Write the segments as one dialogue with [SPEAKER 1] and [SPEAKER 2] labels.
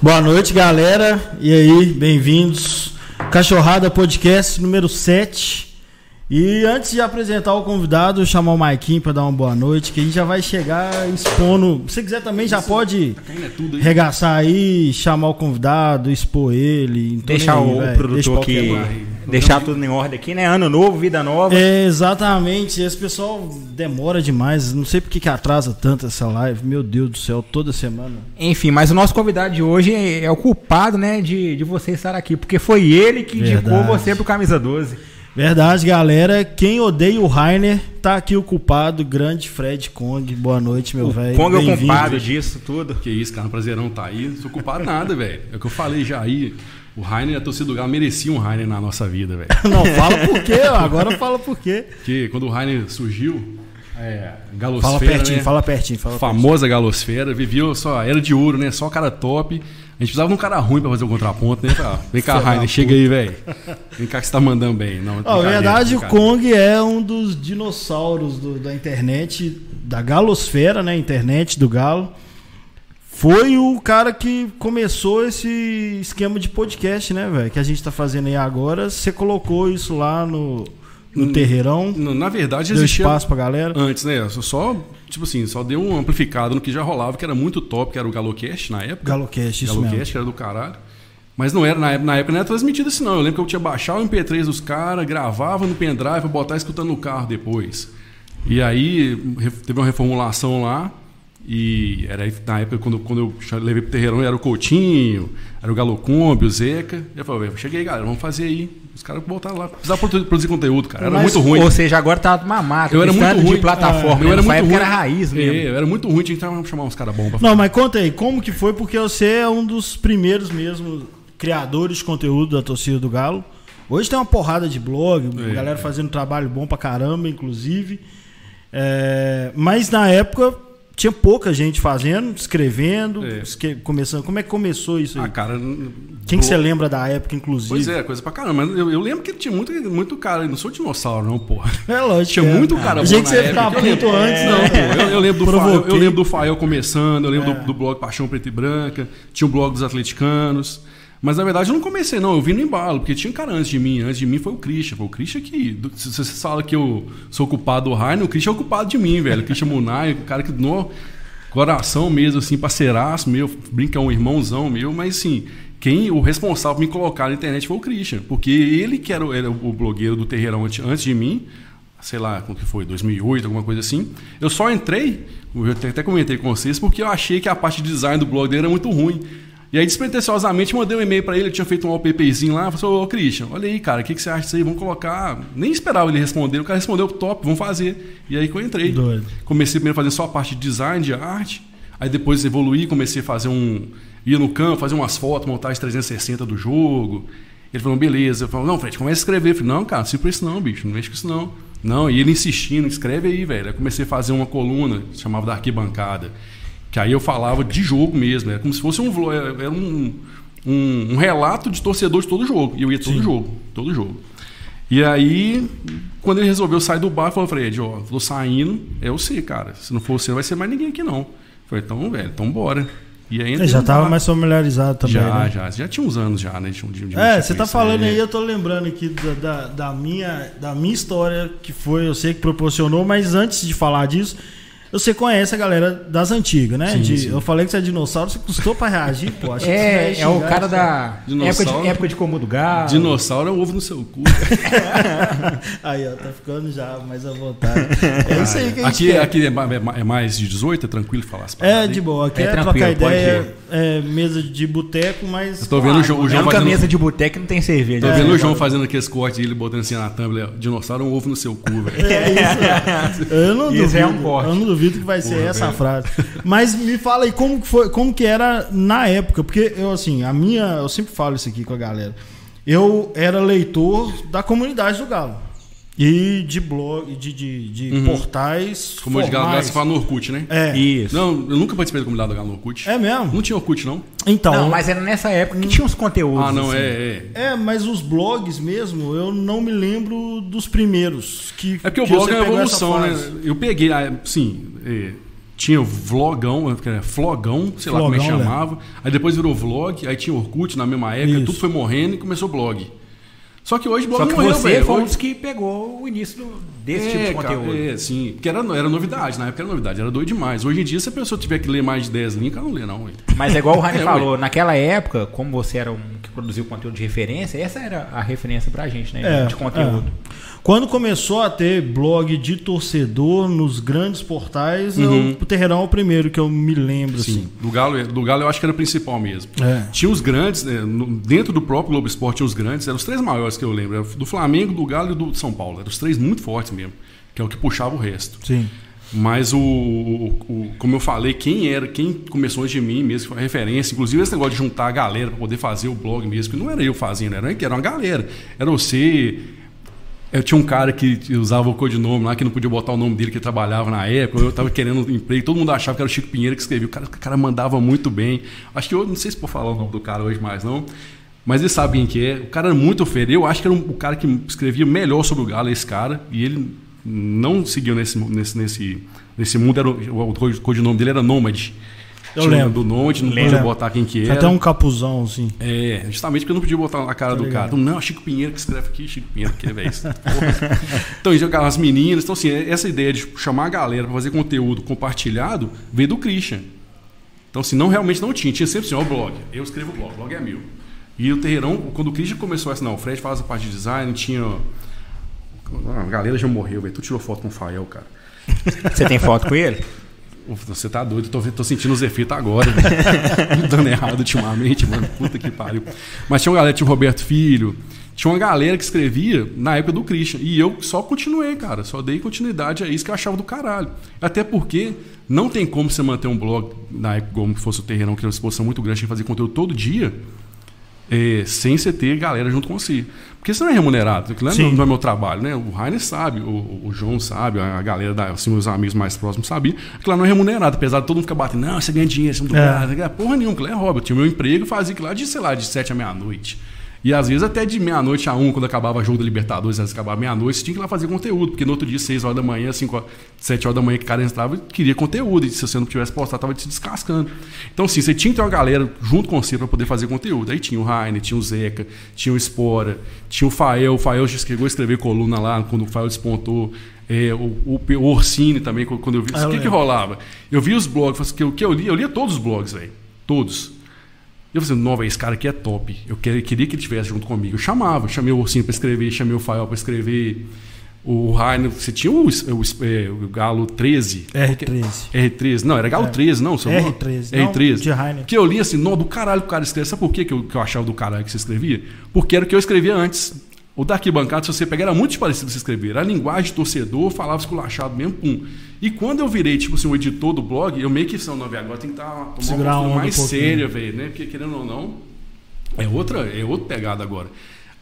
[SPEAKER 1] Boa noite, galera. E aí, bem-vindos. Cachorrada Podcast número 7. E antes de apresentar o convidado, chamar o Maiquinho para dar uma boa noite, que a gente já vai chegar expondo. Se quiser também, já pode
[SPEAKER 2] Ainda é tudo, hein?
[SPEAKER 1] regaçar aí, chamar o convidado, expor ele. não tô
[SPEAKER 3] Deixar
[SPEAKER 1] nem aí,
[SPEAKER 3] o
[SPEAKER 1] velho. Deixa o
[SPEAKER 3] produtor
[SPEAKER 1] pau
[SPEAKER 3] aqui.
[SPEAKER 1] quebrar.
[SPEAKER 3] Deixar tudo em ordem aqui, né? Ano novo, vida nova.
[SPEAKER 1] É, exatamente, esse pessoal demora demais, não sei porque que atrasa tanto essa live, meu Deus do céu, toda semana.
[SPEAKER 3] Enfim, mas o nosso convidado de hoje é é o culpado, né, de, de você estar aqui, porque foi ele que indicou
[SPEAKER 1] Verdade.
[SPEAKER 3] você pro camisa 12.
[SPEAKER 1] Verdade, galera, quem odeia o Rainer, tá aqui o culpado, grande Fred Kong, boa noite, meu
[SPEAKER 3] O
[SPEAKER 1] velho.
[SPEAKER 3] Kong é o
[SPEAKER 1] bem-vindo.
[SPEAKER 3] culpado disso tudo.
[SPEAKER 2] Que isso, cara, um prazerão tá aí. Não sou culpado nada, velho. É o que eu falei já aí. O Rainer e a torcida do Galo mereciam um Rainer na nossa vida, velho.
[SPEAKER 1] Não, fala por quê, ó, agora fala por quê.
[SPEAKER 2] Porque quando o Rainer surgiu, é, Galosfera,
[SPEAKER 1] Fala pertinho,
[SPEAKER 2] né?
[SPEAKER 1] fala pertinho, fala pertinho.
[SPEAKER 2] famosa Galosfera, vivia só era de ouro, né? Só cara top. A gente precisava de um cara ruim pra fazer o contraponto, né? Pra- Vem cá, Rainer, chega aí, velho. Vem cá que você tá mandando bem. Não,
[SPEAKER 1] Ó, Na
[SPEAKER 2] brincadeira,
[SPEAKER 1] verdade, o
[SPEAKER 2] brincadeira.
[SPEAKER 1] Kong é um dos dinossauros do- da internet, da galosfera, né? Internet do galo. Foi o cara que começou esse esquema de podcast, né, velho? Que a gente tá fazendo aí agora. Você colocou isso lá no, no terreirão,
[SPEAKER 2] Na- Na verdade,
[SPEAKER 1] deu
[SPEAKER 2] existia
[SPEAKER 1] espaço pra galera.
[SPEAKER 2] Antes, né? Só- Só, tipo assim, só deu um amplificado no que já rolava, que era muito top, que era o Galocast na época.
[SPEAKER 1] Galocast, isso
[SPEAKER 2] Galocast,
[SPEAKER 1] mesmo.
[SPEAKER 2] que era do caralho. Mas não era, na época, na época não era transmitido assim, não. Eu lembro que eu tinha baixado o MP3 dos caras, gravava no pendrive pra botar escutando no carro depois. E aí re- teve uma reformulação lá. E era aí, na época quando, quando eu cha- levei pro terreirão, era o Coutinho, era o Galocombi, o Zeca. E eu falei, cheguei, galera, vamos fazer aí. Os caras botaram lá. Precisava produ- produzir conteúdo, cara. Era
[SPEAKER 1] Mas-
[SPEAKER 2] muito ruim.
[SPEAKER 3] Ou seja, agora tá uma mata.
[SPEAKER 2] Eu era muito
[SPEAKER 3] tanto
[SPEAKER 2] ruim. É,
[SPEAKER 3] de plataforma. né?
[SPEAKER 2] Eu era
[SPEAKER 3] nessa
[SPEAKER 2] muito ruim.
[SPEAKER 3] época era raiz mesmo.
[SPEAKER 2] É, eu era muito ruim, tinha que tra- chamar uns caras bons pra
[SPEAKER 1] Não, mas conta aí, como que foi? Porque você é um dos primeiros mesmo criadores de conteúdo da torcida do Galo. Hoje tem uma porrada de blog,
[SPEAKER 2] É.
[SPEAKER 1] galera fazendo trabalho bom pra caramba, inclusive. É, mas na época tinha pouca gente fazendo, escrevendo,
[SPEAKER 2] É.
[SPEAKER 1] esque- começando. Como é que começou isso aí?
[SPEAKER 2] Ah, cara.
[SPEAKER 1] Quem que você
[SPEAKER 2] blog-
[SPEAKER 1] lembra da época, inclusive?
[SPEAKER 2] Pois é, coisa pra caramba. Mas eu, eu lembro que tinha muito, muito cara. Eu não sou dinossauro, não, porra.
[SPEAKER 1] É lógico.
[SPEAKER 2] Tinha
[SPEAKER 1] é.
[SPEAKER 2] muito cara
[SPEAKER 1] Ah,
[SPEAKER 2] bom
[SPEAKER 1] Gente,
[SPEAKER 2] na
[SPEAKER 1] que você
[SPEAKER 2] época,
[SPEAKER 1] ficava
[SPEAKER 2] eu lembro. É.
[SPEAKER 1] puto antes, não, pô.
[SPEAKER 2] Eu, eu lembro do Fael, eu
[SPEAKER 1] Provoquei. É.
[SPEAKER 2] lembro do Fael começando, eu lembro do, do blog Paixão Preta e Branca, tinha o blog dos atleticanos. Mas na verdade eu não comecei, não, eu vim no embalo, porque tinha um cara antes de mim. Antes de mim foi o Christian. Foi o Christian que. do- Se se você fala que eu sou culpado do Rainer, o Christian é o culpado de mim, velho. O Christian Munai, o cara que. No, coração mesmo, assim, parceiraço meu, brinca é um irmãozão meu, mas assim. Quem o responsável por me colocar na internet foi o Christian, porque ele que era, o- era o blogueiro do Terreirão antes- antes de mim, sei lá, quando que foi, 2008, alguma coisa assim. Eu só entrei, eu até até comentei com vocês, porque eu achei que a parte de design do blog dele era muito ruim. E aí, despretensiosamente, mandei um e-mail pra ele, eu tinha feito um OPPzinho lá, falei, ô Christian, olha aí, cara, o que, que você acha disso aí? Vamos colocar... Nem esperava ele responder, o cara respondeu, top, vamos fazer. E aí que eu entrei.
[SPEAKER 1] Doido.
[SPEAKER 2] Comecei primeiro a fazer só a parte de design, de arte, aí depois evoluí, comecei a fazer um... Ia no campo, fazer umas fotos, montagem 360 do jogo... Ele falou, beleza. Eu falei, não, Fred, começa a escrever. Eu falei, não, cara, não sirva pra isso não, bicho, não mexe com isso não. Não, e ele insistindo, escreve aí, velho. Aí eu comecei a fazer uma coluna, que chamava da arquibancada, que aí eu falava de jogo mesmo, era como se fosse um vlog, era um, um, um relato de torcedor de todo jogo. E eu ia todo jogo, todo jogo. E aí, quando ele resolveu sair do bar, falou, Fred, ó, tô saindo, é você, cara. Se não for você, não vai ser mais ninguém aqui não. Eu falei, então, velho, então bora. E aí
[SPEAKER 1] Eu
[SPEAKER 2] entrei
[SPEAKER 1] já
[SPEAKER 2] no
[SPEAKER 1] tava
[SPEAKER 2] bar.
[SPEAKER 1] mais familiarizado também.
[SPEAKER 2] Já,
[SPEAKER 1] né?
[SPEAKER 2] já. Já tinha uns anos já, né? De, de- de
[SPEAKER 1] É,
[SPEAKER 2] mexer
[SPEAKER 1] você
[SPEAKER 2] com
[SPEAKER 1] tá
[SPEAKER 2] isso,
[SPEAKER 1] falando
[SPEAKER 2] né?
[SPEAKER 1] aí, eu tô lembrando aqui da, da, da minha, da minha história, que foi, eu sei que proporcionou, mas antes de falar disso, você conhece a galera das antigas, né?
[SPEAKER 2] Sim,
[SPEAKER 1] De-
[SPEAKER 2] sim.
[SPEAKER 1] Eu falei que você é dinossauro, você custou pra reagir, pô. Acho que você
[SPEAKER 3] É,
[SPEAKER 1] vai
[SPEAKER 3] é o
[SPEAKER 1] xingar
[SPEAKER 3] cara
[SPEAKER 1] isso,
[SPEAKER 3] da época
[SPEAKER 2] Dinossauro.
[SPEAKER 3] de, época de Comando Galo.
[SPEAKER 2] Dinossauro é um ovo no seu cu.
[SPEAKER 1] Aí, ó, tá ficando já mais à vontade. É isso aí que a gente
[SPEAKER 2] aqui
[SPEAKER 1] quer.
[SPEAKER 2] aqui é, ma- é ma- é mais de 18, é tranquilo falar as
[SPEAKER 1] É,
[SPEAKER 2] paradas
[SPEAKER 1] de
[SPEAKER 2] aí?
[SPEAKER 1] boa, aqui
[SPEAKER 3] É
[SPEAKER 1] é, trocar
[SPEAKER 3] tranquilo, pode
[SPEAKER 1] ideia, é mesa de boteco, mas... Ah,
[SPEAKER 2] Eu tô vendo o jogo- o
[SPEAKER 3] É a
[SPEAKER 2] João
[SPEAKER 3] única
[SPEAKER 2] fazendo-
[SPEAKER 3] mesa de boteca que não tem cerveja.
[SPEAKER 2] Tô
[SPEAKER 3] né?
[SPEAKER 1] é,
[SPEAKER 2] vendo o João fazendo aqueles cortes dele, botando assim na thumb, ó, dinossauro é um ovo no seu cu, velho.
[SPEAKER 1] É isso. Eu não
[SPEAKER 3] Isso
[SPEAKER 1] duvido.
[SPEAKER 3] é um corte.
[SPEAKER 1] Eu não duvido que vai ser
[SPEAKER 2] Porra,
[SPEAKER 1] essa a
[SPEAKER 2] velho.
[SPEAKER 1] frase. Mas me fala aí como que foi, como que era na época, porque eu assim, a minha, eu sempre falo isso aqui com a galera. Eu era leitor da comunidade do Galo. E de blog, de, de, de portais.
[SPEAKER 2] Como eu Uhum. de Galo,
[SPEAKER 1] formais.
[SPEAKER 2] você fala no Orkut, né?
[SPEAKER 1] É.
[SPEAKER 3] Isso.
[SPEAKER 2] Não, eu nunca participei do comunidade do Galo no Orkut.
[SPEAKER 1] É mesmo?
[SPEAKER 2] Não tinha Orkut, não?
[SPEAKER 1] Então.
[SPEAKER 3] Não, mas era nessa época que tinha uns conteúdos.
[SPEAKER 2] Ah, não,
[SPEAKER 3] assim.
[SPEAKER 2] é, é.
[SPEAKER 1] É, mas os blogs mesmo, eu não me lembro dos primeiros. Que,
[SPEAKER 2] É porque o blog
[SPEAKER 1] você
[SPEAKER 2] é uma
[SPEAKER 1] pegou essa
[SPEAKER 2] evolução, né?
[SPEAKER 1] fase.
[SPEAKER 2] Eu peguei, ah, sim, é, Tinha vlogão, que era flogão, sei lá como é que
[SPEAKER 1] Flogão, né?
[SPEAKER 2] chamava. Aí depois virou vlog, aí tinha Orkut na mesma época,
[SPEAKER 1] Isso.
[SPEAKER 2] tudo foi morrendo e começou blog. Só que hoje blog
[SPEAKER 3] Só que
[SPEAKER 2] morreu,
[SPEAKER 3] você
[SPEAKER 2] velho.
[SPEAKER 3] foi um
[SPEAKER 2] Hoje-
[SPEAKER 3] dos que pegou o início do- desse
[SPEAKER 2] é,
[SPEAKER 3] tipo de
[SPEAKER 2] cara,
[SPEAKER 3] conteúdo.
[SPEAKER 2] é, sim. Porque era, era novidade, na época era novidade, era doido demais. Hoje em dia, se a pessoa tiver que ler mais de 10 linhas, ela não lê, não. velho.
[SPEAKER 3] Mas é igual o Rani
[SPEAKER 2] É, ué.
[SPEAKER 3] falou, naquela época, como você era um que produziu conteúdo de referência, essa era a referência pra gente, né?
[SPEAKER 1] É,
[SPEAKER 3] de conteúdo.
[SPEAKER 1] é. Quando começou a ter blog de torcedor nos grandes portais,
[SPEAKER 3] Uhum.
[SPEAKER 1] eu- o Terreirão é o primeiro que eu me lembro,
[SPEAKER 2] Sim.
[SPEAKER 1] assim.
[SPEAKER 2] Do Galo, do Galo eu acho que era o principal mesmo.
[SPEAKER 1] É.
[SPEAKER 2] Tinha os grandes, né, no- dentro do próprio Globo Esporte tinha os grandes, eram os três maiores que eu lembro. Era do Flamengo, do Galo e do São Paulo. Eram os três muito fortes mesmo, que é o que puxava o resto.
[SPEAKER 1] Sim.
[SPEAKER 2] Mas o, o- o- como eu falei, quem era, quem começou antes de mim mesmo, que foi a referência, inclusive esse negócio de juntar a galera para poder fazer o blog mesmo, que não era eu fazendo, era, era uma galera. Era você. Eu tinha um cara que usava o codinome lá, que não podia botar o nome dele, que trabalhava na época. Eu tava querendo um emprego, todo mundo achava que era o Chico Pinheiro que escrevia. O cara, o cara mandava muito bem. Acho que eu não sei se vou falar o nome do cara hoje mais, não. Mas ele sabe quem que é. O cara era muito fera. Eu acho que era um- o cara que escrevia melhor sobre o Galo, esse cara. E ele não seguiu nesse, nesse, nesse, nesse mundo. Era, o, o codinome dele era Nômade.
[SPEAKER 1] Eu
[SPEAKER 2] Tinha o
[SPEAKER 1] lembro.
[SPEAKER 2] Do Nômade, não
[SPEAKER 1] Lembro.
[SPEAKER 2] podia botar quem que
[SPEAKER 1] Tinha
[SPEAKER 2] era.
[SPEAKER 1] Até um capuzão, assim.
[SPEAKER 2] É, justamente porque eu não podia botar a cara do
[SPEAKER 1] ligado.
[SPEAKER 2] cara. Então, Não, Chico Pinheiro que escreve aqui, Chico Pinheiro que é isso. Porra. Então, eles jogavam as meninas. Então, assim, essa ideia de tipo, chamar a galera pra fazer conteúdo compartilhado veio do Christian. Então, assim, não realmente não tinha. Tinha sempre assim, ó, o blog. Eu escrevo o blog, o blog é meu. E o Terreirão, quando o Christian começou essa, não, o Fred faz a parte de design, tinha. Ah, A galera já morreu, velho. Tu tirou foto com o Fael, cara.
[SPEAKER 1] é.
[SPEAKER 3] Você tem foto com ele?
[SPEAKER 2] Uf, Você tá doido, tô, tô sentindo os efeitos agora. velho. Dando errado ultimamente, mano. Puta que pariu. Mas tinha uma galera, tinha o Roberto Filho. Tinha uma galera que escrevia na época do Christian. E eu só continuei, cara. Só dei continuidade a isso que eu achava do caralho. Até porque não tem como você manter um blog na época como fosse o Terreirão, que era uma exposição muito grande, tinha que fazer conteúdo todo dia. é, sem você ter galera junto com si. Porque você não é remunerado, aquilo não é-
[SPEAKER 1] Sim.
[SPEAKER 2] não é meu trabalho, né? O Rainer sabe, o- o, o João sabe, a galera, da, assim, meus amigos mais próximos sabiam. Aquilo lá não é remunerado, apesar de todo mundo ficar batendo, não, você ganha dinheiro, você não
[SPEAKER 1] É.
[SPEAKER 2] é. ganha porra nenhuma, aquilo lá é hobby. Eu tinha meu emprego, fazia aquilo lá de, sei lá, de sete a meia-noite. E às vezes até de meia-noite a uma, quando acabava o jogo da Libertadores, às vezes acabava meia-noite, você tinha que ir lá fazer conteúdo, porque no outro dia, seis horas da manhã, cinco horas, sete horas da manhã, que o cara entrava e queria conteúdo, e se você não tivesse postado, tava te descascando. Então, assim, você tinha que ter uma galera junto com você para poder fazer conteúdo. Aí tinha o Rainer, tinha o Zeca, tinha o Espora, tinha o Fael, o Fael já chegou a escrever coluna lá, quando o Fael despontou. É, o, o Pe- o Orsini também, quando quando eu vi.
[SPEAKER 1] Ah, eu
[SPEAKER 2] o que, que
[SPEAKER 1] lembro.
[SPEAKER 2] rolava? Eu vi os blogs, falei assim, que o que eu li, eu lia todos os blogs, velho. Todos. E eu falei assim, não, velho, esse cara aqui é top. Eu queria, queria que ele estivesse junto comigo. Eu chamava, chamei o Ursinho pra escrever, chamei o Fael pra escrever. O Rainer, você tinha o, es- o es- é, o Galo 13.
[SPEAKER 1] R13.
[SPEAKER 2] R13, não, era Galo 13, não, seu nome?
[SPEAKER 1] R13, não,
[SPEAKER 2] R13.
[SPEAKER 1] de Rainer.
[SPEAKER 2] Que eu li assim, não, do caralho que o cara escreve. Sabe por que que eu, que eu achava do caralho que você escrevia? Porque era o que eu escrevia antes. O da arquibancada, se você pegar, era muito parecido com você escrever. Era a linguagem de torcedor, falava esculachado mesmo, pum. E quando eu virei, tipo assim, o editor do blog, eu meio que, não, não, velho, agora tem que tá, tomar
[SPEAKER 1] Segurar a
[SPEAKER 2] uma
[SPEAKER 1] onda
[SPEAKER 2] coisa
[SPEAKER 1] um
[SPEAKER 2] mais
[SPEAKER 1] pouquinho.
[SPEAKER 2] séria, velho, né? Porque querendo ou não, é outra, é outra pegada agora.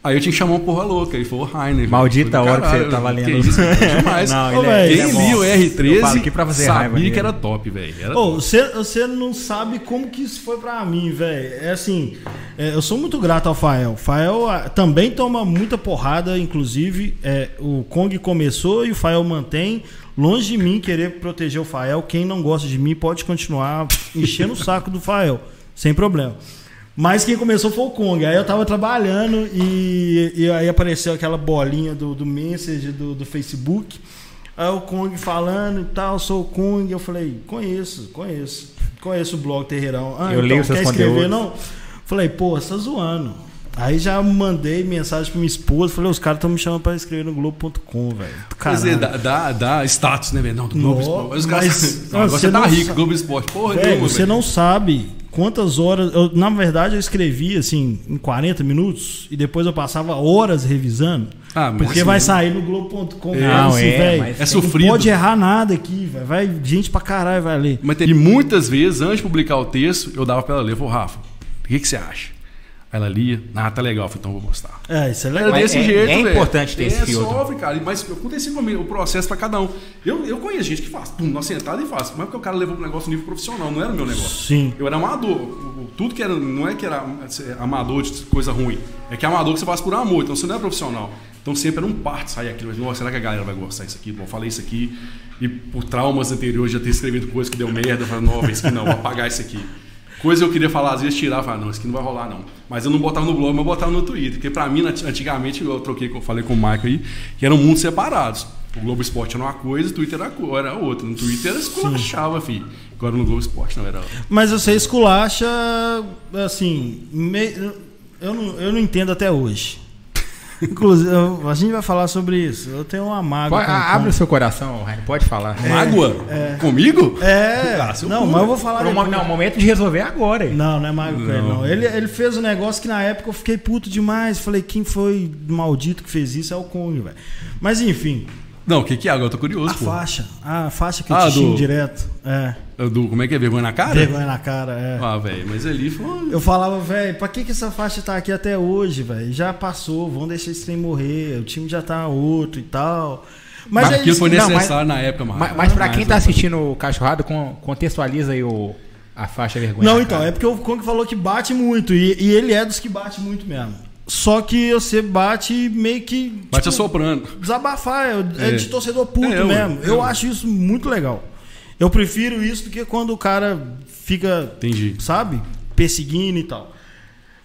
[SPEAKER 2] Aí eu tinha que chamar uma porra louca, aí foi o Rainer. velho.
[SPEAKER 3] Maldita
[SPEAKER 2] Foi do
[SPEAKER 3] hora que
[SPEAKER 2] caralho,
[SPEAKER 3] você tava
[SPEAKER 2] velho.
[SPEAKER 3] lendo.
[SPEAKER 2] Que isso, é demais.
[SPEAKER 3] Não,
[SPEAKER 1] ele é-
[SPEAKER 2] Quem
[SPEAKER 1] ele é
[SPEAKER 2] lia
[SPEAKER 1] bom.
[SPEAKER 2] o
[SPEAKER 3] Eu falo aqui
[SPEAKER 2] R13
[SPEAKER 3] pra fazer
[SPEAKER 2] sabia
[SPEAKER 3] raiva
[SPEAKER 2] que
[SPEAKER 3] nele.
[SPEAKER 2] era top, velho. Era
[SPEAKER 1] Ô, Você você não sabe como que isso foi pra mim, velho. É assim, é, eu sou muito grato ao Fael. Fael ah, também toma muita porrada, inclusive. é, o Kong começou e o Fael mantém. Longe de mim querer proteger o Fael. Quem não gosta de mim pode continuar enchendo o saco do Fael, sem problema. Mas quem começou foi o Kong. Aí eu tava trabalhando e, e aí apareceu aquela bolinha do, do message do, do Facebook. Aí Ah, o Kong falando e tal, sou o Kong. Eu falei, conheço, conheço. Conheço o blog Terreirão. Ah,
[SPEAKER 3] Eu leio seus
[SPEAKER 1] quer escrever,
[SPEAKER 3] conteúdos.
[SPEAKER 1] não? Falei, pô, você tá zoando. Aí já mandei mensagem pra minha esposa. Falei, os caras estão me chamando pra escrever no Globo.com, velho.
[SPEAKER 2] Mas
[SPEAKER 1] Caralho.
[SPEAKER 2] é, dá, dá, dá status, né, velho? Não, do Globo
[SPEAKER 1] Nó,
[SPEAKER 2] Esporte. Mas os caras-
[SPEAKER 1] mas-
[SPEAKER 2] Não,
[SPEAKER 1] não,
[SPEAKER 2] agora
[SPEAKER 1] você
[SPEAKER 2] você tá
[SPEAKER 1] não
[SPEAKER 2] rico,
[SPEAKER 1] sabe.
[SPEAKER 2] Globo Esporte. Porra,
[SPEAKER 1] Velho,
[SPEAKER 2] nenhuma,
[SPEAKER 1] você
[SPEAKER 2] velho.
[SPEAKER 1] não sabe quantas horas. eu, na verdade, eu escrevi assim, em 40 minutos. E depois eu passava horas revisando.
[SPEAKER 2] Ah, mas
[SPEAKER 1] porque
[SPEAKER 2] assim,
[SPEAKER 1] vai
[SPEAKER 2] né?
[SPEAKER 1] sair no Globo.com.
[SPEAKER 3] Não,
[SPEAKER 1] assim,
[SPEAKER 3] é,
[SPEAKER 1] velho,
[SPEAKER 3] mas
[SPEAKER 2] É
[SPEAKER 1] Não
[SPEAKER 2] sofrido.
[SPEAKER 1] pode errar nada aqui, velho. Vai gente pra caralho, vai ler.
[SPEAKER 2] Mas tem- E muitas vezes, antes de publicar o texto, eu dava pra ela ler. Eu falei, Rafa, o que, que você acha? Aí ela lia, ah, tá legal, Eu falei, então eu vou postar.
[SPEAKER 1] É, isso é
[SPEAKER 2] Era
[SPEAKER 1] legal.
[SPEAKER 3] Mas
[SPEAKER 2] desse
[SPEAKER 3] é-
[SPEAKER 2] jeito,
[SPEAKER 3] é
[SPEAKER 2] velho.
[SPEAKER 3] importante ter esse
[SPEAKER 2] É
[SPEAKER 3] filtro.
[SPEAKER 2] sofre, cara. Mas aconteceu comigo, o processo pra cada um. Eu, eu conheço gente que faz, pum, na sentada e faz. Mas porque o cara levou pro negócio nível profissional, não era o meu negócio.
[SPEAKER 1] Sim.
[SPEAKER 2] Eu era amador. O- o- Tudo que era. Não é que era é, amador de coisa ruim. É que é amador que você faz por amor, então você não é profissional. Então sempre era um parto sair aquilo. Mas, Nossa, será que a galera vai gostar disso aqui? Bom, eu falei isso aqui. E por traumas anteriores já ter escrevido coisa que deu merda. Eu falei, não, isso aqui não, vou apagar isso aqui. Coisa que eu queria falar, às vezes tirar, falar, não, isso aqui não vai rolar, não. Mas eu não botava no blog, mas eu botava no Twitter. Porque pra mim, nat- antigamente, eu troquei, eu falei com o Maico aí, que eram mundos separados. O Globo Esporte era uma coisa, o Twitter era co- era outra. No Twitter era esculachava, filho. Agora no Globo Esporte não era.
[SPEAKER 1] Mas você esculacha, assim, me- eu, não, eu não entendo até hoje. Inclusive, eu- a gente vai falar sobre isso. Eu tenho uma mágoa.
[SPEAKER 3] Pode-
[SPEAKER 1] com o
[SPEAKER 3] a-
[SPEAKER 1] Cano.
[SPEAKER 3] abre o seu coração, Rainer, pode falar.
[SPEAKER 2] Mágoa? É. Comigo?
[SPEAKER 1] É,
[SPEAKER 2] Ah, seu
[SPEAKER 1] não,
[SPEAKER 2] cu,
[SPEAKER 1] mas eu
[SPEAKER 2] né?
[SPEAKER 1] vou falar
[SPEAKER 3] Pro um mo-
[SPEAKER 1] depois.
[SPEAKER 3] não, o momento de resolver é agora. hein?
[SPEAKER 1] Não, não é Mago não. não. Ele, ele fez um negócio que na época eu fiquei puto demais. Falei, quem foi maldito que fez isso? É o Kong, velho. Mas enfim,
[SPEAKER 2] Não, o que, que é? Agora eu tô curioso,
[SPEAKER 1] a
[SPEAKER 2] pô.
[SPEAKER 1] faixa. A faixa que eu
[SPEAKER 2] Ah,
[SPEAKER 1] te xingo
[SPEAKER 2] do-
[SPEAKER 1] direto. É.
[SPEAKER 2] Eu dou- como é que é? Vergonha na cara?
[SPEAKER 1] Vergonha na cara, é.
[SPEAKER 2] Ah, velho, mas ali foi. uma-
[SPEAKER 1] Eu falava, velho, pra que, que essa faixa tá aqui até hoje, velho? Já passou, vão deixar esse trem morrer, o time já tá outro e tal. Mas,
[SPEAKER 2] Mas
[SPEAKER 1] é
[SPEAKER 2] aquilo
[SPEAKER 1] isso.
[SPEAKER 2] foi
[SPEAKER 3] não, mas-
[SPEAKER 2] necessário na época, mano.
[SPEAKER 3] Mas,
[SPEAKER 1] é
[SPEAKER 3] mas pra quem tá
[SPEAKER 2] né?
[SPEAKER 3] assistindo o Cachorrado, con- contextualiza aí o, a faixa vergonha.
[SPEAKER 1] Não,
[SPEAKER 3] na
[SPEAKER 1] então,
[SPEAKER 3] cara.
[SPEAKER 1] é porque o Kong falou que bate muito, e, e ele é dos que bate muito mesmo. Só que você bate meio que.
[SPEAKER 2] Bate
[SPEAKER 1] tipo,
[SPEAKER 2] assoprando.
[SPEAKER 1] Desabafar, é, é
[SPEAKER 2] É.
[SPEAKER 1] de torcedor puto
[SPEAKER 2] É, eu-
[SPEAKER 1] mesmo. Eu,
[SPEAKER 2] eu-
[SPEAKER 1] acho isso muito legal. Eu prefiro isso do que quando o cara fica
[SPEAKER 2] Entendi.
[SPEAKER 1] sabe? Perseguindo e tal.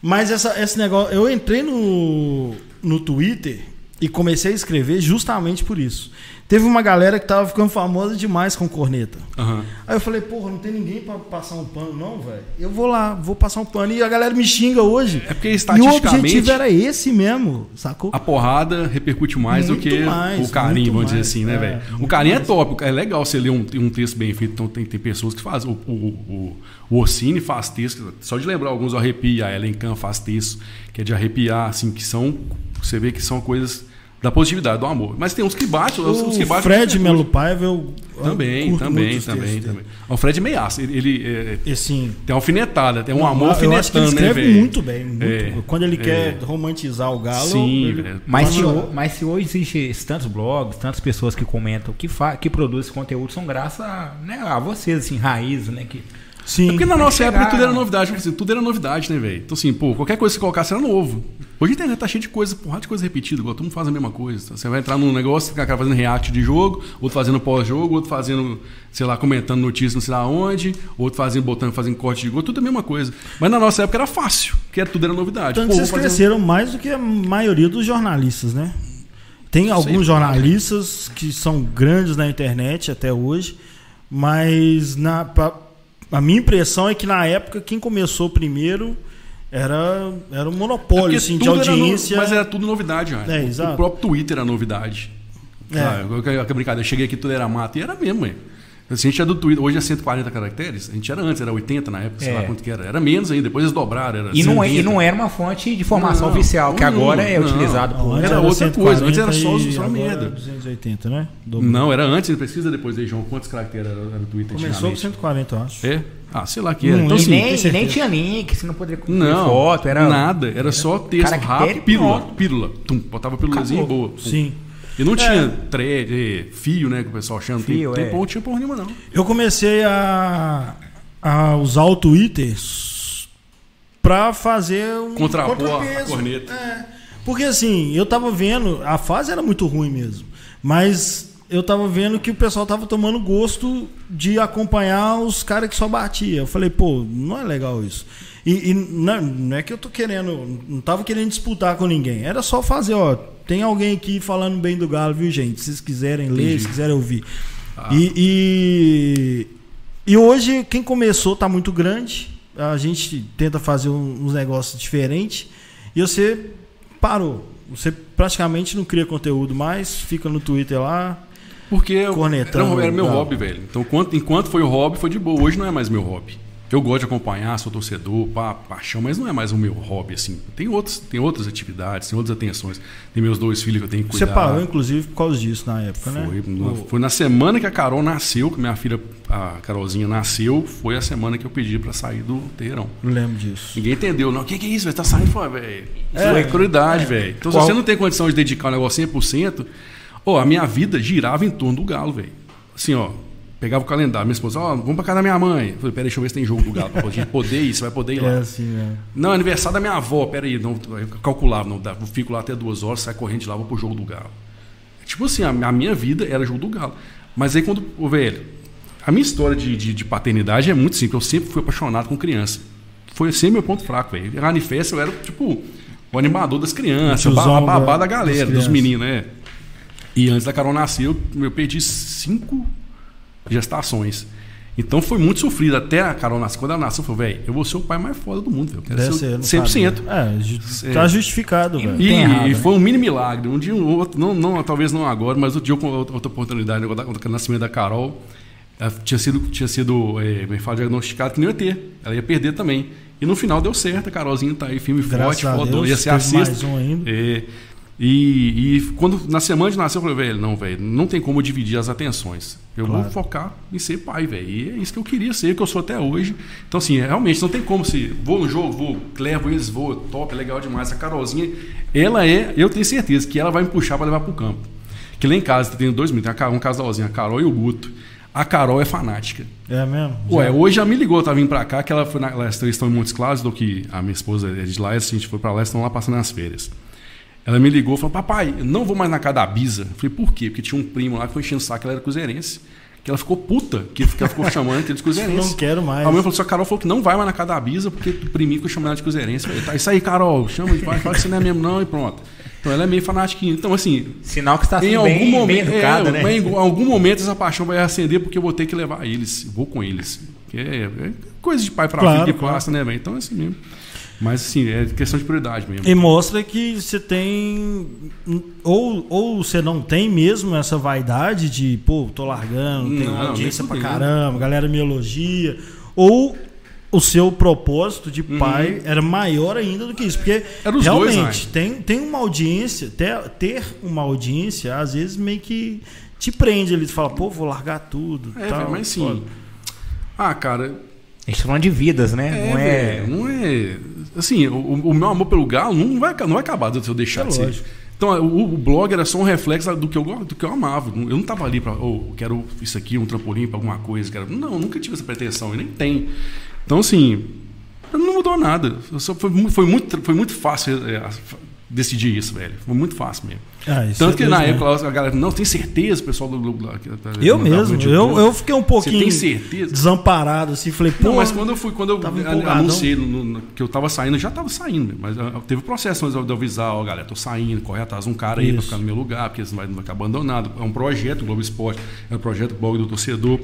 [SPEAKER 1] Mas essa, esse negócio. Eu entrei no, no Twitter e comecei a escrever justamente por isso. Teve uma galera que tava ficando famosa demais com corneta.
[SPEAKER 2] Aham.
[SPEAKER 1] Aí eu falei, porra, não tem ninguém pra passar um pano, não, velho. Eu vou lá, vou passar um pano. E a galera me xinga hoje.
[SPEAKER 2] É porque
[SPEAKER 1] E o
[SPEAKER 2] estatisticamente-
[SPEAKER 1] objetivo era esse mesmo, sacou?
[SPEAKER 2] A porrada repercute mais
[SPEAKER 1] Muito
[SPEAKER 2] do que
[SPEAKER 1] mais,
[SPEAKER 2] o carinho,
[SPEAKER 1] muito
[SPEAKER 2] vamos dizer
[SPEAKER 1] mais,
[SPEAKER 2] assim, né,
[SPEAKER 1] é,
[SPEAKER 2] velho? O
[SPEAKER 1] muito
[SPEAKER 2] carinho é top, é legal você ler um, um texto bem feito, então tem, tem pessoas que fazem. O, o, o, o Orsini faz texto, só de lembrar alguns, eu arrepio, a Ellen Kahn faz texto, que é de arrepiar, assim, que são. Você vê que são coisas da positividade, do amor. Mas tem uns que batem, os que
[SPEAKER 1] O
[SPEAKER 2] batem.
[SPEAKER 1] Fred Melo Paiva, eu. eu
[SPEAKER 2] Também,
[SPEAKER 1] curto muito
[SPEAKER 2] também,
[SPEAKER 1] os textos
[SPEAKER 2] também,
[SPEAKER 1] dele.
[SPEAKER 2] também. O Fred é meiaço, ele, ele é,
[SPEAKER 1] E assim,
[SPEAKER 2] tem uma alfinetada, tem um
[SPEAKER 1] eu
[SPEAKER 2] amor
[SPEAKER 1] acho que ele
[SPEAKER 2] alfinetando, né,
[SPEAKER 1] escreve
[SPEAKER 2] velho?
[SPEAKER 1] muito bem. muito
[SPEAKER 2] É,
[SPEAKER 1] bem. Quando ele
[SPEAKER 2] é.
[SPEAKER 1] quer romantizar o galo.
[SPEAKER 2] Sim, é.
[SPEAKER 1] ele- um-
[SPEAKER 2] velho.
[SPEAKER 3] Mas se,
[SPEAKER 1] Nossa.
[SPEAKER 3] ho- mas se hoje existe tantos blogs, tantas pessoas que comentam, que, fa- que produzem conteúdo, são graças a, né, a vocês, assim, raiz, né? Que...
[SPEAKER 1] Sim.
[SPEAKER 2] É porque na nossa
[SPEAKER 3] Chegar-
[SPEAKER 2] época tudo era novidade, porque, assim, tudo era novidade, né, velho? Então, assim, pô, qualquer coisa que você colocasse era novo. Hoje a internet tá cheia de coisa, porra, de coisa repetida, igual todo mundo faz a mesma coisa. Então, Você vai entrar num negócio, fica cara fazendo react de jogo, outro fazendo pós-jogo, outro fazendo, sei lá, comentando notícias não sei lá onde, outro fazendo, botando, fazendo corte de gol, tudo a mesma coisa. Mas na nossa época era fácil, porque era- tudo era novidade.
[SPEAKER 1] Tanto
[SPEAKER 2] Pô,
[SPEAKER 1] que vocês
[SPEAKER 2] vou fazer um-
[SPEAKER 1] cresceram mais do que a maioria dos jornalistas, né? Tem alguns jornalistas que são grandes na internet até hoje, mas na, pra- a minha impressão é que na época quem começou primeiro era, era um
[SPEAKER 2] É
[SPEAKER 1] monopólio
[SPEAKER 2] porque
[SPEAKER 1] assim, de
[SPEAKER 2] tudo era no-
[SPEAKER 1] audiência.
[SPEAKER 2] mas é era tudo novidade, já.
[SPEAKER 1] É,
[SPEAKER 2] O
[SPEAKER 1] exato.
[SPEAKER 2] próprio Twitter era novidade.
[SPEAKER 1] É.
[SPEAKER 2] Ah, eu- eu- eu- brincadeira, eu cheguei aqui tudo era mato e era mesmo, ué. Assim, a gente é do Twitter, hoje é 140 caracteres, a gente era antes, era 80 na época, sei
[SPEAKER 3] É.
[SPEAKER 2] lá quanto que era. Era menos ainda, depois eles dobraram. Era
[SPEAKER 3] E, não é,
[SPEAKER 2] 120.
[SPEAKER 3] e não era uma fonte de formação
[SPEAKER 2] Não,
[SPEAKER 3] oficial, que
[SPEAKER 2] não,
[SPEAKER 3] agora é
[SPEAKER 2] não.
[SPEAKER 3] utilizado por.
[SPEAKER 1] Antes
[SPEAKER 2] era outra coisa, antes era
[SPEAKER 1] 140
[SPEAKER 2] só os-
[SPEAKER 1] e
[SPEAKER 2] só
[SPEAKER 1] agora
[SPEAKER 2] merda.
[SPEAKER 1] é 280, né? Dobrou.
[SPEAKER 2] Não, era antes, pesquisa depois aí, João, quantos caracteres era, era o Twitter
[SPEAKER 1] Começou com
[SPEAKER 2] antigamente.
[SPEAKER 1] 140, eu acho.
[SPEAKER 2] É? Ah, sei lá que era.
[SPEAKER 1] Não
[SPEAKER 2] Então,
[SPEAKER 1] lembro.
[SPEAKER 3] E
[SPEAKER 2] assim,
[SPEAKER 1] tem
[SPEAKER 3] nem,
[SPEAKER 1] certeza.
[SPEAKER 3] nem tinha link, você não poderia colocar
[SPEAKER 2] não,
[SPEAKER 3] foto, era
[SPEAKER 2] nada, era, só texto
[SPEAKER 3] caractere
[SPEAKER 2] rápido,
[SPEAKER 3] e
[SPEAKER 2] pílula,
[SPEAKER 3] pronto.
[SPEAKER 2] pílula, tum, botava pílulazinha e
[SPEAKER 3] Acabou. É.
[SPEAKER 2] boa. pum.
[SPEAKER 1] Sim.
[SPEAKER 2] E não tinha thread, eh, fio, né, que o pessoal chama,
[SPEAKER 3] Fio,
[SPEAKER 2] tem,
[SPEAKER 3] é.
[SPEAKER 2] tem, não tinha porra nenhuma não.
[SPEAKER 1] Eu comecei a, a usar o Twitter s- pra fazer um
[SPEAKER 2] Contrapor
[SPEAKER 1] contrapeso.
[SPEAKER 2] a corneta.
[SPEAKER 1] É. Porque assim, eu tava vendo, a fase era muito ruim mesmo, mas eu tava vendo que o pessoal tava tomando gosto de acompanhar os caras que só batia. Eu falei, pô, não é legal isso. E, e não, não é que eu tô querendo, não tava querendo disputar com ninguém. Era só fazer, ó, tem alguém aqui falando bem do Galo, viu, gente? Se vocês quiserem ler,
[SPEAKER 2] Entendi. Ah.
[SPEAKER 1] se quiserem ouvir. E, e, e hoje, quem começou tá muito grande. A gente tenta fazer um- uns negócios diferentes. E você parou. Você praticamente não cria conteúdo mais, fica no Twitter lá.
[SPEAKER 2] Porque eu-
[SPEAKER 1] Cornetando,
[SPEAKER 2] era, era meu
[SPEAKER 1] não.
[SPEAKER 2] hobby, velho. Então, quanto- enquanto foi o hobby, foi de boa. Hoje não é mais meu hobby. Eu gosto de acompanhar, sou torcedor, pá, paixão, mas não é mais o meu hobby, assim. Tem, outros, tem outras atividades, tem outras atenções. Tem meus dois filhos que eu tenho que
[SPEAKER 1] Você
[SPEAKER 2] cuidar.
[SPEAKER 1] parou, inclusive, por causa disso na época,
[SPEAKER 2] Foi,
[SPEAKER 1] né?
[SPEAKER 2] na- foi na semana que a Carol nasceu, que minha filha, a Carolzinha, nasceu, foi a semana que eu pedi pra sair do terreirão.
[SPEAKER 1] Eu Lembro disso.
[SPEAKER 2] Ninguém entendeu, não. O que, que é isso? Você tá saindo fora, velho. Isso
[SPEAKER 1] É.
[SPEAKER 2] é, crueldade, velho. Então,
[SPEAKER 3] Qual-
[SPEAKER 2] se você não tem condição de dedicar o negócio 100%, ó, a minha vida girava em torno do Galo, velho. Assim, ó, pegava o calendário, minha esposa, ó, vamos pra casa da minha mãe. Eu falei, peraí, deixa eu ver se tem jogo do Galo. Pra gente poder ir, você vai poder ir
[SPEAKER 1] É
[SPEAKER 2] lá.
[SPEAKER 1] assim, né?
[SPEAKER 2] Não, aniversário da minha avó, peraí, não, eu calculava, não dá. Eu fico lá até duas horas, sai corrente lá, vou pro jogo do Galo. Tipo assim, a, a minha vida era jogo do Galo. Mas aí quando, ô, velho, a minha história de, de, de paternidade é muito simples. Eu sempre fui apaixonado com criança. Foi sempre meu ponto fraco, velho. Lá em festa eu era, tipo, o animador das crianças, o
[SPEAKER 1] Tiozão
[SPEAKER 2] ba- babá
[SPEAKER 1] da-
[SPEAKER 2] da galera,
[SPEAKER 1] das
[SPEAKER 2] dos
[SPEAKER 1] crianças.
[SPEAKER 2] meninos, né? E antes da Carol nascer, eu, eu perdi cinco gestações. Então foi muito sofrido. Até a Carol nascer. Quando ela nasceu, eu falei, velho, eu vou ser o pai mais foda do mundo, velho. Eu quero
[SPEAKER 1] Deve
[SPEAKER 2] ser
[SPEAKER 1] ser,
[SPEAKER 2] o
[SPEAKER 1] não
[SPEAKER 2] 100%.
[SPEAKER 1] sabe. É, ju- tá justificado, velho.
[SPEAKER 2] E,
[SPEAKER 3] Tem errado,
[SPEAKER 2] e
[SPEAKER 3] né?
[SPEAKER 2] foi um mini milagre. Um dia, um outro, não, não, talvez não agora, mas outro dia, com outra outra oportunidade, quando o nascimento da Carol, ela tinha sido, tinha sido é, me fala, diagnosticado que não ia ter. Ela ia perder também. E no final deu certo, a Carolzinha tá aí, filme
[SPEAKER 1] Graças
[SPEAKER 2] forte,
[SPEAKER 1] a
[SPEAKER 2] fodão,
[SPEAKER 1] Deus,
[SPEAKER 2] ia ser a
[SPEAKER 1] teve mais
[SPEAKER 2] sexta.
[SPEAKER 1] um ainda.
[SPEAKER 2] É, e, e quando na semana de nascer, eu falei, velho, não, velho, não tem como eu dividir as atenções. Eu
[SPEAKER 1] Claro.
[SPEAKER 2] vou focar em ser pai, velho. E é isso que eu queria ser, que eu sou até hoje. Então, assim, realmente, não tem como se vou no jogo, vou, levo eles, vou, top, é legal demais. A Carolzinha, ela é, eu tenho certeza que ela vai me puxar pra levar pro campo. Que lá em casa tem dois meninos, tem a Ca- um casalzinho, a Carol e o Guto. A Carol é fanática.
[SPEAKER 1] É mesmo?
[SPEAKER 2] Ué, hoje ela me ligou, tá vindo pra cá, que ela foi na, elas três estão em Montes Claros, do que a minha esposa é de lá, e a gente foi pra lá, estão lá passando as férias. Ela me ligou e falou, papai, eu não vou mais na casa da Bisa. Eu falei, por quê? Porque tinha um primo lá que foi enchendo o saco, ela era cruzeirense. Que ela ficou puta, que ela ficou chamando eles de cruzeirense.
[SPEAKER 1] Não quero mais.
[SPEAKER 2] A mãe falou, sua Carol falou que não vai mais na casa da Bisa, porque o priminho ficou chamando ela de cruzeirense. Eu falei, tá, isso aí, Carol, chama de pai, fala que você não é mesmo não, e pronto. Então ela é meio fanatiquinha. Então, assim,
[SPEAKER 3] Sinal que
[SPEAKER 1] Tá
[SPEAKER 3] está
[SPEAKER 2] em
[SPEAKER 3] sendo
[SPEAKER 2] algum
[SPEAKER 3] bem, bem
[SPEAKER 2] momento,
[SPEAKER 3] educado,
[SPEAKER 2] é,
[SPEAKER 3] né?
[SPEAKER 2] mas em algum momento essa paixão vai acender porque eu vou ter que levar eles, vou com eles. Que É, é coisa de pai pra
[SPEAKER 1] Claro,
[SPEAKER 2] filho que
[SPEAKER 1] claro.
[SPEAKER 2] passa, né, velho? Então é assim mesmo. Mas assim, é questão de prioridade mesmo.
[SPEAKER 1] E mostra que você tem. Ou, ou você não tem mesmo essa vaidade de, pô, tô largando, tenho
[SPEAKER 2] Não,
[SPEAKER 1] audiência
[SPEAKER 2] nem
[SPEAKER 1] pra
[SPEAKER 2] fudendo.
[SPEAKER 1] caramba, a galera me elogia. Ou o seu propósito de pai era maior ainda do que isso. Porque
[SPEAKER 2] Uhum. Era os dois,
[SPEAKER 1] realmente
[SPEAKER 2] né?
[SPEAKER 1] tem, tem uma audiência, ter, ter uma audiência, às vezes meio que te prende ali. Tu fala, pô, vou largar tudo.
[SPEAKER 2] É,
[SPEAKER 1] tal,
[SPEAKER 2] velho, mas sim.
[SPEAKER 1] foda.
[SPEAKER 2] Ah, cara,
[SPEAKER 3] A gente tá falando de vidas, né?
[SPEAKER 2] é,
[SPEAKER 3] não é.
[SPEAKER 2] velho, não é. Assim, o, o meu amor pelo galo não vai, não vai acabar se eu deixar
[SPEAKER 1] É
[SPEAKER 2] de ser.
[SPEAKER 1] lógico.
[SPEAKER 2] Então, o, o blog era só um reflexo do que eu, go- do que eu amava. Eu não tava ali pra, oh, eu quero isso aqui, um trampolim pra alguma coisa. Cara. Não, eu nunca tive essa pretensão, e nem tenho. Então, assim, não mudou nada. Eu só, foi, mu- foi, muito, foi muito fácil eh, eh, decidir isso, velho. Foi muito fácil mesmo.
[SPEAKER 1] Ah, isso
[SPEAKER 2] Tanto
[SPEAKER 1] é
[SPEAKER 2] que
[SPEAKER 1] Deus
[SPEAKER 2] na
[SPEAKER 1] mesmo.
[SPEAKER 2] época a galera, não, tem certeza, o pessoal do. do, do
[SPEAKER 1] Eu
[SPEAKER 2] do-
[SPEAKER 1] mesmo,
[SPEAKER 2] do-
[SPEAKER 1] eu, eu fiquei um pouquinho
[SPEAKER 2] tem certeza?
[SPEAKER 1] desamparado, assim, falei, pô,
[SPEAKER 2] Não, mas quando eu fui, quando eu
[SPEAKER 1] Tava
[SPEAKER 2] an-
[SPEAKER 1] empolgadão.
[SPEAKER 2] anunciei no- no- no- que eu tava saindo, eu já tava saindo, mas ah, teve o processo antes de eu- de eu avisar, ó, galera, tô saindo, corre atrás de um cara aí
[SPEAKER 1] Isso.
[SPEAKER 2] pra ficar no meu lugar, porque senão vai- não vai ficar abandonado. É um projeto, o Globo Esporte, é um projeto blog do torcedor.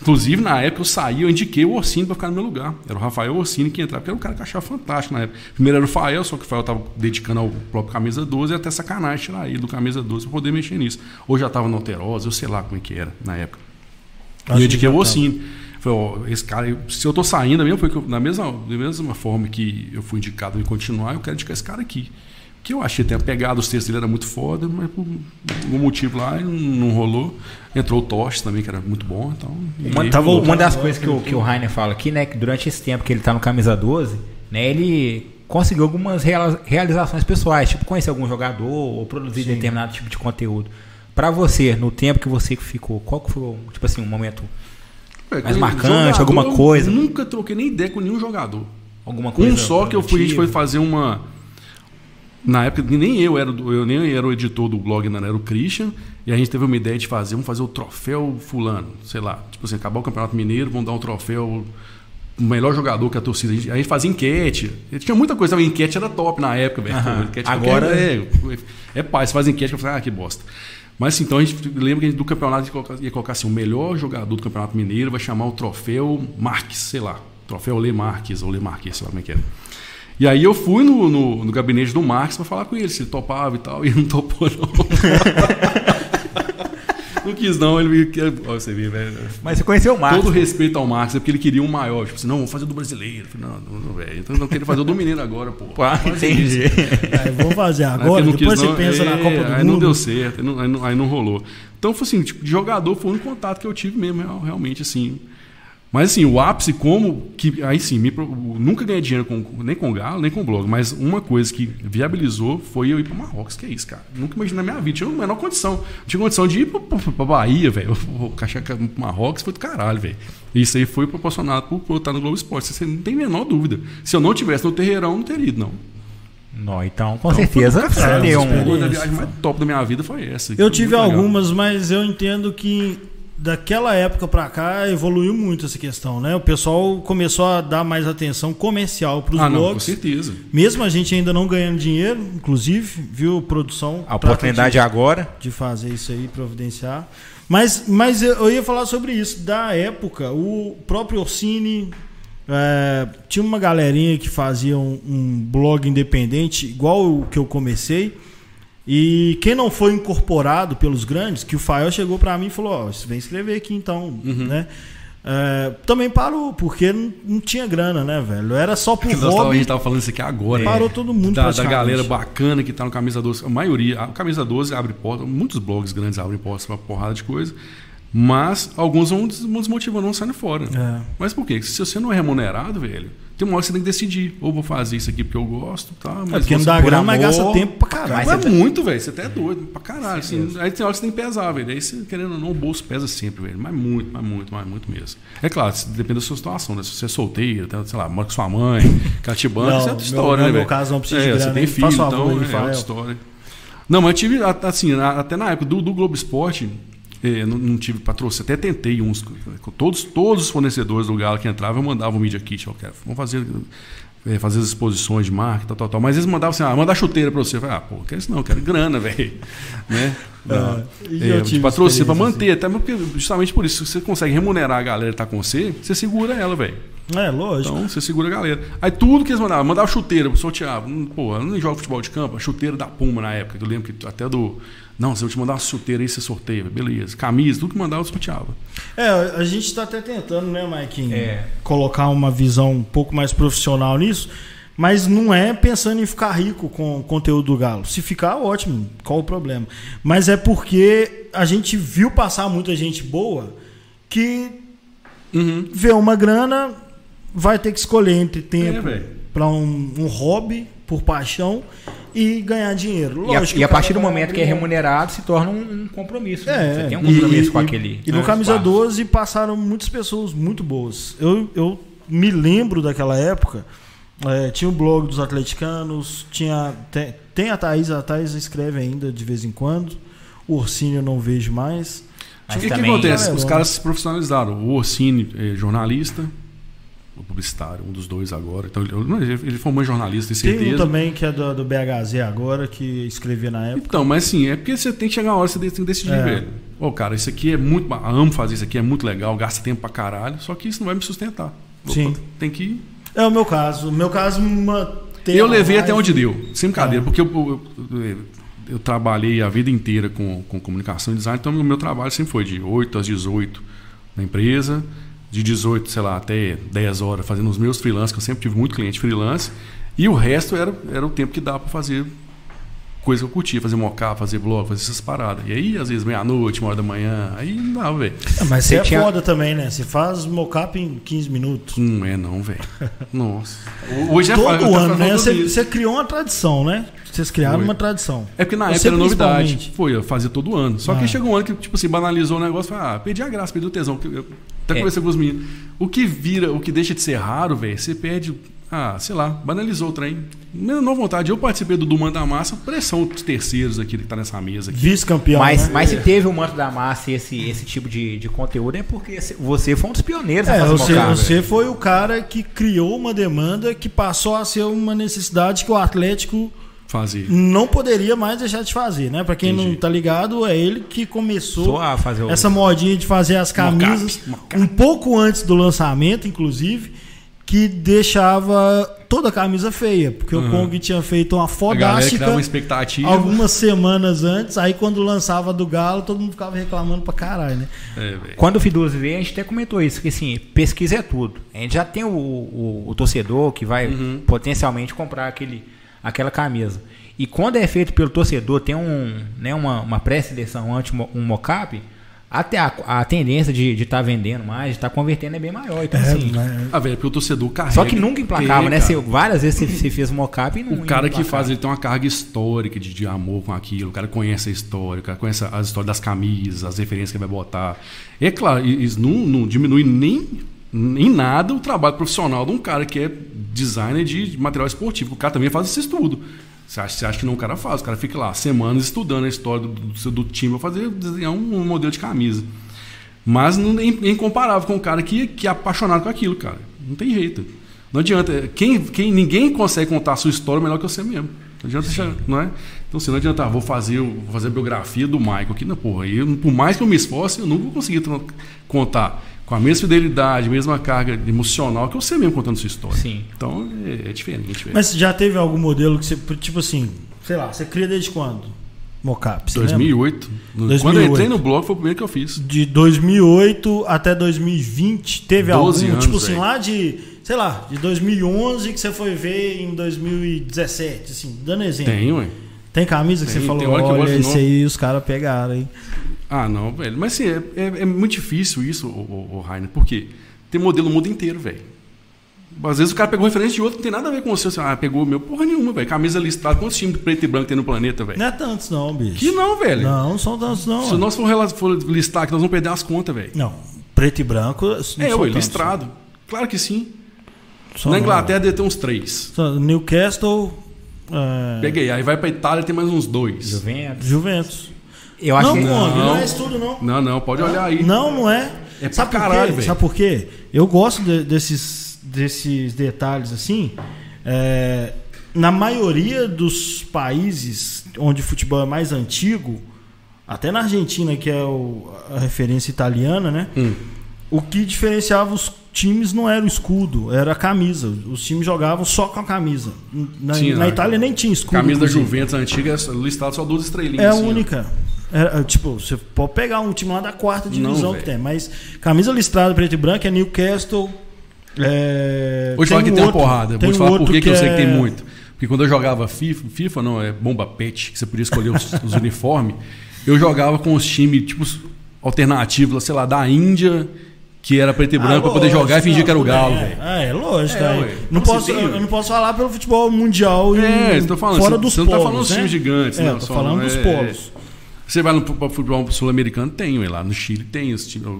[SPEAKER 2] Inclusive, na época eu saí, eu indiquei o Orsini pra ficar no meu lugar. Era o Rafael Orsini que entrava, porque era um cara que eu achava fantástico na época. Primeiro era o Rafael, só que o Rafael tava dedicando ao próprio Camisa 12, e até sacanagem tirar ele do Camisa 12 pra poder mexer nisso. Ou já tava no Alterosa, eu sei lá como é que era na época.
[SPEAKER 1] Acho
[SPEAKER 2] E eu
[SPEAKER 1] que
[SPEAKER 2] indiquei
[SPEAKER 1] já
[SPEAKER 2] o
[SPEAKER 1] tá.
[SPEAKER 2] Orsini. Falei, ó, esse cara, eu- se eu tô saindo mesmo, foi que eu- na mesma, da mesma forma que eu fui indicado em continuar, eu quero indicar esse cara aqui. Que eu achei, até pegado os textos dele era muito foda, mas por algum motivo lá não, não rolou. Entrou o Tosh também, que era muito bom, então. e
[SPEAKER 3] Uma,
[SPEAKER 2] aí
[SPEAKER 3] tava-
[SPEAKER 2] rolou.
[SPEAKER 3] uma das coisas que o, que o Rainer fala aqui, né? Que durante esse tempo que ele tá no camisa 12, né, ele conseguiu algumas reala- realizações pessoais, tipo conhecer algum jogador ou produzir determinado tipo de conteúdo. Pra você, no tempo que você ficou, qual que foi, o- tipo assim, um momento,
[SPEAKER 2] É,
[SPEAKER 3] mais
[SPEAKER 2] eu-
[SPEAKER 3] marcante,
[SPEAKER 2] jogador,
[SPEAKER 3] alguma
[SPEAKER 2] eu
[SPEAKER 3] coisa.
[SPEAKER 2] nunca troquei nem ideia com nenhum jogador.
[SPEAKER 3] alguma coisa?
[SPEAKER 2] Um só que eu fui, a gente foi
[SPEAKER 3] produtiva?
[SPEAKER 2] fazer uma. Na época, nem eu era, do- eu nem era o editor do blog, não era o Christian. E a gente teve uma ideia de fazer, vamos fazer o troféu fulano, sei lá. Tipo assim, acabar o Campeonato Mineiro, vamos dar um troféu o melhor jogador que a torcida. A gente, a gente fazia enquete. Tinha muita coisa, a enquete era top na época, velho.
[SPEAKER 3] Aham.
[SPEAKER 2] Enquete
[SPEAKER 3] Agora-
[SPEAKER 2] qualquer- é, é paz, faz enquete, eu falei, ah, que bosta. Mas assim, então a gente lembra que a gente, do campeonato a gente coloca- ia colocar assim, o melhor jogador do Campeonato Mineiro vai chamar o troféu Marques, sei lá. Troféu Le Marques, ou Le Marques, sei lá como é que é. E aí eu fui no, no- no gabinete do Marques pra falar com ele, se ele topava e tal, e ele não topou, não. Não quis, não. Ele ó, você vê, velho.
[SPEAKER 3] Mas você conheceu o Marcos.
[SPEAKER 2] Todo respeito ao Marcos, é porque ele queria um maior. Tipo assim, não, vamos fazer o do brasileiro. Eu falei, não, não, não, velho. Então eu queria fazer o do mineiro agora, pô.
[SPEAKER 3] Ah,
[SPEAKER 2] Faz isso.
[SPEAKER 3] entendi.
[SPEAKER 1] Aí, vamos É, fazer
[SPEAKER 2] Aí porque
[SPEAKER 1] agora,
[SPEAKER 2] não é quis,
[SPEAKER 1] depois você
[SPEAKER 2] não,
[SPEAKER 1] pensa na
[SPEAKER 2] é,
[SPEAKER 1] Copa do
[SPEAKER 2] aí
[SPEAKER 1] Mundo.
[SPEAKER 2] não deu certo, aí não, aí não- aí não rolou. Então, foi assim, tipo, de jogador foi um contato que eu tive mesmo, real- realmente, assim. Mas, assim, o ápice, como que. Aí sim, me pro- nunca ganhei dinheiro com- nem com Galo, nem com blog, mas uma coisa que viabilizou foi eu ir para Marrocos, que é isso, cara. Nunca imaginei na minha vida, tinha a menor condição. Não tinha condição de ir para Bahia, velho. O caixa pra Marrocos foi do caralho, velho. Isso aí foi proporcionado por, por eu estar no Globo Esporte, você não tem a menor dúvida. Se eu não tivesse no Terreirão, não teria ido, não.
[SPEAKER 3] Não, então, com certeza, você deu
[SPEAKER 2] Uma
[SPEAKER 3] um...
[SPEAKER 2] da viagem mais top da minha vida foi essa.
[SPEAKER 1] É Eu
[SPEAKER 2] Foi
[SPEAKER 1] tive
[SPEAKER 2] muito legal.
[SPEAKER 1] algumas, mas eu entendo que daquela época pra cá evoluiu muito essa questão, né? O pessoal começou a dar mais atenção comercial pros
[SPEAKER 2] Ah, não, com
[SPEAKER 1] blogs.
[SPEAKER 2] certeza.
[SPEAKER 1] mesmo a gente ainda não ganhando dinheiro, inclusive, viu, produção?
[SPEAKER 3] A
[SPEAKER 1] trata
[SPEAKER 3] oportunidade
[SPEAKER 1] de-
[SPEAKER 3] agora.
[SPEAKER 1] de fazer isso aí, providenciar. Mas, mas eu eu ia falar sobre isso. Da época, o próprio Orsini. é, tinha uma galerinha que fazia um, um blog independente, igual o que eu comecei. E quem não foi incorporado pelos grandes, que o Fael chegou pra mim e falou: Ó, vem escrever aqui então,
[SPEAKER 2] Uhum.
[SPEAKER 1] né? É, também parou, porque não, não tinha grana, né, velho? Era só por
[SPEAKER 2] Nós tava- a
[SPEAKER 1] hobby.
[SPEAKER 2] gente tava falando isso aqui agora. né?
[SPEAKER 1] Parou todo mundo,
[SPEAKER 2] Da, da
[SPEAKER 1] praticamente.
[SPEAKER 2] galera bacana que tá no Camisa 12. A maioria. A Camisa 12 abre porta. Muitos blogs grandes abrem portas pra porrada de coisa. Mas alguns vão des- vão desmotivando, vão saindo fora.
[SPEAKER 1] É.
[SPEAKER 2] Mas por quê? Se você não é remunerado, velho, tem uma hora que você tem que decidir. Ou vou fazer isso aqui porque eu gosto, tá? Mas
[SPEAKER 1] É, porque não
[SPEAKER 2] você-
[SPEAKER 1] dá
[SPEAKER 3] por
[SPEAKER 1] grana, mas
[SPEAKER 3] amor,
[SPEAKER 1] gasta tempo pra caralho.
[SPEAKER 3] mas
[SPEAKER 2] Não é
[SPEAKER 3] você tá-
[SPEAKER 2] muito, velho. Você até é doido pra caralho. assim. aí tem hora que você tem que pesar, velho. Aí, você, querendo ou não, o bolso pesa sempre, velho. Mas muito, mas muito, mas muito mesmo. É claro, isso depende da sua situação, né? Se você é solteiro, tá, sei lá, mora com sua mãe, catibana,
[SPEAKER 1] Não,
[SPEAKER 2] isso é
[SPEAKER 1] meu-
[SPEAKER 2] outra história,
[SPEAKER 1] no
[SPEAKER 2] né,
[SPEAKER 1] meu
[SPEAKER 2] velho?
[SPEAKER 1] caso, não precisa de
[SPEAKER 2] é,
[SPEAKER 1] grana,
[SPEAKER 2] Você tem
[SPEAKER 1] hein?
[SPEAKER 2] filho,
[SPEAKER 1] Faça
[SPEAKER 2] então,
[SPEAKER 1] um favor,
[SPEAKER 2] é
[SPEAKER 1] Rafael.
[SPEAKER 2] outra história. Não, mas eu tive, a- assim, a- até na época do, do Globo Esporte, eh, não, não tive patrocínio, até tentei uns. com Todos, todos os fornecedores do Galo que entravam, eu mandava o Media Kit, ó, cara, vamos fazer, eh, fazer as exposições de marca, tal, tal, tal. Mas eles mandavam assim, ah, mandar chuteira pra você. Eu falei, ah, pô, quero isso não, eu quero grana, velho. né? Não.
[SPEAKER 1] Ah, e
[SPEAKER 2] Eh,
[SPEAKER 1] eu
[SPEAKER 2] de
[SPEAKER 1] tive
[SPEAKER 2] patrocínio
[SPEAKER 1] experiência,
[SPEAKER 2] pra manter, até porque, justamente por isso, se você consegue remunerar a galera que tá com você, você segura ela, velho.
[SPEAKER 1] É, lógico.
[SPEAKER 2] Então você segura a galera. Aí tudo que eles mandavam, mandava chuteira, sorteava. Hum, Porra, eu não jogo futebol de campo, a chuteira da Puma na época, que eu lembro que até do. Não, se eu te mandar uma chuteira aí, você sorteia, beleza. Camisa, tudo que mandava, eu sorteava.
[SPEAKER 1] É, a gente está até tentando, né, Maikinho?
[SPEAKER 3] É.
[SPEAKER 1] Colocar uma visão um pouco mais profissional nisso, mas não é pensando em ficar rico com o conteúdo do Galo. Se ficar, ótimo, qual o problema? Mas é porque a gente viu passar muita gente boa que
[SPEAKER 3] Uhum.
[SPEAKER 1] vê uma grana, vai ter que escolher entre
[SPEAKER 3] É,
[SPEAKER 1] tempo
[SPEAKER 2] velho.
[SPEAKER 1] para um, um hobby, por paixão, e ganhar dinheiro.
[SPEAKER 3] E a,
[SPEAKER 1] Lógico que
[SPEAKER 3] e a
[SPEAKER 1] o cara
[SPEAKER 3] partir do
[SPEAKER 1] vai
[SPEAKER 3] momento que é
[SPEAKER 1] abrir mão.
[SPEAKER 3] remunerado, se torna um, um compromisso. né?
[SPEAKER 1] É,
[SPEAKER 3] Você tem um
[SPEAKER 1] e-
[SPEAKER 3] compromisso
[SPEAKER 1] e-
[SPEAKER 3] com aquele.
[SPEAKER 1] E no
[SPEAKER 3] né,
[SPEAKER 1] Camisa
[SPEAKER 3] espaço.
[SPEAKER 1] 12 passaram muitas pessoas muito boas. Eu, eu me lembro daquela época. é, tinha o blog dos atleticanos, tinha, tem, tem a Thaís, a Thaís escreve ainda de vez em quando. O Ursinho eu não vejo mais.
[SPEAKER 3] Mas
[SPEAKER 2] o que, que
[SPEAKER 3] também-
[SPEAKER 2] acontece? Os
[SPEAKER 1] Galera,
[SPEAKER 2] caras se profissionalizaram. O Orsini é jornalista, o publicitário, um dos dois agora. Então, ele, ele formou em jornalista, tem
[SPEAKER 1] Tem um
[SPEAKER 2] certeza.
[SPEAKER 1] também que é do, do BHZ agora, que escrevia na época.
[SPEAKER 2] Então, mas sim, é porque você tem que chegar uma hora, você tem que decidir,
[SPEAKER 1] É.
[SPEAKER 2] velho. Ô, cara, isso aqui é muito. ba- Amo fazer isso aqui, é muito legal, gasta tempo pra caralho, só que isso não vai me sustentar.
[SPEAKER 1] Sim.
[SPEAKER 2] Tem que.
[SPEAKER 1] É o meu caso. O meu caso manteve.
[SPEAKER 2] eu levei até onde deu, sem brincadeira, porque eu, eu- eu- eu trabalhei a vida inteira com, com comunicação e design, então o meu trabalho sempre foi de 8 às 18 na empresa, de 18, sei lá, até 10 horas fazendo os meus freelance, que eu sempre tive muito cliente freelance, e o resto era, era o tempo que dava pra fazer coisa que eu curtia, fazer mockup, fazer blog, fazer essas paradas. E aí, às vezes, meia-noite, uma hora da manhã, aí não dava, velho.
[SPEAKER 1] Ah, mas você
[SPEAKER 3] Você
[SPEAKER 1] é
[SPEAKER 3] tinha-
[SPEAKER 1] foda também, né? Você faz mocap em 15 minutos.
[SPEAKER 2] Não é não, velho. Nossa. Hoje é fácil, eu
[SPEAKER 1] Todo
[SPEAKER 2] tava
[SPEAKER 1] ano, né?
[SPEAKER 2] falando
[SPEAKER 1] Você
[SPEAKER 2] disso.
[SPEAKER 1] você criou uma tradição, né? Vocês criaram
[SPEAKER 2] Foi.
[SPEAKER 1] uma tradição.
[SPEAKER 2] É porque na
[SPEAKER 1] Você
[SPEAKER 2] época era novidade.
[SPEAKER 1] principalmente.
[SPEAKER 2] Foi, eu fazia todo ano. Só
[SPEAKER 1] Ah.
[SPEAKER 2] que chegou um ano que, tipo assim, banalizou o negócio. Falei, ah, perdi a graça, perdi o tesão. porque Eu até
[SPEAKER 3] É.
[SPEAKER 2] conversei com os meninos. O que vira, o que deixa de ser raro, velho, é você perde. Ah, sei lá, banalizou o trem. Menor vontade. Eu participei do do Manda Massa, pressão dos terceiros aqui que tá nessa mesa aqui.
[SPEAKER 1] Vice-campeão.
[SPEAKER 3] Mas,
[SPEAKER 1] né?
[SPEAKER 3] mas se teve o manto da massa e esse, esse tipo de, de conteúdo, é porque se- você foi um dos pioneiros
[SPEAKER 1] É,
[SPEAKER 3] a fazer
[SPEAKER 1] você,
[SPEAKER 3] mockup.
[SPEAKER 1] você foi o cara que criou uma demanda que passou a ser uma necessidade que o Atlético
[SPEAKER 2] Fazer.
[SPEAKER 1] não poderia mais deixar de fazer, né? Pra quem não
[SPEAKER 2] Entendi.
[SPEAKER 1] tá ligado, é ele que
[SPEAKER 3] Só
[SPEAKER 1] começou
[SPEAKER 3] a fazer o...
[SPEAKER 1] essa modinha de fazer as camisas
[SPEAKER 2] Mocap, mocap.
[SPEAKER 1] um pouco antes do lançamento, inclusive. que deixava toda a camisa feia, porque o Kong tinha feito uma
[SPEAKER 2] A galera que
[SPEAKER 1] fodástica
[SPEAKER 2] dava uma expectativa.
[SPEAKER 1] algumas semanas antes, aí quando lançava do Galo, todo mundo ficava reclamando pra caralho, né?
[SPEAKER 2] É, velho.
[SPEAKER 3] Quando o Fiduza veio, a gente até comentou isso, que assim, pesquisa é tudo. A gente já tem o, o- o torcedor que vai
[SPEAKER 1] Uhum.
[SPEAKER 3] potencialmente comprar aquele, aquela camisa. E quando é feito pelo torcedor, tem um, né, uma, uma pré-seleção antes, um mock-up, até a, a tendência de estar vendendo mais, de estar convertendo é bem maior. Então, assim,
[SPEAKER 1] né?
[SPEAKER 2] Ah, velho, porque o torcedor carrega.
[SPEAKER 3] Só que nunca emplacava,
[SPEAKER 2] É,
[SPEAKER 3] né?
[SPEAKER 2] cara.
[SPEAKER 3] Você, várias vezes você, você fez mock-up e não
[SPEAKER 2] O cara que
[SPEAKER 3] emplacava.
[SPEAKER 2] faz, ele tem uma carga histórica de, de amor com aquilo, o cara conhece a história, o cara conhece as histórias das camisas, as referências que ele vai botar. E é claro, i- isso não, não diminui nem em nada o trabalho profissional de um cara que é designer de material esportivo. O cara também faz esse estudo. Você acha, você acha que não o cara faz? O cara fica lá semanas estudando a história do, do, seu- do time pra fazer desenhar um, um modelo de camisa. Mas não é in- é incomparável com o cara que, que é apaixonado com aquilo, cara. Não tem jeito. Não adianta. Quem, quem, ninguém consegue contar a sua história melhor que você mesmo. Não adianta deixar, não é? Então, se não adianta, ah, vou fazer, o- vou fazer a biografia do Michael aqui, não, porra. Eu, por mais que eu me esforce, eu não vou conseguir tron- contar com a mesma fidelidade, mesma carga emocional que você mesmo contando sua história.
[SPEAKER 3] Sim.
[SPEAKER 2] Então, é, é diferente, velho.
[SPEAKER 1] Mas né, já teve algum modelo que você, tipo assim, sei lá, você cria desde quando? Mocap, você lembra?
[SPEAKER 2] 2008. no- Quando eu
[SPEAKER 1] 2008.
[SPEAKER 2] entrei no blog, foi o primeiro que eu fiz.
[SPEAKER 1] De 2008 até 2020, teve
[SPEAKER 2] 12
[SPEAKER 1] algum,
[SPEAKER 2] anos,
[SPEAKER 1] tipo assim,
[SPEAKER 2] velho.
[SPEAKER 1] lá de, sei lá, de 2011 que você foi ver em 2017, assim, dando exemplo.
[SPEAKER 2] Tem, ué.
[SPEAKER 1] Tem camisa que
[SPEAKER 2] Tem,
[SPEAKER 1] você falou,
[SPEAKER 2] tem hora que eu
[SPEAKER 1] olha,
[SPEAKER 2] gosto de
[SPEAKER 1] esse
[SPEAKER 2] novo."
[SPEAKER 1] aí os caras pegaram, hein?
[SPEAKER 2] Ah, não, velho. Mas assim, é, é- é muito difícil isso, o, o, Rainer, porque tem modelo no mundo inteiro, velho. Às vezes o cara pegou referência de outro, não tem nada a ver com o seu. Assim, ah, pegou o meu, porra nenhuma, velho. Camisa listada, quantos times preto e branco tem no planeta, velho?
[SPEAKER 1] Não é tantos não, bicho.
[SPEAKER 2] Que não, é? velho.
[SPEAKER 1] Não, não são tantos não.
[SPEAKER 2] Se
[SPEAKER 1] ó.
[SPEAKER 2] nós for, rela- for listar aqui, nós vamos perder as contas, velho.
[SPEAKER 1] Não, preto e branco não
[SPEAKER 2] É,
[SPEAKER 1] são
[SPEAKER 2] ué,
[SPEAKER 1] tantos,
[SPEAKER 2] listrado. Claro que sim.
[SPEAKER 1] não. São
[SPEAKER 2] Na
[SPEAKER 1] não.
[SPEAKER 2] Inglaterra deve ter uns três.
[SPEAKER 1] São Newcastle, é,
[SPEAKER 2] Peguei. Aí vai pra Itália tem mais uns dois.
[SPEAKER 3] Juventus.
[SPEAKER 1] Juventus.
[SPEAKER 3] Eu acho
[SPEAKER 1] não,
[SPEAKER 3] que
[SPEAKER 1] Kong, não.
[SPEAKER 2] Não.
[SPEAKER 1] é estudo não.
[SPEAKER 2] Não, não, pode olhar aí.
[SPEAKER 1] Não, não é.
[SPEAKER 2] É pra
[SPEAKER 1] Sabe por
[SPEAKER 2] caralho,
[SPEAKER 1] quê?
[SPEAKER 2] velho.
[SPEAKER 1] Sabe por quê? Eu gosto de- desses, desses detalhes assim. É, na maioria dos países onde o futebol é mais antigo, até na Argentina, que é o- a referência italiana, né?
[SPEAKER 2] Hum.
[SPEAKER 1] O que diferenciava os times não era o escudo, era a camisa. Os times jogavam só com a camisa. Na,
[SPEAKER 2] Sim,
[SPEAKER 1] na
[SPEAKER 2] né?
[SPEAKER 1] Itália nem tinha escudo.
[SPEAKER 2] Camisa da
[SPEAKER 1] inclusive.
[SPEAKER 2] Juventus antiga é listada só duas estrelinhas.
[SPEAKER 1] É a
[SPEAKER 2] assim, ó.
[SPEAKER 1] única. Era, tipo, você pode pegar um time lá da quarta divisão
[SPEAKER 2] Não,
[SPEAKER 1] que
[SPEAKER 2] velho.
[SPEAKER 1] tem, mas camisa listrada preto e branco é Newcastle. É,
[SPEAKER 2] Vou te falar que
[SPEAKER 1] um
[SPEAKER 2] tem uma
[SPEAKER 1] outro- tem
[SPEAKER 2] porrada. Vou te
[SPEAKER 1] um
[SPEAKER 2] falar por
[SPEAKER 1] outro
[SPEAKER 2] que, que eu sei
[SPEAKER 1] é-
[SPEAKER 2] que tem muito. Porque quando eu jogava FIFA, FIFA não, é bomba pet, que você podia escolher os, os uniformes. Eu jogava com os times, tipo, os alternativos, sei lá, da Índia, que era preto e
[SPEAKER 1] Ah,
[SPEAKER 2] branco, pra poder
[SPEAKER 1] lógico,
[SPEAKER 2] jogar e fingir que era o
[SPEAKER 1] não,
[SPEAKER 2] Galo,
[SPEAKER 1] é,
[SPEAKER 2] velho.
[SPEAKER 1] Ah, é lógico.
[SPEAKER 2] É,
[SPEAKER 1] aí.
[SPEAKER 2] ué.
[SPEAKER 1] Não
[SPEAKER 2] Não
[SPEAKER 1] posso,
[SPEAKER 2] se tem,
[SPEAKER 1] eu
[SPEAKER 2] ué.
[SPEAKER 1] não posso falar pelo futebol mundial e
[SPEAKER 2] É, eu tô falando,
[SPEAKER 1] fora
[SPEAKER 2] você-
[SPEAKER 1] dos
[SPEAKER 2] você não
[SPEAKER 1] polos.
[SPEAKER 2] tá falando dos
[SPEAKER 1] né?
[SPEAKER 2] times gigantes,
[SPEAKER 1] é,
[SPEAKER 2] né,
[SPEAKER 1] eu Tô
[SPEAKER 2] só,
[SPEAKER 1] falando
[SPEAKER 2] né?
[SPEAKER 1] dos
[SPEAKER 2] É,
[SPEAKER 1] polos.
[SPEAKER 2] Você vai no pro- futebol sul-americano, tem, ué, lá no Chile tem esse time. O,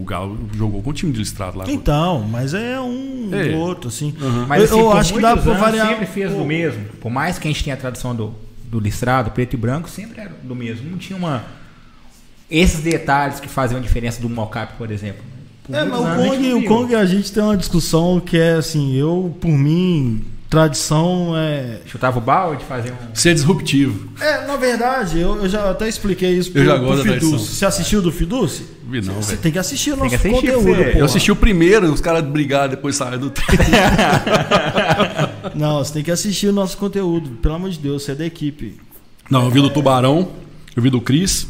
[SPEAKER 2] o Galo jogou com o time de listrado lá.
[SPEAKER 1] Então, mas é um
[SPEAKER 2] É.
[SPEAKER 1] outro, assim.
[SPEAKER 3] Mas
[SPEAKER 1] eu,
[SPEAKER 3] assim,
[SPEAKER 1] eu
[SPEAKER 3] por
[SPEAKER 1] acho que dá
[SPEAKER 3] muitos
[SPEAKER 1] pra
[SPEAKER 3] anos,
[SPEAKER 1] variar.
[SPEAKER 3] Sempre fez
[SPEAKER 1] um
[SPEAKER 3] do mesmo. Por mais que a gente tenha a tradição do, do listrado, preto e branco, sempre era do mesmo. Não tinha uma. Esses detalhes que faziam a diferença do mocap, por exemplo. Por
[SPEAKER 1] É, mas
[SPEAKER 3] muitos
[SPEAKER 1] o
[SPEAKER 3] anos a gente
[SPEAKER 1] Kong,
[SPEAKER 3] não
[SPEAKER 1] o
[SPEAKER 3] viu.
[SPEAKER 1] Kong a gente tem uma discussão que é assim, eu, por mim, tradição é.
[SPEAKER 3] Chutava o balde, fazia um.
[SPEAKER 2] Ser disruptivo.
[SPEAKER 1] É, na verdade, eu, eu já até expliquei isso
[SPEAKER 2] Eu já gosto da
[SPEAKER 1] Fiduce.
[SPEAKER 2] tradição.
[SPEAKER 1] Você assistiu do Fiduce?
[SPEAKER 2] Vi não,
[SPEAKER 1] Você
[SPEAKER 2] velho.
[SPEAKER 1] tem que assistir o nosso
[SPEAKER 3] que assistir,
[SPEAKER 1] conteúdo,
[SPEAKER 3] você-
[SPEAKER 1] pô.
[SPEAKER 2] Eu assisti o primeiro, os caras brigaram, depois saíram do treino.
[SPEAKER 1] Não, você tem que assistir o nosso conteúdo. Pelo amor de Deus, você é da equipe.
[SPEAKER 2] Não, eu vi do Tubarão, eu vi do Cris,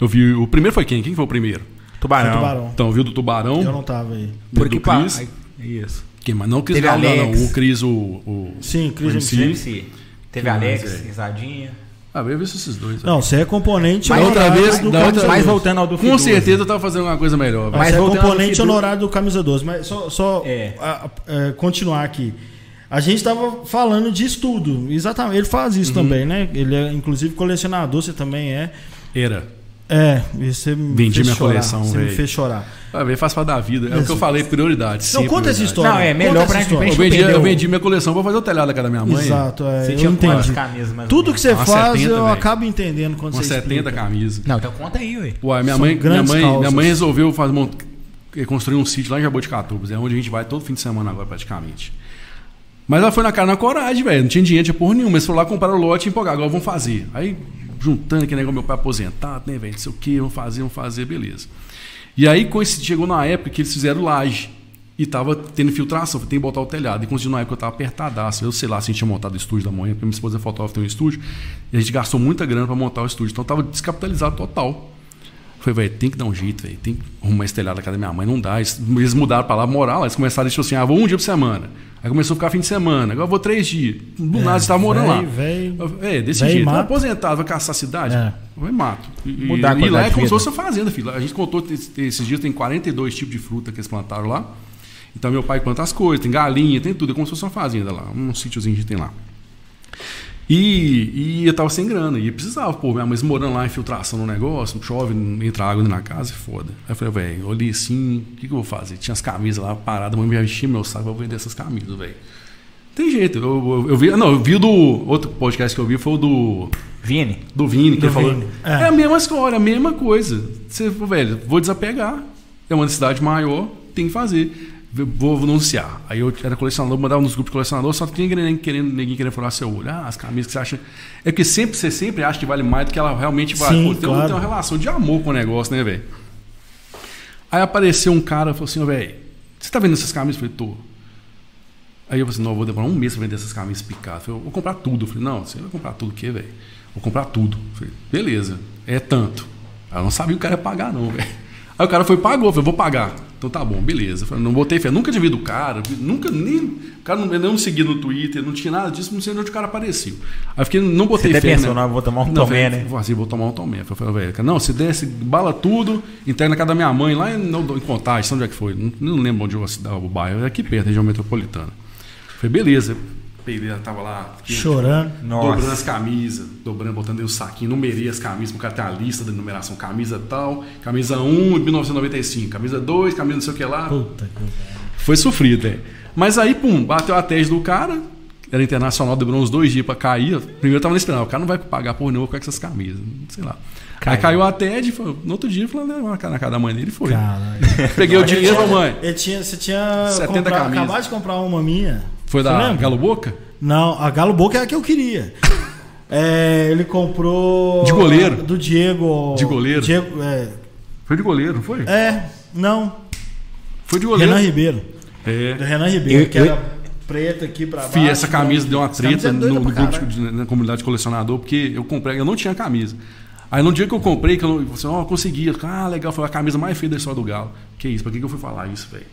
[SPEAKER 2] eu vi. O primeiro foi quem? Quem foi o primeiro?
[SPEAKER 3] Tubarão.
[SPEAKER 1] Tubarão.
[SPEAKER 2] Então, eu vi do Tubarão.
[SPEAKER 1] Eu não tava aí.
[SPEAKER 3] Por
[SPEAKER 2] Do
[SPEAKER 3] que pa-
[SPEAKER 2] Chris?
[SPEAKER 3] Isso.
[SPEAKER 2] Quem mais? Não, o Cris
[SPEAKER 3] Teve
[SPEAKER 2] Galvão, não.
[SPEAKER 3] Alex.
[SPEAKER 2] O Cris, o. o...
[SPEAKER 1] Sim, Cris
[SPEAKER 2] MC.
[SPEAKER 1] MC.
[SPEAKER 3] MC. Teve Alex, risadinha.
[SPEAKER 2] Ah, eu vi esses dois.
[SPEAKER 1] Não, você é componente
[SPEAKER 3] Mas
[SPEAKER 2] outra
[SPEAKER 1] honorário
[SPEAKER 2] vez-
[SPEAKER 1] do
[SPEAKER 2] da
[SPEAKER 1] Camisa
[SPEAKER 2] outra-
[SPEAKER 3] Mas
[SPEAKER 1] Doze.
[SPEAKER 3] voltando ao do
[SPEAKER 2] Com
[SPEAKER 3] Fiduza.
[SPEAKER 2] certeza eu tava fazendo alguma coisa melhor. velho.
[SPEAKER 1] né? Mas
[SPEAKER 3] Mas
[SPEAKER 1] é
[SPEAKER 3] voltando ao
[SPEAKER 1] componente
[SPEAKER 3] Fidu-
[SPEAKER 1] honorário do Camisa 12. Mas só, só,
[SPEAKER 3] É.
[SPEAKER 1] a- a- é, continuar aqui. A gente estava falando de estudo. Exatamente. Ele faz
[SPEAKER 3] Uhum.
[SPEAKER 1] isso também, né? Ele é, inclusive, colecionador. Você também é.
[SPEAKER 2] Era.
[SPEAKER 1] É, e você me
[SPEAKER 2] Vendi
[SPEAKER 1] fez
[SPEAKER 2] minha
[SPEAKER 1] chorar,
[SPEAKER 2] coleção,
[SPEAKER 1] Você me
[SPEAKER 2] velho.
[SPEAKER 1] fez chorar.
[SPEAKER 2] Ah, velho, faz parte da vida. É o que eu falei, prioridade.
[SPEAKER 1] Não,
[SPEAKER 2] sempre
[SPEAKER 1] conta essa
[SPEAKER 2] prioridade.
[SPEAKER 1] história.
[SPEAKER 3] Não, é
[SPEAKER 1] Conta
[SPEAKER 3] melhor
[SPEAKER 1] essa
[SPEAKER 3] pra-
[SPEAKER 1] história.
[SPEAKER 3] pra
[SPEAKER 2] Eu
[SPEAKER 3] gente-
[SPEAKER 2] vendi,
[SPEAKER 3] Perdeu.
[SPEAKER 2] eu vendi minha coleção pra fazer o telhado da casa da minha mãe.
[SPEAKER 1] Exato, é,
[SPEAKER 3] Você
[SPEAKER 1] eu
[SPEAKER 3] tinha quantas
[SPEAKER 1] entendi.
[SPEAKER 3] camisas, mais ou
[SPEAKER 1] Tudo que
[SPEAKER 3] menos?
[SPEAKER 1] você
[SPEAKER 2] Uma
[SPEAKER 1] faz,
[SPEAKER 2] 70,
[SPEAKER 1] eu
[SPEAKER 2] velho.
[SPEAKER 1] acabo entendendo quando
[SPEAKER 2] Com
[SPEAKER 1] você
[SPEAKER 2] 70
[SPEAKER 1] explica.
[SPEAKER 2] camisas.
[SPEAKER 3] Não, então conta aí, ué.
[SPEAKER 2] Ué, minha
[SPEAKER 1] São
[SPEAKER 2] mãe, minha
[SPEAKER 1] grandes
[SPEAKER 2] mãe, minha
[SPEAKER 1] causas.
[SPEAKER 2] mãe resolveu fazer, mont- eh, construir um sítio lá em Jaboticatubas, é onde a gente vai todo fim de semana agora praticamente. Mas ela foi na cara na coragem, velho. Não tinha dinheiro, tinha porra nenhuma. Mas foi lá comprar o lote e empolgar. Agora vamos fazer. Aí, juntando aquele negócio, meu pai aposentado, né, velho? Não sei o quê, vamos fazer, vamos fazer, beleza. E aí, coinci- chegou na época que eles fizeram laje. E tava tendo filtração, tem que botar o telhado. E conseguiu na época eu tava apertadaço. Eu sei lá se a gente tinha montado o estúdio da manhã, porque minha esposa é fotógrafa, tem um estúdio. E a gente gastou muita grana pra montar o estúdio. Então eu tava descapitalizado total. Falei, velho, tem que dar um jeito, velho. Tem que arrumar esse telhado da casa da minha mãe. Não dá. Eles eles mudaram pra lá, morar lá. Eles começaram, tipo assim, ah, vou um dia por semana. Aí começou a ficar fim de semana. Agora eu vou três dias. Do nada, você tava morando
[SPEAKER 1] É, véi,
[SPEAKER 2] lá.
[SPEAKER 1] véi.
[SPEAKER 2] Eu falei, É, desse
[SPEAKER 1] Véi,
[SPEAKER 2] jeito.
[SPEAKER 1] mata.
[SPEAKER 2] Aposentado, vai caçar a cidade?
[SPEAKER 1] É.
[SPEAKER 2] Vai e mato. E,
[SPEAKER 3] Mudar a
[SPEAKER 2] e lá
[SPEAKER 3] qualidade
[SPEAKER 2] é
[SPEAKER 3] de
[SPEAKER 2] como se
[SPEAKER 3] vida.
[SPEAKER 2] fosse uma fazenda, filho. A gente contou, te- te- esses dias tem 42 tipos de fruta que eles plantaram lá. Então meu pai planta as coisas, tem galinha, tem tudo. É como se fosse uma fazenda lá, um sítiozinho que tem lá. E, e eu tava sem grana, e precisava, pô, minha mãe morando lá, infiltração no negócio, chove, não entra água na casa, é foda. Aí eu falei, velho, olhei assim, o que, que eu vou fazer? Tinha as camisas lá paradas, a mãe me vestia meu saco, eu vou vender essas camisas, velho. Tem jeito, eu, eu, eu vi, não, eu vi do, outro podcast que eu vi foi o do,
[SPEAKER 3] Vini,
[SPEAKER 2] do Vini, que
[SPEAKER 1] Do
[SPEAKER 2] ele falou.
[SPEAKER 1] Vini, é.
[SPEAKER 2] É. a mesma história, a mesma coisa. Você, pô, velho, vou desapegar. É uma necessidade maior, tem que fazer. Eu Vou anunciar. Aí eu era colecionador, mandava nos grupos de colecionador, só tinha ninguém querendo, ninguém querendo furar seu olho. Ah, as camisas que você acha. É porque sempre, você sempre acha que vale mais do que ela realmente vale.
[SPEAKER 1] Sim,
[SPEAKER 2] Pô, tem,
[SPEAKER 1] claro.
[SPEAKER 2] tem uma relação de amor com o negócio, né, velho? Aí apareceu um cara e falou assim, "Ô, velho, você tá vendo essas camisas? Eu falei, tô. Aí eu falei assim, não, eu vou demorar um mês pra vender essas camisas picadas. Eu falei, eu vou comprar tudo. Eu falei, não, você vai comprar tudo o quê, velho? Vou comprar tudo. Eu falei, beleza, é tanto. Aí eu não sabia o cara ia pagar, não, velho. Aí o cara foi e pagou, eu falei, vou pagar. Então tá bom, beleza. Eu falei, não botei fé, nunca divido o cara, nunca nem. O cara não, eu não segui no Twitter, não tinha nada disso, não sei de onde o cara apareceu. Aí eu fiquei, não botei
[SPEAKER 3] até
[SPEAKER 2] fé. né?"
[SPEAKER 3] pensou, não, eu vou tomar um tomé,
[SPEAKER 2] velho,
[SPEAKER 3] né?
[SPEAKER 2] Vou, assim, vou tomar um tomé. Eu falei, velho, não, se der, se bala tudo, entrega na casa da minha mãe, lá em, em Contagem, sabe onde é que foi? Não, não lembro onde eu cidade, o bairro, era aqui perto, região metropolitana. Falei, beleza. Pereira tava lá, aqui,
[SPEAKER 1] Chorando.
[SPEAKER 2] dobrando
[SPEAKER 3] nossa.
[SPEAKER 2] as camisas, dobrando, botando dentro do saquinho, numerei as camisas, porque o cara tem a lista da numeração, camisa tal, camisa 1 de 1995, camisa 2, camisa não sei o que lá.
[SPEAKER 1] Puta que
[SPEAKER 2] Foi sofrido, velho. Mas aí, pum, bateu a tese do cara. Era internacional, demorou uns dois dias pra cair. Primeiro eu tava na esperança, o cara não vai pagar por nenhuma, vou ficar com essas camisas. Sei lá. Aí caiu a TED, foi, no outro dia, falou, na cara na cara da mãe dele e foi.
[SPEAKER 1] Caralho.
[SPEAKER 2] Peguei o dinheiro, falei, mãe.
[SPEAKER 1] Eu tinha, você tinha
[SPEAKER 2] 70
[SPEAKER 1] comprado-
[SPEAKER 2] camisas.
[SPEAKER 1] acabado de comprar uma minha.
[SPEAKER 2] Foi
[SPEAKER 1] Você
[SPEAKER 2] da
[SPEAKER 1] lembra?
[SPEAKER 2] Galo Boca?
[SPEAKER 1] Não, a Galo Boca é a que eu queria. É, ele comprou.
[SPEAKER 2] De goleiro.
[SPEAKER 1] Do Diego.
[SPEAKER 2] De goleiro.
[SPEAKER 1] Diego, é,
[SPEAKER 2] Foi de goleiro, não foi?
[SPEAKER 1] é, não.
[SPEAKER 2] Foi de goleiro.
[SPEAKER 1] Renan Ribeiro.
[SPEAKER 2] É.
[SPEAKER 1] Do Renan Ribeiro,
[SPEAKER 3] Eu-
[SPEAKER 1] que
[SPEAKER 3] eu-
[SPEAKER 1] era preta aqui pra baixo.
[SPEAKER 2] Fih, essa camisa deu uma
[SPEAKER 1] Essa camisa
[SPEAKER 2] treta
[SPEAKER 1] é
[SPEAKER 2] no,
[SPEAKER 1] doida
[SPEAKER 2] no
[SPEAKER 1] pra
[SPEAKER 2] grupo
[SPEAKER 1] caralho.
[SPEAKER 2] de- na comunidade de colecionador, porque eu comprei, eu não tinha camisa. Aí no dia que eu comprei, que eu não, você, ó, consegui. Eu falei, Ah, legal, foi a camisa mais feia da história do Galo. Que isso, pra que, que eu fui falar isso, velho?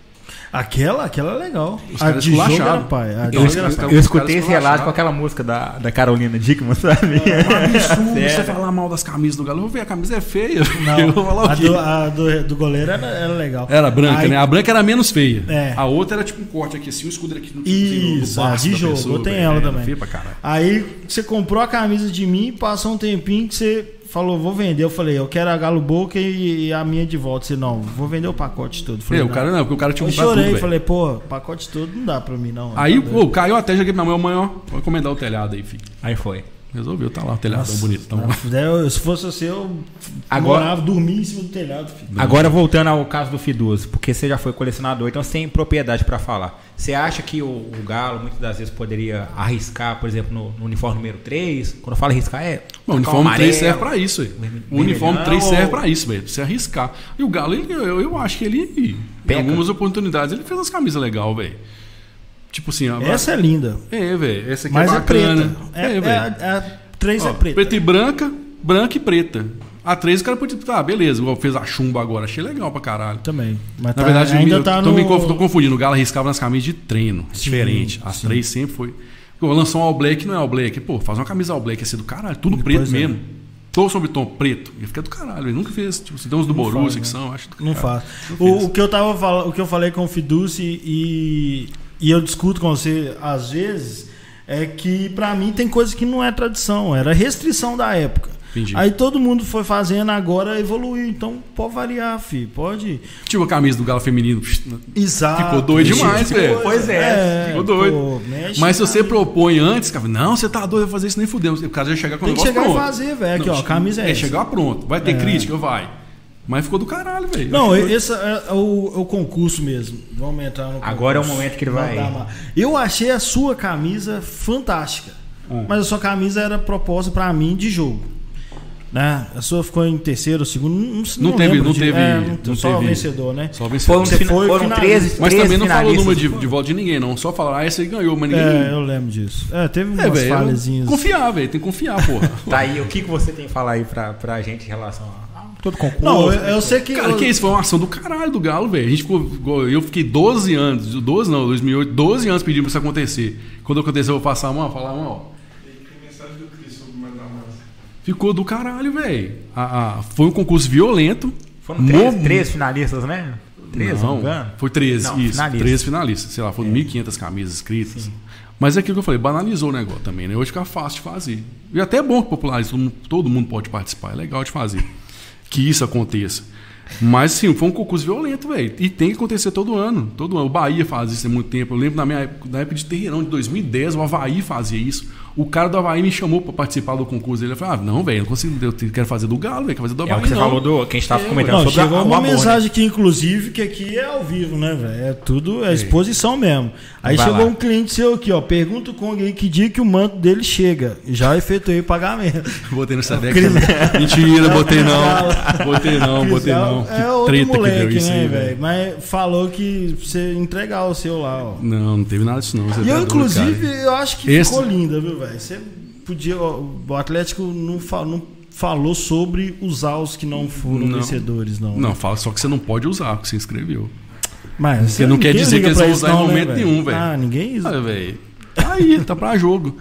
[SPEAKER 1] Aquela, aquela é legal.
[SPEAKER 2] Os
[SPEAKER 1] A
[SPEAKER 2] caras
[SPEAKER 1] de jogo
[SPEAKER 2] esculacharam.
[SPEAKER 1] era pai. A de
[SPEAKER 3] Eu,
[SPEAKER 2] Então,
[SPEAKER 1] jogo era
[SPEAKER 2] eles-
[SPEAKER 1] pai.
[SPEAKER 3] eu escutei esse relato
[SPEAKER 2] relaxaram.
[SPEAKER 3] com aquela música da, da Carolina Dickman, sabe?
[SPEAKER 2] absurdo você
[SPEAKER 3] Sério.
[SPEAKER 2] falar mal das camisas do Galo. Eu vou ver, a camisa é feia. Eu vou
[SPEAKER 1] Não,
[SPEAKER 2] falar
[SPEAKER 1] a
[SPEAKER 2] o quê?
[SPEAKER 1] do, a do, do goleiro era, era legal.
[SPEAKER 2] Era branca,
[SPEAKER 1] Aí-
[SPEAKER 2] né? A branca era menos feia.
[SPEAKER 1] É.
[SPEAKER 2] A outra era tipo um corte aqui assim, um escudo aqui no
[SPEAKER 1] Isso, a de jogo, tem ela também.
[SPEAKER 2] É, Feia pra caralho.
[SPEAKER 1] Aí você comprou a camisa de mim, passou um tempinho que você falou, vou vender. Eu falei, eu quero a Galo Boca e, e a minha de volta. Você, não, vou vender o pacote todo. Eu Falei,
[SPEAKER 2] É, o
[SPEAKER 1] não.
[SPEAKER 2] cara não, porque o cara tinha
[SPEAKER 1] Eu
[SPEAKER 2] comprado tudo,
[SPEAKER 1] chorei,
[SPEAKER 2] velho.
[SPEAKER 1] falei, pô, pacote todo não dá pra mim, não.
[SPEAKER 2] Aí,
[SPEAKER 1] Tá
[SPEAKER 2] pô, caiu até, joguei pra minha mãe, mãe, ó, vou encomendar o telhado aí, filho.
[SPEAKER 3] Aí foi.
[SPEAKER 2] Resolveu, tá lá o telhadão bonitão.
[SPEAKER 1] doido. Né, Eu- se fosse você, eu
[SPEAKER 3] Agora-
[SPEAKER 1] morava, dormia em cima do telhado, filho.
[SPEAKER 3] Agora voltando ao caso do Fiduso, porque você já foi colecionador, então você tem propriedade para falar. Você acha que o, o Galo muitas das vezes poderia arriscar, por exemplo, no, no uniforme número 3? Quando eu falo arriscar é.
[SPEAKER 2] Bom, o
[SPEAKER 3] trocar
[SPEAKER 2] uniforme 3 serve
[SPEAKER 3] amarelo.
[SPEAKER 2] pra isso, aí.
[SPEAKER 3] vermelho-
[SPEAKER 2] O uniforme
[SPEAKER 3] vermelhão.
[SPEAKER 2] 3 serve pra isso, velho. Pra você arriscar. E o Galo, ele- eu, eu acho que ele,
[SPEAKER 3] Peca.
[SPEAKER 2] em algumas oportunidades, ele fez as camisas legais, velho. Tipo assim, a-
[SPEAKER 1] Essa é linda,
[SPEAKER 2] É, velho. Essa aqui
[SPEAKER 1] mas
[SPEAKER 2] é
[SPEAKER 1] é, preta.
[SPEAKER 2] bacana.
[SPEAKER 1] É, é,
[SPEAKER 2] velho.
[SPEAKER 1] é- a três é
[SPEAKER 2] Ó,
[SPEAKER 1] preta.
[SPEAKER 2] Preta e branca, branca e preta. A 3 o cara podia. Tá, beleza. Igual fez a chumba agora. Achei legal pra caralho.
[SPEAKER 1] Também. Mas
[SPEAKER 2] Na
[SPEAKER 1] tá-
[SPEAKER 2] verdade,
[SPEAKER 1] ainda
[SPEAKER 2] eu
[SPEAKER 1] tá
[SPEAKER 2] tô,
[SPEAKER 1] no...
[SPEAKER 2] me conf- tô confundindo. O Galo arriscava nas camisas de treino. diferente. As
[SPEAKER 1] sim.
[SPEAKER 2] três sempre foi. Pô, lançou um All Black, não é All Black. Pô, faz uma camisa All Black, ia ser do caralho. Tudo
[SPEAKER 1] Depois
[SPEAKER 2] preto
[SPEAKER 1] é.
[SPEAKER 2] mesmo. Tom sobre tom preto. Ia ficar do caralho. Ele nunca fez. Tipo, se tem uns do Borussia que são, acho. do
[SPEAKER 1] né? Não
[SPEAKER 2] caralho.
[SPEAKER 1] faço. O, o que eu tava falando, o que eu falei com o Fiduci e, e eu discuto com você às vezes é que pra mim tem coisa que não é tradição, era restrição da época.
[SPEAKER 2] Entendi.
[SPEAKER 1] Aí todo mundo foi fazendo agora evoluiu, então pode variar, fi, pode.
[SPEAKER 2] Tipo a camisa do Galo feminino.
[SPEAKER 1] Exato.
[SPEAKER 2] Ficou doido
[SPEAKER 1] tipo
[SPEAKER 2] demais, velho.
[SPEAKER 3] Pois é,
[SPEAKER 2] ficou doido.
[SPEAKER 1] mexe
[SPEAKER 2] Mas se
[SPEAKER 1] na-
[SPEAKER 2] você propõe antes, cara, não, você tá doido, vai fazer isso nem fudeu. O cara já chegar com o
[SPEAKER 1] Tem que
[SPEAKER 2] negócio
[SPEAKER 1] chegar
[SPEAKER 2] pronto.
[SPEAKER 1] e fazer, velho. Aqui,
[SPEAKER 2] Não,
[SPEAKER 1] ó, a camisa é, essa.
[SPEAKER 2] chegar pronto. Vai ter
[SPEAKER 1] É.
[SPEAKER 2] crítica, vai. Mas ficou do caralho, velho.
[SPEAKER 1] Não,
[SPEAKER 2] Acho que-
[SPEAKER 1] esse é é o, é o concurso mesmo. Vamos entrar no concurso.
[SPEAKER 3] Agora é o momento que ele vai-
[SPEAKER 1] Não dá mais. Eu achei a sua
[SPEAKER 2] Ah.
[SPEAKER 1] camisa fantástica. Mas a sua camisa era proposta pra mim de jogo. né? A sua ficou em terceiro, segundo, não,
[SPEAKER 2] Não teve-
[SPEAKER 1] lembro
[SPEAKER 2] não
[SPEAKER 1] de-
[SPEAKER 2] teve-
[SPEAKER 1] é, não-
[SPEAKER 2] não
[SPEAKER 1] só
[SPEAKER 2] teve-
[SPEAKER 1] vencedor, né?
[SPEAKER 2] Só venceu.
[SPEAKER 3] Foram,
[SPEAKER 1] Você
[SPEAKER 3] um fina-
[SPEAKER 1] foi
[SPEAKER 3] foram
[SPEAKER 1] finalista.
[SPEAKER 3] 13, 13
[SPEAKER 2] Mas também não falou o
[SPEAKER 3] finalistas.
[SPEAKER 2] número de, de voto de ninguém, não. Só falaram, ah, esse aí ganhou, mas ninguém.
[SPEAKER 1] É, eu lembro disso. É, teve
[SPEAKER 2] É,
[SPEAKER 1] umas
[SPEAKER 2] velho,
[SPEAKER 1] falhazinhas.
[SPEAKER 2] Confiar, velho. Tem que confiar, porra.
[SPEAKER 3] Tá aí, o que, que você tem que falar aí pra, pra gente em relação a a todo concurso?
[SPEAKER 1] Não, eu, eu sei que.
[SPEAKER 2] Cara,
[SPEAKER 1] eu-
[SPEAKER 2] que isso? Foi uma ação do caralho do Galo, velho. A gente ficou. igual- Eu fiquei 12 anos, 12 não, 2008, 12 anos pedindo pra isso acontecer. Quando aconteceu, eu vou passar a mão, falar a mão, ó.
[SPEAKER 4] mensagem do Cris sobre mandar massa.
[SPEAKER 2] Ficou do caralho, velho. A- a- Foi um concurso violento.
[SPEAKER 3] Foram 13,
[SPEAKER 2] Mo-
[SPEAKER 3] 13 finalistas, né? 13, se não me engano.
[SPEAKER 2] não, foi 13,
[SPEAKER 3] Não, É.
[SPEAKER 2] isso.
[SPEAKER 3] finalistas.
[SPEAKER 2] 13 finalistas. Sei lá, foram 1.500 camisas escritas. Mas é aquilo que eu falei, banalizou o negócio também, né? Hoje fica fácil de fazer. E até é bom que popularize, todo mundo, todo mundo pode participar, é legal de fazer. Que isso aconteça. Mas sim, foi um concurso violento, velho. E tem que acontecer todo ano. Todo ano. O Bahia faz isso há muito tempo. Eu lembro na minha época, na época de Terreirão de 2010, o Havaí fazia isso. O cara do Havaí me chamou pra participar do concurso dele. Eu falei, ah, não, velho, eu não consigo, eu quero fazer do Galo, velho, quero fazer do Havaí.
[SPEAKER 3] É o que você
[SPEAKER 2] não.
[SPEAKER 3] falou do. Que a gente tava
[SPEAKER 2] É,
[SPEAKER 3] comentando
[SPEAKER 1] Não,
[SPEAKER 3] sobre a-
[SPEAKER 1] chegou
[SPEAKER 3] o
[SPEAKER 1] uma
[SPEAKER 3] amor, né?
[SPEAKER 1] mensagem aqui, inclusive, que aqui é ao vivo, né, velho? É tudo, é exposição mesmo. Aí
[SPEAKER 3] Vai
[SPEAKER 1] chegou
[SPEAKER 3] lá.
[SPEAKER 1] um cliente seu aqui, ó. Pergunta o Kong aí que dia que o manto dele chega. Já efetuei o pagamento.
[SPEAKER 2] Botei
[SPEAKER 1] É
[SPEAKER 2] no Sadex. também. Mentira, botei não. Botei não, botei não.
[SPEAKER 1] É outro moleque, né,
[SPEAKER 2] velho.
[SPEAKER 1] velho? Mas falou que pra você entregar o seu lá, ó.
[SPEAKER 2] Não, não teve nada disso não. você
[SPEAKER 1] E
[SPEAKER 2] tá
[SPEAKER 1] eu,
[SPEAKER 2] doido,
[SPEAKER 1] inclusive,
[SPEAKER 2] cara.
[SPEAKER 1] eu acho que
[SPEAKER 2] Esse-
[SPEAKER 1] ficou linda, viu, velho? Você podia. ó, O Atlético não, fa- não falou sobre usar os que não foram
[SPEAKER 2] Não.
[SPEAKER 1] vencedores, não.
[SPEAKER 2] Não, fala só que você não pode usar o que você inscreveu.
[SPEAKER 1] Mas
[SPEAKER 2] Porque não quer
[SPEAKER 1] ninguém
[SPEAKER 2] dizer
[SPEAKER 1] liga
[SPEAKER 2] que eles
[SPEAKER 1] pra
[SPEAKER 2] vão
[SPEAKER 1] isso
[SPEAKER 2] usar em
[SPEAKER 1] não, né,
[SPEAKER 2] momento nenhum, velho.
[SPEAKER 1] Ah, ninguém usa.
[SPEAKER 2] Ah, velho. Tá aí, tá pra jogo.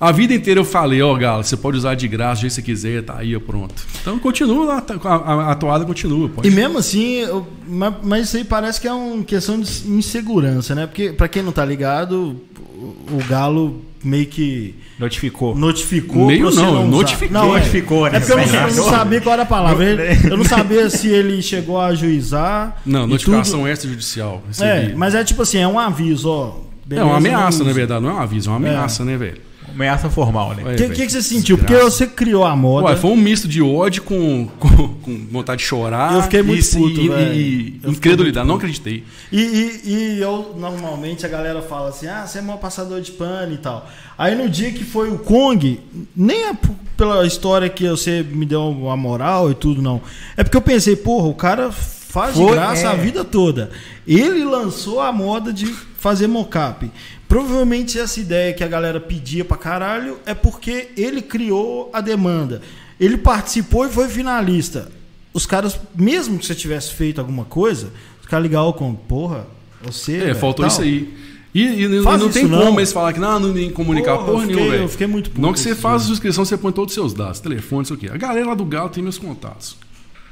[SPEAKER 2] A vida inteira eu falei, ó, Galo, você pode usar de graça, do jeito que você quiser, tá aí, ó, pronto. Então continua lá, tá- a, a- a toada continua. Pode.
[SPEAKER 1] E mesmo assim, eu- ma- mas isso aí parece que é uma questão de insegurança, né? Porque, pra quem não tá ligado, o o Galo meio que
[SPEAKER 3] Notificou.
[SPEAKER 1] notificou.
[SPEAKER 2] Meio
[SPEAKER 1] pra você
[SPEAKER 2] não, eu
[SPEAKER 1] usar.
[SPEAKER 2] notifiquei.
[SPEAKER 1] Não, é.
[SPEAKER 3] Notificou, né?
[SPEAKER 1] É porque eu não, eu não
[SPEAKER 3] Notificou.
[SPEAKER 1] sabia qual era a palavra. Ele- Eu não sabia se ele chegou a ajuizar.
[SPEAKER 2] Não,
[SPEAKER 1] e
[SPEAKER 2] notificação extrajudicial.
[SPEAKER 1] tudo. É,
[SPEAKER 2] recebi.
[SPEAKER 1] mas assim- é tipo assim, é um aviso, ó.
[SPEAKER 2] É uma
[SPEAKER 1] beleza,
[SPEAKER 2] ameaça,
[SPEAKER 1] não
[SPEAKER 2] na
[SPEAKER 1] usa.
[SPEAKER 2] verdade, não é um aviso, é uma ameaça, né, velho?
[SPEAKER 3] Ameaça formal,
[SPEAKER 2] É,
[SPEAKER 3] né?
[SPEAKER 1] O que,
[SPEAKER 2] velho.
[SPEAKER 1] que que você sentiu? Porque você criou a moda.
[SPEAKER 2] Ué, foi um misto de ódio com, com, com vontade de chorar.
[SPEAKER 1] Eu fiquei muito
[SPEAKER 2] e,
[SPEAKER 1] puto,
[SPEAKER 2] e,
[SPEAKER 1] velho.
[SPEAKER 2] e-
[SPEAKER 1] Eu
[SPEAKER 2] incredulidade, não acreditei.
[SPEAKER 1] E, e- e eu, normalmente, a galera fala assim, ah, você é maior passador de pano e tal. Aí no dia que foi o Kong, nem é p- pela história que você me deu a moral e tudo, não. É porque eu pensei, porra, o cara faz de
[SPEAKER 3] Foi,
[SPEAKER 1] graça
[SPEAKER 3] é.
[SPEAKER 1] a vida toda. Ele lançou a moda de fazer mocap. Provavelmente essa ideia que a galera pedia pra caralho é porque ele criou a demanda. Ele participou e foi finalista os caras, mesmo que você tivesse feito alguma coisa, os caras ligavam com, porra, você.
[SPEAKER 2] É,
[SPEAKER 1] velho,
[SPEAKER 2] faltou
[SPEAKER 1] tal.
[SPEAKER 2] isso aí. E, e não
[SPEAKER 1] Faz
[SPEAKER 2] não
[SPEAKER 1] isso
[SPEAKER 2] tem
[SPEAKER 1] não.
[SPEAKER 2] como eles falar que não, não nem comunicar
[SPEAKER 1] Porra,
[SPEAKER 2] porra,
[SPEAKER 1] eu fiquei-
[SPEAKER 2] nenhuma, velho.
[SPEAKER 1] eu fiquei muito puto
[SPEAKER 2] Não que você
[SPEAKER 1] esse
[SPEAKER 2] faz a
[SPEAKER 1] dia.
[SPEAKER 2] sua inscrição, você põe todos os seus dados, telefone, não sei o quê. A galera lá do Galo tem meus contatos.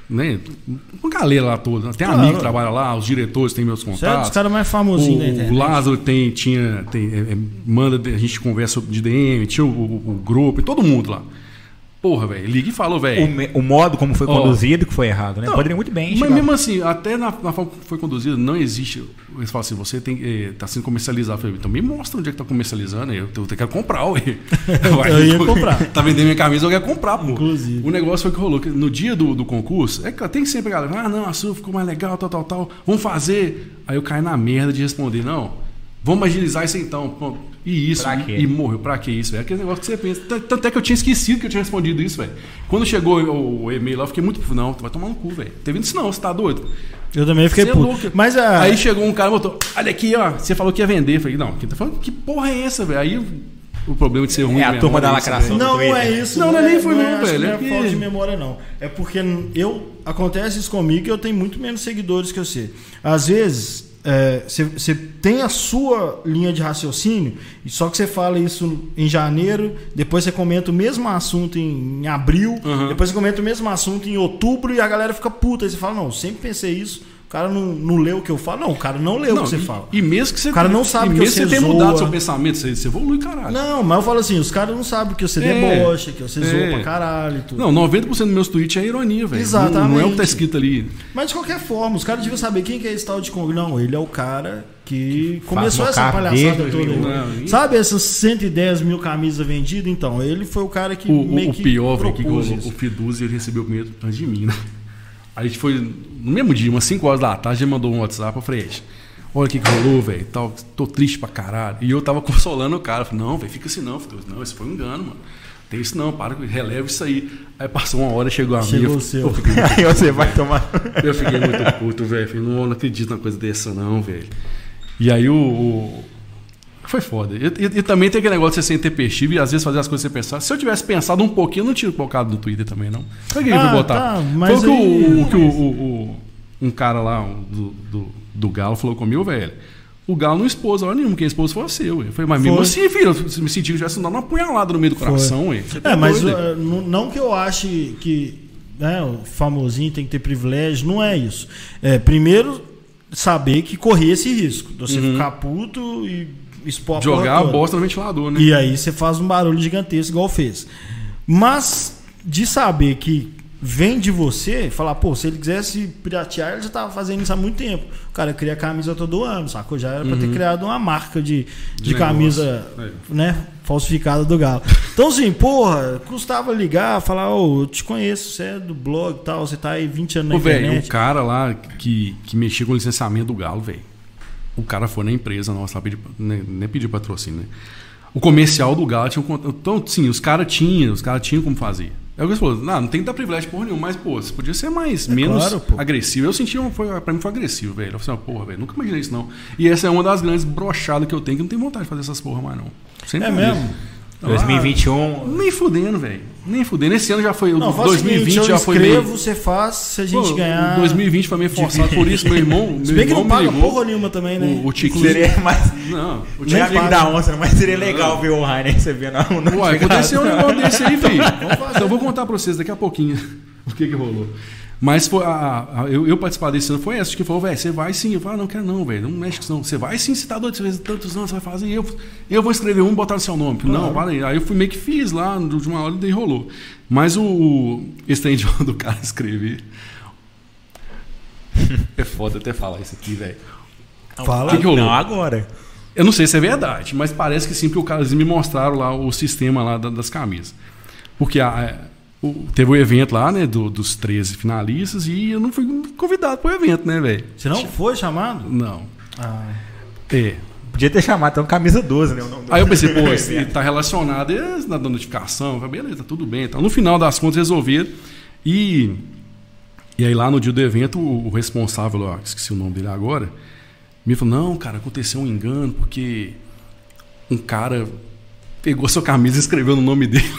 [SPEAKER 2] Né? Uma galera lá toda. Tem
[SPEAKER 1] Claro.
[SPEAKER 2] amigo que trabalha lá, os diretores têm meus
[SPEAKER 1] Você é um
[SPEAKER 2] contatos.
[SPEAKER 1] dos caras mais famosinhos da
[SPEAKER 2] Tá. O, o
[SPEAKER 1] internet.
[SPEAKER 2] Lázaro tem, tinha, tem, é, é, manda, a gente conversa de DM, tinha o, o- o grupo, e todo mundo lá. Porra, velho, liga e falou,
[SPEAKER 3] O,
[SPEAKER 2] velho.
[SPEAKER 3] me- o modo como foi
[SPEAKER 2] Ó.
[SPEAKER 3] conduzido que foi errado, né?
[SPEAKER 2] Não,
[SPEAKER 3] Poderia muito bem.
[SPEAKER 2] Mas
[SPEAKER 3] chegar-
[SPEAKER 2] mesmo assim, até na, na forma que foi conduzido, não existe. Eles falam assim, você tem, eh, tá sendo comercializado. Eu falei, então me mostra onde é que tá comercializando. Eu, eu quero comprar, ué.
[SPEAKER 1] Eu ia comprar.
[SPEAKER 2] tá vendendo minha camisa, eu quero comprar, pô.
[SPEAKER 1] Inclusive.
[SPEAKER 2] O negócio foi que rolou. que no dia do, do concurso, é que tem sempre a galera, ah, não, a sua ficou mais legal, tal, tal, tal. Vamos fazer. Aí eu caí na merda de responder, não. Vamos agilizar isso então. pô. E isso,
[SPEAKER 3] Pra quê?
[SPEAKER 2] e morreu. Pra que isso, velho? Aquele negócio que você pensa. Tan- Tanto é que eu tinha esquecido que eu tinha respondido isso, velho. Quando chegou o, o e-mail lá, eu fiquei muito. Não, tu vai tomar no cu, velho. Teve isso não, você tá doido?
[SPEAKER 1] Eu também fiquei
[SPEAKER 2] Você é
[SPEAKER 1] puto.
[SPEAKER 2] louco.
[SPEAKER 1] Mas a.
[SPEAKER 2] Aí chegou um cara e botou: Olha aqui, ó, você falou que ia vender. Eu falei: Não, quem tá falando? Que porra é essa, velho? Aí o problema de ser ruim
[SPEAKER 3] É a
[SPEAKER 2] mesmo,
[SPEAKER 3] turma
[SPEAKER 2] né,
[SPEAKER 3] da
[SPEAKER 2] isso,
[SPEAKER 3] lacração.
[SPEAKER 2] velho.
[SPEAKER 1] não,
[SPEAKER 3] Twitter.
[SPEAKER 1] não é isso.
[SPEAKER 2] Não, não é nem foi não,
[SPEAKER 1] acho que
[SPEAKER 2] velho,
[SPEAKER 1] Não é,
[SPEAKER 2] é que-
[SPEAKER 1] falta de memória, não. É porque eu. Acontece isso comigo que eu tenho muito menos seguidores que você. Às vezes, é, você tem a sua linha de raciocínio, e só que você fala isso em janeiro, depois você comenta o mesmo assunto em, em abril,
[SPEAKER 2] Uhum.
[SPEAKER 1] depois você comenta o mesmo assunto em outubro, e a galera fica puta. Aí você fala, não, eu sempre pensei isso. O cara não, não leu o que eu falo. Não, o cara não leu É o
[SPEAKER 2] Não,
[SPEAKER 1] que você
[SPEAKER 2] e,
[SPEAKER 1] fala.
[SPEAKER 2] e mesmo que você.
[SPEAKER 1] O cara não sabe
[SPEAKER 2] e
[SPEAKER 1] que
[SPEAKER 2] mesmo
[SPEAKER 1] você
[SPEAKER 2] você tenha
[SPEAKER 1] zoa.
[SPEAKER 2] mudado seu pensamento, você, você evolui, caralho.
[SPEAKER 1] Não, mas eu falo assim, os caras não sabem que você
[SPEAKER 2] É.
[SPEAKER 1] debocha, que você zoa
[SPEAKER 2] É.
[SPEAKER 1] pra caralho e tudo.
[SPEAKER 2] Não, 90% dos meus tweets é ironia, velho.
[SPEAKER 1] Exatamente.
[SPEAKER 2] Não, não é o que tá escrito ali.
[SPEAKER 1] Mas de qualquer forma, os caras deviam saber quem que é esse tal de Kong. Não, ele é o cara que começou
[SPEAKER 3] faz
[SPEAKER 1] essa
[SPEAKER 3] mocap
[SPEAKER 1] palhaçada toda.
[SPEAKER 3] desde
[SPEAKER 1] aí.
[SPEAKER 2] 2001, né?
[SPEAKER 1] Sabe essas 110 mil camisas vendidas? Então, ele foi o cara que
[SPEAKER 2] O,
[SPEAKER 1] meio
[SPEAKER 2] o, o
[SPEAKER 1] que
[SPEAKER 2] pior, velho, que o,
[SPEAKER 1] propôs
[SPEAKER 2] o
[SPEAKER 1] isso.
[SPEAKER 2] Fiduzzi ele recebeu o primeiro antes de mim, né? Aí a gente foi, no mesmo dia, umas 5 horas da tarde, ele mandou um WhatsApp, eu falei, "Ed, olha o que, que rolou, velho, tal, tô triste pra caralho. E eu tava consolando o cara, eu falei, não, velho, fica assim não, Fiduzzi, não, isso foi um engano, mano. tem isso não, para, com isso, releva isso aí. Aí passou uma hora, chegou a
[SPEAKER 1] Chegou
[SPEAKER 2] minha. eu
[SPEAKER 1] o
[SPEAKER 2] fiquei-
[SPEAKER 1] seu.
[SPEAKER 2] Eu fiquei,
[SPEAKER 3] Aí você vai tomar.
[SPEAKER 2] eu fiquei muito puto, velho. Falei, Não, não acredito numa coisa dessa, não, velho. E aí o. o- Foi foda. E, e- e também tem aquele negócio de você ser intempestivo e às vezes fazer as coisas sem pensar. Se eu tivesse pensado um pouquinho, eu não tinha colocado no Twitter também, não. Pra que eu
[SPEAKER 1] Ah,
[SPEAKER 2] vou botar?
[SPEAKER 1] tá,
[SPEAKER 2] Foi
[SPEAKER 1] mas
[SPEAKER 2] o que, o,
[SPEAKER 1] aí-
[SPEAKER 2] o que o- o- o- um cara lá um do, do, do Galo falou comigo, velho. O Galo não expôs a hora nenhuma, quem expôs foi você, ué. Eu falei, mas mesmo
[SPEAKER 1] Foi.
[SPEAKER 2] assim, filho, eu me senti que tivesse dado uma punhalada no meio do coração, ué. Você tá
[SPEAKER 1] É, mas
[SPEAKER 2] doido, ué.
[SPEAKER 1] uh, n- não que eu ache que né, o famosinho tem que ter privilégio, não é isso. É, primeiro, saber que corria esse risco. de Você ficar puto e expor a porra
[SPEAKER 2] Uhum. Jogar a
[SPEAKER 1] toda.
[SPEAKER 2] bosta no ventilador, né?
[SPEAKER 1] E aí você faz um barulho gigantesco, igual fez. Mas de saber que vem de você, falar, pô, se ele quisesse piratear, ele já tava fazendo isso há muito tempo. O cara cria camisa todo ano, sacou? Já era pra ter criado uma marca de, de,
[SPEAKER 2] Uhum. De
[SPEAKER 1] camisa,
[SPEAKER 2] negócio. é.
[SPEAKER 1] né? Falsificada do Galo. Então, assim, porra, custava ligar, falar, ô, eu te conheço, você é do blog e tal, você tá aí 20 anos na
[SPEAKER 2] Ô, velho, o
[SPEAKER 1] internet.
[SPEAKER 2] cara lá que, que mexia com o licenciamento do Galo, velho. O cara foi na empresa nossa, lá pedir, nem, nem pediu patrocínio, né? O comercial do Galo tinha um contrato. Então, sim, os caras tinham, os caras tinham como fazer. Aí o que você falou, não, não tem que dar privilégio porra nenhuma, mas, pô, você podia ser mais, menos
[SPEAKER 1] É claro, pô.
[SPEAKER 2] agressivo. Eu senti, um- foi, pra mim foi agressivo, velho. Eu falei, assim, ó, porra, velho, nunca imaginei isso, não. E essa é uma das grandes brochadas que eu tenho, que eu não tenho vontade de fazer essas porra mais, não. Sempre
[SPEAKER 1] É
[SPEAKER 2] fiz.
[SPEAKER 1] mesmo?
[SPEAKER 2] Ah,
[SPEAKER 1] Ah.
[SPEAKER 3] 2021.
[SPEAKER 2] nem fudendo, velho. Nem fudendo. Esse ano já foi.
[SPEAKER 1] Não, faz
[SPEAKER 2] 2020
[SPEAKER 1] o seguinte, eu
[SPEAKER 2] já foi. meio-
[SPEAKER 1] escrevo, você faz, se a gente
[SPEAKER 2] Pô,
[SPEAKER 1] ganhar...
[SPEAKER 2] 2020 foi meio forçado por isso, meu irmão. Meu
[SPEAKER 1] Se bem que
[SPEAKER 2] irmão
[SPEAKER 1] não paga
[SPEAKER 2] me ligou,
[SPEAKER 1] porra nenhuma também, né?
[SPEAKER 2] um O, o Tiquinho.
[SPEAKER 3] Seria mais.
[SPEAKER 2] Não, o
[SPEAKER 3] Não é
[SPEAKER 2] Tiquinho.
[SPEAKER 3] amigo da onça, mas seria
[SPEAKER 1] Ah.
[SPEAKER 3] legal ver o né? Rainer recebendo a onda.
[SPEAKER 2] Uai, aconteceu um negócio desse aí, filho.
[SPEAKER 1] fazer.
[SPEAKER 2] Então eu vou contar pra vocês daqui a pouquinho o que que rolou. Mas foi a- a- eu, eu participar desse ano foi essa, que falou, velho, você vai sim. Eu falei, ah, não quero não, velho, não mexe com isso não. Você vai sim, você tá doido, você fez tantos anos, você vai fazer. Eu, eu vou escrever um e botar no seu nome. Não, para aí. Aí eu fui meio que fiz lá, de uma hora e daí rolou. Mas o, o esse trem de- do cara escrever... É foda até falar isso aqui, velho.
[SPEAKER 1] Fala.
[SPEAKER 2] Que que rolou?
[SPEAKER 3] Não, agora.
[SPEAKER 2] Eu não sei se é verdade, mas parece que sim, porque o cara, eles me mostraram lá o sistema lá da- das camisas. Porque a- a- o- teve o evento lá, né, do- dos 13 finalistas, e eu não fui convidado pro evento, né, velho?
[SPEAKER 1] Você não foi chamado?
[SPEAKER 2] Não.
[SPEAKER 1] Ah.
[SPEAKER 2] É.
[SPEAKER 3] Podia ter chamado, então, camisa 12, né? o nome do-
[SPEAKER 2] Aí eu pensei, pô, esse tá relacionado é, na da notificação. Eu falei, beleza, tudo bem. Então, no final das contas, resolveram. E, e aí lá no dia do evento, o, o responsável, lá, esqueci o nome dele agora, me falou, não, cara, aconteceu um engano, porque um cara pegou sua camisa e escreveu no nome dele.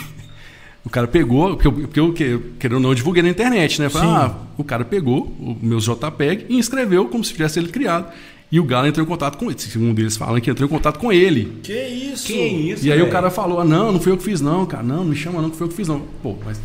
[SPEAKER 2] O cara pegou, porque eu, porque eu que- querendo ou não, eu divulguei na internet, né? Falei,
[SPEAKER 1] Sim.
[SPEAKER 2] ah, o cara pegou o meu JPEG e escreveu como se tivesse ele criado. E o Galo entrou em contato com ele. Segundo eles falam que entrou em contato com ele.
[SPEAKER 1] Que isso?
[SPEAKER 2] E aí o cara falou: ah, não, não fui eu que fiz, não, cara. Não, não me chama, não, que foi eu que fiz, não. Pô, mas.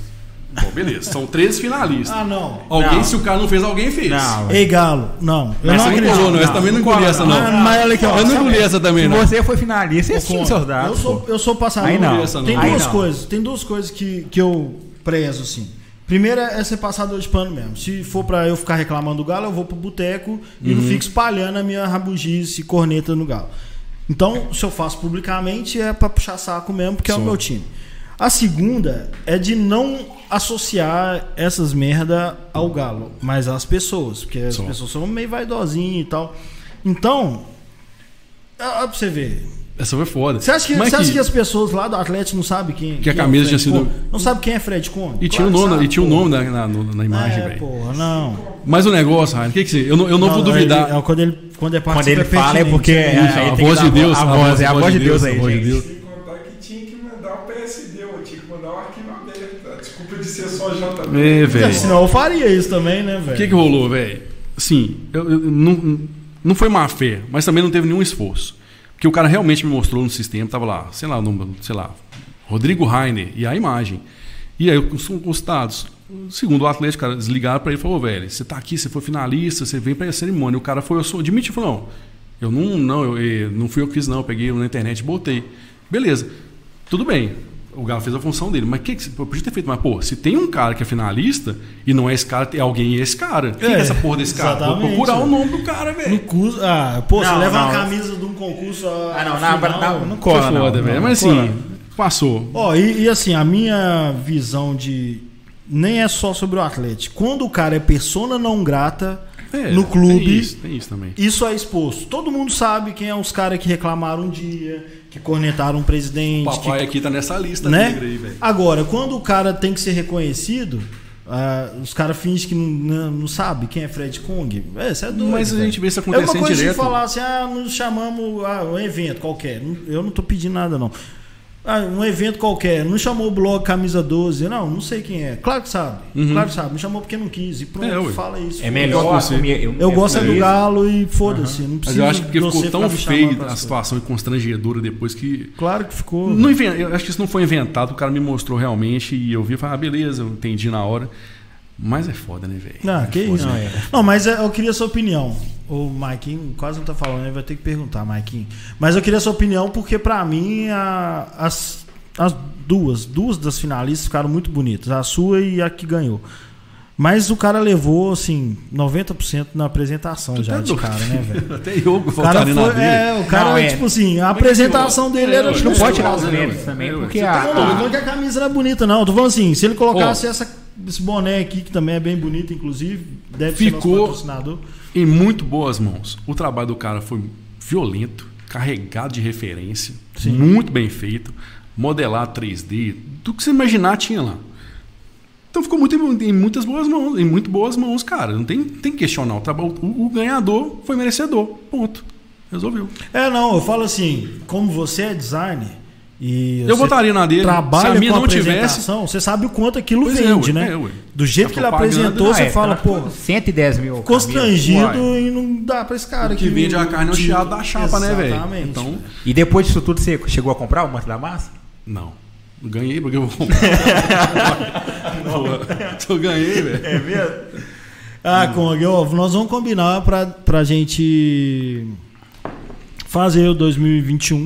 [SPEAKER 2] Pô, beleza. São três finalistas.
[SPEAKER 1] Ah, não.
[SPEAKER 2] Alguém,
[SPEAKER 3] Não.
[SPEAKER 2] se o cara não fez, alguém fez.
[SPEAKER 3] Não.
[SPEAKER 1] Ei, Galo. Não. Eu
[SPEAKER 2] Essa
[SPEAKER 1] não Ah,
[SPEAKER 2] não
[SPEAKER 1] acredito.
[SPEAKER 2] colou, não. Essa também não engoli essa,
[SPEAKER 1] Mas-
[SPEAKER 2] não.
[SPEAKER 1] Mas olha aqui, ó.
[SPEAKER 2] Eu não
[SPEAKER 1] sabe-
[SPEAKER 2] engoli essa também,
[SPEAKER 3] Se
[SPEAKER 2] não.
[SPEAKER 3] você foi finalista, esse tinha seus
[SPEAKER 1] Eu
[SPEAKER 3] dados.
[SPEAKER 1] sou,
[SPEAKER 3] pô.
[SPEAKER 1] eu sou passador.
[SPEAKER 3] Aí não.
[SPEAKER 1] Tem
[SPEAKER 3] Aí
[SPEAKER 1] duas
[SPEAKER 3] não.
[SPEAKER 1] coisas. Tem duas coisas que, que eu prezo, assim. Primeiro é ser passador de pano mesmo. Se for pra eu ficar reclamando do galo, eu vou pro boteco e
[SPEAKER 3] Uhum.
[SPEAKER 1] não fico espalhando a minha rabugice e corneta no galo. Então, se eu faço publicamente, é pra puxar saco mesmo, porque é o
[SPEAKER 2] Sim.
[SPEAKER 1] meu time. A segunda é de não associar essas merda ao galo, mas às pessoas, porque as
[SPEAKER 2] Sim.
[SPEAKER 1] pessoas são meio vaidosinhas e tal. Então, ó, ó pra você ver,
[SPEAKER 2] Essa foi foda.
[SPEAKER 1] você acha que,
[SPEAKER 2] Mas
[SPEAKER 1] você acha que é
[SPEAKER 2] que-
[SPEAKER 1] as pessoas lá do Atlético não sabem quem,
[SPEAKER 2] Que a
[SPEAKER 1] quem
[SPEAKER 2] camisa
[SPEAKER 1] é o Fred
[SPEAKER 2] tinha sido-
[SPEAKER 1] Conde? Não sabe quem é Fred Conde?
[SPEAKER 2] E tinha
[SPEAKER 1] Claro
[SPEAKER 2] o
[SPEAKER 1] que
[SPEAKER 2] nome,
[SPEAKER 1] sabe,
[SPEAKER 2] e tinha o
[SPEAKER 1] pô.
[SPEAKER 2] nome na, na- no- na imagem,
[SPEAKER 1] É,
[SPEAKER 2] velho.
[SPEAKER 1] porra, não.
[SPEAKER 2] Mas o negócio, Rainer, o que que você. Eu não, eu não vou duvidar.
[SPEAKER 1] ele- é, quando ele, quando é
[SPEAKER 3] Quando ele fala é porque.
[SPEAKER 1] pertinente.
[SPEAKER 2] Isso,
[SPEAKER 3] aí
[SPEAKER 2] a
[SPEAKER 3] tem que
[SPEAKER 2] voz
[SPEAKER 3] dar
[SPEAKER 2] de Deus,
[SPEAKER 3] A voz, é a voz de Deus aí,
[SPEAKER 2] a voz de
[SPEAKER 3] gente.
[SPEAKER 2] Deus.
[SPEAKER 4] Sem contar que tinha que mandar o PSD, eu tinha que mandar o arquivo aberto. A Desculpa de ser só JB.
[SPEAKER 2] É, velho.
[SPEAKER 1] É, senão eu faria isso também, né, velho?
[SPEAKER 2] O que, que rolou, velho? Assim, eu, eu- não, não foi má fé, mas também não teve nenhum esforço. Porque o cara realmente me mostrou no sistema, tava lá, sei lá, o número, sei lá, Rodrigo Rainer e a imagem. E aí os, os dados. Segundo o Atlético, cara, desligaram pra ele e falou, "Ô, velho, você tá aqui, você foi finalista, você vem pra essa cerimônia. O cara foi, eu sou, admitiu, falou, não, eu não, não, eu, eh, não fui eu que fiz, não, eu peguei na internet e botei. Beleza. Tudo bem, o Galo fez a função dele, mas que que, você- pô, podia ter feito, mas pô, se tem um cara que é finalista e não é esse cara, é alguém e é esse cara. Quem é,
[SPEAKER 1] É,
[SPEAKER 2] essa porra desse cara? Vou
[SPEAKER 1] exatamente,
[SPEAKER 2] procurar o
[SPEAKER 1] velho.
[SPEAKER 2] nome do cara, velho.
[SPEAKER 1] Concurso- ah, pô, você
[SPEAKER 3] Não,
[SPEAKER 1] leva uma
[SPEAKER 3] não.
[SPEAKER 1] camisa de um concurso. a-
[SPEAKER 3] Ah, não, na-
[SPEAKER 1] final,
[SPEAKER 3] na-
[SPEAKER 1] não
[SPEAKER 2] Foi
[SPEAKER 3] cola, não,
[SPEAKER 2] foda,
[SPEAKER 3] não,
[SPEAKER 2] velho. Mas
[SPEAKER 1] cola.
[SPEAKER 2] assim, passou.
[SPEAKER 1] Ó, e, e assim, a minha visão de. Nem é só sobre o Atlético. Quando o cara é persona não grata
[SPEAKER 2] É,
[SPEAKER 1] no clube,
[SPEAKER 2] Tem isso, tem isso também.
[SPEAKER 1] Isso é exposto. Todo mundo sabe quem é os caras que reclamaram um dia, que cornetaram um presidente.
[SPEAKER 2] O papai
[SPEAKER 1] que-
[SPEAKER 2] aqui tá nessa lista
[SPEAKER 1] né?
[SPEAKER 2] negra aí, velho.
[SPEAKER 1] Agora, quando o cara tem que ser reconhecido, ah, os caras fingem que não, não, não sabe quem é Fred Kong. É, isso é doido.
[SPEAKER 2] Mas a
[SPEAKER 1] cara.
[SPEAKER 2] gente vê isso
[SPEAKER 1] É uma
[SPEAKER 2] acontecendo
[SPEAKER 1] coisa
[SPEAKER 2] direto.
[SPEAKER 1] de falar assim, ah, nos chamamos a um evento qualquer. Não- Eu não tô pedindo nada, não. Ah, um evento qualquer, não chamou o blog Camisa 12, não, não sei quem é. Claro que sabe, claro que sabe, não chamou porque não quis. E pronto,
[SPEAKER 2] Uhum. É, ué.
[SPEAKER 1] fala isso.
[SPEAKER 3] É melhor
[SPEAKER 2] gosto de você.
[SPEAKER 3] assumir-
[SPEAKER 1] Eu gosto é do
[SPEAKER 2] Beleza.
[SPEAKER 1] Galo e foda-se, não
[SPEAKER 2] Mas
[SPEAKER 1] precisa.
[SPEAKER 2] eu acho que porque
[SPEAKER 1] de
[SPEAKER 2] ficou
[SPEAKER 1] você
[SPEAKER 2] tão
[SPEAKER 1] pra me chamar
[SPEAKER 2] feio
[SPEAKER 1] pra
[SPEAKER 2] a
[SPEAKER 1] as coisas.
[SPEAKER 2] situação e constrangedora depois que.
[SPEAKER 1] Claro que ficou. né?
[SPEAKER 2] Não inven- Eu acho que isso não foi inventado, o cara me mostrou realmente e eu vi e falei, ah, beleza, eu entendi na hora. Mas é foda, né, velho?
[SPEAKER 1] Não, que isso.
[SPEAKER 3] Não,
[SPEAKER 1] Não,
[SPEAKER 3] é.
[SPEAKER 1] mas é, eu queria sua opinião. O Maikinho quase não tá falando, né? Vai ter que perguntar, Maikinho. Mas eu queria sua opinião porque, pra mim, a- as, as duas, duas das finalistas ficaram muito bonitas. A sua e a que ganhou. Mas o cara levou, assim, 90% na apresentação
[SPEAKER 3] tá
[SPEAKER 1] já de cara, né, velho?
[SPEAKER 2] Até eu
[SPEAKER 1] O cara
[SPEAKER 2] voltaria na
[SPEAKER 1] foi,
[SPEAKER 2] dele.
[SPEAKER 1] é, o cara,
[SPEAKER 3] Não, é.
[SPEAKER 1] tipo assim, a apresentação dele era...
[SPEAKER 2] Não
[SPEAKER 1] tipo,
[SPEAKER 3] Não pode tirar os
[SPEAKER 2] Não, não,
[SPEAKER 3] méritos
[SPEAKER 2] não,
[SPEAKER 3] também,
[SPEAKER 2] não,
[SPEAKER 3] porque
[SPEAKER 2] você
[SPEAKER 3] a,
[SPEAKER 2] tá
[SPEAKER 1] Não, não é que a camisa não é bonita, não. Eu Tô falando assim, se ele colocasse
[SPEAKER 2] Ó.
[SPEAKER 1] essa, esse boné aqui, que também é bem bonito, inclusive, deve ser
[SPEAKER 2] Ficou-
[SPEAKER 1] nosso patrocinador.
[SPEAKER 2] Em muito boas mãos. O trabalho do cara foi violento, carregado de referência, muito bem feito, modelado 3D, do que você imaginar tinha lá. Então ficou muito em muitas boas mãos, em muito boas mãos, cara. Não tem, tem que questionar. O, trabalho, o, o ganhador foi merecedor. Ponto. Resolveu.
[SPEAKER 1] É, não, eu falo assim, como você é designer e
[SPEAKER 2] Eu votaria na dele.
[SPEAKER 1] trabalha
[SPEAKER 2] Se a minha
[SPEAKER 1] com
[SPEAKER 2] não tivesse.
[SPEAKER 1] apresentação, você sabe o quanto aquilo
[SPEAKER 2] Pois é,
[SPEAKER 1] vende,
[SPEAKER 2] ué,
[SPEAKER 1] né?
[SPEAKER 2] é, ué.
[SPEAKER 1] Do jeito
[SPEAKER 2] A
[SPEAKER 1] que ele
[SPEAKER 2] propaganda-
[SPEAKER 1] apresentou,
[SPEAKER 2] Ah,
[SPEAKER 1] você
[SPEAKER 3] é,
[SPEAKER 1] fala,
[SPEAKER 3] tá-
[SPEAKER 1] pô,
[SPEAKER 3] 110 mil. camisas.
[SPEAKER 1] constrangido
[SPEAKER 2] Uai.
[SPEAKER 1] e não dá pra esse cara.
[SPEAKER 2] O que vende a carne é o
[SPEAKER 1] de-
[SPEAKER 2] chiado da chapa, né, velho?
[SPEAKER 1] Exatamente.
[SPEAKER 2] Então,
[SPEAKER 3] E depois disso tudo, você chegou a comprar o manto da massa?
[SPEAKER 2] não. Ganhei porque eu vou comprar. Pô, eu ganhei, velho.
[SPEAKER 1] É mesmo? Ah, Kong, ó, nós vamos combinar pra, pra gente fazer o 2021.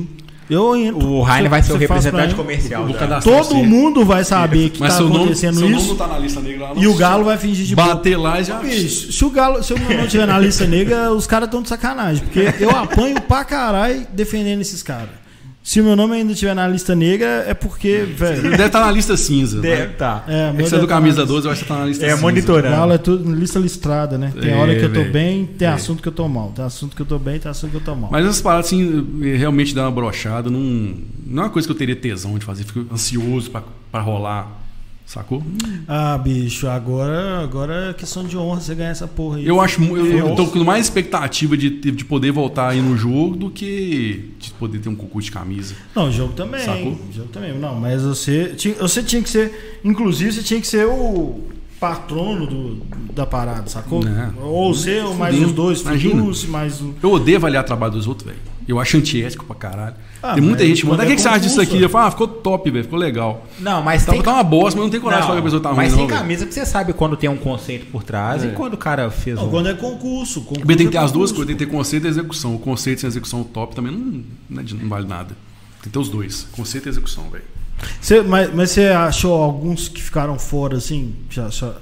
[SPEAKER 1] Eu entro.
[SPEAKER 3] O Rainer
[SPEAKER 1] Você-
[SPEAKER 3] vai ser o
[SPEAKER 1] você faz pra mim.
[SPEAKER 3] representante comercial.
[SPEAKER 2] Vou
[SPEAKER 3] da-
[SPEAKER 2] cadastrar
[SPEAKER 1] Todo
[SPEAKER 2] você.
[SPEAKER 1] mundo vai saber que tá acontecendo
[SPEAKER 2] nome,
[SPEAKER 1] isso.
[SPEAKER 2] Seu nome não tá na lista negra lá, não.
[SPEAKER 1] E o Galo vai fingir de bobo.
[SPEAKER 2] Bater lá e já.
[SPEAKER 1] Bicho, se o Galo, se o meu nome tiver na lista negra, os caras estão de sacanagem. Porque eu apanho pra caralho defendendo esses caras. Se o meu nome ainda tiver na lista negra, é porque, velho.
[SPEAKER 2] Deve estar na lista cinza. né?
[SPEAKER 3] tá.
[SPEAKER 1] É,
[SPEAKER 2] É
[SPEAKER 1] meu
[SPEAKER 2] que você é do
[SPEAKER 1] Deus,
[SPEAKER 2] camisa 12, eu acho que tá na lista
[SPEAKER 3] É,
[SPEAKER 2] cinza.
[SPEAKER 1] O Galo
[SPEAKER 3] monitorando.
[SPEAKER 1] é tudo lista listrada, né? Tem
[SPEAKER 2] É,
[SPEAKER 1] hora que eu tô
[SPEAKER 2] velho.
[SPEAKER 1] bem, tem assunto que eu tô mal. Tem assunto que eu tô bem, tem assunto que eu tô mal.
[SPEAKER 2] Mas essas paradas, assim, realmente dá uma brochada. Não, não é uma coisa que eu teria tesão de fazer. Fico ansioso pra, pra rolar. Sacou?
[SPEAKER 1] Ah, bicho, agora, agora é questão de honra você ganhar essa porra aí.
[SPEAKER 2] Eu acho. mu- Eu, eu tô com mais expectativa de, ter- de poder voltar aí no jogo do que de poder ter um concurso de camisa.
[SPEAKER 1] Não, o jogo também.
[SPEAKER 2] Sacou?
[SPEAKER 1] O jogo também. Não, mas você, tinha- você tinha que ser. Inclusive, você tinha que ser o patrono do, da parada, sacou?
[SPEAKER 2] Né.
[SPEAKER 1] Ou você, ou mais
[SPEAKER 2] Fudeu.
[SPEAKER 1] os dois,
[SPEAKER 2] Imagina.
[SPEAKER 1] Fiduce, mais um. o.
[SPEAKER 2] Eu odeio avaliar o trabalho dos outros, velho. Eu acho antiético pra caralho.
[SPEAKER 1] Ah,
[SPEAKER 2] Tem muita
[SPEAKER 1] mas
[SPEAKER 2] gente, mano.
[SPEAKER 1] quando
[SPEAKER 2] O
[SPEAKER 1] é
[SPEAKER 2] que, que você acha disso
[SPEAKER 1] concurso,
[SPEAKER 2] aqui? Eu falo, ah, ficou top, velho. Ficou legal.
[SPEAKER 3] Não, mas
[SPEAKER 2] Tá,
[SPEAKER 3] tem.
[SPEAKER 2] tá uma bosta, mas não tem coragem de falar que a pessoa tá ruim,
[SPEAKER 3] mas
[SPEAKER 2] não.
[SPEAKER 3] sem
[SPEAKER 2] velho.
[SPEAKER 3] camisa porque você sabe quando tem um conceito por trás
[SPEAKER 2] É.
[SPEAKER 3] e quando o cara fez
[SPEAKER 1] Não,
[SPEAKER 3] um-
[SPEAKER 1] quando é concurso. concurso
[SPEAKER 2] Bem, tem que ter
[SPEAKER 1] é
[SPEAKER 2] as duas
[SPEAKER 1] concurso.
[SPEAKER 2] coisas, tem que ter conceito e execução. O conceito sem execução top também não, não, é de- não vale nada. Tem que ter os dois, conceito e execução, velho.
[SPEAKER 1] Você- mas, mas você achou alguns que ficaram fora, assim? Já, só-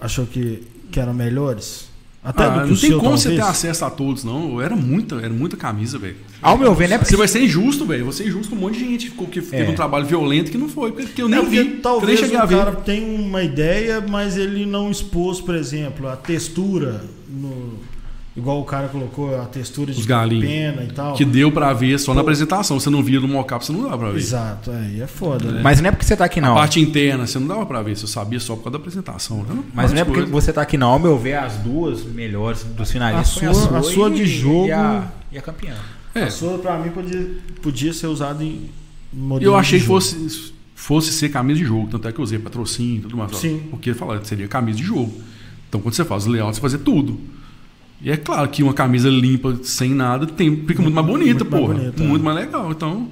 [SPEAKER 1] achou que, que eram melhores? Até
[SPEAKER 2] Ah,
[SPEAKER 1] do que
[SPEAKER 2] não
[SPEAKER 1] o
[SPEAKER 2] tem
[SPEAKER 1] seu,
[SPEAKER 2] como você ter
[SPEAKER 1] talvez?
[SPEAKER 2] acesso a todos, não. Era muita, era muita camisa, velho.
[SPEAKER 3] Ao meu ver, né?
[SPEAKER 2] Você
[SPEAKER 3] Porque
[SPEAKER 2] vai ser injusto, velho. Você é injusto com um monte de gente que, ficou-
[SPEAKER 3] É.
[SPEAKER 2] que teve um trabalho violento que não foi, porque que eu nem
[SPEAKER 1] É porque
[SPEAKER 2] vi.
[SPEAKER 1] talvez o
[SPEAKER 2] eu nem cheguei a ver.
[SPEAKER 1] cara tenha uma ideia, mas ele não expôs, por exemplo, a textura no- Igual o cara colocou a textura de
[SPEAKER 2] Os galinhos.
[SPEAKER 1] pena e tal.
[SPEAKER 2] Que deu pra ver só na apresentação. Você não via no mockup, você não dava pra ver.
[SPEAKER 1] Exato, aí é foda, né?
[SPEAKER 3] Mas não é porque você tá aqui,
[SPEAKER 2] A
[SPEAKER 3] não.
[SPEAKER 2] parte interna, você não dava pra ver. Você sabia só por causa da apresentação. né?
[SPEAKER 3] Mas não é
[SPEAKER 2] Várias
[SPEAKER 3] porque
[SPEAKER 2] coisas.
[SPEAKER 3] você tá aqui, não. Ao meu ver, as duas melhores dos finalistas
[SPEAKER 1] A
[SPEAKER 3] foi
[SPEAKER 1] sua- a sua de jogo-
[SPEAKER 3] E a, e a campeã.
[SPEAKER 2] É.
[SPEAKER 1] A sua, pra mim, podia, podia ser usada em modelo
[SPEAKER 2] Eu achei
[SPEAKER 1] de
[SPEAKER 2] que
[SPEAKER 1] jogo.
[SPEAKER 2] fosse, fosse ser camisa de jogo, tanto é que eu usei patrocínio e tudo mais.
[SPEAKER 1] Sim.
[SPEAKER 2] Porque falar seria camisa de jogo. Então quando você faz o layout, você fazer tudo. E é claro que uma camisa limpa, sem nada, tem, fica muito mais bonita,
[SPEAKER 1] Muito mais
[SPEAKER 2] porra.
[SPEAKER 1] bonita,
[SPEAKER 2] muito
[SPEAKER 1] é.
[SPEAKER 2] mais legal. Então,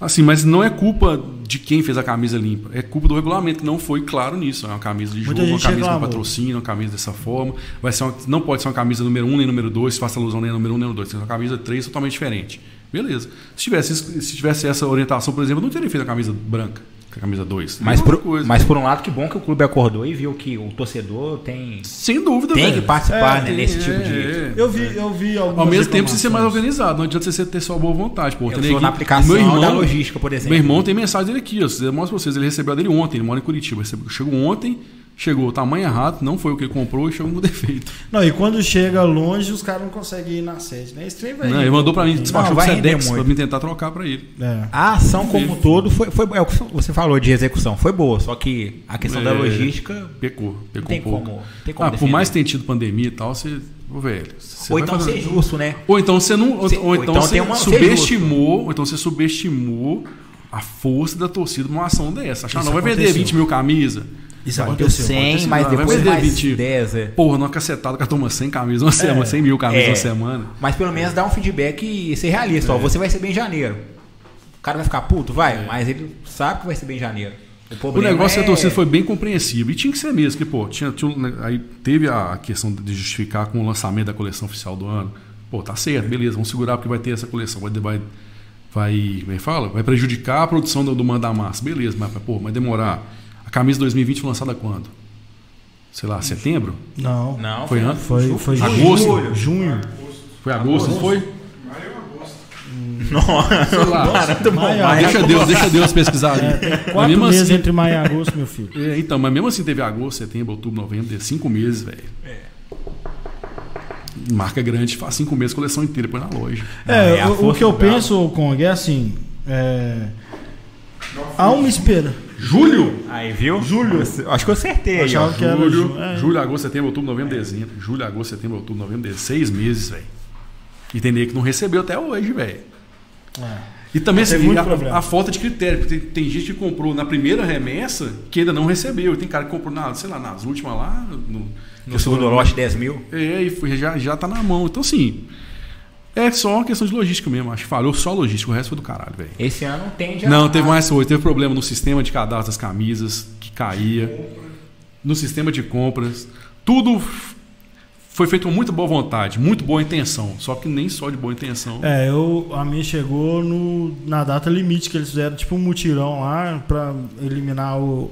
[SPEAKER 2] assim, mas não é culpa de quem fez a camisa limpa. É culpa do regulamento, que não foi claro nisso. É uma camisa de
[SPEAKER 1] Muita
[SPEAKER 2] jogo, uma
[SPEAKER 1] gente
[SPEAKER 2] camisa com
[SPEAKER 1] reclamou.
[SPEAKER 2] patrocínio, uma camisa dessa forma. Vai ser uma- não pode ser uma camisa número 1 um, nem número 2, faça alusão nem a número 1 um, nem número 2. Tem que ser uma camisa 3 totalmente diferente. Beleza. Se tivesse, isso- se tivesse essa orientação, por exemplo, eu não teria feito a camisa branca, que é a camisa 2.
[SPEAKER 3] Mas
[SPEAKER 2] Mesma
[SPEAKER 3] por, mas por um lado, que bom que o clube acordou e viu que o torcedor tem,
[SPEAKER 2] Sem dúvida,
[SPEAKER 3] tem que
[SPEAKER 2] velho.
[SPEAKER 3] participar
[SPEAKER 1] É,
[SPEAKER 3] né, nesse
[SPEAKER 2] É,
[SPEAKER 3] tipo de.
[SPEAKER 2] é.
[SPEAKER 1] Eu vi, eu vi algumas
[SPEAKER 2] Ao mesmo tempo, você ser mais
[SPEAKER 1] reclamações.
[SPEAKER 2] organizado. Não adianta você ter só boa vontade. Pô,
[SPEAKER 3] Eu
[SPEAKER 2] tem
[SPEAKER 3] sou
[SPEAKER 2] aqui-
[SPEAKER 3] na aplicação
[SPEAKER 2] meu irmão-
[SPEAKER 3] da logística, por exemplo.
[SPEAKER 2] Meu irmão tem mensagem dele aqui, ó. Eu mostro pra vocês. Ele recebeu a dele ontem, ele mora em Curitiba. Recebeu, chegou ontem, Chegou o tamanho errado, não foi o que comprou e chegou com defeito.
[SPEAKER 1] Não, e quando chega longe, os caras não conseguem ir na sede, né? Esse trem vai.
[SPEAKER 2] Não, ele mandou pra mim, despachou pro
[SPEAKER 3] É, vai render
[SPEAKER 2] Sedex pra
[SPEAKER 3] muito.
[SPEAKER 2] me tentar trocar pra ele.
[SPEAKER 1] É.
[SPEAKER 3] A ação como um todo foi, foi é o que você falou de execução, foi boa, só que a questão da
[SPEAKER 2] É.
[SPEAKER 3] logística
[SPEAKER 2] Pecou, pecou
[SPEAKER 3] tem
[SPEAKER 2] um pouco.
[SPEAKER 3] como- tem como
[SPEAKER 2] ah, por
[SPEAKER 3] defender.
[SPEAKER 2] mais que tenha tido pandemia e tal, você. Ô, velho. você
[SPEAKER 3] ou
[SPEAKER 2] vai
[SPEAKER 3] então
[SPEAKER 2] fazer-
[SPEAKER 3] ser justo, né?
[SPEAKER 2] Ou então você não. Ou,
[SPEAKER 3] Cê-
[SPEAKER 2] ou
[SPEAKER 3] ou
[SPEAKER 2] então,
[SPEAKER 3] então
[SPEAKER 2] você
[SPEAKER 3] tem uma-
[SPEAKER 2] subestimou. Ou então você subestimou a força da torcida numa ação dessa. Achar,
[SPEAKER 1] Isso
[SPEAKER 2] não, vai vender
[SPEAKER 1] aconteceu.
[SPEAKER 2] 20 mil camisas.
[SPEAKER 1] Isso
[SPEAKER 2] Vai
[SPEAKER 1] aconteceu.
[SPEAKER 2] ter-
[SPEAKER 3] Cem,
[SPEAKER 2] vai ter- vai
[SPEAKER 3] mas depois
[SPEAKER 2] vender
[SPEAKER 3] mais
[SPEAKER 2] 20.
[SPEAKER 3] 10, é.
[SPEAKER 2] Porra, numa cacetada que ela toma 100 camisas uma semana, 100 mil camisas
[SPEAKER 3] É.
[SPEAKER 2] uma semana.
[SPEAKER 3] Mas pelo menos dá um feedback e ser realista. Ó,
[SPEAKER 2] É.
[SPEAKER 3] você vai ser bem em janeiro. O cara vai ficar puto, vai, mas ele sabe que vai ser bem em janeiro.
[SPEAKER 2] O
[SPEAKER 3] problema
[SPEAKER 2] negócio
[SPEAKER 3] é-
[SPEAKER 2] da torcida foi bem compreensível. E tinha que ser mesmo, que, pô, tinha, tinha um ne- aí teve a questão de justificar com o lançamento da coleção oficial do ano. Pô, tá certo, beleza, vamos segurar porque vai ter essa coleção. Vai. vai Vai, como é que fala? Vai prejudicar a produção do, do mandamassa. Beleza, mas pô, vai demorar. A camisa 2020 foi lançada quando? Sei lá, setembro?
[SPEAKER 1] Não.
[SPEAKER 3] Não,
[SPEAKER 2] Foi antes?
[SPEAKER 1] Foi, foi
[SPEAKER 2] Agosto?
[SPEAKER 1] junho. junho.
[SPEAKER 2] Foi agosto, não foi?
[SPEAKER 4] Maio agosto.
[SPEAKER 2] Sei lá.
[SPEAKER 3] Barato, bom,
[SPEAKER 1] Maio,
[SPEAKER 3] mas-
[SPEAKER 2] Deixa Deus, deixa Deus pesquisar ali. Mas
[SPEAKER 1] É, Quatro
[SPEAKER 2] mesmo
[SPEAKER 1] meses
[SPEAKER 2] assim-
[SPEAKER 1] entre maio e agosto, meu filho.
[SPEAKER 2] É, então, mas mesmo assim teve agosto, setembro, outubro, novembro, é cinco meses, velho. Marca grande, faz cinco meses, coleção inteira, põe na loja.
[SPEAKER 1] É,
[SPEAKER 3] é a
[SPEAKER 1] o, o
[SPEAKER 3] força
[SPEAKER 1] que eu
[SPEAKER 3] do Galo.
[SPEAKER 1] penso, Kong, é assim. é,
[SPEAKER 4] Não
[SPEAKER 1] há uma espera.
[SPEAKER 2] Julho?
[SPEAKER 3] Aí, viu? Júlio. Acho que eu acertei. aí, ó.
[SPEAKER 1] Achava que era
[SPEAKER 2] Julho,
[SPEAKER 1] ju- é.
[SPEAKER 2] julho, agosto, setembro, outubro, novembro, dezembro. Julho, agosto, setembro, outubro, novembro, dezembro. Seis meses, velho. E tem nego que não recebeu até hoje, velho. E também
[SPEAKER 1] É. Mas teve
[SPEAKER 2] assim,
[SPEAKER 1] muito
[SPEAKER 2] a,
[SPEAKER 1] problema.
[SPEAKER 2] a falta de critério, porque tem, tem gente que comprou na primeira remessa que ainda não recebeu. E tem cara que comprou, na, sei lá, nas últimas lá. No,
[SPEAKER 3] No segundo lote, 10 mil.
[SPEAKER 2] É, e foi- já, já tá na mão. Então, assim, é só uma questão de logística mesmo. Acho que falhou só logística, o resto foi do caralho, velho.
[SPEAKER 3] Esse ano tende a...
[SPEAKER 2] Não, teve mais coisa. Teve problema no sistema de cadastro das camisas, que caía. No sistema de compras. Tudo f- foi feito com muita boa vontade, muito boa intenção. Só que nem só de boa intenção.
[SPEAKER 1] É, eu, a minha chegou no, na data limite que eles fizeram, tipo um mutirão lá pra eliminar o-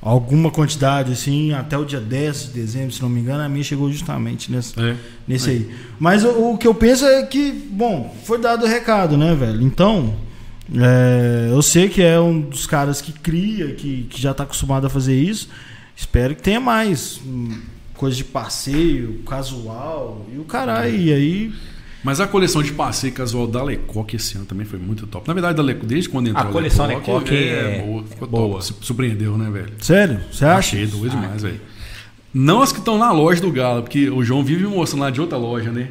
[SPEAKER 1] alguma quantidade, assim, até o dia 10 de dezembro, se não me engano. A minha chegou justamente nessa,
[SPEAKER 2] É.
[SPEAKER 1] nesse aí. Mas o, o que eu penso é que, bom, foi dado o recado, né, velho? Então, é, eu sei que é um dos caras que cria, que, que já tá acostumado a fazer isso. Espero que tenha mais. hum, Coisa de passeio, casual e o caralho. E aí.
[SPEAKER 2] Mas a coleção de passeio casual da Lecoque esse ano também foi muito top. Na verdade, da Lecoque, desde quando entrou
[SPEAKER 3] coleção Lecoque
[SPEAKER 2] é,
[SPEAKER 3] é-
[SPEAKER 2] boa, ficou
[SPEAKER 3] é boa.
[SPEAKER 2] top. Su- Surpreendeu, né, velho?
[SPEAKER 1] Sério? Você acha?
[SPEAKER 2] Achei doido demais, velho. Não as que estão na loja do Galo, porque o João vive mostrando lá de outra loja, né?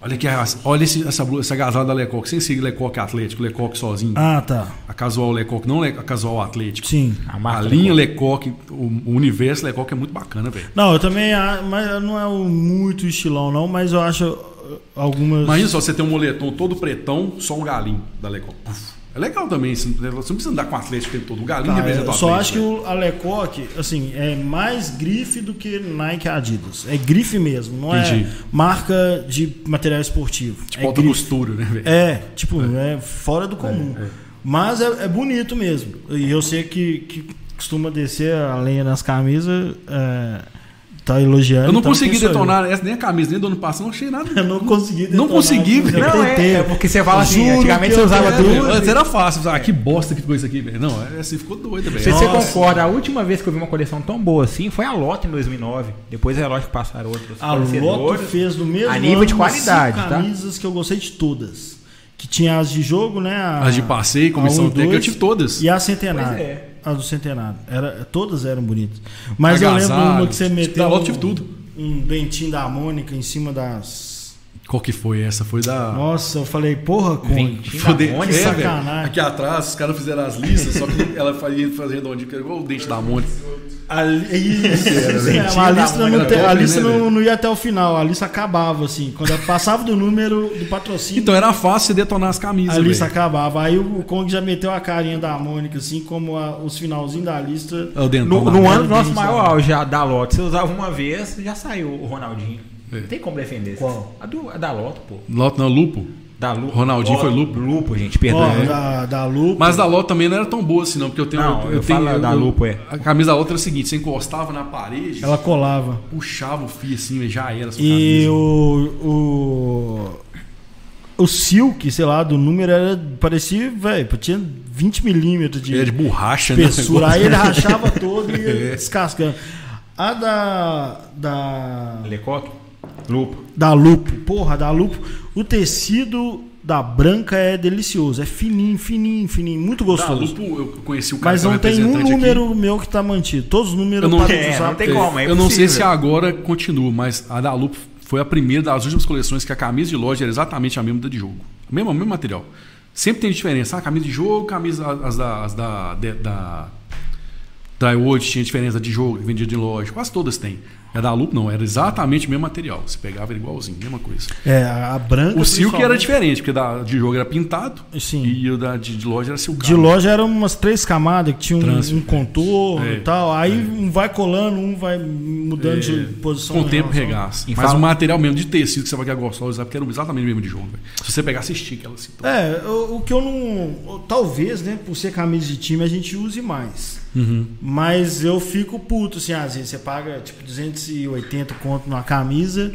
[SPEAKER 2] Olha que olha esse- essa blusa, essa gasada da Lecoque, sem seguir Lecoque Atlético, Lecoque sozinho.
[SPEAKER 1] Ah, tá.
[SPEAKER 2] A casual Lecoque, não Le- a casual Atlético.
[SPEAKER 1] Sim.
[SPEAKER 3] A
[SPEAKER 2] A
[SPEAKER 3] marca
[SPEAKER 2] linha Lecoque, o, o universo Lecoque é muito bacana, velho.
[SPEAKER 1] Não, eu também. a- Mas não é um muito estilão, não, mas eu acho uh, algumas.
[SPEAKER 2] Imagina só você ter um moletom todo pretão, só um galinho da Lecoque. Puf. É legal também, você não você não precisa andar com o Atlético o tempo todo. O
[SPEAKER 1] Tá,
[SPEAKER 2] galinho representa
[SPEAKER 1] eu
[SPEAKER 2] o
[SPEAKER 1] só
[SPEAKER 2] Atlético,
[SPEAKER 1] acho que
[SPEAKER 2] velho.
[SPEAKER 1] o Alecoque, assim, é mais grife do que Nike e Adidas. É grife mesmo, não
[SPEAKER 2] Entendi.
[SPEAKER 1] é marca de material esportivo.
[SPEAKER 2] Tipo,
[SPEAKER 1] é
[SPEAKER 2] alta
[SPEAKER 1] grife.
[SPEAKER 2] costura, né, velho?
[SPEAKER 1] É, tipo, é, fora do comum. Mas é, é bonito mesmo. E eu sei que, que costuma descer a lenha nas camisas, é, tá elogiando.
[SPEAKER 2] Eu não
[SPEAKER 1] então
[SPEAKER 2] consegui
[SPEAKER 1] quem sou eu?
[SPEAKER 2] detonar essa, nem a camisa, nem do ano passado, não achei nada.
[SPEAKER 1] Eu não consegui
[SPEAKER 2] Não consegui,
[SPEAKER 1] mas eu
[SPEAKER 2] velho.
[SPEAKER 3] Não, é,
[SPEAKER 1] tentei.
[SPEAKER 3] é porque você fala assim,
[SPEAKER 1] Juro
[SPEAKER 3] antigamente
[SPEAKER 1] que
[SPEAKER 3] você
[SPEAKER 1] eu
[SPEAKER 3] usava
[SPEAKER 1] quero.
[SPEAKER 3] duas.
[SPEAKER 2] Antes era fácil, ah, que bosta que ficou isso aqui, velho. Não, é assim, ficou doido,
[SPEAKER 3] Se
[SPEAKER 2] velho.
[SPEAKER 3] você
[SPEAKER 1] Nossa.
[SPEAKER 3] concorda, a última vez que eu vi uma coleção tão boa assim foi a Lotte em 2009. Depois é lógico que passaram outros
[SPEAKER 1] A Loto fez no mesmo
[SPEAKER 3] A nível de
[SPEAKER 1] ano umas
[SPEAKER 3] qualidade,
[SPEAKER 1] cinco
[SPEAKER 3] tá?
[SPEAKER 1] camisas que eu gostei de todas. Que tinha as de jogo, né? A-
[SPEAKER 2] As de passeio, comissão
[SPEAKER 1] a um,
[SPEAKER 2] técnica, eu
[SPEAKER 1] dois,
[SPEAKER 2] tive todas.
[SPEAKER 1] E a centenário.
[SPEAKER 3] Pois é.
[SPEAKER 1] A do centenário. Era, todas eram bonitas. Mas eu lembro
[SPEAKER 2] Agasalho,
[SPEAKER 1] uma que você
[SPEAKER 2] tive-
[SPEAKER 1] meteu
[SPEAKER 2] da Loto,
[SPEAKER 1] um-
[SPEAKER 2] tive tudo.
[SPEAKER 1] um dentinho da Mônica em cima das...
[SPEAKER 2] Qual que foi essa? Foi da.
[SPEAKER 1] Nossa, eu falei, porra, Conde.
[SPEAKER 3] Dentinho.
[SPEAKER 2] Foi
[SPEAKER 3] da
[SPEAKER 2] de-
[SPEAKER 3] Mônica,
[SPEAKER 2] é, velho.
[SPEAKER 1] sacanagem.
[SPEAKER 2] Aqui atrás, os caras fizeram as listas, só que ela fazia, fazia redondinho, que era igual o dente da Mônica.
[SPEAKER 1] Ali- Isso, isso,
[SPEAKER 3] dentinho
[SPEAKER 1] é,
[SPEAKER 3] da
[SPEAKER 1] A lista,
[SPEAKER 3] Mônica.
[SPEAKER 1] não, te-
[SPEAKER 2] Top,
[SPEAKER 1] a lista
[SPEAKER 2] né, velho?
[SPEAKER 1] não, não ia até o final. A lista acabava, assim. Quando ela passava do número do patrocínio...
[SPEAKER 2] Então era fácil você detonar as camisas.
[SPEAKER 1] A lista
[SPEAKER 2] velho.
[SPEAKER 1] acabava. Aí o Kong já meteu a carinha da Mônica, assim, como a- os finalzinhos da lista.
[SPEAKER 2] É o dentão
[SPEAKER 3] No,
[SPEAKER 2] da
[SPEAKER 3] no
[SPEAKER 2] Mônica.
[SPEAKER 3] ano do nosso
[SPEAKER 1] Dentinho.
[SPEAKER 3] maior auge a da Lotte, você usava uma vez, já saiu o Ronaldinho.
[SPEAKER 2] É.
[SPEAKER 3] Não tem como defender.
[SPEAKER 1] Qual?
[SPEAKER 3] A, do, a da Lotte, pô.
[SPEAKER 2] Loto não, Lupo.
[SPEAKER 3] Da Lupo.
[SPEAKER 2] Ronaldinho foi Lupo?
[SPEAKER 3] Lupo, gente, perdão.
[SPEAKER 1] Ó, da, da Lupa.
[SPEAKER 2] né? Mas da Loto também não era tão boa assim, não, porque eu tenho.
[SPEAKER 3] Não,
[SPEAKER 2] eu,
[SPEAKER 3] eu
[SPEAKER 2] tenho
[SPEAKER 3] falo da Lupo, é.
[SPEAKER 2] A camisa da Loto era o seguinte: você encostava na parede,
[SPEAKER 1] Ela colava.
[SPEAKER 2] puxava o fio assim, velho, já era a sua
[SPEAKER 1] E
[SPEAKER 2] camisa.
[SPEAKER 1] o. O. O Silk, sei lá, do número era. Parecia, velho, tinha 20 milímetros de
[SPEAKER 2] Era de borracha, né?
[SPEAKER 1] espessura. Aí ele rachava todo e
[SPEAKER 2] É.
[SPEAKER 1] ia descascando. A da. Da.
[SPEAKER 3] Lecoque? Lupo.
[SPEAKER 1] Da Lupo. Porra, da Lupo. O tecido da branca é delicioso. É fininho, fininho, fininho. Muito
[SPEAKER 2] Da
[SPEAKER 1] gostoso.
[SPEAKER 2] Lupo, eu conheci o cara
[SPEAKER 1] Mas
[SPEAKER 2] que é o
[SPEAKER 1] não tem um
[SPEAKER 2] representante aqui.
[SPEAKER 1] número meu que tá mantido. Todos os números
[SPEAKER 2] Eu não-
[SPEAKER 1] parei de
[SPEAKER 3] É,
[SPEAKER 1] usar.
[SPEAKER 3] não tem como, é
[SPEAKER 2] Eu não sei
[SPEAKER 3] impossível.
[SPEAKER 2] se agora continua, mas a da Lupo foi a primeira das últimas coleções que a camisa de loja era exatamente a mesma da de jogo. Mesmo, mesmo material. Sempre tem diferença. Ah, camisa de jogo, camisa as da as da de- da da World tinha diferença de jogo, vendida de loja, quase todas têm. A da Lupo não, era exatamente o mesmo material. Você pegava era igualzinho, mesma coisa.
[SPEAKER 1] É, a a branca.
[SPEAKER 2] O silk era
[SPEAKER 1] principalmente.
[SPEAKER 2] diferente, porque da de jogo era pintado
[SPEAKER 1] Sim.
[SPEAKER 2] e o da de, de loja era silcado.
[SPEAKER 1] De loja eram umas três camadas que tinha um,
[SPEAKER 2] Transfer,
[SPEAKER 1] um contorno
[SPEAKER 2] é. É.
[SPEAKER 1] e tal. Aí um vai colando, um vai mudando de posição.
[SPEAKER 2] Com o
[SPEAKER 1] em
[SPEAKER 2] tempo
[SPEAKER 1] relação-
[SPEAKER 2] regaça.
[SPEAKER 3] E
[SPEAKER 2] Mas
[SPEAKER 1] um
[SPEAKER 3] fala-
[SPEAKER 2] o material mesmo de tecido que você vai querer gostar de usar, porque era exatamente o mesmo de jogo. velho. Se você pegar, você estica ela assim. então.
[SPEAKER 1] É, o, o que eu não. o- Talvez, né, por ser camisa de time, a gente use mais.
[SPEAKER 2] Uhum.
[SPEAKER 1] Mas eu fico puto, assim, às vezes você paga tipo 280 conto numa camisa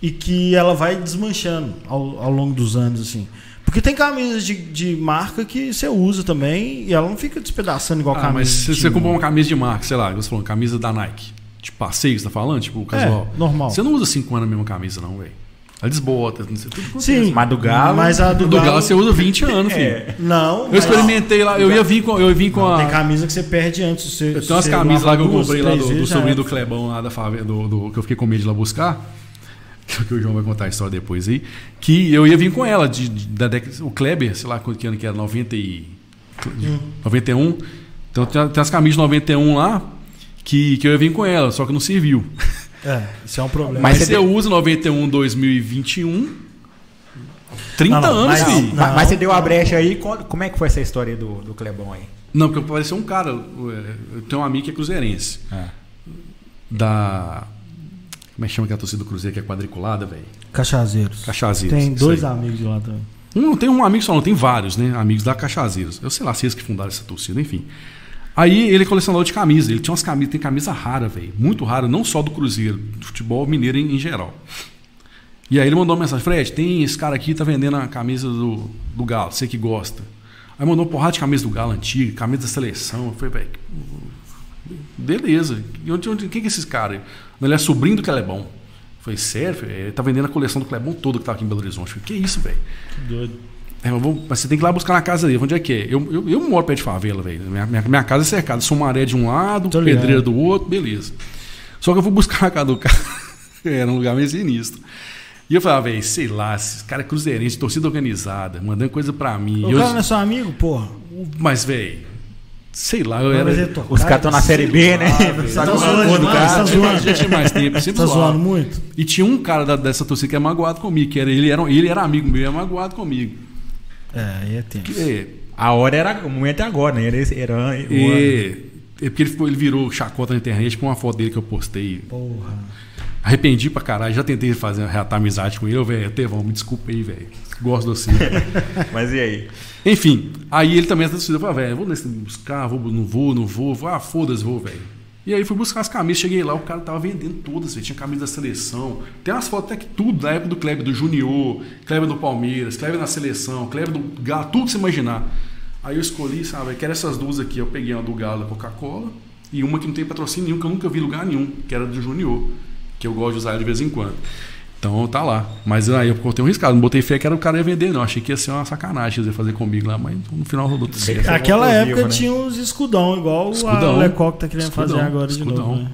[SPEAKER 1] e que ela vai desmanchando ao, ao longo dos anos, assim. Porque tem camisas de, de marca que você usa também e ela não fica despedaçando igual
[SPEAKER 2] Ah,
[SPEAKER 1] camisa.
[SPEAKER 2] mas
[SPEAKER 1] de
[SPEAKER 2] se você
[SPEAKER 1] time.
[SPEAKER 2] comprar uma camisa de marca, sei lá, você falou, camisa da Nike, de passeio, que você tá falando, tipo, o casual.
[SPEAKER 1] É, normal.
[SPEAKER 2] Você não usa cinco anos a mesma camisa, não, velho. Ela desbota, não sei tudo.
[SPEAKER 1] Sim,
[SPEAKER 3] Mas do Galo-
[SPEAKER 1] Mas a do,
[SPEAKER 2] Do
[SPEAKER 1] Galo.
[SPEAKER 2] Galo você usa 20 anos, filho.
[SPEAKER 1] Não,
[SPEAKER 2] Eu experimentei lá, eu ia vir com, eu ia vir com
[SPEAKER 1] Não,
[SPEAKER 2] a.
[SPEAKER 1] tem camisa que você perde antes. Você,
[SPEAKER 2] Eu tenho umas camisas lá que eu comprei lá do, do sobrinho do Clebão lá da favela, do, do- que eu fiquei com medo de ir lá buscar. Que o João vai contar a história depois aí. Que eu ia vir com ela, de, de- da década- o Kleber, sei lá quanto que ano que era, 90 e, 91. Então tem, tem as camisas de 91 lá que, que eu ia vir com ela, só que não serviu.
[SPEAKER 1] É, isso é um problema.
[SPEAKER 3] Mas
[SPEAKER 2] Mas
[SPEAKER 3] você
[SPEAKER 2] você
[SPEAKER 3] tem-
[SPEAKER 2] usa 91 2021. 30
[SPEAKER 1] Não, não,
[SPEAKER 2] um, anos,
[SPEAKER 1] mas-
[SPEAKER 2] filho.
[SPEAKER 3] Mas,
[SPEAKER 1] Não.
[SPEAKER 3] mas você deu a brecha aí, co- como é que foi essa história aí do, do Clebão aí?
[SPEAKER 2] Não, porque apareceu um cara. Eu tenho um amigo que é cruzeirense.
[SPEAKER 3] É.
[SPEAKER 2] Da. Como é que chama aquela torcida do Cruzeiro que é quadriculada, velho?
[SPEAKER 1] Cachazeiros.
[SPEAKER 2] Cachazeiros.
[SPEAKER 1] Tem
[SPEAKER 2] isso
[SPEAKER 1] dois
[SPEAKER 2] aí.
[SPEAKER 1] amigos lá também.
[SPEAKER 2] Um, não tem um amigo só, não, tem vários, né? Amigos da Cachazeiros. Eu sei lá se eles que fundaram essa torcida, enfim. Aí ele é colecionador de camisas. Ele tinha umas camisas, tem camisa rara, velho. Muito rara, não só do Cruzeiro, do futebol mineiro em, em geral. E aí ele mandou uma mensagem: Fred, tem esse cara aqui, tá vendendo a camisa do, do Galo, você que gosta. Aí mandou uma porrada de camisa do Galo antiga, camisa da seleção. Eu falei, velho, beleza. E onde, onde, quem que é esse cara? Ele é sobrinho do Clebão. Eu falei, sério? filho? Ele tá vendendo a coleção do Clebão toda que tava aqui em Belo Horizonte. Eu falei, que isso, velho?
[SPEAKER 1] Doido.
[SPEAKER 2] É, mas vamos- mas você tem que ir lá buscar na casa dele. Onde é que é? Eu, eu, eu moro perto de favela, velho. Minha, minha, minha casa é cercada. Sumaré de um lado,
[SPEAKER 1] Tô ligado.
[SPEAKER 2] pedreira do outro, beleza. Só que eu fui buscar na casa do cara. Era um lugar meio sinistro. E eu falava, velho, sei lá, esse cara é cruzeirense, torcida organizada, mandando coisa pra mim. E
[SPEAKER 1] O
[SPEAKER 2] eu-
[SPEAKER 1] cara não é seu amigo, porra.
[SPEAKER 2] Mas, velho, sei lá, eu
[SPEAKER 1] Mas ele
[SPEAKER 2] era.
[SPEAKER 1] é tocado.
[SPEAKER 3] Os caras estão na Série B, né? Não
[SPEAKER 1] Você tá
[SPEAKER 3] sabe como é o
[SPEAKER 1] zoando
[SPEAKER 3] nome do
[SPEAKER 1] demais,
[SPEAKER 3] cara.
[SPEAKER 1] tá zoando.
[SPEAKER 2] Já tinha mais tempo, sempre
[SPEAKER 1] Tá
[SPEAKER 2] zoava.
[SPEAKER 1] zoando muito?
[SPEAKER 2] E tinha um cara da- dessa torcida que é magoado comigo, que era ele, era, ele era amigo meu, e é magoado comigo.
[SPEAKER 1] É, aí é tempo.
[SPEAKER 2] É,
[SPEAKER 3] A hora era. O momento é agora, né? Era, esse- era o ano.
[SPEAKER 2] E, é porque ele, ficou- ele virou chacota na internet com uma foto dele que eu postei.
[SPEAKER 1] Porra.
[SPEAKER 2] Arrependi pra caralho, já tentei fazer, reatar amizade com ele. Ô, velho, Tevão, me desculpa aí, velho. Gosto do você.
[SPEAKER 3] Mas e aí?
[SPEAKER 2] Enfim, aí ele também decidiu, falou, velho, vou nesse buscar, vou, não vou, não vou. vou ah, foda-se, vou, velho. E aí fui buscar as camisas, cheguei lá, o cara tava vendendo todas, velho. Tinha camisa da seleção. Tem umas fotos até que tudo, da época do Kleber, do Junior, Kleber do Palmeiras, Kleber na seleção, Kleber do Galo, tudo que você imaginar. Aí eu escolhi, sabe, quero essas duas aqui. Eu peguei uma do Galo da Coca-Cola e uma que não tem patrocínio nenhum, que eu nunca vi em lugar nenhum, que era do Junior, que eu gosto de usar de vez em quando. Então tá lá. Mas aí eu cortei um riscado, não botei fé que era o cara ia vender, não. Achei que ia ser uma sacanagem eles iam fazer comigo lá, mas no final rodou tudo certo.
[SPEAKER 1] Naquela
[SPEAKER 3] voltou
[SPEAKER 1] época
[SPEAKER 3] vivo, né?
[SPEAKER 1] tinha uns escudão, igual
[SPEAKER 2] Escudão.
[SPEAKER 1] a Lecoq tá querendo fazer
[SPEAKER 2] Escudão,
[SPEAKER 1] agora de
[SPEAKER 2] escudão.
[SPEAKER 1] novo. né?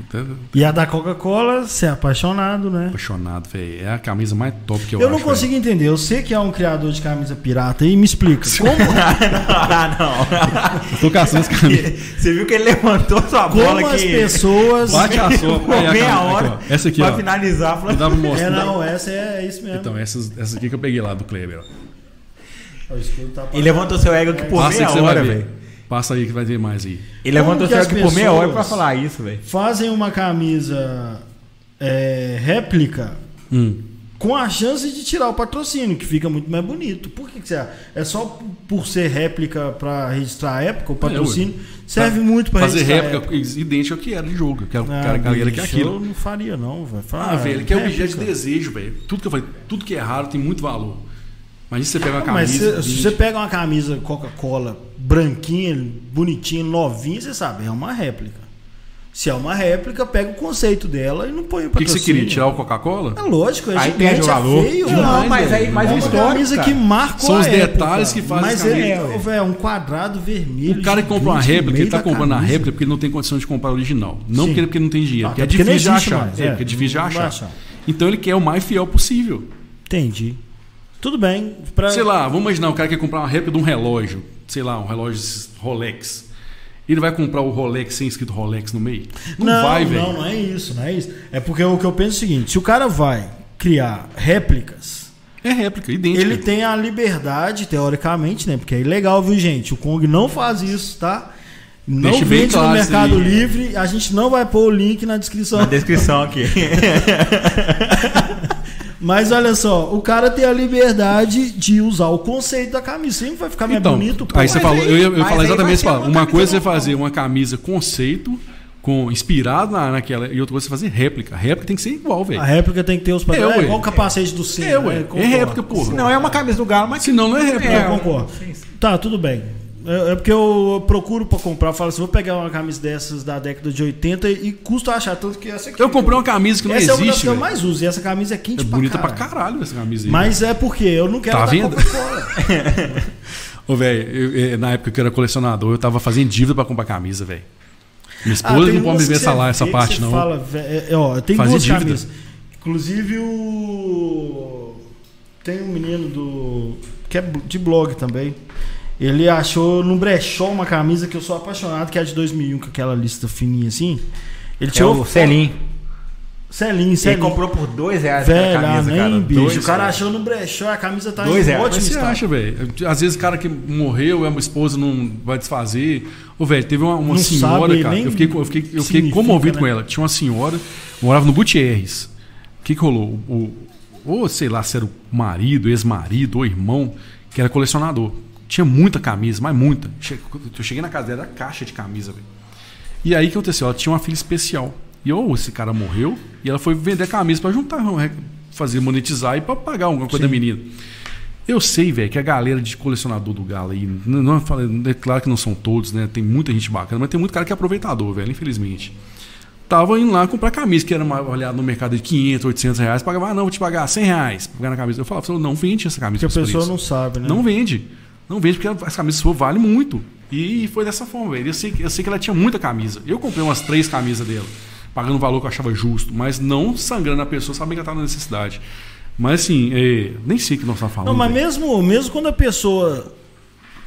[SPEAKER 2] Entendeu?
[SPEAKER 1] E a da Coca-Cola, você é apaixonado, né?
[SPEAKER 2] Apaixonado, velho. É a camisa mais top que eu,
[SPEAKER 1] Eu, não
[SPEAKER 2] acho,
[SPEAKER 1] consigo entender. Eu sei que é um criador de camisa pirata e me explica.
[SPEAKER 3] ah, não.
[SPEAKER 2] velho. Tô caçando essa camisa.
[SPEAKER 3] Você viu que ele levantou sua bola
[SPEAKER 1] Como
[SPEAKER 3] aqui.
[SPEAKER 1] as pessoas.
[SPEAKER 2] Bate a sopa. aí a
[SPEAKER 3] meia
[SPEAKER 2] camisa,
[SPEAKER 3] hora.
[SPEAKER 2] aqui, ó. Essa aqui,
[SPEAKER 3] pra
[SPEAKER 2] ó.
[SPEAKER 3] finalizar,
[SPEAKER 2] Não
[SPEAKER 3] falando.
[SPEAKER 2] dá pra
[SPEAKER 1] É,
[SPEAKER 2] mostrar.
[SPEAKER 1] não, essa é, é isso mesmo.
[SPEAKER 2] Então, essas, essas aqui que eu peguei lá do Kleber. ó.
[SPEAKER 1] O escudo tá
[SPEAKER 3] Ele levantou seu ego aqui por
[SPEAKER 2] Passa aí
[SPEAKER 3] meia
[SPEAKER 2] que você
[SPEAKER 3] hora,
[SPEAKER 2] vai ver.
[SPEAKER 3] velho.
[SPEAKER 2] Passa aí que vai ter mais aí.
[SPEAKER 3] assim, Ele levantou
[SPEAKER 1] que
[SPEAKER 3] seu
[SPEAKER 1] as
[SPEAKER 3] ego aqui por meia hora pra
[SPEAKER 1] pessoas-
[SPEAKER 3] falar isso, velho.
[SPEAKER 1] Fazem uma camisa é, réplica
[SPEAKER 2] Hum.
[SPEAKER 1] com a chance de tirar o patrocínio, que fica muito mais bonito. Por que, que você acha? É só por ser réplica pra registrar a época, o patrocínio serve muito pra
[SPEAKER 2] É, Fazer
[SPEAKER 1] registrar a
[SPEAKER 2] réplica idêntica ao que era de jogo. Que era,
[SPEAKER 1] Ah,
[SPEAKER 2] cara, cara, era que é
[SPEAKER 1] bicho,
[SPEAKER 2] aquilo.
[SPEAKER 1] Eu não faria, não, velho. Fala,
[SPEAKER 2] Ah, velho, que é objeto de
[SPEAKER 1] réplica.
[SPEAKER 2] desejo, velho. Tudo que eu falei, tudo que é raro tem muito valor. Imagina você pegar uma
[SPEAKER 1] Ah, Mas
[SPEAKER 2] camisa.
[SPEAKER 1] se, se
[SPEAKER 2] vinte.
[SPEAKER 1] você pega uma camisa Coca-Cola branquinha, bonitinha, novinha, você sabe, é uma réplica. Se é uma réplica, pega o conceito dela e não põe o
[SPEAKER 2] O que, que
[SPEAKER 1] patrocínio.
[SPEAKER 2] você queria? Tirar o Coca-Cola?
[SPEAKER 1] É lógico, é
[SPEAKER 3] Aí
[SPEAKER 1] gigante,
[SPEAKER 3] perde o valor.
[SPEAKER 1] é feio.
[SPEAKER 3] Não,
[SPEAKER 1] mano.
[SPEAKER 3] mas aí- mas
[SPEAKER 1] é
[SPEAKER 3] o
[SPEAKER 1] uma
[SPEAKER 3] histórico,
[SPEAKER 1] camisa
[SPEAKER 3] cara.
[SPEAKER 1] que marcou
[SPEAKER 2] São
[SPEAKER 1] a
[SPEAKER 2] os
[SPEAKER 1] época.
[SPEAKER 2] detalhes que fazem
[SPEAKER 1] Mas
[SPEAKER 2] a
[SPEAKER 1] é,
[SPEAKER 2] camisa.
[SPEAKER 1] é, velho, é um quadrado vermelho.
[SPEAKER 2] O cara que comprou uma
[SPEAKER 1] gigante É no
[SPEAKER 2] réplica,
[SPEAKER 1] meio
[SPEAKER 2] ele tá
[SPEAKER 1] da
[SPEAKER 2] comprando a
[SPEAKER 1] camisa.
[SPEAKER 2] réplica porque ele não tem condição de comprar a original. Não
[SPEAKER 1] Sim.
[SPEAKER 2] porque ele- porque ele não tem dinheiro.
[SPEAKER 1] Ah,
[SPEAKER 2] porque é
[SPEAKER 1] porque não
[SPEAKER 2] difícil de
[SPEAKER 1] existe
[SPEAKER 2] achar.
[SPEAKER 1] mais,
[SPEAKER 2] É,
[SPEAKER 1] é.
[SPEAKER 2] porque é difícil de
[SPEAKER 1] Não vai
[SPEAKER 2] achar.
[SPEAKER 1] achar.
[SPEAKER 2] Então ele quer o mais fiel possível.
[SPEAKER 1] Entendi. Tudo bem. Pra...
[SPEAKER 2] Sei lá, vamos imaginar, o cara quer comprar uma réplica de um relógio. Sei lá, um relógio Rolex. Ele vai comprar o Rolex sem escrito Rolex no meio? Não,
[SPEAKER 1] Não, não,
[SPEAKER 2] vai,
[SPEAKER 1] não,
[SPEAKER 2] velho.
[SPEAKER 1] é isso, não é isso. É porque o que eu penso é o seguinte: se o cara vai criar réplicas,
[SPEAKER 2] É réplica, idêntica.
[SPEAKER 1] ele tem a liberdade, teoricamente, né? Porque é ilegal, viu, gente? O Kong não faz isso, tá? Não
[SPEAKER 2] Deixe bem
[SPEAKER 1] vende
[SPEAKER 2] claro
[SPEAKER 1] no
[SPEAKER 2] isso
[SPEAKER 1] Mercado
[SPEAKER 2] aí.
[SPEAKER 1] Livre, a gente não vai pôr o link na descrição.
[SPEAKER 3] Na descrição aqui.
[SPEAKER 1] Mas olha só, o cara tem a liberdade de usar o conceito da camisa. Sempre vai ficar mais
[SPEAKER 2] Então,
[SPEAKER 1] É bonito.
[SPEAKER 2] aí você
[SPEAKER 3] Mas
[SPEAKER 2] falou,
[SPEAKER 3] aí-
[SPEAKER 2] eu ia- eu ia
[SPEAKER 3] mas
[SPEAKER 2] falar
[SPEAKER 3] aí vai
[SPEAKER 2] exatamente isso.
[SPEAKER 3] ser uma
[SPEAKER 2] Uma, uma
[SPEAKER 3] camisa
[SPEAKER 2] coisa é você
[SPEAKER 3] normal.
[SPEAKER 2] fazer uma camisa conceito, com, inspirado na, naquela, e outra coisa é você fazer réplica. A réplica tem que ser igual, velho.
[SPEAKER 1] A réplica tem que ter os
[SPEAKER 2] É,
[SPEAKER 1] padrões.
[SPEAKER 2] ué.
[SPEAKER 1] É igual o capacete do Senna.
[SPEAKER 2] É,
[SPEAKER 1] né?
[SPEAKER 2] ué. É
[SPEAKER 1] Concordo.
[SPEAKER 2] réplica, porra.
[SPEAKER 3] Não, é uma camisa do Galo, mas.
[SPEAKER 2] Senão não é réplica.
[SPEAKER 1] Eu concordo. Tá, tudo bem. É é porque eu procuro pra comprar, eu falo assim, vou pegar uma camisa dessas da década de 80 e custa achar, tanto que essa aqui.
[SPEAKER 2] Eu comprei uma camisa que não
[SPEAKER 1] essa é uma das
[SPEAKER 2] existe,
[SPEAKER 1] que eu
[SPEAKER 2] velho.
[SPEAKER 1] mais uso, e essa camisa é quente
[SPEAKER 2] É bonita pra
[SPEAKER 1] pra
[SPEAKER 2] caralho,
[SPEAKER 1] caralho.
[SPEAKER 2] essa camisa aí.
[SPEAKER 1] Mas é porque eu não quero
[SPEAKER 2] Tá
[SPEAKER 1] dar
[SPEAKER 2] vendo?
[SPEAKER 1] Coca-Cola.
[SPEAKER 2] Ô, velho, eu- eu- na época que eu era colecionador, eu tava fazendo dívida pra comprar camisa, velho.
[SPEAKER 1] Ah,
[SPEAKER 2] Minha esposa
[SPEAKER 1] tem
[SPEAKER 2] não pode me
[SPEAKER 1] umas
[SPEAKER 2] ver
[SPEAKER 1] que
[SPEAKER 2] essa,
[SPEAKER 1] você
[SPEAKER 2] lá, essa
[SPEAKER 1] vê que
[SPEAKER 2] parte,
[SPEAKER 1] você
[SPEAKER 2] não.
[SPEAKER 1] Fala, vé- é, é, ó, tem
[SPEAKER 2] Fazer
[SPEAKER 1] duas
[SPEAKER 2] dívida.
[SPEAKER 1] camisas. Inclusive o. Tem um menino do. que é de blog também. Ele achou num brechó uma camisa que eu sou apaixonado, que é a de 2001, com aquela lista fininha assim. Ele
[SPEAKER 3] É
[SPEAKER 1] tirou.
[SPEAKER 3] o Celim.
[SPEAKER 1] Celinho,
[SPEAKER 3] Ele
[SPEAKER 1] Celinho.
[SPEAKER 3] comprou por dois reais
[SPEAKER 1] Velho,
[SPEAKER 3] aquela camisa,
[SPEAKER 1] amém,
[SPEAKER 3] cara.
[SPEAKER 1] bicho.
[SPEAKER 3] Dois,
[SPEAKER 1] o cara
[SPEAKER 3] cara.
[SPEAKER 1] achou no brechó, a camisa tá
[SPEAKER 3] Dois
[SPEAKER 1] em
[SPEAKER 3] reais.
[SPEAKER 1] ótimo
[SPEAKER 2] Mas você
[SPEAKER 1] estado.
[SPEAKER 2] acha, velho? Às vezes o cara que morreu, a minha esposa não vai desfazer. Ô, velho, teve uma, uma
[SPEAKER 1] Não
[SPEAKER 2] senhora,
[SPEAKER 1] sabe
[SPEAKER 2] cara.
[SPEAKER 1] nem
[SPEAKER 2] Eu fiquei, eu fiquei, eu fiquei
[SPEAKER 1] significa,
[SPEAKER 2] comovido
[SPEAKER 1] né?
[SPEAKER 2] com ela. Tinha uma senhora, morava no Gutierrez. O que, que rolou? O, ou sei lá se era o marido, ex-marido, ou irmão, que era colecionador. Tinha muita camisa, mas muita. Che- Eu cheguei na casa dela, era caixa de camisa, velho. E aí o que aconteceu? Ela tinha uma filha especial. E ou esse cara morreu e ela foi vender a camisa pra juntar, re- fazer monetizar e pra pagar alguma coisa da menina. Eu sei, velho, que a galera de colecionador do Galo aí, não, não fala- é claro que não são todos, né? Tem muita gente bacana, mas tem muito cara que é aproveitador, velho, infelizmente. Tava indo lá comprar camisa, que era uma olhada no mercado de 500, 800 reais, pagava, ah, não, vou te pagar 100 reais, pra pagar na camisa. Eu falava, "Você não vende essa camisa.
[SPEAKER 1] Porque a
[SPEAKER 2] por esse
[SPEAKER 1] pessoa
[SPEAKER 2] preço."
[SPEAKER 1] não sabe, né?
[SPEAKER 2] é Não vende. Não vende porque as camisas suas valem muito. E foi dessa forma, velho. Eu sei, que- eu sei que ela tinha muita camisa. Eu comprei umas três camisas dela, pagando o valor que eu achava justo, mas não sangrando a pessoa, sabendo que ela estava na necessidade. Mas assim, é, nem sei o que nós estamos falando.
[SPEAKER 1] Não, mas
[SPEAKER 2] velho.
[SPEAKER 1] mesmo, mesmo quando a pessoa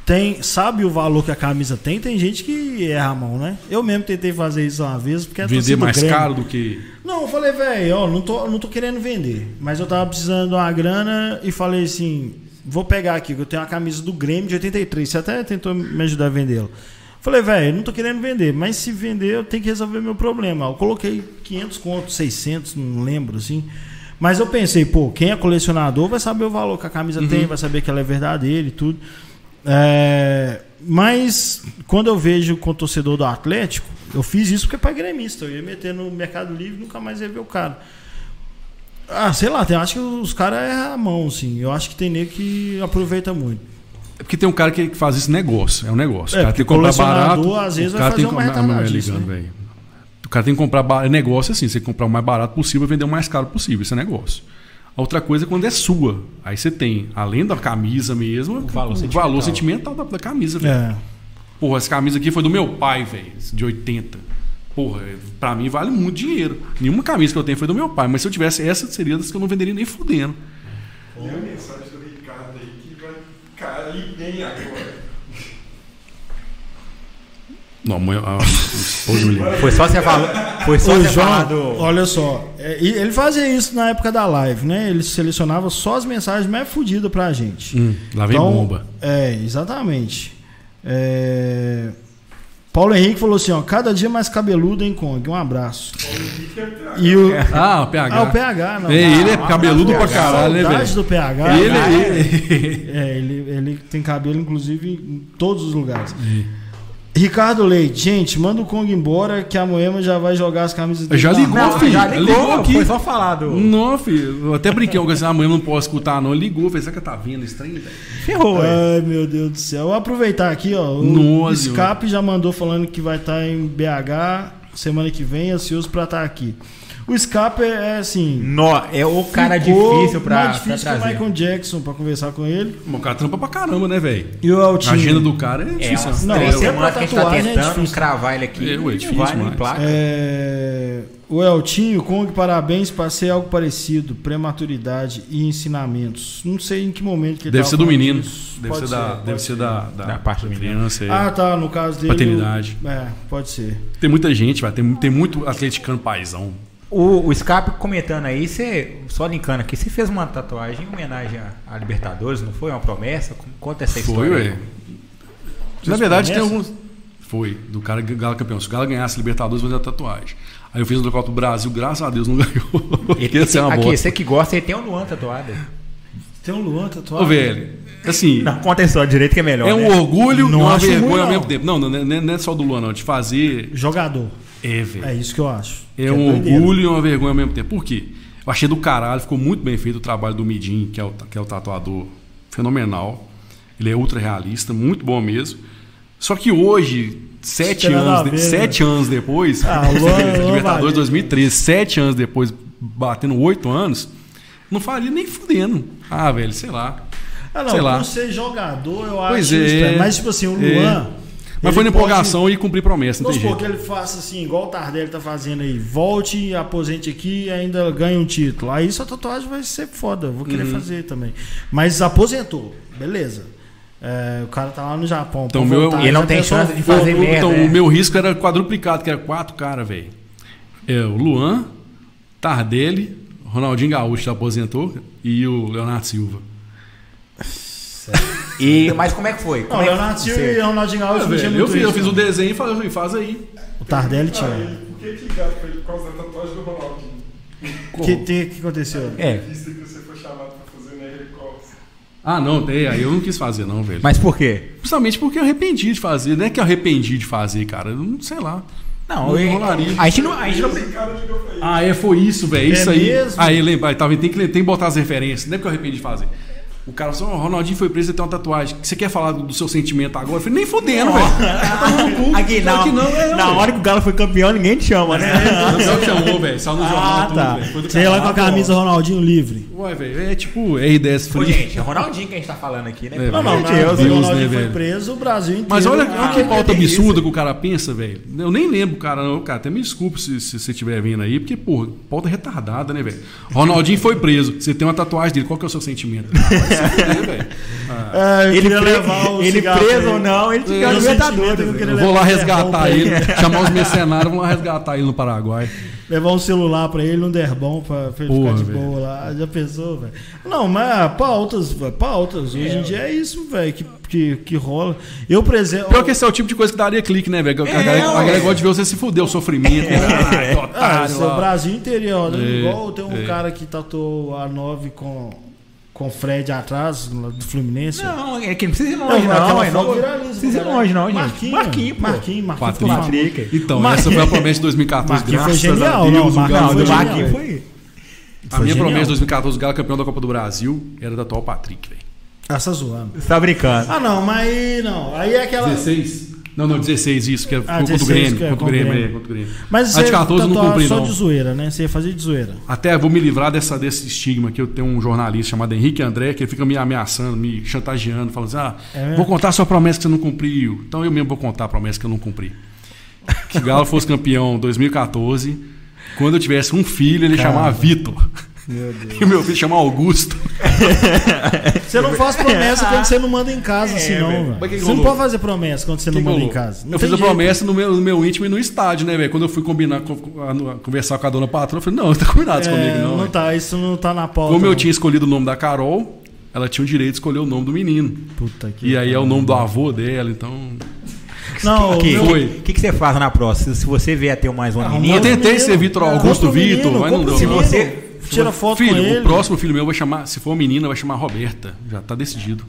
[SPEAKER 1] tem, sabe o valor que a camisa tem, tem gente que erra a mão, né? Eu mesmo tentei fazer isso uma vez, porque a
[SPEAKER 2] Vender
[SPEAKER 1] torcida do
[SPEAKER 2] mais
[SPEAKER 1] Grêmio-
[SPEAKER 2] caro do que.
[SPEAKER 1] Não, eu falei, velho, ó, não tô, não tô querendo vender, mas eu tava precisando de uma grana e falei assim, vou pegar aqui, que eu tenho uma camisa do Grêmio de 83, você até tentou me ajudar a vendê-la. Falei, velho, não tô querendo vender, mas se vender eu tenho que resolver meu problema. Eu coloquei 500 contos, 600, não lembro, assim. Mas eu pensei, pô, quem é colecionador vai saber o valor que a camisa tem, vai saber que ela é verdadeira e tudo. É, mas quando eu vejo com o torcedor do Atlético, eu fiz isso porque é pra gremista. Eu ia meter no Mercado Livre e nunca mais ia ver o cara. Ah, sei lá, tem, acho que os caras erram a mão, assim. Eu acho que tem nego que aproveita muito.
[SPEAKER 2] É porque tem um cara que faz esse negócio. É um negócio.
[SPEAKER 1] É,
[SPEAKER 2] o cara tem que
[SPEAKER 1] porque
[SPEAKER 2] comprar
[SPEAKER 1] colecionador,
[SPEAKER 2] barato.
[SPEAKER 1] às vezes,
[SPEAKER 2] o
[SPEAKER 1] vai
[SPEAKER 2] cara
[SPEAKER 1] fazer
[SPEAKER 2] tem que
[SPEAKER 1] uma
[SPEAKER 2] comprar- Ah, mas é
[SPEAKER 1] retardadice, né?
[SPEAKER 2] ligando, velho. O cara tem que comprar. ba- É negócio assim. Você comprar o mais barato possível e vender o mais caro possível. Isso é negócio. A outra coisa é quando é sua. Aí você tem, além da camisa mesmo, o
[SPEAKER 3] valor
[SPEAKER 2] valor,
[SPEAKER 3] sentimental.
[SPEAKER 2] sentimental da, da camisa, velho.
[SPEAKER 1] É.
[SPEAKER 2] Porra, essa camisa aqui foi do meu pai, velho, de 80. Porra, pra mim vale muito dinheiro. Nenhuma camisa que eu tenho foi do meu pai, mas se eu tivesse essa, seria das que eu não venderia nem fudendo.
[SPEAKER 4] Tem uma mensagem do Ricardo aí que vai cair bem agora.
[SPEAKER 2] Não, amanhã. ah, esposa me ligou.
[SPEAKER 3] Foi só você falar. Foi só
[SPEAKER 1] Ô,
[SPEAKER 3] você
[SPEAKER 1] João,
[SPEAKER 3] falar do.
[SPEAKER 1] Olha só, é, e ele fazia isso na época da live, né? Ele selecionava só as mensagens mais fodidas pra gente.
[SPEAKER 2] Hum, lá vem bomba.
[SPEAKER 1] É, exatamente. É, Paulo Henrique falou assim: ó, cada dia mais cabeludo, hein, Kong? Um abraço. E o.
[SPEAKER 2] Ah, o PH.
[SPEAKER 1] Ah, o PH, não.
[SPEAKER 2] É, ele é
[SPEAKER 1] Ah,
[SPEAKER 2] cabeludo pra
[SPEAKER 1] PH,
[SPEAKER 2] caralho, né,
[SPEAKER 1] saudade
[SPEAKER 2] velho?
[SPEAKER 1] do PH.
[SPEAKER 2] Ele, ele-
[SPEAKER 1] É, ele, ele tem cabelo, inclusive, em todos os lugares. Ricardo Leite, gente, manda o Kong embora que a Moema já vai jogar as camisas dele.
[SPEAKER 2] Já
[SPEAKER 1] na
[SPEAKER 2] ligou,
[SPEAKER 1] rua.
[SPEAKER 2] filho, ligou aqui.
[SPEAKER 3] Foi só falar
[SPEAKER 1] Hum.
[SPEAKER 3] do.
[SPEAKER 2] Não, filho. Eu até brinquei com essa mãe, não posso escutar, não. Ele Ligou, fez, será que eu tá vendo esse trem, velho?
[SPEAKER 3] Ferrou, é.
[SPEAKER 1] Ai, meu Deus do céu. Vou aproveitar aqui, ó. O
[SPEAKER 2] Nossa,
[SPEAKER 1] tá Escape já mandou falando que vai estar em BH. semana que vem, ansioso pra estar aqui. O Scarpa é, é
[SPEAKER 2] Um
[SPEAKER 1] assim.
[SPEAKER 3] Nó, é o cara
[SPEAKER 1] ficou
[SPEAKER 3] difícil pra,
[SPEAKER 1] mais difícil
[SPEAKER 3] pra
[SPEAKER 1] que o
[SPEAKER 3] trazer.
[SPEAKER 1] Michael Jackson pra conversar com ele.
[SPEAKER 2] Mas O cara trampa pra caramba, né, velho?
[SPEAKER 1] E o
[SPEAKER 2] A
[SPEAKER 1] Altinho.
[SPEAKER 2] agenda do cara é
[SPEAKER 3] É,
[SPEAKER 2] difícil.
[SPEAKER 3] umas
[SPEAKER 1] Não,
[SPEAKER 3] três
[SPEAKER 1] até
[SPEAKER 3] semanas
[SPEAKER 1] pra
[SPEAKER 3] que a gente tá
[SPEAKER 1] tatuagem é
[SPEAKER 3] tentando
[SPEAKER 1] difícil.
[SPEAKER 3] cravar ele aqui.
[SPEAKER 2] né, É, ué,
[SPEAKER 3] não
[SPEAKER 2] difícil
[SPEAKER 3] vai, nem
[SPEAKER 2] demais.
[SPEAKER 3] placa.
[SPEAKER 1] É, O Eltinho, Kong, parabéns, passei algo parecido, prematuridade e ensinamentos. Não sei em que momento que ele
[SPEAKER 2] Deve
[SPEAKER 1] tava
[SPEAKER 2] ser do
[SPEAKER 1] falando
[SPEAKER 2] menino.
[SPEAKER 1] disso.
[SPEAKER 2] Deve
[SPEAKER 1] Pode
[SPEAKER 2] ser da.
[SPEAKER 1] pode
[SPEAKER 2] Deve ser da.
[SPEAKER 3] Da parte do menino.
[SPEAKER 2] criança é. aí.
[SPEAKER 1] Ah, tá, no caso dele.
[SPEAKER 2] Paternidade.
[SPEAKER 1] É, pode ser.
[SPEAKER 2] Tem muita gente, vai. Tem, tem muito atleticano paizão.
[SPEAKER 3] O, o Scarpa comentando aí, você, só linkando aqui, você fez uma tatuagem em homenagem a, a Libertadores, não foi? Uma promessa? Com- Conta essa
[SPEAKER 2] Foi,
[SPEAKER 3] história. aí.
[SPEAKER 2] ué. Na verdade, tem
[SPEAKER 1] conhecem?
[SPEAKER 2] alguns. Foi, do cara que- Galo campeão. Se o Galo ganhasse Libertadores, eu fazia tatuagem. Aí eu fiz o local do Brasil, graças a Deus não ganhou.
[SPEAKER 3] Ele
[SPEAKER 2] Porque ia ser
[SPEAKER 3] tem-
[SPEAKER 2] uma
[SPEAKER 3] aqui,
[SPEAKER 2] bosta.
[SPEAKER 3] você que gosta, ele tem o Luan tatuado.
[SPEAKER 1] Tem um Luan tatuado.
[SPEAKER 2] Ô, velho, assim,
[SPEAKER 3] Não, conta a história direito que é melhor.
[SPEAKER 2] é um orgulho e
[SPEAKER 1] Não
[SPEAKER 2] uma
[SPEAKER 1] acho ruim,
[SPEAKER 2] vergonha ao
[SPEAKER 1] não.
[SPEAKER 2] mesmo tempo. Não, não, não, é- não é só do Luan, não. De fazer.
[SPEAKER 1] Jogador.
[SPEAKER 2] É, velho.
[SPEAKER 1] É isso que eu acho. Que
[SPEAKER 2] É um
[SPEAKER 1] doideira.
[SPEAKER 2] orgulho e uma vergonha ao mesmo tempo. Por quê? Eu achei do caralho, ficou muito bem feito o trabalho do Midim, que é o, ta- que é o tatuador fenomenal. Ele é ultra realista, muito bom mesmo. Só que hoje, sete,
[SPEAKER 1] Esperando a
[SPEAKER 2] anos, de-
[SPEAKER 1] vez,
[SPEAKER 2] sete anos depois,
[SPEAKER 1] Ah, o Luan- o Luan valeu.
[SPEAKER 2] Libertadores 2013, sete anos depois, batendo oito anos, não faria nem fudendo. Ah, velho, sei lá.
[SPEAKER 1] Ah, não,
[SPEAKER 2] sei lá.
[SPEAKER 1] por ser jogador, eu
[SPEAKER 2] Pois
[SPEAKER 1] acho
[SPEAKER 2] é.
[SPEAKER 1] estranho. Mas, tipo assim, o
[SPEAKER 2] É.
[SPEAKER 1] Luan.
[SPEAKER 2] Mas foi na
[SPEAKER 1] ele
[SPEAKER 2] empolgação e cumprir promessa, não
[SPEAKER 1] Vamos
[SPEAKER 2] tem
[SPEAKER 1] supor que
[SPEAKER 2] jeito.
[SPEAKER 1] ele faça assim, igual o Tardelli tá fazendo aí. Volte, aposente aqui e ainda ganha um título. Aí sua tatuagem vai ser foda. eu Vou
[SPEAKER 2] Uhum.
[SPEAKER 1] querer fazer também. Mas aposentou. Beleza. É, o cara tá lá no Japão.
[SPEAKER 2] Então,
[SPEAKER 1] pra
[SPEAKER 2] meu,
[SPEAKER 1] voltar,
[SPEAKER 2] ele
[SPEAKER 3] não
[SPEAKER 1] já
[SPEAKER 3] tem
[SPEAKER 1] pensou-
[SPEAKER 3] chance de fazer
[SPEAKER 2] Então,
[SPEAKER 3] merda,
[SPEAKER 2] Então,
[SPEAKER 3] né?
[SPEAKER 2] o meu risco era quadruplicado, que era quatro caras, velho. É, o Luan, Tardelli, Ronaldinho Gaúcho já aposentou e o Leonardo Silva.
[SPEAKER 3] E, mas como é que foi?
[SPEAKER 1] Não,
[SPEAKER 3] Como é que
[SPEAKER 1] Leonardo Silva
[SPEAKER 3] você-
[SPEAKER 1] e Ronaldinho
[SPEAKER 2] Ah,
[SPEAKER 1] Gaúcho não tinha
[SPEAKER 2] velho, eu
[SPEAKER 1] muito
[SPEAKER 2] fiz, eu
[SPEAKER 1] isso,
[SPEAKER 2] fiz um-
[SPEAKER 1] não.
[SPEAKER 2] o desenho e falei, faz aí.
[SPEAKER 1] O Tardelli
[SPEAKER 4] Ah,
[SPEAKER 1] tinha.
[SPEAKER 4] e por que que gato foi por causa da tatuagem do Ronaldinho?
[SPEAKER 1] O que, te- que aconteceu?
[SPEAKER 3] É,
[SPEAKER 4] Vista que você foi chamado pra fazer na Record.
[SPEAKER 2] Ah, não, tem, aí eu não quis fazer, não, velho.
[SPEAKER 3] mas por quê?
[SPEAKER 2] Principalmente porque eu arrependi de fazer. Não é que eu arrependi de fazer, cara. Eu não sei lá.
[SPEAKER 3] Não,
[SPEAKER 2] Não
[SPEAKER 3] eu-
[SPEAKER 2] rolaria.
[SPEAKER 3] a gente não... A gente não
[SPEAKER 4] Esse cara ligou pra ele.
[SPEAKER 2] Ah, é, foi isso, velho.
[SPEAKER 1] É
[SPEAKER 2] isso aí.
[SPEAKER 1] mesmo?
[SPEAKER 2] Aí, lembra, tá, vendo? tem, que, tem que botar as referências. Não é porque eu arrependi de fazer. O cara falou assim: "Ó, o Ronaldinho foi preso e tem uma tatuagem. Você quer falar do seu sentimento agora? Eu falei, nem fudendo, velho. Tá no cu.
[SPEAKER 3] Aqui,
[SPEAKER 2] Claro
[SPEAKER 3] na,
[SPEAKER 2] que não, é,
[SPEAKER 3] na
[SPEAKER 2] ué.
[SPEAKER 3] hora que o Galo foi campeão, ninguém te chama, né?
[SPEAKER 2] Não sei o que chamou, velho. Saiu no jornal.
[SPEAKER 3] Ah,
[SPEAKER 2] tudo,
[SPEAKER 3] tá.
[SPEAKER 2] velho. Foi do
[SPEAKER 1] Sei lá com a
[SPEAKER 2] caralho.
[SPEAKER 1] camisa Ronaldinho livre.
[SPEAKER 2] Ué, velho, é tipo RDS
[SPEAKER 3] Ô,
[SPEAKER 2] Free.
[SPEAKER 3] gente, é o Ronaldinho que a gente tá falando aqui, né?
[SPEAKER 2] É,
[SPEAKER 1] Não, não,
[SPEAKER 2] Meu
[SPEAKER 1] na
[SPEAKER 2] Deus,
[SPEAKER 1] época que o
[SPEAKER 2] Deus,
[SPEAKER 1] Ronaldinho
[SPEAKER 2] né,
[SPEAKER 1] foi
[SPEAKER 2] velho?
[SPEAKER 1] preso, o Brasil inteiro.
[SPEAKER 2] Mas olha,
[SPEAKER 3] Ah,
[SPEAKER 2] olha que
[SPEAKER 1] é
[SPEAKER 2] pauta
[SPEAKER 3] tem isso,
[SPEAKER 2] absurda que o cara pensa, velho. Eu nem lembro, cara. Não, cara, até me desculpe se se você estiver vindo aí, porque, porra, pauta retardada, né, velho? Ronaldinho foi preso. Você tem uma tatuagem dele. Qual que é o seu sentimento? Ah, vai se fuder, velho.
[SPEAKER 1] É, eu
[SPEAKER 3] Ele,
[SPEAKER 1] queria
[SPEAKER 3] pre-
[SPEAKER 1] levar o
[SPEAKER 3] ele
[SPEAKER 1] cigarro
[SPEAKER 3] preso
[SPEAKER 1] pra
[SPEAKER 3] ou
[SPEAKER 1] ele.
[SPEAKER 3] não, ele te
[SPEAKER 2] É,
[SPEAKER 3] ganha
[SPEAKER 1] eu
[SPEAKER 3] Libertadores.
[SPEAKER 1] sentimento, eu
[SPEAKER 3] velho.
[SPEAKER 2] Eu vou lá
[SPEAKER 1] Ele é
[SPEAKER 2] resgatar
[SPEAKER 1] bom,
[SPEAKER 2] ele, chamar os mercenários, vão lá resgatar ele no Paraguai.
[SPEAKER 1] Levar um celular pra ele, um derbão pra, pra ele
[SPEAKER 2] Porra,
[SPEAKER 1] ficar de
[SPEAKER 2] velho.
[SPEAKER 1] boa lá. Já pensou, velho? Não, mas pautas, velho, pautas. Hoje em dia é isso, velho, que, que, que rola. Eu presente.
[SPEAKER 2] Pior que esse é o tipo de coisa que daria clique, né, velho? A galera- a galera gosta de ver você se fuder, o sofrimento. né? Ah,
[SPEAKER 1] Ah,
[SPEAKER 2] otário,
[SPEAKER 1] isso É, é o
[SPEAKER 2] ó.
[SPEAKER 1] Brasil inteiro, ó.
[SPEAKER 2] É,
[SPEAKER 1] Igual tem um
[SPEAKER 2] é.
[SPEAKER 1] cara que tatuou a 9 com, com o Fred atrás, lá do Fluminense. ó.
[SPEAKER 3] Não, é que não precisa ir
[SPEAKER 1] Não,
[SPEAKER 3] longe, não.
[SPEAKER 1] aquela
[SPEAKER 3] é,
[SPEAKER 1] foto
[SPEAKER 3] não
[SPEAKER 1] viraliza,
[SPEAKER 3] precisa ir
[SPEAKER 1] cara.
[SPEAKER 3] longe, não, gente.
[SPEAKER 1] Marquinho,
[SPEAKER 3] Marquinho, pô.
[SPEAKER 1] Marquinho, Marquinho ficou
[SPEAKER 2] Patrick.
[SPEAKER 1] famoso.
[SPEAKER 2] Então,
[SPEAKER 1] Mas-
[SPEAKER 2] essa foi a promessa de 2014.
[SPEAKER 1] Marquinhos
[SPEAKER 2] graças
[SPEAKER 1] foi genial,
[SPEAKER 2] a Deus,
[SPEAKER 1] não,
[SPEAKER 2] o
[SPEAKER 1] Marquinhos
[SPEAKER 2] Galo
[SPEAKER 3] Não,
[SPEAKER 1] foi
[SPEAKER 2] foi
[SPEAKER 3] do
[SPEAKER 1] genial,
[SPEAKER 3] Marquinho
[SPEAKER 1] velho.
[SPEAKER 3] foi...
[SPEAKER 2] A minha
[SPEAKER 1] genial.
[SPEAKER 2] promessa de 2014, o Galo é campeão da Copa do Brasil, era da atual Patrick, velho.
[SPEAKER 1] Ah, tá zoando.
[SPEAKER 3] Você tá brincando.
[SPEAKER 1] Ah, não, mas aí não. Aí é aquela.
[SPEAKER 2] 16? Não, não, 16, isso, que é
[SPEAKER 1] Ah,
[SPEAKER 2] contra o
[SPEAKER 1] 16,
[SPEAKER 2] Grêmio.
[SPEAKER 1] que é
[SPEAKER 2] Contra o
[SPEAKER 1] contra o
[SPEAKER 2] Grêmio, é,
[SPEAKER 1] Grêmio.
[SPEAKER 2] contra o Grêmio.
[SPEAKER 1] Mas
[SPEAKER 2] A
[SPEAKER 1] você
[SPEAKER 2] de 14 eu não
[SPEAKER 1] tatuava
[SPEAKER 2] cumpri,
[SPEAKER 1] só
[SPEAKER 2] não.
[SPEAKER 1] de zoeira, né? Você ia fazer de zoeira.
[SPEAKER 2] Até vou me livrar dessa, desse estigma que eu tenho um jornalista chamado Henrique André, que ele fica me ameaçando, me chantageando, falando assim: ah,
[SPEAKER 1] É mesmo?
[SPEAKER 2] vou contar a sua promessa que você não cumpriu. Então eu mesmo vou contar a promessa que eu não cumpri. Que o Galo fosse campeão em 2014, quando eu tivesse um filho, ele chamava Vitor.
[SPEAKER 1] Meu Deus.
[SPEAKER 2] E o meu filho chamava Augusto.
[SPEAKER 1] Você não faz promessa quando você não manda em casa, assim, não,
[SPEAKER 3] velho.
[SPEAKER 1] velho.
[SPEAKER 2] É. Mas que que
[SPEAKER 1] Você não
[SPEAKER 2] rolou?
[SPEAKER 1] pode fazer promessa quando você não manda em casa. Não
[SPEAKER 2] eu
[SPEAKER 1] tem
[SPEAKER 2] fiz a
[SPEAKER 1] jeito.
[SPEAKER 2] promessa no meu, no meu íntimo e no estádio, né, velho? Quando eu fui combinar, com- com- a- no- a- conversar com a dona patroa, eu falei: não, não tá combinado isso
[SPEAKER 1] É,
[SPEAKER 2] comigo, não.
[SPEAKER 1] não,
[SPEAKER 2] velho."
[SPEAKER 1] tá, isso não tá na pauta.
[SPEAKER 2] Como eu
[SPEAKER 1] não.
[SPEAKER 2] tinha escolhido o nome da Carol, ela tinha o direito de escolher o nome do menino.
[SPEAKER 1] Puta que.
[SPEAKER 2] E aí é o nome do avô dela, então.
[SPEAKER 1] Não,
[SPEAKER 3] Aqui,
[SPEAKER 1] meu-
[SPEAKER 2] Foi.
[SPEAKER 3] O que, que você faz na próxima? Se você vier ter mais uma
[SPEAKER 1] Ah,
[SPEAKER 2] Eu
[SPEAKER 3] menina...
[SPEAKER 1] Outro
[SPEAKER 2] tentei
[SPEAKER 1] menino.
[SPEAKER 2] ser Vitor
[SPEAKER 1] Ah,
[SPEAKER 2] Augusto
[SPEAKER 1] outro
[SPEAKER 2] Vitor,
[SPEAKER 1] menino,
[SPEAKER 2] mas não deu.
[SPEAKER 1] compra
[SPEAKER 2] não.
[SPEAKER 1] um
[SPEAKER 3] Se você-
[SPEAKER 1] menino, Tira foto
[SPEAKER 2] filho,
[SPEAKER 1] com ele.
[SPEAKER 2] o próximo filho meu vai chamar, se for uma menina, vai chamar Roberta. Já tá decidido.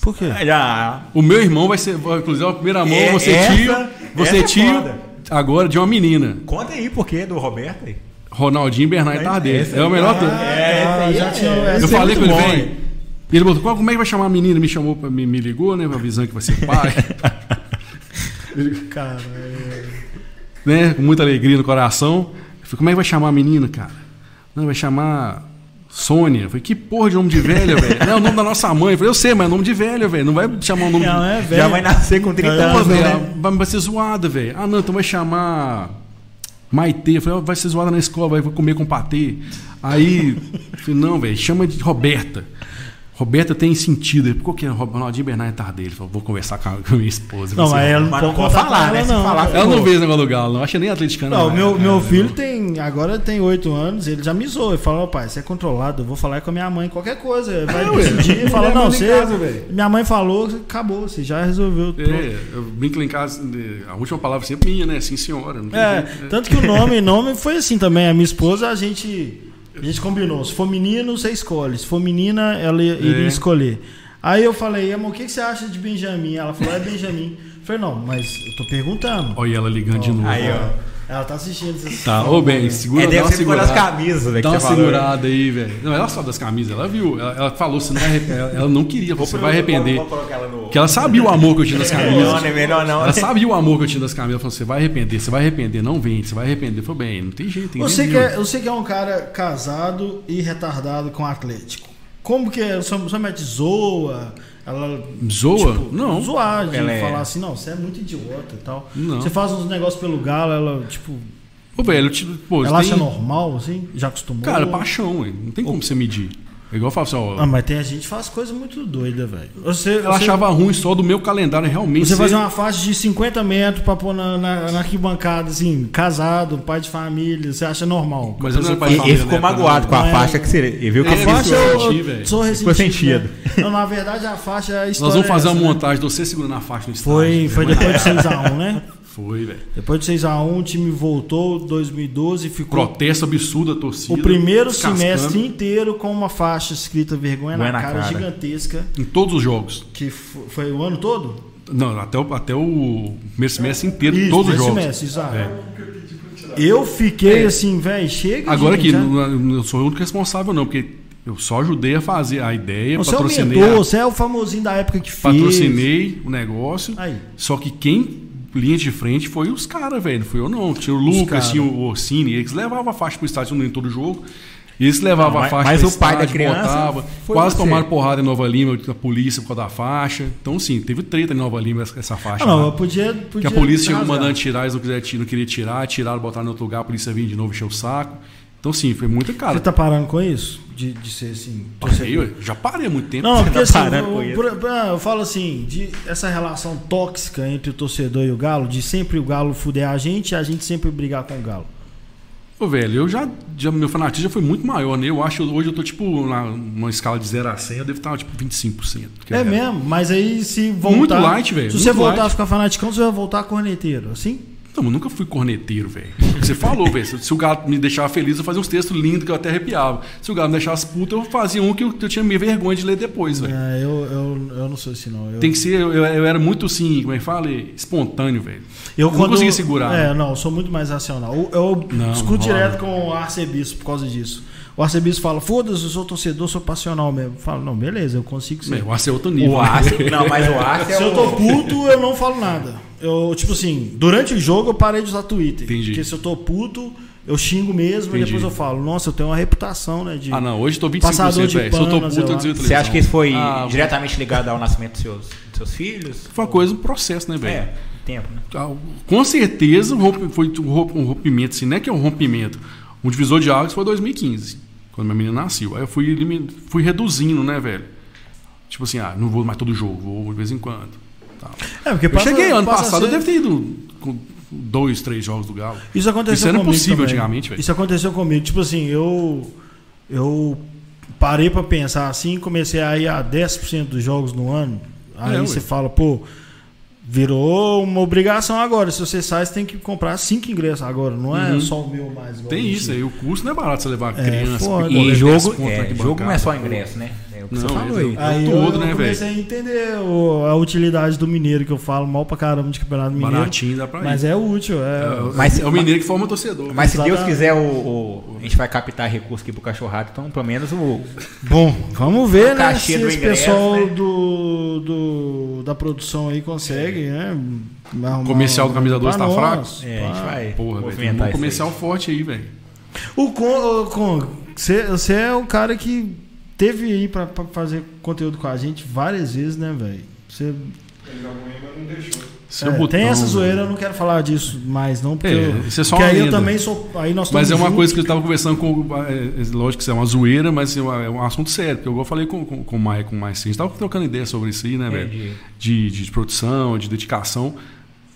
[SPEAKER 1] Por quê?
[SPEAKER 3] Já...
[SPEAKER 2] O meu irmão vai ser, vai- inclusive, a primeira mão,
[SPEAKER 3] É,
[SPEAKER 2] você
[SPEAKER 3] essa-
[SPEAKER 2] tio, você
[SPEAKER 3] essa é
[SPEAKER 2] tio,
[SPEAKER 3] foda.
[SPEAKER 2] agora de uma menina.
[SPEAKER 3] Conta aí por quê do Roberto aí.
[SPEAKER 2] Ronaldinho Bernardo Tardelli. É o melhor dele.
[SPEAKER 1] Ah, já tinha- essa
[SPEAKER 2] Eu
[SPEAKER 1] é
[SPEAKER 2] falei com
[SPEAKER 1] muito
[SPEAKER 2] ele,
[SPEAKER 1] bom,
[SPEAKER 2] vem.
[SPEAKER 1] hein?
[SPEAKER 2] Ele botou, "Qual- como é que vai chamar a menina? Me chamou, pra- me, me ligou, né? Avisando que vai ser pai.
[SPEAKER 1] Caralho.
[SPEAKER 2] né? Com muita alegria no coração. Eu falei, como é que vai chamar a menina, cara? Não, vai chamar Sônia. Eu falei, que porra de nome de velha, velho? Não, é o nome da nossa mãe. Eu falei, eu sei, mas é nome de velha, velho. Não vai chamar o nome
[SPEAKER 1] Ela
[SPEAKER 2] de.
[SPEAKER 1] é
[SPEAKER 3] Já
[SPEAKER 1] velha.
[SPEAKER 3] vai nascer com 30
[SPEAKER 1] É,
[SPEAKER 2] Pô,
[SPEAKER 3] anos,
[SPEAKER 2] velho,
[SPEAKER 3] né?
[SPEAKER 2] Tá vai- vai ser zoada, velho. Ah, não, então vai chamar Maitê. Eu falei, ó, vai ser zoada na escola, vai vai comer com patê. Aí, eu falei, não, velho, chama de Roberta. Roberta tem sentido. Por que é Ronaldinho Bernardo é tarde? Ele falou, vou conversar com a, com a minha esposa.
[SPEAKER 1] Não, mas ela não
[SPEAKER 3] Mas
[SPEAKER 1] pode contar com ela,
[SPEAKER 3] Se
[SPEAKER 1] não.
[SPEAKER 3] falar,
[SPEAKER 2] Ela não
[SPEAKER 3] ferrou.
[SPEAKER 2] fez o negócio do Galo, não. Achei nem atleticana.
[SPEAKER 1] Não,
[SPEAKER 2] né?
[SPEAKER 1] meu, meu
[SPEAKER 2] É,
[SPEAKER 1] filho tem. Agora tem oito anos, ele já me zoou. Ele falou, pai, você é controlado, eu vou falar com a minha mãe, qualquer coisa. Vai decidir e fala,
[SPEAKER 4] Ele é
[SPEAKER 1] não,
[SPEAKER 4] muito em
[SPEAKER 1] você.
[SPEAKER 4] casa, velho.
[SPEAKER 1] minha mãe falou, acabou, você já resolveu. pronto.
[SPEAKER 2] É, eu brinco lá em casa, né, a última palavra sempre minha, né? Sim, senhora. Não tem
[SPEAKER 1] É,
[SPEAKER 2] jeito, né?
[SPEAKER 1] tanto que o nome, nome foi assim também. A minha esposa, a gente, a gente combinou. Se for menino, você escolhe. Se for menina, ela i- iria
[SPEAKER 2] É.
[SPEAKER 1] escolher. Aí eu falei, amor, o que que você acha de Benjamin? Ela falou, é Benjamin. Eu falei, não, mas eu tô perguntando.
[SPEAKER 2] Olha ela ligando de novo.
[SPEAKER 3] Aí, ó.
[SPEAKER 1] Ela tá assistindo. Vocês
[SPEAKER 2] Tá, ô, bem, segura
[SPEAKER 3] É,
[SPEAKER 2] dá uma
[SPEAKER 3] deve ser por causa das
[SPEAKER 2] segurada.
[SPEAKER 3] camisas, velho.
[SPEAKER 2] Dá
[SPEAKER 3] que
[SPEAKER 2] uma
[SPEAKER 3] você falou, né?
[SPEAKER 2] segurada aí, velho. Não, ela só das camisas, ela viu. Ela, ela falou, você não vai arrepender. Ela, ela não queria, você é, vai arrepender.
[SPEAKER 3] Vou colocar ela no.
[SPEAKER 2] Porque ela sabia o amor que eu tinha das
[SPEAKER 3] Não,
[SPEAKER 2] camisas.
[SPEAKER 3] não é melhor não.
[SPEAKER 2] Ela sabia o amor que eu tinha das camisas. Ela falou, você vai arrepender, você vai arrepender, não vende, você vai arrepender. Eu falei, bem, não tem jeito, tem
[SPEAKER 1] Você
[SPEAKER 2] jeito.
[SPEAKER 1] que, é, você que é um cara casado e retardado com Atlético. Como que é? Sua, sua mãe te zoa? Ela.
[SPEAKER 2] Zoa?
[SPEAKER 1] tipo,
[SPEAKER 2] não.
[SPEAKER 1] Zoar, de
[SPEAKER 3] Ela é-
[SPEAKER 1] falar assim, não, você é muito idiota e tal.
[SPEAKER 2] Não.
[SPEAKER 1] Você faz uns negócios pelo galo, ela, tipo.
[SPEAKER 2] Ô, velho, eu te- pô,
[SPEAKER 1] ela
[SPEAKER 2] tem-
[SPEAKER 1] acha normal, assim? Já acostumou?
[SPEAKER 2] Cara, paixão, ué. Não tem como você medir. É igual eu falo assim, ó.
[SPEAKER 1] Ah, mas tem a gente que faz coisa muito doida, velho. Você,
[SPEAKER 2] Ela
[SPEAKER 1] você,
[SPEAKER 2] achava ruim só do meu calendário, é realmente.
[SPEAKER 1] você
[SPEAKER 2] ser-
[SPEAKER 1] fazer uma faixa de 50 metros pra pôr na, na, na arquibancada, assim, casado, pai de família, você acha normal.
[SPEAKER 2] Mas eu não era pai de
[SPEAKER 3] E- Ele
[SPEAKER 2] família,
[SPEAKER 3] ficou
[SPEAKER 2] né, cara?
[SPEAKER 3] magoado com a
[SPEAKER 1] Não é-
[SPEAKER 3] faixa que seria. Ele viu que
[SPEAKER 2] É,
[SPEAKER 1] A
[SPEAKER 3] ele
[SPEAKER 2] mas-
[SPEAKER 1] faixa
[SPEAKER 3] fez-
[SPEAKER 1] eu,
[SPEAKER 2] senti,
[SPEAKER 1] eu
[SPEAKER 2] velho.
[SPEAKER 1] sou
[SPEAKER 3] Ficou
[SPEAKER 1] ressentido.
[SPEAKER 3] sentido.
[SPEAKER 1] né? Não, na verdade, a faixa é a história.
[SPEAKER 2] Nós vamos fazer
[SPEAKER 1] é
[SPEAKER 2] uma
[SPEAKER 1] essa, né?
[SPEAKER 2] montagem de você segurando a faixa no estádio.
[SPEAKER 1] Foi,
[SPEAKER 2] né?
[SPEAKER 1] foi depois de 6x1, né?
[SPEAKER 2] Foi, velho.
[SPEAKER 1] Depois de 6x1, o time voltou, 2012, ficou
[SPEAKER 2] Protesto absurdo da torcida.
[SPEAKER 1] o primeiro
[SPEAKER 2] descascando
[SPEAKER 1] semestre inteiro com uma faixa escrita vergonha na
[SPEAKER 3] Vergonha na
[SPEAKER 1] cara,
[SPEAKER 3] cara.
[SPEAKER 1] gigantesca,
[SPEAKER 2] Em todos os jogos.
[SPEAKER 1] que fo- foi o ano todo?
[SPEAKER 2] Não, até o, até o primeiro semestre inteiro,
[SPEAKER 1] Isso,
[SPEAKER 2] todos os
[SPEAKER 1] esse
[SPEAKER 2] jogos.
[SPEAKER 1] Semestre, exato.
[SPEAKER 2] É.
[SPEAKER 1] Eu fiquei assim, velho, chega
[SPEAKER 2] Agora
[SPEAKER 1] gente, né?
[SPEAKER 2] que
[SPEAKER 1] já-
[SPEAKER 2] não, não sou o único responsável, não, porque eu só ajudei a fazer a ideia,
[SPEAKER 1] Você é o
[SPEAKER 2] patrocinei,
[SPEAKER 1] mentor,
[SPEAKER 2] a-
[SPEAKER 1] você é o famosinho da época que fez.
[SPEAKER 2] patrocinei o negócio.
[SPEAKER 1] Aí.
[SPEAKER 2] Só que quem linha de frente foi os caras, velho. Não fui eu, não. Tinha o
[SPEAKER 1] cara.
[SPEAKER 2] Lucas, tinha o Orsini, eles levavam a faixa pro estádio em todo jogo. Eles levavam
[SPEAKER 3] Não,
[SPEAKER 2] a
[SPEAKER 3] mas-
[SPEAKER 2] faixa
[SPEAKER 3] mas
[SPEAKER 2] pro
[SPEAKER 3] o pai da criança foi
[SPEAKER 2] Quase
[SPEAKER 3] você.
[SPEAKER 2] tomaram porrada em Nova Lima, a polícia por causa da faixa. Então, sim, teve treta em Nova Lima essa essa faixa.
[SPEAKER 1] Ah, não,
[SPEAKER 2] lá.
[SPEAKER 1] eu podia,
[SPEAKER 2] né? Que
[SPEAKER 1] podia
[SPEAKER 2] a polícia chegou
[SPEAKER 1] rasgar.
[SPEAKER 2] mandando tirar, eles não, quiser, ti- não queria tirar, tiraram, botaram em outro lugar, a polícia vinha de novo, encheu o saco. Então, sim, foi muita cara.
[SPEAKER 1] Você tá parando com isso? De, de ser assim.
[SPEAKER 2] Parei, eu já parei há muito tempo.
[SPEAKER 1] Não, porque
[SPEAKER 3] tá
[SPEAKER 1] assim,
[SPEAKER 3] parando com
[SPEAKER 1] eu,
[SPEAKER 3] isso.
[SPEAKER 1] pra- pra- eu falo assim, de essa relação tóxica entre o torcedor e o Galo, de sempre o Galo fuder a gente e a gente sempre brigar com o Galo.
[SPEAKER 2] Ô, velho, eu já, já. Meu fanatismo já foi muito maior, né? Eu acho hoje eu tô, tipo, na, numa escala de 0 a 100, eu devo estar, tipo, 25%. que
[SPEAKER 1] É, mesmo, mas aí se voltar.
[SPEAKER 2] Muito light, velho,
[SPEAKER 1] Se você
[SPEAKER 2] muito
[SPEAKER 1] voltar
[SPEAKER 2] light.
[SPEAKER 1] a ficar fanaticão, você vai voltar corneteiro, assim?
[SPEAKER 2] Não, eu nunca fui corneteiro, velho. Você falou, velho. Se se o gato me deixava feliz, eu fazia uns textos lindos que eu até arrepiava. Se o gato me deixasse puto, eu fazia um que eu, que eu tinha minha vergonha de ler depois, velho.
[SPEAKER 1] É, eu, eu, eu não sou assim, não. Eu,
[SPEAKER 2] Tem que ser. Eu, eu- eu era muito, assim, como é que fala? Espontâneo, velho.
[SPEAKER 1] Eu
[SPEAKER 2] não
[SPEAKER 1] quando-
[SPEAKER 2] conseguia segurar. né?
[SPEAKER 1] É, não, eu sou muito mais racional. Eu, eu
[SPEAKER 2] Não,
[SPEAKER 1] discuto
[SPEAKER 2] rola. né?
[SPEAKER 1] direto com o arcebispo por causa disso. O arcebispo fala: foda-se, eu sou torcedor, sou passional mesmo. Eu falo: não, beleza, eu consigo ser.
[SPEAKER 2] Meu, o Arce é outro nível.
[SPEAKER 3] O
[SPEAKER 2] né?
[SPEAKER 3] Arce. Não, mas o Arce é
[SPEAKER 1] Se eu
[SPEAKER 3] o.
[SPEAKER 1] tô puto, eu não falo nada. Eu, tipo assim, durante o jogo eu parei de usar Twitter.
[SPEAKER 2] Entendi.
[SPEAKER 1] Porque se eu tô puto, eu xingo mesmo e
[SPEAKER 2] Entendi.
[SPEAKER 1] depois eu falo, nossa, eu tenho uma reputação, né? De...
[SPEAKER 2] Ah, não, hoje eu tô 25%,
[SPEAKER 1] Passador de
[SPEAKER 2] velho. Se eu
[SPEAKER 1] pano,
[SPEAKER 2] tô puto,
[SPEAKER 1] sei
[SPEAKER 2] eu
[SPEAKER 1] lá.
[SPEAKER 2] desligo a
[SPEAKER 3] Você acha que isso foi
[SPEAKER 2] televisão. Ah,
[SPEAKER 3] diretamente ligado ao nascimento dos seus, dos seus filhos?
[SPEAKER 2] Foi uma coisa, um processo, né, velho?
[SPEAKER 3] É, tempo, né?
[SPEAKER 2] Ah, Com certeza o romp- foi um romp- um rompimento, se não é que é um rompimento. Um divisor de águas foi 2015, quando minha menina nasceu. Aí eu fui, elimin- fui reduzindo, né, velho? Tipo assim, ah, não vou mais todo jogo, vou de vez em quando. Tá.
[SPEAKER 1] É, porque
[SPEAKER 2] Eu cheguei ano
[SPEAKER 1] passa a
[SPEAKER 2] passado,
[SPEAKER 1] ser-
[SPEAKER 2] eu devo ter ido com dois, três jogos do Galo.
[SPEAKER 1] Isso aconteceu
[SPEAKER 2] Isso era
[SPEAKER 1] comigo
[SPEAKER 2] impossível
[SPEAKER 1] também.
[SPEAKER 2] antigamente, velho.
[SPEAKER 1] Isso aconteceu comigo. Tipo assim, eu. Eu parei pra pensar assim, comecei a ir a 10% dos jogos no ano. Aí
[SPEAKER 2] É, ué.
[SPEAKER 1] você fala, pô, virou uma obrigação agora. Se você sai, você tem que comprar cinco ingressos agora, não é só o meu mais. igual
[SPEAKER 2] Uhum. Tem
[SPEAKER 1] eu
[SPEAKER 2] isso
[SPEAKER 1] digo.
[SPEAKER 2] aí, o custo não é barato você levar
[SPEAKER 1] É,
[SPEAKER 2] criança.
[SPEAKER 1] foda.
[SPEAKER 2] pequena,
[SPEAKER 3] E
[SPEAKER 2] 10
[SPEAKER 3] jogo,
[SPEAKER 2] pontos na
[SPEAKER 3] é,
[SPEAKER 2] arquibancada.
[SPEAKER 3] jogo não é só ingresso, né? É o que você
[SPEAKER 2] Não,
[SPEAKER 3] falou
[SPEAKER 2] ele-
[SPEAKER 3] aí.
[SPEAKER 2] Ah,
[SPEAKER 1] Aí
[SPEAKER 2] Tudo,
[SPEAKER 1] eu, eu
[SPEAKER 2] né,
[SPEAKER 1] comecei a entender o- a utilidade do mineiro, que eu falo mal pra caramba de campeonato mineiro.
[SPEAKER 2] Baratinho dá pra ir.
[SPEAKER 1] Mas é útil. É,
[SPEAKER 3] Mas-
[SPEAKER 2] Mas, é o mineiro que forma torcedor.
[SPEAKER 3] Mas se Deus
[SPEAKER 1] Exatamente.
[SPEAKER 3] quiser, o, o- a gente vai captar recurso aqui pro cachorrado, então pelo menos o.
[SPEAKER 1] Bom, vamos ver, né?
[SPEAKER 3] Caixinha
[SPEAKER 1] Se
[SPEAKER 3] do
[SPEAKER 1] esse
[SPEAKER 3] ingresso,
[SPEAKER 1] pessoal
[SPEAKER 3] né?
[SPEAKER 1] do, do- da produção aí consegue, né? arrumar um
[SPEAKER 2] Comercial do Camisa 12
[SPEAKER 1] pra
[SPEAKER 2] tá
[SPEAKER 1] nós,
[SPEAKER 2] fraco?
[SPEAKER 3] É, a gente vai
[SPEAKER 2] Porra, velho. tem
[SPEAKER 3] movimentar
[SPEAKER 2] Um
[SPEAKER 3] isso.
[SPEAKER 2] comercial
[SPEAKER 3] aí.
[SPEAKER 2] forte aí, velho.
[SPEAKER 1] O Con, ô, Con, você você é o cara que teve aí pra, pra fazer conteúdo com a gente várias vezes, né, velho? Você
[SPEAKER 4] Ainda ruim, mas não deixou.
[SPEAKER 2] Seu
[SPEAKER 1] é,
[SPEAKER 2] botão,
[SPEAKER 1] tem essa
[SPEAKER 2] velho.
[SPEAKER 1] zoeira, eu não quero falar disso mais não, porque,
[SPEAKER 2] É,
[SPEAKER 1] eu-
[SPEAKER 2] isso é só
[SPEAKER 1] porque
[SPEAKER 2] uma
[SPEAKER 1] aí eu
[SPEAKER 2] lenda.
[SPEAKER 1] também sou, aí nós
[SPEAKER 2] Mas
[SPEAKER 1] estamos
[SPEAKER 2] é uma
[SPEAKER 1] juntos.
[SPEAKER 2] coisa que eu estava conversando com. o- é, é, Lógico que isso é uma zoeira, mas é um é um assunto sério. Porque eu igual eu falei com, com, com o Maia, com o Maia, assim, a gente estava trocando ideia sobre isso aí, né,
[SPEAKER 3] Entendi.
[SPEAKER 2] velho? De, de produção, de dedicação.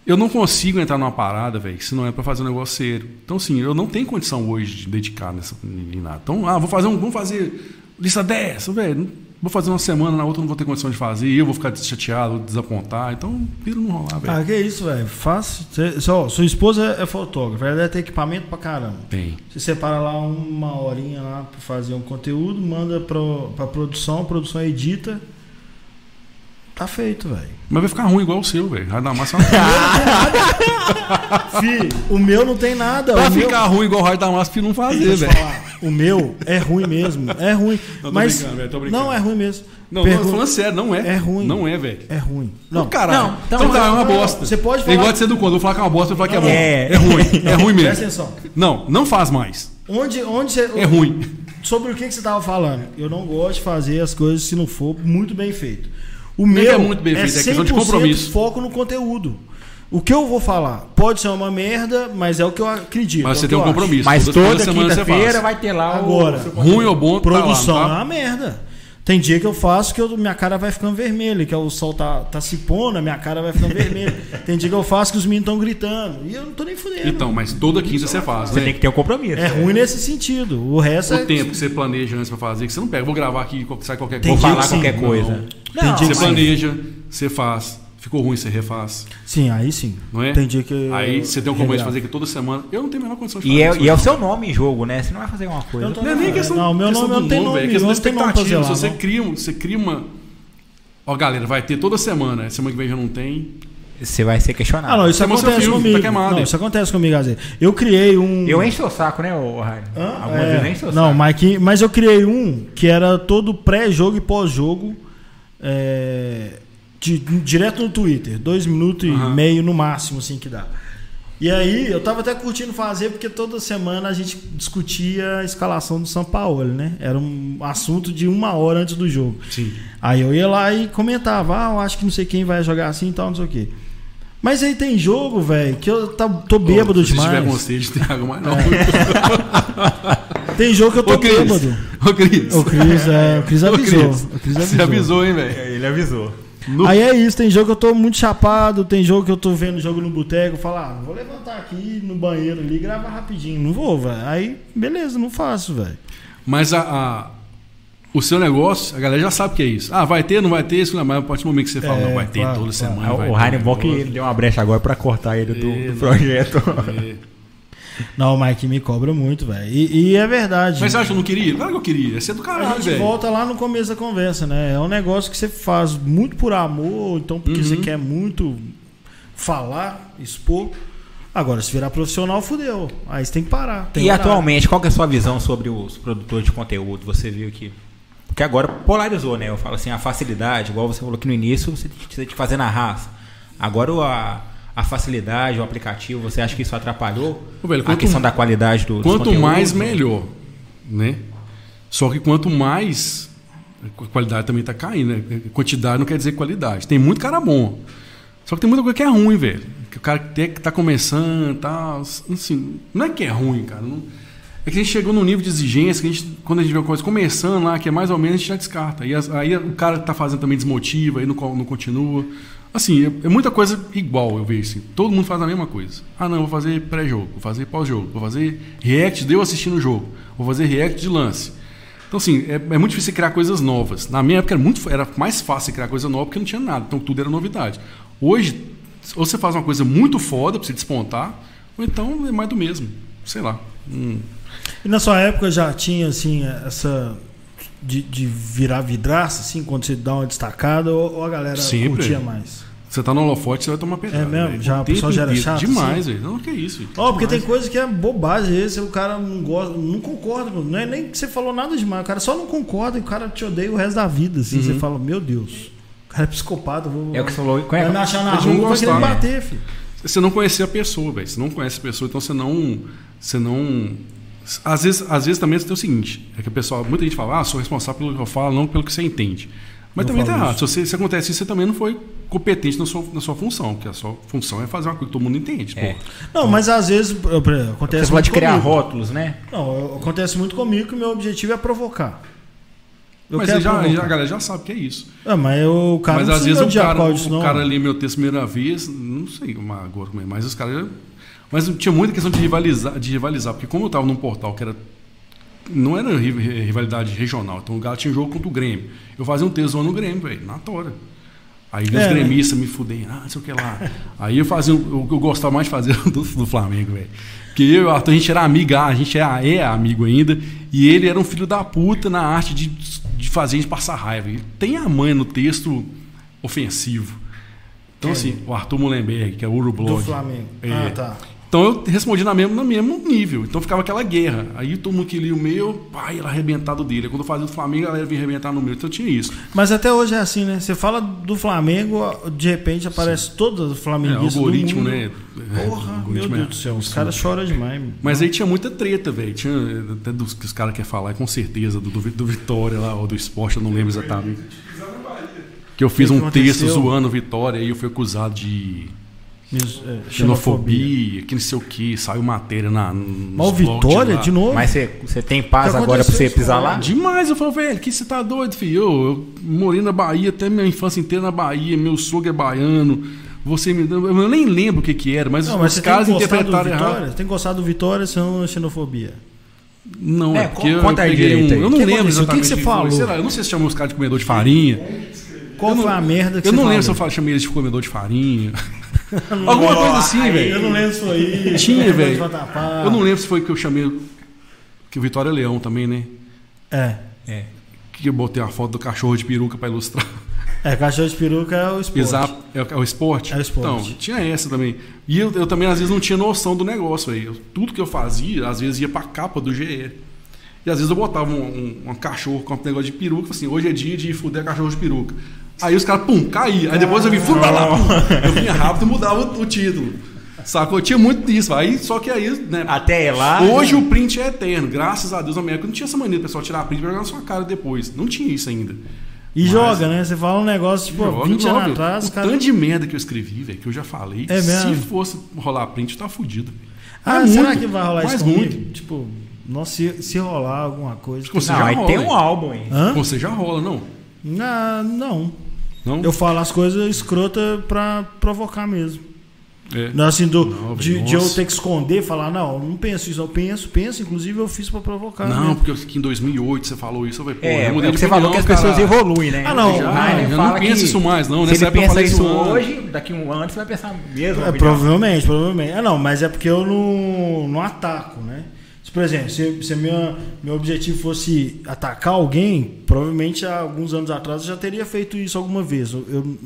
[SPEAKER 2] Eu não consigo entrar numa parada, velho, se não é para fazer um negócio sério. Então, assim, eu não tenho condição hoje de dedicar nessa, em nada. Então, ah, vou fazer um. Vamos fazer lista 10, velho. não- Vou fazer uma semana, na outra eu não vou ter condição de fazer, eu vou ficar chateado, vou desapontar. Então, piro não rolar, velho.
[SPEAKER 1] Ah, que isso, velho? Fácil. Cê- só, sua esposa é fotógrafa, ela deve ter equipamento pra caramba.
[SPEAKER 2] Tem.
[SPEAKER 1] Você separa lá uma horinha lá pra fazer um conteúdo, manda pro, pra produção, a produção edita. Tá feito, velho.
[SPEAKER 2] Mas vai ficar ruim igual o seu, velho. Radamassa é uma
[SPEAKER 1] Fi, o meu não tem nada.
[SPEAKER 2] Pra
[SPEAKER 1] o meu-
[SPEAKER 2] ficar ruim igual o Raio Damasco, filho, não fazer,
[SPEAKER 1] Deixa eu te
[SPEAKER 2] velho.
[SPEAKER 1] falar, o meu é ruim mesmo. É ruim.
[SPEAKER 2] tô
[SPEAKER 1] mas
[SPEAKER 2] brincando, velho, tô brincando.
[SPEAKER 1] Não, é ruim mesmo.
[SPEAKER 2] Não,
[SPEAKER 1] Pergun-
[SPEAKER 2] não, tô falando sério, não é.
[SPEAKER 1] É ruim.
[SPEAKER 2] Não é, velho.
[SPEAKER 1] É ruim. Não,
[SPEAKER 2] caralho.
[SPEAKER 3] Não,
[SPEAKER 2] então,
[SPEAKER 3] então-
[SPEAKER 2] tá, é uma
[SPEAKER 1] não, não,
[SPEAKER 2] bosta.
[SPEAKER 1] você pode
[SPEAKER 2] É
[SPEAKER 1] falar-
[SPEAKER 2] igual de ser do quando. Eu vou falar que é uma bosta, eu vou falar que é bom.
[SPEAKER 3] É.
[SPEAKER 2] É ruim, é ruim
[SPEAKER 1] Presta
[SPEAKER 2] mesmo.
[SPEAKER 1] atenção.
[SPEAKER 2] Não, não faz mais.
[SPEAKER 1] Onde, onde você.
[SPEAKER 2] É ruim.
[SPEAKER 1] Sobre o que, que você tava falando? Eu não gosto de fazer as coisas se não for muito bem feito. O
[SPEAKER 2] é
[SPEAKER 1] meu
[SPEAKER 2] muito bem feito, é questão de
[SPEAKER 1] 100%
[SPEAKER 2] compromisso.
[SPEAKER 1] foco no conteúdo. O que eu vou falar pode ser uma merda, mas é o que eu acredito.
[SPEAKER 2] Mas
[SPEAKER 1] é o
[SPEAKER 2] você
[SPEAKER 1] que
[SPEAKER 2] tem um
[SPEAKER 1] eu acho.
[SPEAKER 2] compromisso.
[SPEAKER 3] Mas
[SPEAKER 2] Todas- toda
[SPEAKER 3] toda
[SPEAKER 2] semana você
[SPEAKER 3] quinta-feira
[SPEAKER 2] faz.
[SPEAKER 3] vai ter lá
[SPEAKER 1] Agora.
[SPEAKER 3] o.
[SPEAKER 2] Ruim ou bom,
[SPEAKER 1] Produção
[SPEAKER 2] tá
[SPEAKER 1] é
[SPEAKER 2] lá,
[SPEAKER 1] uma merda. Tem dia que eu faço que eu- minha cara vai ficando vermelha, que é o sol tá, tá se pondo, a minha cara vai ficando vermelha. Tem dia que eu faço que os meninos estão gritando. E eu não tô nem fudendo.
[SPEAKER 2] Então, mas toda quinta você faz,
[SPEAKER 3] Você tem
[SPEAKER 2] né?
[SPEAKER 3] que ter um compromisso.
[SPEAKER 1] é ruim nesse sentido. O resto é.
[SPEAKER 2] O tempo que você planeja antes pra fazer, que você não pega. Vou gravar aqui, sai qualquer
[SPEAKER 1] Tem
[SPEAKER 2] coisa.
[SPEAKER 1] dia
[SPEAKER 2] Vou
[SPEAKER 1] que
[SPEAKER 3] falar
[SPEAKER 1] sim,
[SPEAKER 3] qualquer
[SPEAKER 1] não.
[SPEAKER 3] coisa.
[SPEAKER 1] Tem dia
[SPEAKER 2] Você
[SPEAKER 1] que sim.
[SPEAKER 2] planeja, você faz. Ficou ruim, você refaz.
[SPEAKER 1] Sim, aí sim.
[SPEAKER 2] Não é?
[SPEAKER 1] Tem dia que. eu-
[SPEAKER 2] Aí você tem um compromisso de
[SPEAKER 1] regravo.
[SPEAKER 2] fazer que toda semana. Eu não tenho a menor condição de fazer
[SPEAKER 3] E é,
[SPEAKER 2] isso
[SPEAKER 3] e é o
[SPEAKER 2] hoje.
[SPEAKER 3] seu nome em jogo, né? Você não vai fazer alguma
[SPEAKER 1] Eu
[SPEAKER 3] coisa.
[SPEAKER 1] não tô-
[SPEAKER 2] Não é nem questão.
[SPEAKER 1] Não, meu
[SPEAKER 2] questão
[SPEAKER 1] nome
[SPEAKER 2] do
[SPEAKER 1] não tem nome,
[SPEAKER 2] velho, é questão da
[SPEAKER 1] não tem nome pra
[SPEAKER 2] expectativa.
[SPEAKER 1] zelar,
[SPEAKER 2] Se você
[SPEAKER 1] não.
[SPEAKER 2] cria, um- você cria uma. Ó, galera, vai ter toda semana. Semana que vem já não tem.
[SPEAKER 3] Você vai ser questionado.
[SPEAKER 1] Ah, não, isso
[SPEAKER 2] Você mostra
[SPEAKER 1] acontece
[SPEAKER 2] o filme, tá
[SPEAKER 1] comigo.
[SPEAKER 2] queimado,
[SPEAKER 1] não,
[SPEAKER 2] hein?
[SPEAKER 1] isso acontece comigo, às vezes. Eu criei um.
[SPEAKER 3] Eu encho o saco, né, ô Raio?
[SPEAKER 1] Hã?
[SPEAKER 3] Algumas
[SPEAKER 1] É.
[SPEAKER 3] vezes eu encho o saco.
[SPEAKER 1] Não, mas, que- mas eu criei um que era todo pré-jogo e pós-jogo. é, de- direto no Twitter, dois minutos e
[SPEAKER 2] Aham.
[SPEAKER 1] meio no máximo, assim que dá. E aí, eu tava até curtindo fazer, porque toda semana a gente discutia a escalação do São Paulo, né? Era um assunto de uma hora antes do jogo.
[SPEAKER 2] Sim.
[SPEAKER 1] Aí eu ia lá e comentava, ah, eu acho que não sei quem vai jogar assim e tal, não sei o quê. Mas aí tem jogo, velho, que eu tá- tô bêbado
[SPEAKER 2] Se tiver
[SPEAKER 1] demais.
[SPEAKER 2] conselho, não tem água mais não.
[SPEAKER 1] Tem jogo que eu tô
[SPEAKER 2] É. Ô, Cris.
[SPEAKER 1] bêbado.
[SPEAKER 2] Ô, Cris.
[SPEAKER 1] O Cris, é, o Cris
[SPEAKER 2] Ô,
[SPEAKER 1] avisou.
[SPEAKER 2] Cris,
[SPEAKER 1] O Cris
[SPEAKER 2] Você
[SPEAKER 1] avisou.
[SPEAKER 2] avisou, hein, velho?
[SPEAKER 3] Ele avisou.
[SPEAKER 2] No-
[SPEAKER 1] Aí é isso, tem jogo que eu tô muito chapado, tem jogo que eu tô vendo jogo no boteco, falar, ah, vou levantar aqui no banheiro ali e gravar rapidinho. Não vou, velho. Aí, beleza, não faço, velho.
[SPEAKER 2] Mas a, a- o seu negócio, a galera já sabe o que é isso. Ah, vai ter, não vai ter, isso não é, mas a partir do momento que você fala,
[SPEAKER 1] É,
[SPEAKER 2] não, vai ter
[SPEAKER 1] claro, claro.
[SPEAKER 2] toda semana. vai
[SPEAKER 3] Ah, o
[SPEAKER 2] ter, um
[SPEAKER 3] Raio bom que
[SPEAKER 2] toda-
[SPEAKER 3] ele deu uma brecha agora pra cortar ele do, do
[SPEAKER 2] Ele.
[SPEAKER 3] projeto.
[SPEAKER 2] É.
[SPEAKER 1] Não, o Mike me cobra muito, velho. E, e é verdade.
[SPEAKER 2] Mas você acha que eu não queria? Claro que eu queria. Ia ser do
[SPEAKER 1] A
[SPEAKER 2] caralho,
[SPEAKER 3] é.
[SPEAKER 1] gente
[SPEAKER 2] velho.
[SPEAKER 1] volta lá no começo da conversa, né? É um negócio que você faz muito por amor, ou então porque
[SPEAKER 3] Uhum.
[SPEAKER 1] você quer muito falar, expor. Agora, se virar profissional, fudeu. Aí você tem que parar. tem
[SPEAKER 3] E
[SPEAKER 1] horário.
[SPEAKER 3] atualmente, qual que é a sua visão sobre os produtores de conteúdo? Você viu que. Porque agora polarizou, né? Eu falo assim, a facilidade, igual você falou que no início, você precisa de fazer na raça. Agora o- a, a facilidade, o aplicativo, você acha que isso atrapalhou
[SPEAKER 2] Ô, velho,
[SPEAKER 3] a
[SPEAKER 2] quanto-
[SPEAKER 3] questão da qualidade do dos
[SPEAKER 2] Quanto
[SPEAKER 3] conteúdos?
[SPEAKER 2] mais, melhor. Né? Só que quanto mais. A qualidade também tá caindo, né? Quantidade não quer dizer qualidade. Tem muito cara bom. Só que tem muita coisa que é ruim, velho. Que o cara que, tem, que tá começando e tal. Assim, não é que é ruim, cara. não- é que a gente chegou num nível de exigência que a gente, quando a gente vê uma coisa começando lá, que é mais ou menos, a gente já descarta. E as- aí o cara que tá fazendo também desmotiva, aí não, co- não continua. Assim, é, é muita coisa igual, eu vejo assim. Todo mundo faz a mesma coisa. Ah, não, vou fazer pré-jogo, vou fazer pós-jogo, vou fazer react de eu assistindo o jogo, vou fazer react de lance. Então, assim, é, é muito difícil você criar coisas novas. Na minha época era, muito, era mais fácil você criar coisa nova porque não tinha nada, então tudo era novidade. Hoje, ou você faz uma coisa muito foda pra você despontar, ou então é mais do mesmo. Sei lá. Hum.
[SPEAKER 1] E na sua época já tinha, assim, essa. de, de virar vidraça, assim, quando você dá uma destacada, ou, ou a galera
[SPEAKER 2] Sempre.
[SPEAKER 1] curtia mais?
[SPEAKER 2] Você tá no holofote, você vai tomar pedrada.
[SPEAKER 1] É mesmo?
[SPEAKER 2] velho.
[SPEAKER 1] Já,
[SPEAKER 2] O
[SPEAKER 1] o pessoal
[SPEAKER 2] tempo
[SPEAKER 1] já era
[SPEAKER 2] inteiro.
[SPEAKER 1] chato, assim?
[SPEAKER 2] Demais, velho. Não, que isso.
[SPEAKER 1] Ó, porque tem
[SPEAKER 2] demais.
[SPEAKER 1] coisa que é bobagem, às vezes o cara não gosta, não concorda, não é nem que você falou nada demais, o cara só não concorda e o cara te odeia o resto da vida, assim, você fala, meu Deus, o cara é psicopata, eu vou...
[SPEAKER 3] Uhum. É o que você falou. Como é
[SPEAKER 1] vai
[SPEAKER 3] que-
[SPEAKER 1] me achar na
[SPEAKER 2] Eles não
[SPEAKER 1] rua, vai querer me
[SPEAKER 3] né?
[SPEAKER 2] gostaram.
[SPEAKER 1] bater, filho.
[SPEAKER 2] Você não conhecia a pessoa, velho. Você não conhece a pessoa, então você não. Você não. Às vezes, às vezes também tem o seguinte: é que o pessoal, muita gente fala, ah, sou responsável pelo que eu falo, não pelo que você entende. Mas
[SPEAKER 1] Não
[SPEAKER 2] também tá
[SPEAKER 1] falo
[SPEAKER 2] errado. Se, você, se acontece isso, você também não foi competente na sua, na sua função, porque a sua função é fazer uma coisa que todo mundo entende.
[SPEAKER 3] É.
[SPEAKER 2] pô.
[SPEAKER 1] Não, mas às vezes eu, por exemplo, acontece
[SPEAKER 3] Você pode
[SPEAKER 1] muito
[SPEAKER 3] criar
[SPEAKER 1] comigo.
[SPEAKER 3] rótulos, né?
[SPEAKER 1] Não, eu- acontece muito comigo que o meu objetivo é provocar. Eu
[SPEAKER 2] Mas
[SPEAKER 1] quero
[SPEAKER 2] ele já,
[SPEAKER 1] provocar.
[SPEAKER 2] já- a galera já sabe que é isso.
[SPEAKER 1] É, mas eu- o cara
[SPEAKER 2] Mas
[SPEAKER 1] não
[SPEAKER 2] às
[SPEAKER 1] precisa
[SPEAKER 2] vezes o
[SPEAKER 1] odiar
[SPEAKER 2] cara,
[SPEAKER 1] por causa disso,
[SPEAKER 2] o
[SPEAKER 1] não.
[SPEAKER 2] cara lê meu texto a primeira vez, não sei como agora como é, mas os caras. já- Mas tinha muita questão de rivalizar, de rivalizar, porque como eu estava num portal que era. Não era ri- rivalidade regional, então o Galo tinha jogo contra o Grêmio. Eu fazia um texto no Grêmio, velho, na tora. Aí os
[SPEAKER 1] É, né?
[SPEAKER 2] gremistas me fudem, ah, não sei o que lá. Aí eu fazia um, o que eu gostava mais de fazer do, do Flamengo, velho. Porque eu e o Arthur, a gente era amigo, ah, a gente é, é amigo ainda, e ele era um filho da puta na arte de, de fazer a gente passar raiva. Ele tem a mãe no texto ofensivo. Então, assim, o Arthur Mullenberg, que é o Urublog.
[SPEAKER 1] Do Flamengo.
[SPEAKER 2] É.
[SPEAKER 1] Ah, tá.
[SPEAKER 2] Então eu respondi na mesma, no mesmo nível. Então ficava aquela guerra. Aí todo mundo que lia o meu, pai, era arrebentado dele. Aí, Quando eu fazia do Flamengo, a galera vinha arrebentar no meu. Então tinha isso.
[SPEAKER 1] Mas até hoje é assim, né? Você fala do Flamengo, de repente aparece todo o
[SPEAKER 2] É,
[SPEAKER 1] flamenguista
[SPEAKER 2] algoritmo,
[SPEAKER 1] do mundo.
[SPEAKER 2] né? É,
[SPEAKER 1] Porra, meu
[SPEAKER 2] algoritmo é-
[SPEAKER 1] Deus do céu, os caras choram demais. meu.
[SPEAKER 2] Mas aí tinha muita treta, velho. Tinha eh, até dos que os caras querem falar, com certeza, do, do, Vi- do Vitória lá, ou do esporte, eu não lembro exatamente.
[SPEAKER 4] Pisar na Bahia.
[SPEAKER 2] Que eu fiz
[SPEAKER 1] O que
[SPEAKER 2] um texto
[SPEAKER 1] aconteceu?
[SPEAKER 2] zoando o Vitória e eu fui acusado de
[SPEAKER 1] Mis- é,
[SPEAKER 2] xenofobia, que não sei o que, saiu matéria na.
[SPEAKER 1] Mas o Vitória, de novo?
[SPEAKER 3] Mas você, você tem paz
[SPEAKER 1] Já
[SPEAKER 3] agora pra
[SPEAKER 1] aconteceu
[SPEAKER 3] você
[SPEAKER 1] isso,
[SPEAKER 3] pisar
[SPEAKER 1] cara.
[SPEAKER 3] lá?
[SPEAKER 2] Ah, Demais, eu falo, velho, que você tá doido, filho. Eu, eu morei na Bahia, até minha infância inteira na Bahia, meu sogro é baiano. Você me. Eu nem lembro o que que era, mas,
[SPEAKER 1] Não, mas
[SPEAKER 2] os
[SPEAKER 1] você
[SPEAKER 2] caras
[SPEAKER 1] tem que gostar do
[SPEAKER 2] interpretaram errado.
[SPEAKER 1] Vitória? Tem que gostar do Vitória, senão é xenofobia.
[SPEAKER 2] Não, é,
[SPEAKER 3] É,
[SPEAKER 2] porque
[SPEAKER 3] con-
[SPEAKER 2] eu
[SPEAKER 3] conta aí
[SPEAKER 2] peguei
[SPEAKER 3] direito
[SPEAKER 2] um.
[SPEAKER 3] aí.
[SPEAKER 2] Eu não
[SPEAKER 1] O que
[SPEAKER 2] lembro
[SPEAKER 1] aconteceu? O que
[SPEAKER 2] exatamente
[SPEAKER 1] que você
[SPEAKER 2] foi.
[SPEAKER 1] falou?
[SPEAKER 2] Sei lá, eu não sei se chamou os caras de comedor de farinha.
[SPEAKER 1] Qual foi a merda que
[SPEAKER 2] Eu
[SPEAKER 1] você
[SPEAKER 2] não lembro se eu
[SPEAKER 1] falou?
[SPEAKER 2] fa- chamei eles de comedor de farinha. Alguma coisa assim,
[SPEAKER 1] Eu
[SPEAKER 2] velho.
[SPEAKER 1] não lembro se foi isso.
[SPEAKER 2] Tinha, velho.
[SPEAKER 1] Eu
[SPEAKER 2] Eu não lembro se foi que eu chamei. Que o Vitória é Leão também, né?
[SPEAKER 1] É.
[SPEAKER 3] É.
[SPEAKER 2] Que eu botei uma foto do cachorro de peruca pra ilustrar.
[SPEAKER 1] É, cachorro de peruca é o esporte.
[SPEAKER 2] Pisar é, o- é o esporte?
[SPEAKER 1] É o esporte.
[SPEAKER 2] Então, tinha essa também. E eu, eu também, às vezes, não tinha noção do negócio aí. Eu- tudo que eu fazia, às vezes, ia pra capa do GE. E às vezes eu botava um, um- um cachorro com um negócio de peruca, falava assim, hoje é dia de fuder cachorro de peruca. Aí os caras, pum, caía. Aí depois eu vim, fui pra lá, pum. Eu vinha rápido e mudava o, o título. Sacou? Eu tinha muito disso. Aí, só que aí, né?
[SPEAKER 3] Até lá. né?
[SPEAKER 2] Hoje o print é eterno. Graças a Deus, na América não tinha essa mania do pessoal tirar print e jogar na sua cara depois. Não tinha isso ainda.
[SPEAKER 1] E joga, né? Você fala um negócio, tipo,
[SPEAKER 2] Pô,
[SPEAKER 1] 20
[SPEAKER 2] não,
[SPEAKER 1] anos
[SPEAKER 2] velho.
[SPEAKER 1] atrás,
[SPEAKER 2] o
[SPEAKER 1] cara.
[SPEAKER 2] tanto de merda que eu escrevi, velho, que eu já falei.
[SPEAKER 1] É mesmo?
[SPEAKER 2] Se fosse rolar print, tá fudido. velho.
[SPEAKER 1] Ah,
[SPEAKER 2] Mas
[SPEAKER 1] será
[SPEAKER 2] é muito,
[SPEAKER 1] que vai rolar
[SPEAKER 2] mas
[SPEAKER 1] isso
[SPEAKER 2] muito.
[SPEAKER 1] comigo? Tipo, nossa, se, se rolar alguma coisa.
[SPEAKER 2] Tipo, você
[SPEAKER 3] Não,
[SPEAKER 2] já
[SPEAKER 3] aí
[SPEAKER 2] rola,
[SPEAKER 3] tem
[SPEAKER 2] hein?
[SPEAKER 3] um álbum aí.
[SPEAKER 1] Hã?
[SPEAKER 2] Você já rola, não?
[SPEAKER 1] Ah, não.
[SPEAKER 2] Não?
[SPEAKER 1] Eu falo as coisas escrota pra provocar mesmo.
[SPEAKER 2] É.
[SPEAKER 1] Não assim do,
[SPEAKER 2] Não,
[SPEAKER 1] de,
[SPEAKER 2] velho,
[SPEAKER 1] de eu
[SPEAKER 2] nossa.
[SPEAKER 1] ter que esconder, falar, não, eu não penso isso, eu penso, penso, inclusive eu fiz pra provocar. né?
[SPEAKER 2] Não,
[SPEAKER 1] mesmo.
[SPEAKER 2] porque eu- que em 2008 você falou isso, eu falei, pô,
[SPEAKER 3] É,
[SPEAKER 2] eu
[SPEAKER 3] é
[SPEAKER 2] mudei
[SPEAKER 3] porque
[SPEAKER 2] de
[SPEAKER 3] você falou que as
[SPEAKER 2] opinião,
[SPEAKER 3] pessoas
[SPEAKER 2] caralho.
[SPEAKER 3] evoluem, né?
[SPEAKER 1] Ah, não,
[SPEAKER 3] O
[SPEAKER 1] ah,
[SPEAKER 3] Rainer
[SPEAKER 2] eu não
[SPEAKER 3] fala
[SPEAKER 2] penso
[SPEAKER 3] que
[SPEAKER 2] isso mais, não.
[SPEAKER 3] Se
[SPEAKER 2] Nessa
[SPEAKER 3] ele
[SPEAKER 2] época eu
[SPEAKER 3] pensa
[SPEAKER 2] falei
[SPEAKER 3] isso
[SPEAKER 2] isso antes.
[SPEAKER 3] hoje, daqui a um ano você vai pensar mesmo.
[SPEAKER 1] É, provavelmente, provavelmente. É, não, mas é porque eu não, não ataco, né? Se, por exemplo, se, se minha, meu objetivo fosse atacar alguém, provavelmente há alguns anos atrás eu já teria feito isso alguma vez. Eu, eu-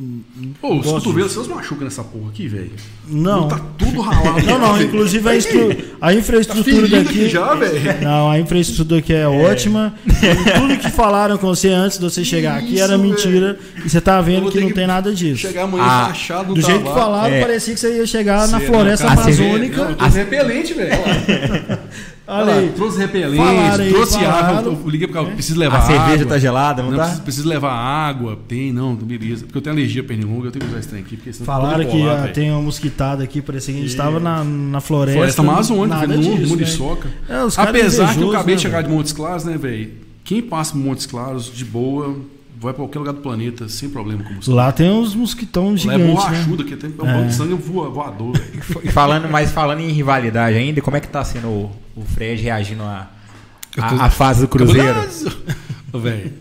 [SPEAKER 2] Pô, os
[SPEAKER 1] gosto
[SPEAKER 2] cotovelos seus machucam nessa porra aqui, velho.
[SPEAKER 1] Não.
[SPEAKER 2] Tá tudo ralado.
[SPEAKER 1] Não, não,
[SPEAKER 2] velho.
[SPEAKER 1] inclusive a, estru- a
[SPEAKER 2] Tá
[SPEAKER 1] infraestrutura
[SPEAKER 2] ferido
[SPEAKER 1] daqui.
[SPEAKER 2] aqui já, velho.
[SPEAKER 1] Não, a infraestrutura aqui é, ótima. E tudo que falaram com você antes de você chegar aqui era
[SPEAKER 2] Isso, é.
[SPEAKER 1] mentira. E você tá
[SPEAKER 2] Eu
[SPEAKER 1] vendo
[SPEAKER 2] vou
[SPEAKER 1] que
[SPEAKER 2] ter
[SPEAKER 1] não
[SPEAKER 2] que
[SPEAKER 1] tem nada disso.
[SPEAKER 2] Chegar amanhã
[SPEAKER 3] Ah,
[SPEAKER 2] rachado no
[SPEAKER 1] Do jeito que
[SPEAKER 2] trabalho.
[SPEAKER 1] falaram,
[SPEAKER 3] É.
[SPEAKER 1] parecia que você ia chegar na
[SPEAKER 2] Você-
[SPEAKER 1] floresta
[SPEAKER 2] Não, tá cara,
[SPEAKER 3] você vê-
[SPEAKER 1] amazônica.
[SPEAKER 2] Não, eu trouxe repelente, velho. Olha lá.
[SPEAKER 1] Olha aí.
[SPEAKER 2] Trouxe
[SPEAKER 1] Falaram
[SPEAKER 2] repelente,
[SPEAKER 1] aí,
[SPEAKER 2] trouxe água.
[SPEAKER 1] falaram.
[SPEAKER 2] Eu eu liguei porque eu preciso levar
[SPEAKER 3] A cerveja
[SPEAKER 2] água.
[SPEAKER 3] tá gelada, não,
[SPEAKER 2] Não,
[SPEAKER 3] tá?
[SPEAKER 2] preciso, preciso levar água. Tem, não, beleza. Porque eu tenho alergia a pernilongo, eu tenho que usar esse trem aqui. Porque senão
[SPEAKER 1] Falaram
[SPEAKER 2] eu
[SPEAKER 1] que
[SPEAKER 2] vou
[SPEAKER 1] ah,
[SPEAKER 2] colar, velho.
[SPEAKER 1] tem uma mosquitada aqui, parecia que a gente estava na, na floresta.
[SPEAKER 2] Floresta Amazônica,
[SPEAKER 1] nada
[SPEAKER 2] velho, no
[SPEAKER 1] disso, né?
[SPEAKER 2] Muriçoca.
[SPEAKER 1] É, os caras
[SPEAKER 2] Apesar que eu
[SPEAKER 1] invejosos,
[SPEAKER 2] acabei de
[SPEAKER 1] né,
[SPEAKER 2] chegar de
[SPEAKER 1] velho?
[SPEAKER 2] Montes Claros, né, velho? Quem passa por Montes Claros de boa, vai pra qualquer lugar do planeta sem problema com mosquito.
[SPEAKER 1] Lá tem uns mosquitão
[SPEAKER 2] Lá é boa
[SPEAKER 1] gigantes, né?
[SPEAKER 2] ajuda, que tem é um banco de sangue voa- voador, velho.
[SPEAKER 3] E falando, mas falando em rivalidade ainda, como é que tá sendo o, o Fred reagindo à
[SPEAKER 2] Eu tô-
[SPEAKER 3] à- à fase do Cruzeiro?
[SPEAKER 2] Ô, velho.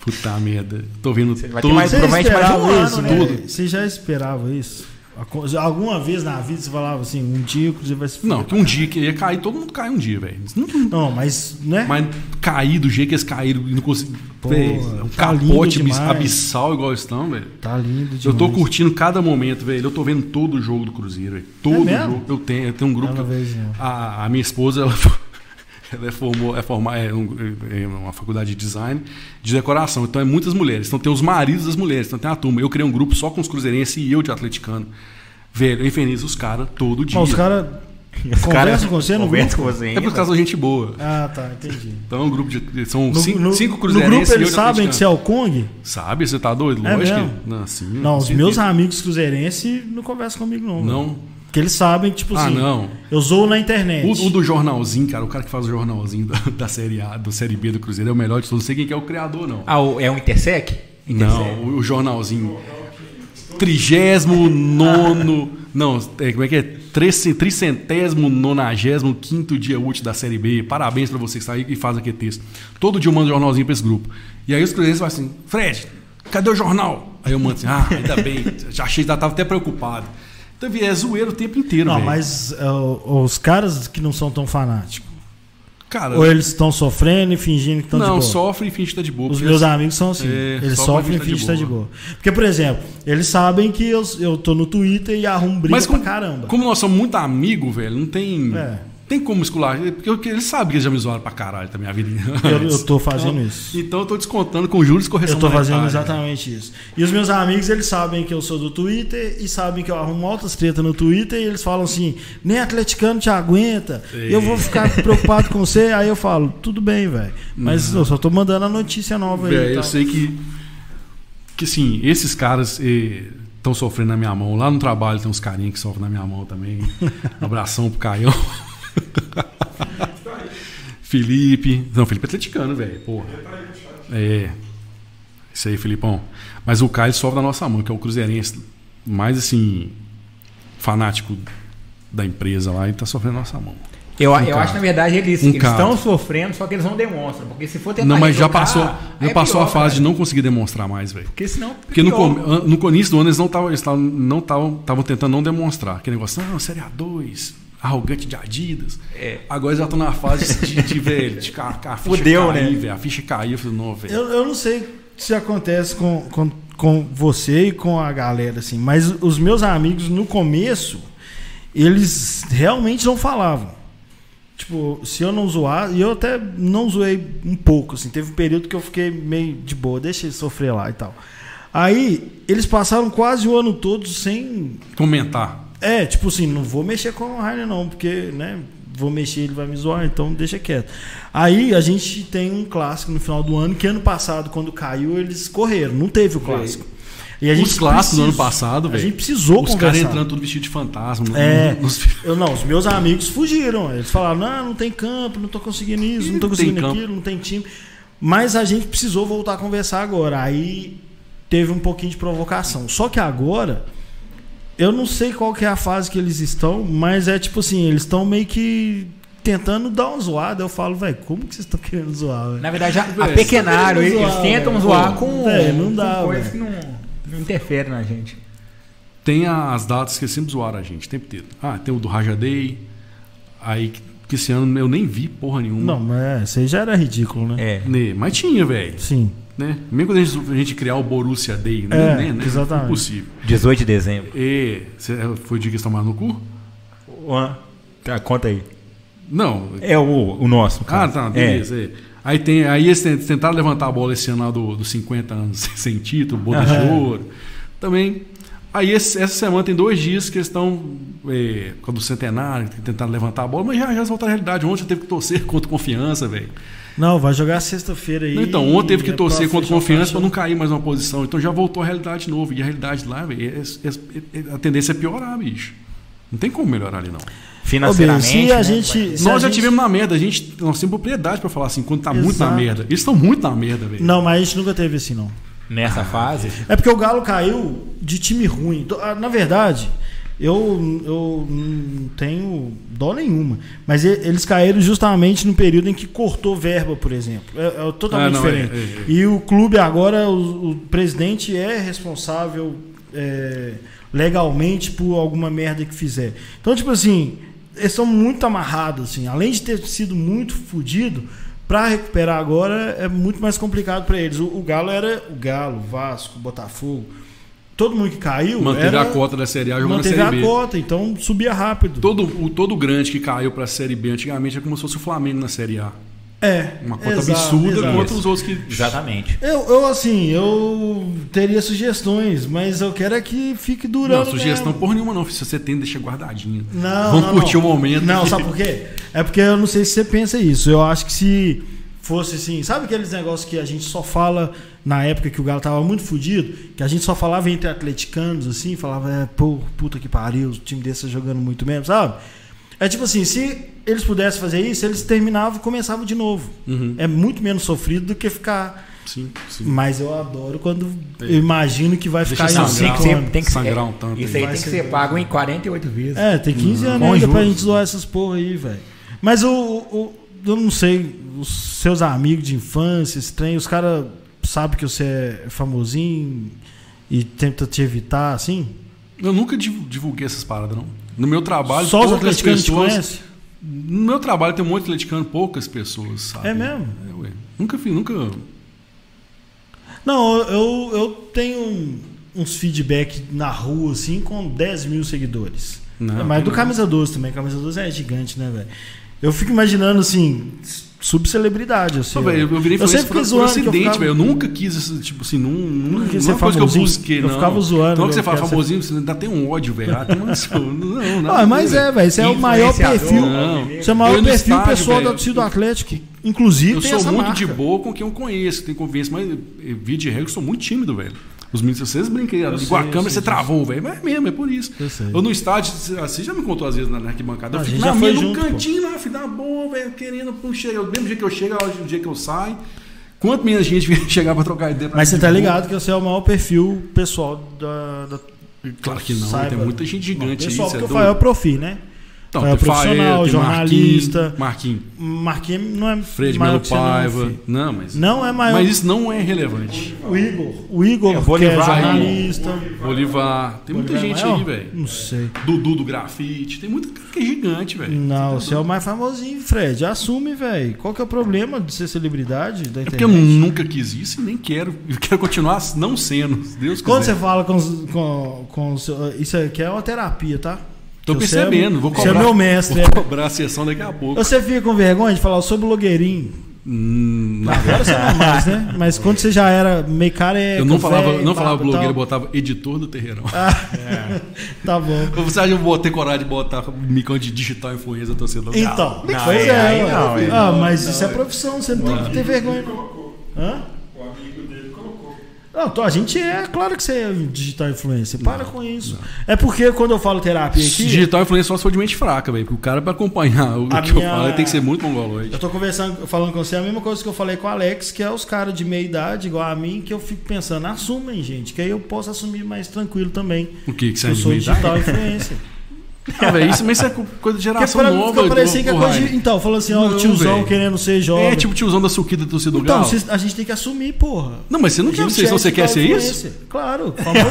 [SPEAKER 2] Puta merda. Tô vendo
[SPEAKER 3] Você vai ter
[SPEAKER 2] todos
[SPEAKER 3] mais-
[SPEAKER 1] Você
[SPEAKER 3] Provavelmente mais um
[SPEAKER 1] esperava
[SPEAKER 3] ano,
[SPEAKER 1] isso,
[SPEAKER 3] né,
[SPEAKER 1] né?
[SPEAKER 2] velho?
[SPEAKER 1] Você já esperava isso? Aco- Alguma vez na vida você falava assim, um dia o Cruzeiro vai se fuder
[SPEAKER 2] Não, que
[SPEAKER 1] pra
[SPEAKER 2] um dia que ia cair, todo mundo cai um dia, velho. Isso não-
[SPEAKER 1] caralho. Não, mas, né?
[SPEAKER 2] Mas cair do jeito que eles caíram e não consegui.
[SPEAKER 1] Pô,
[SPEAKER 2] Véi, um
[SPEAKER 1] tá
[SPEAKER 2] capote
[SPEAKER 1] lindo
[SPEAKER 2] abis-
[SPEAKER 1] demais.
[SPEAKER 2] abissal igual estão, velho.
[SPEAKER 1] Tá lindo demais.
[SPEAKER 2] Eu tô curtindo cada momento, velho. Eu tô vendo todo o jogo do Cruzeiro, velho. Todo
[SPEAKER 1] É mesmo?
[SPEAKER 2] jogo. Eu tenho, eu tenho um grupo.
[SPEAKER 1] Cada
[SPEAKER 2] que eu-
[SPEAKER 1] vez, né?
[SPEAKER 2] a, a minha esposa, ela, ela é, formou, é, formar, é, um- é uma faculdade de design, de decoração. Então é muitas mulheres. Então tem os maridos das mulheres. Então tem a turma. Eu criei um grupo só com os cruzeirenses e eu de atleticano. Velho, eu infeliz os caras todo dia.
[SPEAKER 1] Mas os caras conversam
[SPEAKER 3] Cara,
[SPEAKER 1] com você no grupo?
[SPEAKER 3] conversa com você
[SPEAKER 2] É por
[SPEAKER 3] ainda.
[SPEAKER 2] causa da gente boa.
[SPEAKER 1] Ah, tá, entendi.
[SPEAKER 2] Então é um grupo de. São cinco,
[SPEAKER 1] no,
[SPEAKER 2] cinco
[SPEAKER 1] no
[SPEAKER 2] cruzeirenses.
[SPEAKER 1] grupo
[SPEAKER 2] e eu
[SPEAKER 1] eles
[SPEAKER 2] de
[SPEAKER 1] sabem que você é
[SPEAKER 2] atleticano.
[SPEAKER 1] o Kong?
[SPEAKER 2] Sabe? Você tá doido?
[SPEAKER 1] É
[SPEAKER 2] Lógico
[SPEAKER 1] mesmo?
[SPEAKER 2] que. Não, sim,
[SPEAKER 1] Não,
[SPEAKER 2] com
[SPEAKER 1] os
[SPEAKER 2] certeza.
[SPEAKER 1] meus amigos cruzeirenses não conversam comigo, não.
[SPEAKER 2] Não.
[SPEAKER 1] Porque eles sabem que, tipo
[SPEAKER 2] Ah,
[SPEAKER 1] assim,
[SPEAKER 2] não.
[SPEAKER 1] eu zoo na internet.
[SPEAKER 2] O, o do jornalzinho, cara, o cara que faz o jornalzinho da, da série A, da série B do Cruzeiro é o melhor de todos. Não sei quem que é o criador, não.
[SPEAKER 3] Ah, o- é um Intersec?
[SPEAKER 2] não, o, o jornalzinho. Trigésimo nono. Não, é, como é que é? Trece- Tricentésimo, nonagésimo, quinto dia útil da série B. Parabéns pra você que está aí e faz aquele texto. Todo dia eu mando jornalzinho pra esse grupo. E aí os cruzeirenses falam assim: Fred, cadê o jornal? Aí eu mando assim: ah, ainda bem, já achei, já tava até preocupado. Então, vi, é zoeiro o tempo inteiro,
[SPEAKER 1] Não,
[SPEAKER 2] velho.
[SPEAKER 1] mas ó, os caras que não são tão fanáticos.
[SPEAKER 2] Cara,
[SPEAKER 1] Ou eles estão sofrendo e fingindo que estão então, de
[SPEAKER 2] não,
[SPEAKER 1] boa.
[SPEAKER 2] sofre e finge que tá de boa.
[SPEAKER 1] Os
[SPEAKER 2] porque
[SPEAKER 1] meus
[SPEAKER 2] assim-
[SPEAKER 1] amigos são assim.
[SPEAKER 2] É,
[SPEAKER 1] eles
[SPEAKER 2] só pra
[SPEAKER 1] sofrem e
[SPEAKER 2] ficar de
[SPEAKER 1] fingem que tá de
[SPEAKER 2] boa.
[SPEAKER 1] boa. Porque, por exemplo, eles sabem que eu, eu tô no Twitter e arrumo briga
[SPEAKER 2] Mas como,
[SPEAKER 1] pra caramba.
[SPEAKER 2] como nós somos muito amigos, velho, não tem.
[SPEAKER 1] É.
[SPEAKER 2] Tem como escular. Porque eu- eles sabem que eles já me zoaram pra caralho também a vida.
[SPEAKER 1] Eu,
[SPEAKER 2] antes.
[SPEAKER 1] eu tô fazendo
[SPEAKER 2] então,
[SPEAKER 1] isso.
[SPEAKER 2] Então eu tô descontando com juros e correção
[SPEAKER 1] Eu tô fazendo
[SPEAKER 2] monetária.
[SPEAKER 1] exatamente isso. E os meus amigos, eles sabem que eu sou do Twitter e sabem que eu arrumo altas treta no Twitter e eles falam assim: nem atleticano te aguenta, eu vou ficar preocupado com você. Aí eu falo: tudo bem, velho. Mas eu só tô mandando a notícia nova aí.
[SPEAKER 2] Velho,
[SPEAKER 1] e
[SPEAKER 2] eu
[SPEAKER 3] então.
[SPEAKER 1] tal."
[SPEAKER 2] sei que. Que assim, esses caras estão sofrendo na minha mão. Lá no trabalho tem uns carinhas que sofrem na minha mão também. Abração pro Caião. Felipe. Não, Felipe é atleticano, velho. Porra. É. Isso aí, Felipão. Mas o Caio sofre da nossa mão, que é o cruzeirense mais, assim, fanático da empresa lá e tá sofrendo na nossa mão.
[SPEAKER 3] Eu, eu
[SPEAKER 2] cara.
[SPEAKER 3] acho, na verdade, eles
[SPEAKER 2] Um
[SPEAKER 3] eles
[SPEAKER 2] cara.
[SPEAKER 3] estão sofrendo, só que eles não demonstram. Porque se for tentar
[SPEAKER 2] não, mas já
[SPEAKER 3] retrucar,
[SPEAKER 2] passou,
[SPEAKER 3] aí
[SPEAKER 2] já
[SPEAKER 3] é
[SPEAKER 2] passou a
[SPEAKER 3] pior,
[SPEAKER 2] fase de
[SPEAKER 3] cara.
[SPEAKER 2] não conseguir demonstrar mais, velho.
[SPEAKER 3] Porque senão.
[SPEAKER 2] Porque no,
[SPEAKER 3] pior.
[SPEAKER 2] come- an- no começo do ano eles não estavam eles tavam- não tavam, tavam tentando não demonstrar. Aquele negócio, não, Série A2, arrogante de Adidas.
[SPEAKER 3] É.
[SPEAKER 2] Agora eles já estão na fase de, de, velho, de ca- ca- a ficha
[SPEAKER 3] Fudeu,
[SPEAKER 2] cair,
[SPEAKER 3] né?
[SPEAKER 2] velho. A ficha caiu, eu falei, não, velho.
[SPEAKER 1] Eu, eu não sei se acontece com, com, com você e com a galera, assim, mas os meus amigos no começo, eles realmente não falavam. Tipo, se eu não zoar, e eu até não zoei um pouco, assim, teve um período que eu fiquei meio de boa, deixa eles sofrer lá e tal. Aí, eles passaram quase o ano todo sem.
[SPEAKER 2] Comentar.
[SPEAKER 1] É, tipo assim, não vou mexer com o Rainer, não, porque, né, vou mexer, ele vai me zoar, então deixa quieto. Aí a gente tem um clássico no final do ano, que ano passado, quando caiu, eles correram, não teve o clássico. E a
[SPEAKER 2] Os
[SPEAKER 1] gente
[SPEAKER 2] clássicos do ano
[SPEAKER 1] precisa-
[SPEAKER 2] passado,
[SPEAKER 1] A
[SPEAKER 2] velho.
[SPEAKER 1] gente precisou
[SPEAKER 2] Os
[SPEAKER 1] conversar.
[SPEAKER 2] caras entrando tudo vestido de fantasma. no-
[SPEAKER 1] É.
[SPEAKER 2] nos-
[SPEAKER 1] Eu não, os meus amigos fugiram. Eles falaram: não, não tem campo, não tô conseguindo isso, não tô
[SPEAKER 2] Não tem
[SPEAKER 1] conseguindo
[SPEAKER 2] campo.
[SPEAKER 1] aquilo, não tem time. Mas a gente precisou voltar a conversar agora. Aí teve um pouquinho de provocação. Só que agora, eu não sei qual que é a fase que eles estão, mas é tipo assim, eles estão meio que tentando dar uma zoada. Eu falo, velho, como que vocês estão querendo zoar, velho?
[SPEAKER 3] Na verdade, a, a
[SPEAKER 2] Velho,
[SPEAKER 3] pequenaram,
[SPEAKER 1] eles
[SPEAKER 3] eles,
[SPEAKER 1] tentam zoar,
[SPEAKER 3] tentam
[SPEAKER 1] velho.
[SPEAKER 3] zoar
[SPEAKER 1] Pô,
[SPEAKER 3] com,
[SPEAKER 1] velho, É, não dá,
[SPEAKER 3] com coisas que
[SPEAKER 1] velho.
[SPEAKER 3] não, não interferem na gente.
[SPEAKER 2] Tem as datas que sempre zoaram a gente, o tempo inteiro. Ah, tem o do Raja Day. Aí, que- que esse ano eu nem vi porra nenhuma.
[SPEAKER 1] Não, mas é, isso aí já era ridículo, né?
[SPEAKER 3] É.
[SPEAKER 2] Né, Mas tinha, velho.
[SPEAKER 1] Sim.
[SPEAKER 2] Né? Mesmo quando a gente, a gente criar o Borussia Day, né?
[SPEAKER 1] É,
[SPEAKER 2] né, né?
[SPEAKER 1] exatamente.
[SPEAKER 2] Impossível.
[SPEAKER 3] 18 de dezembro.
[SPEAKER 2] E, cê- foi o dia que eles tomaram no cu?
[SPEAKER 3] Tá, conta aí.
[SPEAKER 2] Não.
[SPEAKER 3] É o, o nosso. cara.
[SPEAKER 2] Ah, tá, beleza. é. Aí, tem, aí eles tent- tentaram levantar a bola esse ano lá do- dos 50 anos sem título, bola de ouro. Também. Aí esse- essa semana tem dois dias que eles estão é, por causa do centenário, que tentaram levantar a bola, mas já, já voltaram à realidade. Ontem teve que torcer contra confiança, velho.
[SPEAKER 1] Não, vai jogar sexta-feira aí.
[SPEAKER 2] Não, Então, ontem teve que
[SPEAKER 1] é pra
[SPEAKER 2] torcer contra
[SPEAKER 1] fechar o
[SPEAKER 2] confiança para
[SPEAKER 1] caixão.
[SPEAKER 2] não cair mais uma posição. Então já voltou à realidade de novo. E a realidade lá, velho, é- é- é- a tendência é piorar, bicho. Não tem como melhorar ali, não.
[SPEAKER 1] Ô, Bia,
[SPEAKER 3] Financeiramente.
[SPEAKER 1] se a
[SPEAKER 3] né,
[SPEAKER 1] gente. se a
[SPEAKER 2] nós já
[SPEAKER 1] gente-
[SPEAKER 2] tivemos na merda, a gente, nós temos propriedade para falar assim, quando tá muito na
[SPEAKER 1] Exato.
[SPEAKER 2] merda. Eles estão muito na merda, velho.
[SPEAKER 1] Não, mas a gente nunca teve assim, não.
[SPEAKER 3] Nessa fase.
[SPEAKER 1] É porque o Galo caiu de time ruim. Do- ah, Na verdade, eu, eu não tenho dó nenhuma. Mas e- eles caíram justamente no período em que cortou verba, por exemplo. É, é totalmente
[SPEAKER 2] Ah, não,
[SPEAKER 1] diferente.
[SPEAKER 2] é, é, é.
[SPEAKER 1] E o clube agora, o, o presidente é responsável é, legalmente por alguma merda que fizer. Então, tipo assim, eles são muito amarrados, assim. Além de ter sido muito fodido, para recuperar agora é muito mais complicado para eles. O, o Galo era o Galo, Vasco, Botafogo. Todo mundo que caiu
[SPEAKER 2] Manteve
[SPEAKER 1] era,
[SPEAKER 2] a cota da Série A jogando na
[SPEAKER 1] manteve
[SPEAKER 2] Série
[SPEAKER 1] a
[SPEAKER 2] B.
[SPEAKER 1] cota, então subia rápido.
[SPEAKER 2] Todo, o, todo grande que caiu pra Série B antigamente é como se fosse o Flamengo na Série A.
[SPEAKER 1] É,
[SPEAKER 2] Uma cota
[SPEAKER 1] exato,
[SPEAKER 2] absurda
[SPEAKER 1] exato.
[SPEAKER 2] contra os outros que.
[SPEAKER 3] Exatamente.
[SPEAKER 1] Eu, eu, assim, eu teria sugestões, mas eu quero é que fique durando.
[SPEAKER 2] Não, sugestão
[SPEAKER 1] mesmo.
[SPEAKER 2] porra nenhuma não. Se você tem, deixa guardadinha.
[SPEAKER 1] Não,
[SPEAKER 2] Vamos
[SPEAKER 1] não,
[SPEAKER 2] curtir
[SPEAKER 1] não.
[SPEAKER 2] o momento.
[SPEAKER 1] Não, sabe por quê? É porque eu não sei se você pensa isso. Eu acho que se fosse assim, sabe aqueles negócios que a gente só fala na época que o Galo tava muito fudido, que a gente só falava entre atleticanos, assim, falava, é, pô, puta que pariu, o time desse tá jogando muito mesmo, sabe? É tipo assim, se eles pudessem fazer isso, eles terminavam e começavam de novo.
[SPEAKER 2] Uhum.
[SPEAKER 1] É muito menos sofrido do que ficar.
[SPEAKER 2] Sim, sim.
[SPEAKER 1] Mas eu adoro quando eu imagino que vai ficar
[SPEAKER 2] Deixa
[SPEAKER 1] em
[SPEAKER 3] Não, tem
[SPEAKER 2] sangrar.
[SPEAKER 1] cinco
[SPEAKER 3] que ser,
[SPEAKER 1] anos.
[SPEAKER 3] tem que ser,
[SPEAKER 2] Sangrar um tanto
[SPEAKER 3] isso aí
[SPEAKER 1] aí.
[SPEAKER 3] tem que ser pago em 48 vezes.
[SPEAKER 1] É, tem
[SPEAKER 2] Hum.
[SPEAKER 1] 15 anos
[SPEAKER 3] Bom
[SPEAKER 1] ainda pra
[SPEAKER 3] justo.
[SPEAKER 1] gente zoar essas porra aí, velho. Mas o, o- o- Eu não sei, os seus amigos de infância, esse trem, os caras sabem que você é famosinho e tenta te evitar, assim?
[SPEAKER 2] Eu nunca div- divulguei essas paradas, não. No meu trabalho,
[SPEAKER 1] Só os
[SPEAKER 2] poucas
[SPEAKER 1] atleticanos te
[SPEAKER 2] pessoas.
[SPEAKER 1] conhecem?
[SPEAKER 2] No meu trabalho tem um monte de atleticano, poucas pessoas, sabe?
[SPEAKER 1] É mesmo?
[SPEAKER 2] É, ué. Nunca fiz, nunca.
[SPEAKER 1] Não, eu- eu, eu tenho um- uns feedback na rua, assim, com 10 mil seguidores.
[SPEAKER 2] Não,
[SPEAKER 1] Mas do
[SPEAKER 2] não.
[SPEAKER 1] Camisa 12 também. Camisa 12 é gigante, né, velho? Eu fico imaginando, assim, subcelebridade, assim.
[SPEAKER 2] Só, velho, Tipo, eu, eu virei
[SPEAKER 1] eu
[SPEAKER 2] influencer
[SPEAKER 1] sempre
[SPEAKER 2] por,
[SPEAKER 1] quis
[SPEAKER 2] por
[SPEAKER 1] zoando. que eu
[SPEAKER 2] um acidente,
[SPEAKER 1] ficava-
[SPEAKER 2] velho. Eu nunca quis, esse, tipo assim, não, não,
[SPEAKER 1] Nunca quis
[SPEAKER 2] não é
[SPEAKER 1] ser
[SPEAKER 2] uma coisa que eu
[SPEAKER 1] famosinho.
[SPEAKER 2] busquei,
[SPEAKER 1] Eu
[SPEAKER 2] não.
[SPEAKER 1] ficava zoando,
[SPEAKER 2] Então que você
[SPEAKER 1] eu
[SPEAKER 2] fala
[SPEAKER 1] quero ser-
[SPEAKER 2] famosinho, você ainda tem um ódio, velho. Ah, tem uma- não, nada a
[SPEAKER 1] Ah,
[SPEAKER 2] ver,
[SPEAKER 1] mas é,
[SPEAKER 2] velho.
[SPEAKER 1] velho. Você é o maior
[SPEAKER 3] Influenciador,
[SPEAKER 1] perfil.
[SPEAKER 2] não.
[SPEAKER 1] Você é o maior
[SPEAKER 2] Eu no
[SPEAKER 1] perfil
[SPEAKER 2] estádio,
[SPEAKER 1] pessoal
[SPEAKER 2] velho,
[SPEAKER 1] da torcida do Atlético. Inclusive,
[SPEAKER 2] Eu
[SPEAKER 1] tem
[SPEAKER 2] sou
[SPEAKER 1] essa
[SPEAKER 2] muito
[SPEAKER 1] marca.
[SPEAKER 2] de boa com quem eu conheço, tem convivência, mas eh, via de regra eu sou muito tímido, velho. Os meninos, vocês brincam, aí, ligou a
[SPEAKER 1] sei, eu
[SPEAKER 2] câmera,
[SPEAKER 1] sei
[SPEAKER 2] você
[SPEAKER 1] disso.
[SPEAKER 2] travou, velho. Mas é mesmo, é por isso.
[SPEAKER 1] Eu sei. Ah,
[SPEAKER 2] no estádio, você- assim, já me contou às vezes na, na arquibancada.
[SPEAKER 1] A
[SPEAKER 2] Eu fico
[SPEAKER 1] gente
[SPEAKER 2] na
[SPEAKER 1] já
[SPEAKER 2] minha,
[SPEAKER 1] foi
[SPEAKER 2] num
[SPEAKER 1] junto, pô.
[SPEAKER 2] cantinho, lá, filho da boa, velho, querendo, pum, chega. O mesmo dia que eu chego, é o dia que eu saio. Quanto menos gente vinha chegar pra trocar ideia pra
[SPEAKER 1] Mas você
[SPEAKER 2] mim,
[SPEAKER 1] tá
[SPEAKER 2] tipo,
[SPEAKER 1] ligado que você é o maior perfil pessoal da. da...
[SPEAKER 2] Claro que não,
[SPEAKER 1] Saiba.
[SPEAKER 2] tem muita gente gigante aí.
[SPEAKER 1] pessoal,
[SPEAKER 2] você
[SPEAKER 1] porque
[SPEAKER 2] é
[SPEAKER 1] o Fael é
[SPEAKER 2] doido.
[SPEAKER 1] profi, né?
[SPEAKER 2] Então,
[SPEAKER 1] Fael é
[SPEAKER 2] tem Fael,
[SPEAKER 1] profissional,
[SPEAKER 2] tem
[SPEAKER 1] jornalista.
[SPEAKER 2] Marquinhos, Marquinhos,
[SPEAKER 1] Marquinhos não é.
[SPEAKER 2] Fred
[SPEAKER 1] maior
[SPEAKER 2] Melo
[SPEAKER 1] que você não,
[SPEAKER 2] Paiva.
[SPEAKER 1] filho.
[SPEAKER 2] Não, mas.
[SPEAKER 1] Não é maior.
[SPEAKER 2] Mas isso não é relevante.
[SPEAKER 1] O Igor. O Igor
[SPEAKER 3] Eu vou
[SPEAKER 1] que é
[SPEAKER 3] livrar aí.
[SPEAKER 1] jornalista.
[SPEAKER 2] Bolivar. Tem muita
[SPEAKER 1] Oliver
[SPEAKER 2] gente
[SPEAKER 1] é Maior?
[SPEAKER 2] aí, velho.
[SPEAKER 1] Não sei.
[SPEAKER 2] Dudu do grafite. Tem muita cara que é gigante, velho.
[SPEAKER 1] Não, você é o mais famosinho, Fred. Assume, velho. Qual que é o problema de ser celebridade da
[SPEAKER 2] É
[SPEAKER 1] internet?
[SPEAKER 2] porque eu nunca quis isso e nem quero. Eu quero continuar não sendo. se Deus
[SPEAKER 1] Quando você
[SPEAKER 2] quiser.
[SPEAKER 1] fala com, os- com, com o seu- Isso aqui é uma terapia, tá?
[SPEAKER 2] Tô
[SPEAKER 1] Você é-
[SPEAKER 2] percebendo. Vou
[SPEAKER 1] Você é
[SPEAKER 2] cobrar,
[SPEAKER 1] meu mestre.
[SPEAKER 2] Vou cobrar a sessão daqui a pouco.
[SPEAKER 1] Você fica com vergonha de falar, eu sou blogueirinho.
[SPEAKER 2] Hum, não.
[SPEAKER 1] Agora você não é mais, né? Mas quando você já era meio careca.
[SPEAKER 2] eu não falava,
[SPEAKER 1] velho,
[SPEAKER 2] não falava
[SPEAKER 1] barba e
[SPEAKER 2] blogueiro, eu
[SPEAKER 1] tal.
[SPEAKER 2] botava editor do terreirão.
[SPEAKER 1] Tá bom.
[SPEAKER 2] Você acha que eu vou ter coragem de botar um micão de digital influenza torcedor?
[SPEAKER 1] Então,
[SPEAKER 3] Não,
[SPEAKER 1] pois
[SPEAKER 3] aí-
[SPEAKER 1] é,
[SPEAKER 3] aí
[SPEAKER 1] ué.
[SPEAKER 3] não, aí
[SPEAKER 1] ah, mas isso é profissão, você não tem que ter vergonha.
[SPEAKER 4] colocou.
[SPEAKER 1] Hã?
[SPEAKER 4] O amigo dele colocou.
[SPEAKER 1] Não, tô- a gente é, claro que você é um digital influencer. Para com isso. É porque quando eu falo terapia aqui,
[SPEAKER 2] Digital influencer só se for de mente fraca, velho. Porque o cara, pra acompanhar o
[SPEAKER 1] A
[SPEAKER 2] que eu
[SPEAKER 1] minha-
[SPEAKER 2] falo, ele tem que ser muito mongoloide.
[SPEAKER 1] Eu tô conversando, falando com você a mesma coisa que eu falei com o Alex, que é os caras de meia idade, igual a mim, que eu fico pensando, assumem, gente, que aí eu posso assumir mais tranquilo também.
[SPEAKER 2] O que, que você é
[SPEAKER 1] eu
[SPEAKER 2] de
[SPEAKER 1] sou
[SPEAKER 2] meia idade?
[SPEAKER 1] digital influencer.
[SPEAKER 2] Ah, velho, isso, mas isso é co- coisa de
[SPEAKER 1] Porque
[SPEAKER 2] geração
[SPEAKER 1] pra mim
[SPEAKER 2] nova.
[SPEAKER 1] fica parecendo que é
[SPEAKER 2] do-
[SPEAKER 1] coisa
[SPEAKER 2] do
[SPEAKER 1] de, Então, falou assim, ó,
[SPEAKER 2] Não,
[SPEAKER 1] o tiozão
[SPEAKER 2] velho.
[SPEAKER 1] querendo ser jovem.
[SPEAKER 2] É tipo tiozão da suquita do torcida do
[SPEAKER 1] então,
[SPEAKER 2] Galo.
[SPEAKER 1] vocês- a gente tem que assumir, porra.
[SPEAKER 2] Não, mas você não
[SPEAKER 1] A
[SPEAKER 2] quer
[SPEAKER 1] gente
[SPEAKER 2] ser
[SPEAKER 1] é
[SPEAKER 2] isso, você quer
[SPEAKER 1] digital
[SPEAKER 2] ser isso?
[SPEAKER 1] influencer. Claro, famoso.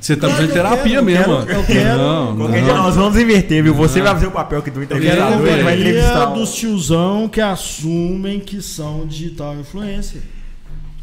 [SPEAKER 2] Você tá
[SPEAKER 1] Claro
[SPEAKER 2] fazendo
[SPEAKER 1] que eu
[SPEAKER 2] terapia
[SPEAKER 1] quero,
[SPEAKER 2] mesmo.
[SPEAKER 1] eu quero, eu
[SPEAKER 2] ó.
[SPEAKER 1] quero.
[SPEAKER 2] Não,
[SPEAKER 3] Qualquer
[SPEAKER 2] não.
[SPEAKER 3] dia nós vamos inverter, viu? Você vai fazer o papel aqui do
[SPEAKER 1] Quero a
[SPEAKER 2] Claro,
[SPEAKER 3] entrevistador, ele vai
[SPEAKER 1] maioria
[SPEAKER 3] entrevistar. um- o-
[SPEAKER 1] dos tiozão que assumem que são digital influencer.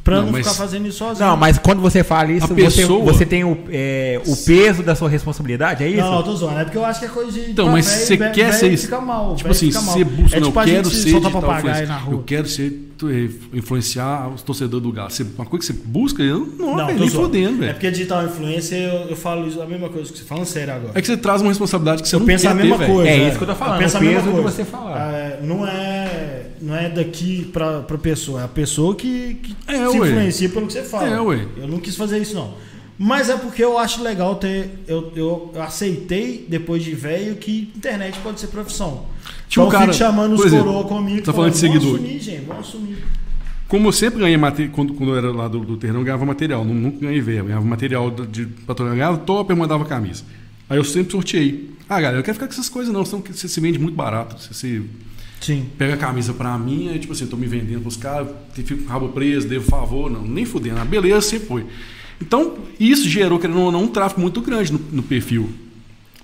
[SPEAKER 1] Pra
[SPEAKER 2] Não,
[SPEAKER 1] não,
[SPEAKER 2] mas-
[SPEAKER 1] ficar fazendo isso sozinho.
[SPEAKER 3] Não, mas quando você fala isso,
[SPEAKER 2] A
[SPEAKER 3] você,
[SPEAKER 2] pessoa-
[SPEAKER 3] você tem o, é, o peso da sua responsabilidade, é isso?
[SPEAKER 1] Não, não, tô zoando. É porque eu acho que é coisa de.
[SPEAKER 2] Então,
[SPEAKER 1] pra
[SPEAKER 2] mas
[SPEAKER 1] velho,
[SPEAKER 2] você
[SPEAKER 1] velho,
[SPEAKER 2] quer
[SPEAKER 1] velho
[SPEAKER 2] ser isso?
[SPEAKER 1] Fica mal,
[SPEAKER 2] Tipo
[SPEAKER 1] velho
[SPEAKER 2] assim,
[SPEAKER 1] fica mal.
[SPEAKER 2] você busca,
[SPEAKER 1] é
[SPEAKER 2] não,
[SPEAKER 1] tipo
[SPEAKER 2] eu
[SPEAKER 1] a
[SPEAKER 2] quero
[SPEAKER 1] gente
[SPEAKER 2] ser
[SPEAKER 1] soltar
[SPEAKER 2] digital
[SPEAKER 1] papagaio
[SPEAKER 2] influencer.
[SPEAKER 1] na rua.
[SPEAKER 2] Eu quero ser tu- eh, influenciar os torcedores do Galo. Você- Uma coisa que você busca, eu não,
[SPEAKER 1] Não,
[SPEAKER 2] velho,
[SPEAKER 1] tô
[SPEAKER 2] nem
[SPEAKER 1] zoando.
[SPEAKER 2] fodendo,
[SPEAKER 1] É
[SPEAKER 2] velho.
[SPEAKER 1] porque digital influencer, eu, eu falo isso- a mesma coisa que você. Falando sério agora.
[SPEAKER 2] É que você traz uma responsabilidade que você não
[SPEAKER 1] penso
[SPEAKER 2] quer
[SPEAKER 1] a mesma
[SPEAKER 2] ter, velho.
[SPEAKER 1] coisa.
[SPEAKER 3] É isso que eu tô falando,
[SPEAKER 1] penso
[SPEAKER 3] o
[SPEAKER 1] a mesma
[SPEAKER 3] peso de
[SPEAKER 1] coisa.
[SPEAKER 3] você falar.
[SPEAKER 1] É, não, é, não é daqui pra, pra pessoa, é a pessoa que, que
[SPEAKER 2] É,
[SPEAKER 1] se
[SPEAKER 2] ué.
[SPEAKER 1] influencia pelo que você fala.
[SPEAKER 2] É, ué.
[SPEAKER 1] Eu não quis fazer isso, não. Mas é porque eu acho legal ter. Eu, eu aceitei, depois de velho, que internet pode ser profissão.
[SPEAKER 2] Tinha
[SPEAKER 1] então
[SPEAKER 2] um
[SPEAKER 1] eu
[SPEAKER 2] cara-
[SPEAKER 1] fico chamando os
[SPEAKER 2] por exemplo,
[SPEAKER 1] coroa comigo.
[SPEAKER 2] tá falando de
[SPEAKER 1] falando,
[SPEAKER 2] seguidor.
[SPEAKER 1] Vamos assumir, gente, vamos assumir.
[SPEAKER 2] Como eu sempre ganhei material, quando, quando eu era lá do, do terreno, eu ganhava material, nu- nunca ganhei verba, ganhava material do- de patrocínio, ganhava top, eu mandava camisa. Aí eu sempre sorteei. Ah, galera, eu quero ficar com essas coisas não, senão que você se vende muito barato. Você se
[SPEAKER 1] Sim.
[SPEAKER 2] pega a camisa pra mim, aí tipo assim, eu tô me vendendo pros caras, fico com o rabo preso, devo favor, não, nem fudendo. Ah, beleza, sempre foi. Então, isso gerou, querendo ou não, um tráfego muito grande no, no perfil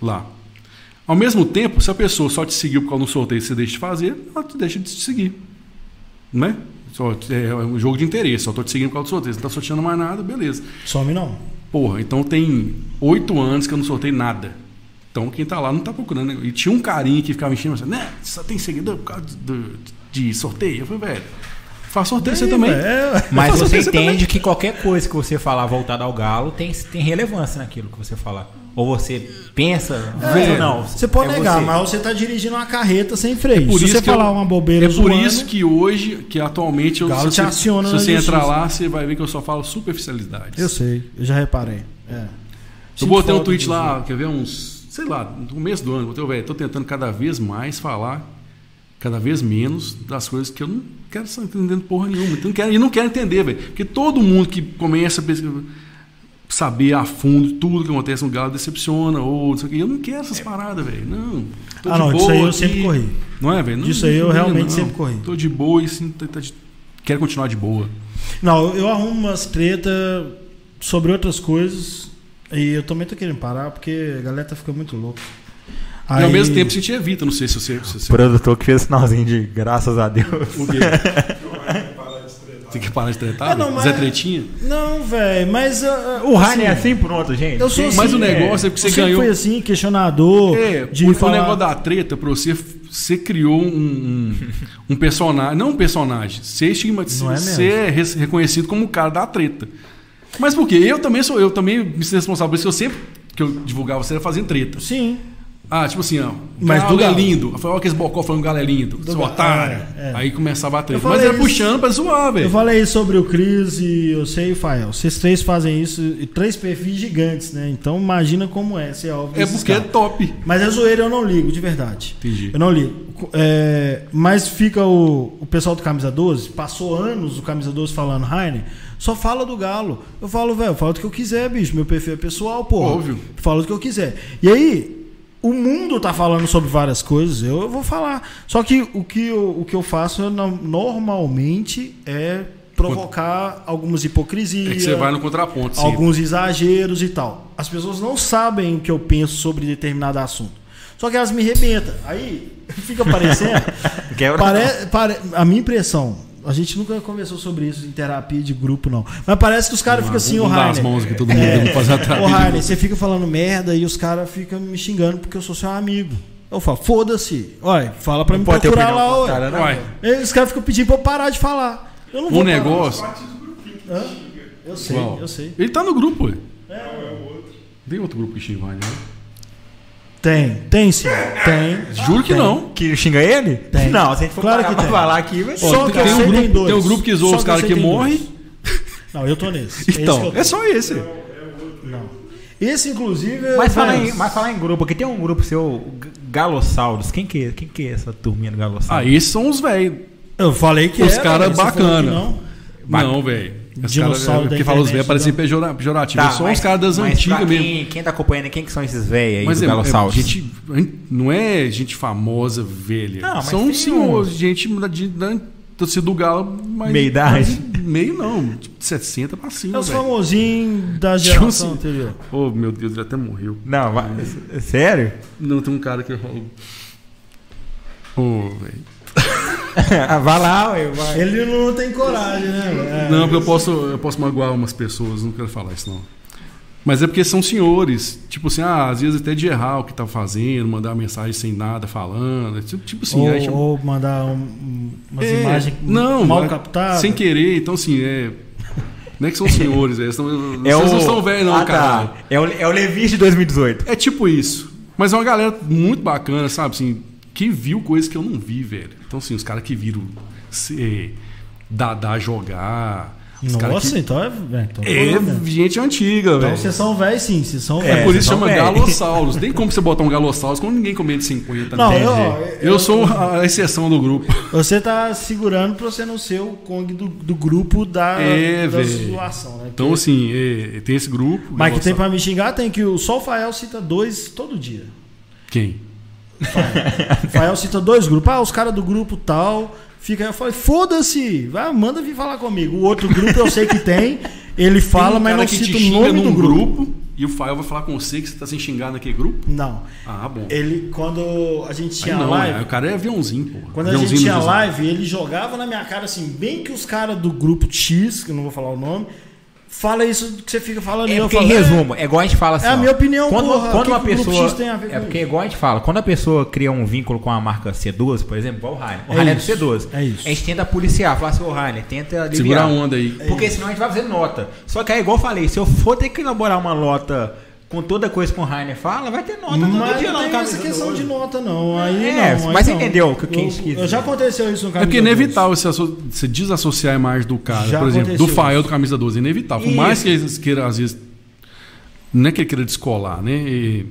[SPEAKER 2] lá. Ao mesmo tempo, se a pessoa só te seguiu por causa de um sorteio que você deixa de fazer, ela te deixa de te seguir. Né? Só, é, é um jogo de interesse, só tô te seguindo por causa do sorteio, você não tá sorteando mais nada, beleza.
[SPEAKER 1] Some não.
[SPEAKER 2] Porra, então tem oito anos que eu não sorteio nada. Então quem tá lá não tá procurando. né? E tinha um carinha que ficava enchendo, assim, né? Só tem seguidor por causa do- de sorteio. Eu falei, velho, faz sorteio você
[SPEAKER 1] Ih,
[SPEAKER 2] também.
[SPEAKER 1] é.
[SPEAKER 3] Mas
[SPEAKER 2] Faz
[SPEAKER 3] você
[SPEAKER 2] sorteio também.
[SPEAKER 3] entende que qualquer coisa que você falar voltada ao galo tem, tem relevância naquilo que você falar. Ou você pensa,
[SPEAKER 2] É.
[SPEAKER 3] ou não.
[SPEAKER 1] Você pode
[SPEAKER 3] É
[SPEAKER 1] negar,
[SPEAKER 3] você.
[SPEAKER 1] mas você tá dirigindo uma carreta sem freio.
[SPEAKER 2] É Por
[SPEAKER 1] Se
[SPEAKER 2] isso
[SPEAKER 1] você
[SPEAKER 2] que eu-
[SPEAKER 1] falar uma bobeira
[SPEAKER 2] É por
[SPEAKER 1] zoando,
[SPEAKER 2] isso que hoje, que atualmente, eu,
[SPEAKER 1] Galo
[SPEAKER 2] se,
[SPEAKER 1] te aciona
[SPEAKER 2] se
[SPEAKER 1] na
[SPEAKER 2] você entrar
[SPEAKER 1] justiça.
[SPEAKER 2] lá, você vai ver que eu só falo superficialidades.
[SPEAKER 1] Eu sei, eu já reparei. É.
[SPEAKER 2] Eu
[SPEAKER 1] Sinto
[SPEAKER 2] botei um
[SPEAKER 1] falta
[SPEAKER 2] tweet
[SPEAKER 1] disso.
[SPEAKER 2] lá, quer ver, uns, sei lá, no começo do ano, botei, velho, tô tentando cada vez mais falar, cada vez menos das coisas que eu não quero estar entendendo porra nenhuma. Então, não quero, e não quero entender, velho. Porque todo mundo que começa a pes- saber a fundo tudo que acontece no Galo decepciona, ou não sei o que. Eu não quero essas paradas, velho. Não. Tô
[SPEAKER 1] É. Ah,
[SPEAKER 2] de
[SPEAKER 1] não, disso
[SPEAKER 2] boa
[SPEAKER 1] aí eu
[SPEAKER 2] aqui.
[SPEAKER 1] sempre corri.
[SPEAKER 2] Não é, velho? Não-
[SPEAKER 1] Disso aí eu
[SPEAKER 2] não,
[SPEAKER 1] realmente
[SPEAKER 2] não.
[SPEAKER 1] sempre corri.
[SPEAKER 2] Tô de boa e sim, tá- tá de- quero continuar de boa.
[SPEAKER 1] Não, eu arrumo umas treta sobre outras coisas. E eu também tô querendo parar, porque a galera tá ficando muito louca.
[SPEAKER 2] E ao
[SPEAKER 1] Aí-
[SPEAKER 2] mesmo tempo você te evita, não sei se você. Se você
[SPEAKER 3] produtor que fez sinalzinho de graças a Deus.
[SPEAKER 2] o quê?
[SPEAKER 4] Parar de treinar.
[SPEAKER 2] Tem que parar de tretar?
[SPEAKER 1] Ah, não,
[SPEAKER 2] velho?
[SPEAKER 1] mas-
[SPEAKER 2] Zé Tretinha?
[SPEAKER 1] Não, velho, mas. ah, ah,
[SPEAKER 3] O Rani é assim pronto, gente.
[SPEAKER 1] Eu sou assim.
[SPEAKER 2] Mas o negócio é
[SPEAKER 1] eu
[SPEAKER 2] que você
[SPEAKER 1] sempre
[SPEAKER 2] ganhou.
[SPEAKER 1] fui assim, questionador.
[SPEAKER 2] É,
[SPEAKER 1] de
[SPEAKER 2] o, o
[SPEAKER 1] falar...
[SPEAKER 2] negócio da treta pra você, você criou um, um, um personagem. Não um personagem, você é
[SPEAKER 1] Não
[SPEAKER 2] estigmatizado.
[SPEAKER 1] é
[SPEAKER 2] você é re- reconhecido como o cara da treta. Mas por quê? Eu também sou, eu também me sinto responsável por isso, que eu sempre que eu divulgava você era fazendo treta.
[SPEAKER 1] Sim.
[SPEAKER 2] Ah, tipo assim, ó.
[SPEAKER 1] Mas
[SPEAKER 2] Mas
[SPEAKER 1] do
[SPEAKER 2] galo é
[SPEAKER 1] Galo.
[SPEAKER 2] lindo. Eu falei, ó, aqueles bocó falando galo é lindo. Seu
[SPEAKER 1] Galo,
[SPEAKER 2] otário.
[SPEAKER 1] é, é.
[SPEAKER 2] Aí começava a treta.
[SPEAKER 1] Eu
[SPEAKER 2] Mas
[SPEAKER 1] falei
[SPEAKER 2] era
[SPEAKER 1] isso.
[SPEAKER 2] puxando pra zoar,
[SPEAKER 1] Eu
[SPEAKER 2] velho.
[SPEAKER 1] falei sobre o Cris e eu sei e o Fael. Vocês três fazem isso, e três perfis gigantes, né? Então imagina como é ser alvo
[SPEAKER 2] É
[SPEAKER 1] desses
[SPEAKER 2] porque é
[SPEAKER 1] caras.
[SPEAKER 2] top.
[SPEAKER 1] Mas é zoeira, eu não ligo, de verdade.
[SPEAKER 2] Entendi.
[SPEAKER 1] Eu não ligo. É, mas fica o, o pessoal do Camisa 12, passou anos o Camisa 12 falando, Heine, só fala do Galo. Eu falo, velho, eu falo do que eu quiser, bicho. Meu perfil é pessoal, pô.
[SPEAKER 2] Óbvio.
[SPEAKER 1] Falo do que eu quiser. E aí, o mundo tá falando sobre várias coisas, eu, eu vou falar. Só que o que eu, o que eu faço eu não- normalmente é provocar algumas hipocrisias
[SPEAKER 2] É que você vai no contraponto, sim.
[SPEAKER 1] alguns exageros e tal. As pessoas não sabem o que eu penso sobre determinado assunto. Só que elas me rebentam. Aí fica parecendo.
[SPEAKER 3] Quebra
[SPEAKER 1] pare, pare- a minha impressão. A gente nunca conversou sobre isso em terapia de grupo, não. Mas parece que os caras ficam assim, ô
[SPEAKER 2] Vamos dar as
[SPEAKER 1] Rainer.
[SPEAKER 2] mãos né? aqui, todo mundo vamos fazer a
[SPEAKER 1] Ô
[SPEAKER 2] trapinha.
[SPEAKER 1] Rainer, você fica falando merda e os caras ficam me xingando porque eu sou seu amigo. Eu falo, foda-se. Olha, fala pra me
[SPEAKER 3] pode ter
[SPEAKER 1] procurar
[SPEAKER 3] opinião
[SPEAKER 1] lá,
[SPEAKER 3] contrária,
[SPEAKER 1] olha.
[SPEAKER 3] né?
[SPEAKER 2] Uai,
[SPEAKER 1] Os caras ficam pedindo pra eu parar de falar. Eu não vou
[SPEAKER 2] um
[SPEAKER 1] parar.
[SPEAKER 2] negócio.
[SPEAKER 1] Hã? Eu sei,
[SPEAKER 2] Qual?
[SPEAKER 1] eu sei.
[SPEAKER 2] Ele tá no grupo, ué.
[SPEAKER 4] Não, é o outro.
[SPEAKER 2] Tem outro grupo que xinga, né?
[SPEAKER 1] Tem, tem sim. Tem.
[SPEAKER 2] Juro que não.
[SPEAKER 3] Que xinga ele?
[SPEAKER 1] Tem.
[SPEAKER 3] Não, se a gente for
[SPEAKER 1] Claro
[SPEAKER 3] parar
[SPEAKER 1] que
[SPEAKER 3] pra
[SPEAKER 1] tem.
[SPEAKER 3] falar aqui, vai ser.
[SPEAKER 1] Só
[SPEAKER 2] Ó,
[SPEAKER 1] que eu
[SPEAKER 2] tem um
[SPEAKER 1] sei
[SPEAKER 2] grupo-
[SPEAKER 1] tem dois.
[SPEAKER 2] tem um grupo que zoa
[SPEAKER 1] Só
[SPEAKER 2] os
[SPEAKER 1] eu
[SPEAKER 2] caras
[SPEAKER 1] sei
[SPEAKER 2] que
[SPEAKER 1] tem
[SPEAKER 2] morrem.
[SPEAKER 1] dois. Não, eu tô nesse. É esse
[SPEAKER 2] Então,
[SPEAKER 1] que eu-
[SPEAKER 2] é só esse.
[SPEAKER 1] Não. Esse, inclusive. é-
[SPEAKER 3] Mas falar, em,
[SPEAKER 1] velho,
[SPEAKER 3] mas falar em grupo, aqui tem um grupo seu, o G- Galossauros. Quem que, é- quem que é essa turminha do
[SPEAKER 2] Ah,
[SPEAKER 3] Galossauros?
[SPEAKER 2] esses são os velhos.
[SPEAKER 1] Eu falei que
[SPEAKER 2] os
[SPEAKER 3] é,
[SPEAKER 1] era,
[SPEAKER 2] cara
[SPEAKER 1] mas você falou que
[SPEAKER 2] bacana.
[SPEAKER 1] não.
[SPEAKER 2] Não, velho. Os caras-
[SPEAKER 1] Dinossauro
[SPEAKER 2] é Porque
[SPEAKER 1] da
[SPEAKER 2] fala
[SPEAKER 1] internet,
[SPEAKER 2] os
[SPEAKER 1] né?
[SPEAKER 2] velhos, parecem pejora- pejorativos. são os caras das
[SPEAKER 3] Tá, mas pra
[SPEAKER 2] antigas
[SPEAKER 3] quem,
[SPEAKER 2] mesmo.
[SPEAKER 3] Quem tá acompanhando, quem que são esses velhos aí
[SPEAKER 2] Mas
[SPEAKER 3] do
[SPEAKER 2] é, é
[SPEAKER 3] Galossauros?
[SPEAKER 2] gente, não é gente famosa, velha.
[SPEAKER 3] Não, mas
[SPEAKER 2] são
[SPEAKER 3] tem
[SPEAKER 1] um-
[SPEAKER 2] senhores,
[SPEAKER 3] uns.
[SPEAKER 2] gente da, de- da torcida do Galo, mas.
[SPEAKER 3] Meia idade.
[SPEAKER 2] mas Meio não, tipo, de 60 pra
[SPEAKER 1] É
[SPEAKER 2] cima.
[SPEAKER 1] os
[SPEAKER 2] velho.
[SPEAKER 1] famosinhos da
[SPEAKER 2] Tinha
[SPEAKER 1] geração
[SPEAKER 2] um-
[SPEAKER 1] anterior.
[SPEAKER 2] Oh, meu Deus, ele até morreu.
[SPEAKER 3] Não, vai, é sério?
[SPEAKER 2] Não, tem um cara que falou. Ô, velho.
[SPEAKER 3] Ah, vai lá, ué, vai.
[SPEAKER 1] Ele não tem coragem, né? velho? É.
[SPEAKER 2] Não, porque eu posso, eu posso magoar umas pessoas, não quero falar isso não. Mas é porque são senhores, tipo assim, ah, às vezes até de errar o que tá fazendo, mandar mensagem sem nada falando, é tipo, tipo assim,
[SPEAKER 1] ou,
[SPEAKER 2] aí chama-
[SPEAKER 1] ou mandar um- um- umas
[SPEAKER 2] É,
[SPEAKER 1] imagens
[SPEAKER 2] não,
[SPEAKER 1] mal
[SPEAKER 2] é-
[SPEAKER 1] captadas.
[SPEAKER 2] Sem querer, então assim, é não é que são senhores, é, são,
[SPEAKER 3] É
[SPEAKER 2] vocês
[SPEAKER 3] o-
[SPEAKER 2] não são velhos não,
[SPEAKER 3] Ah,
[SPEAKER 2] cara.
[SPEAKER 3] tá. É o, é o Levi de 2018.
[SPEAKER 2] É tipo isso. Mas é uma galera muito bacana, sabe? Assim, que viu coisas que eu não vi, velho. Então, assim, os caras que viram se, é, Dadá jogar. Os cara
[SPEAKER 1] Nossa,
[SPEAKER 2] que...
[SPEAKER 1] então é. é, então
[SPEAKER 2] É
[SPEAKER 1] foi, né?
[SPEAKER 2] gente antiga,
[SPEAKER 1] Então
[SPEAKER 2] velho.
[SPEAKER 1] vocês então são velhos, sim. Vocês são
[SPEAKER 2] É,
[SPEAKER 1] velhos.
[SPEAKER 2] por isso
[SPEAKER 3] são
[SPEAKER 2] chama
[SPEAKER 3] velho.
[SPEAKER 2] Galossauros. Nem como você botar um Galossauros quando ninguém comia de 50.
[SPEAKER 1] Não,
[SPEAKER 2] né?
[SPEAKER 1] eu-
[SPEAKER 2] Entendi. eu, sou a exceção do grupo.
[SPEAKER 1] Você tá segurando pra você não ser o Kong do, do grupo da,
[SPEAKER 2] É,
[SPEAKER 1] da
[SPEAKER 2] velho.
[SPEAKER 1] zoação, né?
[SPEAKER 2] Então, assim, é, tem esse grupo.
[SPEAKER 1] Mas que tem
[SPEAKER 2] Galossauros.
[SPEAKER 1] pra me xingar, tem que o só o Fael cita dois todo dia.
[SPEAKER 2] Quem?
[SPEAKER 1] O Fael cita dois grupos. Ah, os caras do grupo tal Fica aí, eu falei, foda-se, vai, manda vir falar comigo. O outro grupo eu sei que tem, ele fala,
[SPEAKER 2] Tem um
[SPEAKER 1] mas
[SPEAKER 2] cara
[SPEAKER 1] não
[SPEAKER 2] que
[SPEAKER 1] cita
[SPEAKER 2] te
[SPEAKER 1] o
[SPEAKER 2] xinga
[SPEAKER 1] nome do
[SPEAKER 2] num
[SPEAKER 1] grupo.
[SPEAKER 2] E o Fael vai falar com você que você tá sem xingar naquele grupo?
[SPEAKER 1] Não.
[SPEAKER 2] Ah, bom.
[SPEAKER 1] Ele, quando a gente
[SPEAKER 2] Aí
[SPEAKER 1] tinha
[SPEAKER 2] não,
[SPEAKER 1] live.
[SPEAKER 2] é, o cara é aviãozinho, pô.
[SPEAKER 1] Quando a
[SPEAKER 2] aviãozinho
[SPEAKER 1] gente tinha
[SPEAKER 2] no design.
[SPEAKER 1] live, ele jogava na minha cara assim, bem que os caras do grupo X, que eu não vou falar o nome, fala isso que você fica falando. e
[SPEAKER 3] É
[SPEAKER 1] eu
[SPEAKER 3] porque, em
[SPEAKER 1] falo,
[SPEAKER 3] resumo, é igual a gente fala assim.
[SPEAKER 1] é a
[SPEAKER 3] ó,
[SPEAKER 1] minha opinião,
[SPEAKER 3] quando,
[SPEAKER 1] porra,
[SPEAKER 3] quando
[SPEAKER 1] o que
[SPEAKER 3] uma
[SPEAKER 1] que o grupo
[SPEAKER 3] pessoa.
[SPEAKER 1] X tem a ver com
[SPEAKER 3] é porque,
[SPEAKER 1] isso?
[SPEAKER 3] igual a gente fala, quando a pessoa cria um vínculo com a marca C12, por exemplo, igual o Harley. O Harley é,
[SPEAKER 1] isso,
[SPEAKER 3] do C12.
[SPEAKER 1] é isso.
[SPEAKER 3] A gente tenta policiar, falar assim, ô Harley, tenta aliviar.
[SPEAKER 2] Segura um. a onda aí. É
[SPEAKER 3] Porque senão a gente vai fazer nota. Só que aí, igual eu falei, se eu for ter que elaborar uma nota com toda coisa que o Rainer fala, vai ter nota todo
[SPEAKER 1] Mas
[SPEAKER 3] dia
[SPEAKER 1] não
[SPEAKER 3] lá
[SPEAKER 1] tem
[SPEAKER 3] no
[SPEAKER 1] essa questão de
[SPEAKER 3] nota.
[SPEAKER 1] nota, não. Aí
[SPEAKER 3] É,
[SPEAKER 1] não. aí
[SPEAKER 3] mas você
[SPEAKER 1] não.
[SPEAKER 3] entendeu o que- quem quis
[SPEAKER 1] eu, eu
[SPEAKER 3] dizer.
[SPEAKER 1] já aconteceu isso no
[SPEAKER 2] É
[SPEAKER 1] camisa
[SPEAKER 2] porque é inevitável você, asso- você desassociar a imagem do cara,
[SPEAKER 1] Já
[SPEAKER 2] por exemplo, do
[SPEAKER 1] aconteceu
[SPEAKER 2] Fael do Camisa 12. É inevitável. Por mais
[SPEAKER 3] Isso.
[SPEAKER 2] que eles queiram, às vezes. Não é que ele queira descolar, né? E-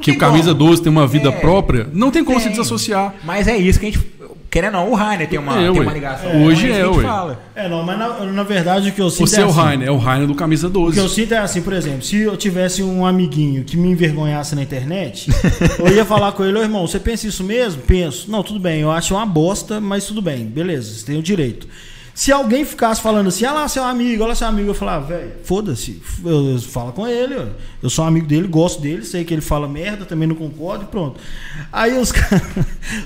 [SPEAKER 2] que
[SPEAKER 3] tem
[SPEAKER 2] o Camisa
[SPEAKER 3] como.
[SPEAKER 2] 12 tem uma vida
[SPEAKER 3] É.
[SPEAKER 2] própria, não tem como se
[SPEAKER 3] Tem.
[SPEAKER 2] desassociar.
[SPEAKER 3] Mas é isso que a gente. Querendo ou não, o Rainer tem uma,
[SPEAKER 2] É,
[SPEAKER 3] tem
[SPEAKER 2] ué.
[SPEAKER 3] uma ligação.
[SPEAKER 2] Hoje é,
[SPEAKER 3] com isso que a gente
[SPEAKER 2] ué.
[SPEAKER 3] fala.
[SPEAKER 1] É, não, mas na, na verdade o que eu sinto
[SPEAKER 2] Você é o
[SPEAKER 1] assim,
[SPEAKER 2] Rainer, é o Rainer do Camisa
[SPEAKER 1] O que eu
[SPEAKER 2] 12.
[SPEAKER 1] sinto é assim, por exemplo, se eu tivesse um amiguinho que me envergonhasse na internet, eu ia falar com ele, ô irmão, você pensa isso mesmo? Penso. Não, tudo bem, eu acho uma bosta, mas tudo bem, beleza, você tem o direito. Se alguém ficasse falando assim, ah lá, seu amigo, olha lá, seu amigo, eu falava, velho, foda-se, eu, eu falo com ele, ó. eu sou um amigo dele, gosto dele, sei que ele fala merda, também não concordo e pronto. Aí os caras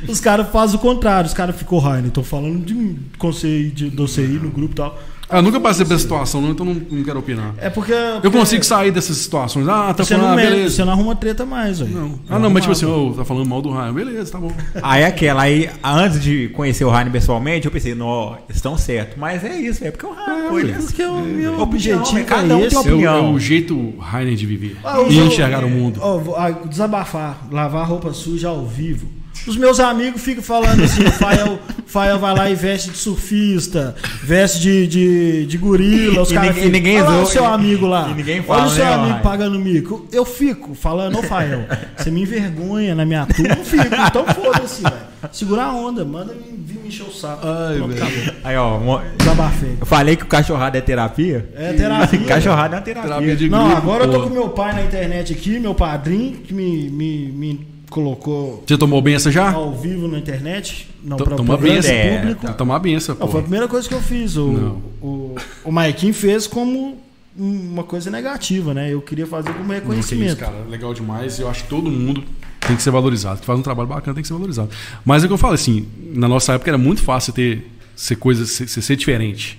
[SPEAKER 1] os cara fazem o contrário, os caras ficam, Rainer, tô falando de mim, com você aí, de, de você aí no grupo e tal.
[SPEAKER 2] Ah, eu nunca passei por essa situação, não, então não, não quero opinar.
[SPEAKER 1] É porque.
[SPEAKER 2] Eu
[SPEAKER 1] porque-
[SPEAKER 2] consigo sair dessas situações. Ah, tá
[SPEAKER 1] você,
[SPEAKER 2] falando,
[SPEAKER 1] não
[SPEAKER 2] ah,
[SPEAKER 1] merda,
[SPEAKER 2] beleza.
[SPEAKER 1] você não arruma treta mais, velho.
[SPEAKER 2] Não. Ah, não, mas tipo assim, ô, tá falando mal do Rainer. Beleza, tá bom.
[SPEAKER 3] Aí é aquela, aí antes de conhecer o Rainer pessoalmente, eu pensei, não, estão certo. Mas é isso, é porque o Rainer, pô, ele é
[SPEAKER 1] Porque o meu
[SPEAKER 3] opinião,
[SPEAKER 1] objetivo
[SPEAKER 3] né? Cada um
[SPEAKER 1] é
[SPEAKER 3] tem
[SPEAKER 1] esse.
[SPEAKER 3] uma
[SPEAKER 2] É o, é
[SPEAKER 3] Opinião.
[SPEAKER 2] o jeito Rainer de viver
[SPEAKER 1] Ah, os
[SPEAKER 2] e
[SPEAKER 1] meus-
[SPEAKER 2] enxergar o mundo.
[SPEAKER 1] Ó, vou- ah, desabafar, lavar roupa suja ao vivo. Os meus amigos ficam falando assim: o Fael, Fael vai lá e veste de surfista, veste de, de, de gorila. Os
[SPEAKER 3] E
[SPEAKER 1] caras
[SPEAKER 3] ninguém-
[SPEAKER 1] ficam,
[SPEAKER 3] e ninguém
[SPEAKER 1] olha lá
[SPEAKER 3] zoa,
[SPEAKER 1] o seu
[SPEAKER 3] e-
[SPEAKER 1] amigo lá.
[SPEAKER 3] e ninguém fala,
[SPEAKER 1] olha o seu
[SPEAKER 3] né,
[SPEAKER 1] amigo
[SPEAKER 3] Raio?
[SPEAKER 1] pagando mico. Eu fico falando: ô Fael, você me envergonha na minha turma. Eu fico, então foda-se, velho. Segura a onda, manda me- vir me encher o saco.
[SPEAKER 2] Ai,
[SPEAKER 1] Pronto,
[SPEAKER 2] velho.
[SPEAKER 1] acabou.
[SPEAKER 3] Aí, ó, mo-
[SPEAKER 1] Desabafei.
[SPEAKER 3] eu falei que o cachorrado é terapia.
[SPEAKER 1] É terapia.
[SPEAKER 3] Cachorrado é uma terapia.
[SPEAKER 2] Terapia de
[SPEAKER 1] Não,
[SPEAKER 2] grupo,
[SPEAKER 1] agora eu tô
[SPEAKER 2] pô.
[SPEAKER 1] com meu pai na internet aqui, meu padrinho, que me, me, me colocou
[SPEAKER 2] Você tomou benção já?
[SPEAKER 1] ao vivo na internet. Não,
[SPEAKER 2] T-
[SPEAKER 1] pra
[SPEAKER 2] Toma
[SPEAKER 1] programa
[SPEAKER 2] benção.
[SPEAKER 3] É,
[SPEAKER 1] público.
[SPEAKER 2] Tá. Tomar benção, pô.
[SPEAKER 1] Não, foi a primeira coisa que eu fiz. O,
[SPEAKER 2] Não.
[SPEAKER 1] o, o Maikin fez como um, uma coisa negativa, né? Eu queria fazer como
[SPEAKER 2] Isso,
[SPEAKER 1] reconhecimento.
[SPEAKER 2] cara, legal demais. Eu acho que todo mundo tem que ser valorizado. Que faz um trabalho bacana tem que ser valorizado. Mas é o que eu falo assim, na nossa época era muito fácil ter ser coisa, ser, ser- ser diferente.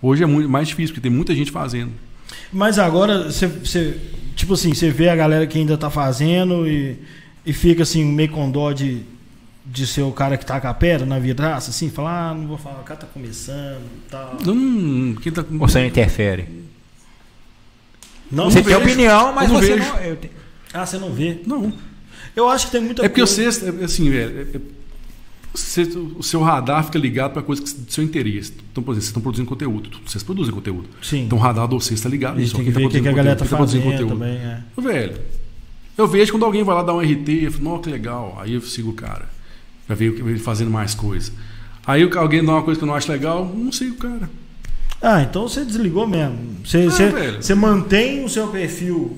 [SPEAKER 2] Hoje é muito mais difícil, porque tem muita gente fazendo.
[SPEAKER 1] Mas agora, você- você. Tipo assim, você vê a galera que ainda tá fazendo e, e fica assim, meio com dó de, de ser o cara que tá com a pedra na vidraça, assim, falar, ah, não vou falar, o cara tá começando e tal.
[SPEAKER 2] Eu não. Quem tá com
[SPEAKER 3] Você não interfere.
[SPEAKER 1] Não,
[SPEAKER 3] Você
[SPEAKER 1] não
[SPEAKER 3] tem
[SPEAKER 1] vejo.
[SPEAKER 3] opinião, mas
[SPEAKER 2] eu não
[SPEAKER 3] você
[SPEAKER 2] vejo.
[SPEAKER 3] não. eu te-
[SPEAKER 1] Ah, você não vê.
[SPEAKER 2] Não.
[SPEAKER 1] Eu acho que tem muita
[SPEAKER 2] É porque
[SPEAKER 1] coisa-
[SPEAKER 2] você, assim, velho. é- é- você- o seu radar fica ligado para coisa que, do seu interesse. Então, por exemplo, vocês estão produzindo conteúdo. Vocês produzem conteúdo.
[SPEAKER 1] Sim.
[SPEAKER 2] Então o radar do vocês está ligado.
[SPEAKER 1] a gente
[SPEAKER 2] nisso,
[SPEAKER 1] tem que
[SPEAKER 2] quem tá
[SPEAKER 1] ver o que, que a
[SPEAKER 2] produzindo
[SPEAKER 1] galera tá
[SPEAKER 2] conteúdo,
[SPEAKER 1] fazendo
[SPEAKER 2] quem tá produzindo conteúdo.
[SPEAKER 1] também. é.
[SPEAKER 2] Velho, eu vejo quando alguém vai lá dar um RT, eu falo, nossa, que legal. Aí eu sigo o cara, pra ver o que- ele fazendo mais coisa. Aí o- alguém dá uma coisa que eu não acho legal, eu não sigo o cara.
[SPEAKER 1] Ah, então você desligou mesmo. Você,
[SPEAKER 2] Ah,
[SPEAKER 1] você-
[SPEAKER 2] velho.
[SPEAKER 1] você mantém o seu perfil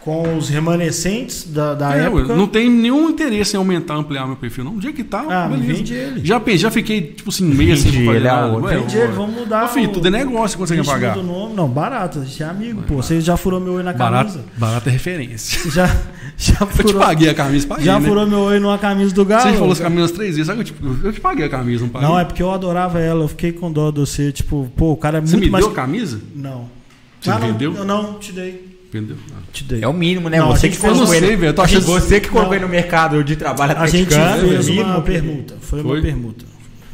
[SPEAKER 1] com os remanescentes da, da
[SPEAKER 2] É,
[SPEAKER 1] época.
[SPEAKER 2] eu não tenho nenhum interesse em aumentar, ampliar meu perfil, não. O dia que tá,
[SPEAKER 1] Ah, me
[SPEAKER 2] beleza.
[SPEAKER 1] vende ele.
[SPEAKER 2] Já, pe- já fiquei, tipo assim, meio assim,
[SPEAKER 3] Vende
[SPEAKER 2] não fazer
[SPEAKER 3] ele, é
[SPEAKER 2] nada.
[SPEAKER 3] a outra.
[SPEAKER 2] Ué,
[SPEAKER 1] Vende ele, vamos mudar
[SPEAKER 2] Ô, filho,
[SPEAKER 1] o-
[SPEAKER 2] tudo é negócio que você quer
[SPEAKER 1] Gente
[SPEAKER 2] pagar.
[SPEAKER 1] muda o nome. Não, barato. A gente é amigo, pô. Você já furou meu oi na
[SPEAKER 2] Barato,
[SPEAKER 1] camisa.
[SPEAKER 2] barato é referência.
[SPEAKER 1] Já, já
[SPEAKER 2] Eu te
[SPEAKER 1] furou,
[SPEAKER 2] paguei a camisa, paguei,
[SPEAKER 1] já
[SPEAKER 2] né?
[SPEAKER 1] furou meu oi numa camisa do Galo.
[SPEAKER 2] Você falou as camisas três vezes, sabe? Eu te, eu te paguei a camisa, não paguei.
[SPEAKER 1] Não, é porque eu adorava ela. Eu fiquei com dó de você. Tipo, pô, o cara é
[SPEAKER 2] Você
[SPEAKER 1] muito
[SPEAKER 2] me
[SPEAKER 1] mais.
[SPEAKER 2] deu a camisa?
[SPEAKER 1] Não. Ah,
[SPEAKER 2] Você
[SPEAKER 1] não,
[SPEAKER 2] vendeu?
[SPEAKER 1] Eu não, te dei.
[SPEAKER 2] Entendeu? Ah.
[SPEAKER 1] Te dei.
[SPEAKER 3] É o mínimo, né?
[SPEAKER 1] Não, a
[SPEAKER 3] você
[SPEAKER 1] gente
[SPEAKER 3] que
[SPEAKER 1] fez- um
[SPEAKER 3] colocou
[SPEAKER 2] Eu não sei,
[SPEAKER 3] ele-
[SPEAKER 2] velho, eu tô achando-
[SPEAKER 3] Você que colocou
[SPEAKER 1] Não.
[SPEAKER 3] ele no mercado de trabalho
[SPEAKER 1] A gente
[SPEAKER 3] atleticano,
[SPEAKER 1] fez
[SPEAKER 3] o mínimo
[SPEAKER 1] uma
[SPEAKER 3] que-
[SPEAKER 1] permuta. Foi,
[SPEAKER 2] Foi?
[SPEAKER 1] uma permuta.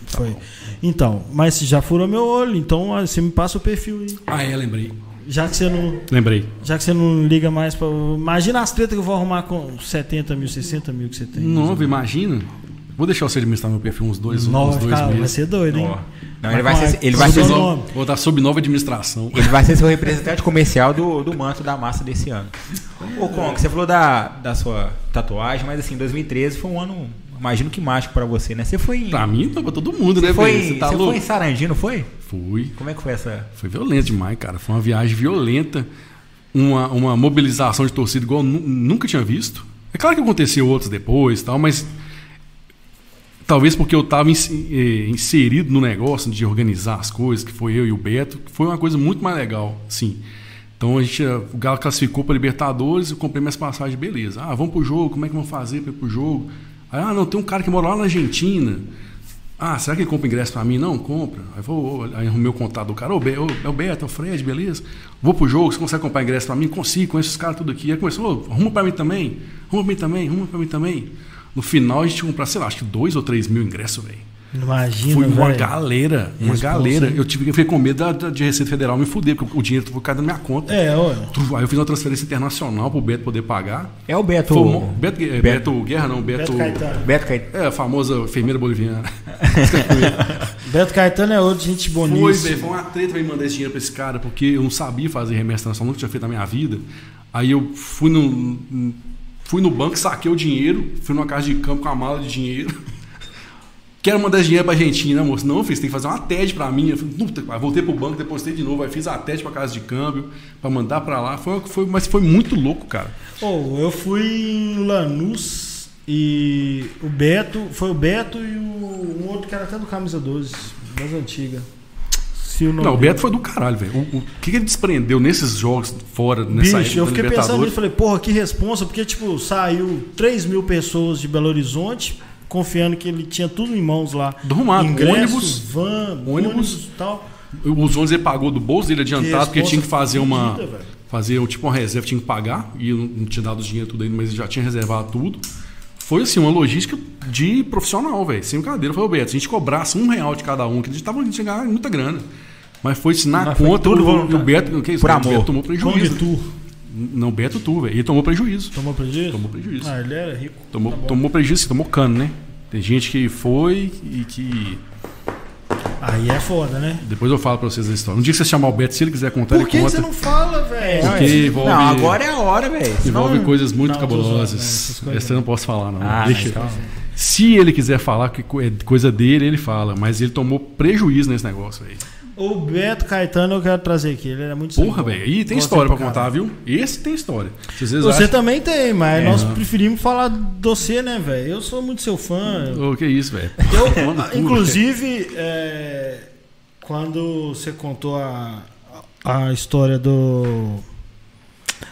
[SPEAKER 1] Foi. Então, mas já furou meu olho, então ó, você me passa o perfil aí.
[SPEAKER 2] Ah, é, lembrei.
[SPEAKER 1] Já que você não,
[SPEAKER 2] Lembrei.
[SPEAKER 1] já que você não liga mais pra. Imagina as tretas que eu vou arrumar com 70 mil, 60 mil que você tem.
[SPEAKER 2] Nova, imagina. Vou deixar você administrar meu perfil uns dois, uns
[SPEAKER 1] Nossa,
[SPEAKER 2] dois
[SPEAKER 1] cara, vai
[SPEAKER 2] meses.
[SPEAKER 1] ser doido, hein?
[SPEAKER 3] Ó. Não, ele vai
[SPEAKER 1] Mas
[SPEAKER 3] ser- ele
[SPEAKER 1] com a-
[SPEAKER 3] vai ser
[SPEAKER 1] com o seu
[SPEAKER 3] só-
[SPEAKER 1] nome.
[SPEAKER 2] Vou estar sob nova administração.
[SPEAKER 3] Ele vai ser seu representante comercial do, do manto da massa desse ano. Ô, Kong, você falou da, da sua tatuagem, mas assim, 2013 foi um ano, imagino que mágico pra você, né? Você foi em.
[SPEAKER 2] pra mim, não, pra todo mundo, né,
[SPEAKER 3] você foi,
[SPEAKER 2] velho? Tá, Você tá
[SPEAKER 3] você foi
[SPEAKER 2] louco?
[SPEAKER 3] em Sarandi, não foi?
[SPEAKER 2] Fui.
[SPEAKER 3] Como é que foi essa.
[SPEAKER 2] Foi violento demais, cara. Foi uma viagem violenta. Uma, uma mobilização de torcida igual eu nu- nunca tinha visto. É claro que aconteceu outros depois e tal, mas Talvez porque eu estava inserido no negócio de organizar as coisas, que foi eu e o Beto, que foi uma coisa muito mais legal, sim. Então a gente, o Galo classificou para Libertadores, eu comprei minhas passagens, beleza. Ah, vamos pro jogo, como é que vamos fazer para ir pro jogo? Aí, ah, não, tem um cara que mora lá na Argentina. Ah, será que ele compra ingresso para mim? Não, compra. Aí, vou, aí arrumei o contato do cara, ô, Be- ô, é o Beto, é o Fred, beleza? Vou pro jogo, você consegue comprar ingresso para mim? Consigo, conheço os caras tudo aqui. Aí começou, ô, arruma para mim também, arruma para mim também, arruma para mim também. No final a gente comprou, sei lá, acho que dois ou três mil ingressos, velho.
[SPEAKER 1] Imagina.
[SPEAKER 2] Foi uma
[SPEAKER 1] né, velho.
[SPEAKER 2] galera, uma
[SPEAKER 1] Eles
[SPEAKER 2] galera.
[SPEAKER 1] possuem.
[SPEAKER 2] Eu tive, eu fiquei com medo da, da- de Receita Federal me fuder, porque o dinheiro foi cair na minha conta.
[SPEAKER 1] É, olha.
[SPEAKER 2] Aí eu fiz uma transferência internacional pro Beto poder pagar.
[SPEAKER 3] É o Beto.
[SPEAKER 2] Foi o Mo- Beto, Gue-
[SPEAKER 3] Beto, Beto,
[SPEAKER 2] Beto Guerra, não, Beto.
[SPEAKER 1] Beto Caetano.
[SPEAKER 3] Beto Caetano.
[SPEAKER 2] É, a famosa enfermeira boliviana.
[SPEAKER 1] Beto Caetano é outro, gente
[SPEAKER 2] Foi,
[SPEAKER 1] bonita.
[SPEAKER 2] velho, foi uma treta pra me mandar esse dinheiro pra esse cara, porque eu não sabia fazer remessa internacional, nunca tinha feito na minha vida. Aí eu fui no, fui no banco, saquei o dinheiro, fui numa casa de campo com a mala de dinheiro. Quero mandar esse dinheiro pra Argentina, né, moço. Não, fiz, tem que fazer uma TED pra mim. Eu falei, puta, que pariu. voltei pro banco, depositei de novo, aí fiz a TED pra casa de câmbio, pra mandar pra lá. Foi, uma- foi, mas foi muito louco, cara.
[SPEAKER 1] Oh, eu fui em Lanús e o Beto, foi o Beto e o um outro cara até do Camisa 12, das antigas. Se o nome
[SPEAKER 2] Não, o
[SPEAKER 1] dele.
[SPEAKER 2] Beto foi do caralho, velho. O, o que, que ele desprendeu nesses jogos fora,
[SPEAKER 1] Bicho,
[SPEAKER 2] nessa época
[SPEAKER 1] eu
[SPEAKER 2] da
[SPEAKER 1] fiquei pensando
[SPEAKER 2] Libertadores?
[SPEAKER 1] nisso, falei, porra, que responsa, porque, tipo, saiu 3 mil pessoas de Belo Horizonte, confiando que ele tinha tudo em mãos lá.
[SPEAKER 2] Arrumado,
[SPEAKER 1] Ingresso,
[SPEAKER 2] ônibus,
[SPEAKER 1] van,
[SPEAKER 2] ônibus.
[SPEAKER 1] ônibus e tal.
[SPEAKER 2] Os 11 ele pagou do bolso dele adiantado, porque
[SPEAKER 1] responsa
[SPEAKER 2] tinha que fazer uma.
[SPEAKER 1] fodida, velho.
[SPEAKER 2] fazer um, tipo uma reserva, tinha que pagar, e eu não- não tinha dado os dinheiro tudo ainda, mas já tinha reservado tudo. Foi assim, uma logística de profissional, velho. Sem brincadeira. Foi, Roberto, se a gente cobrasse um real de cada um, que a gente tava a gente ia ganhar muita grana. Mas foi isso na
[SPEAKER 3] Mas foi
[SPEAKER 2] conta
[SPEAKER 3] tudo
[SPEAKER 2] o, o
[SPEAKER 3] voluntário.
[SPEAKER 2] Beto. o Que é isso?
[SPEAKER 3] Por
[SPEAKER 2] o
[SPEAKER 3] amor.
[SPEAKER 2] Beto tomou
[SPEAKER 1] Kong
[SPEAKER 2] prejuízo.
[SPEAKER 1] Tour.
[SPEAKER 2] Não, Beto tu, velho. Ele tomou prejuízo.
[SPEAKER 1] Tomou prejuízo?
[SPEAKER 2] Tomou prejuízo.
[SPEAKER 1] Ah, ele era rico.
[SPEAKER 2] Tomou,
[SPEAKER 3] Tá
[SPEAKER 2] tomou prejuízo, sim, tomou cano, né? Tem gente que foi e que.
[SPEAKER 1] Aí é foda, né?
[SPEAKER 2] Depois eu falo pra vocês a história. Um dia que você chamar o Beto, se ele quiser contar,
[SPEAKER 1] Por
[SPEAKER 2] ele
[SPEAKER 1] que
[SPEAKER 2] conta.
[SPEAKER 1] você não fala, velho?
[SPEAKER 2] Porque envolve,
[SPEAKER 3] Não, agora é a hora, velho. Senão-
[SPEAKER 2] envolve coisas muito
[SPEAKER 1] Não, tô zoando, né, essas
[SPEAKER 2] cabulosas.
[SPEAKER 1] coisas
[SPEAKER 2] Essa eu não posso falar, não.
[SPEAKER 3] Ah,
[SPEAKER 2] Deixa-
[SPEAKER 3] então.
[SPEAKER 2] Se ele quiser falar que co- é coisa dele, ele fala. Mas ele tomou prejuízo nesse negócio, velho.
[SPEAKER 1] O Beto Caetano eu quero trazer aqui, ele era muito
[SPEAKER 2] Porra,
[SPEAKER 1] sangue bom.
[SPEAKER 2] velho. E tem
[SPEAKER 1] Gosto
[SPEAKER 2] história pra
[SPEAKER 1] caralho.
[SPEAKER 2] contar, viu? Esse tem história. Se vocês
[SPEAKER 1] Você
[SPEAKER 2] acham...
[SPEAKER 1] também tem, mas
[SPEAKER 2] É.
[SPEAKER 1] nós preferimos falar de você, né, velho? Eu sou muito seu fã.
[SPEAKER 2] Ô, que isso, velho.
[SPEAKER 1] tá-
[SPEAKER 2] Tá
[SPEAKER 1] Eu, inclusive, é, quando você contou a, a história do,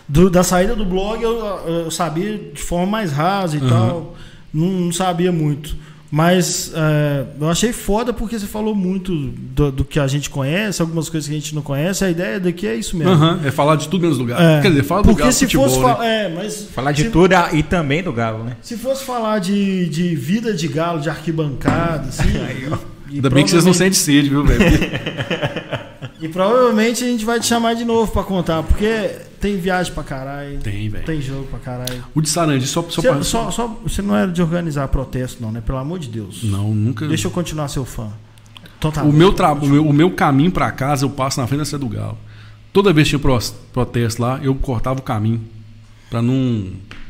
[SPEAKER 1] do- da saída do blog, eu, eu sabia de forma mais rasa e tal, não, não sabia muito. Mas é, eu achei foda porque você falou muito do, do que a gente conhece, algumas coisas que a gente não conhece. A ideia daqui é isso mesmo.
[SPEAKER 2] Aham, é falar de tudo menos do gato.
[SPEAKER 1] É,
[SPEAKER 2] Quer dizer, fala do
[SPEAKER 1] porque
[SPEAKER 2] gato
[SPEAKER 1] se
[SPEAKER 2] futebol,
[SPEAKER 1] fosse
[SPEAKER 2] né?
[SPEAKER 1] fa- é, mas
[SPEAKER 3] Falar de
[SPEAKER 1] se-
[SPEAKER 3] tudo ah, e também do Galo, né?
[SPEAKER 1] se fosse falar de, de vida de galo, de arquibancada, assim. e- e
[SPEAKER 2] Ainda bem que vocês não
[SPEAKER 1] provavelmente-
[SPEAKER 2] sentem sede, viu, velho?
[SPEAKER 1] E provavelmente a gente vai te chamar de novo pra contar, porque tem viagem pra caralho.
[SPEAKER 2] Tem, velho.
[SPEAKER 1] Tem jogo pra caralho.
[SPEAKER 2] O de Sarandi, só, só
[SPEAKER 1] Você,
[SPEAKER 2] pra...
[SPEAKER 1] só, só- você não era de organizar protesto, não, né? Pelo amor de Deus.
[SPEAKER 2] Não, nunca...
[SPEAKER 1] Deixa eu continuar seu fã. Então tá.
[SPEAKER 2] O
[SPEAKER 1] bom.
[SPEAKER 2] meu, tra... o, meu, o meu caminho pra casa, eu passo na frente da sede do Galo. Toda vez que tinha pro- protesto lá, eu cortava o caminho. Pra não.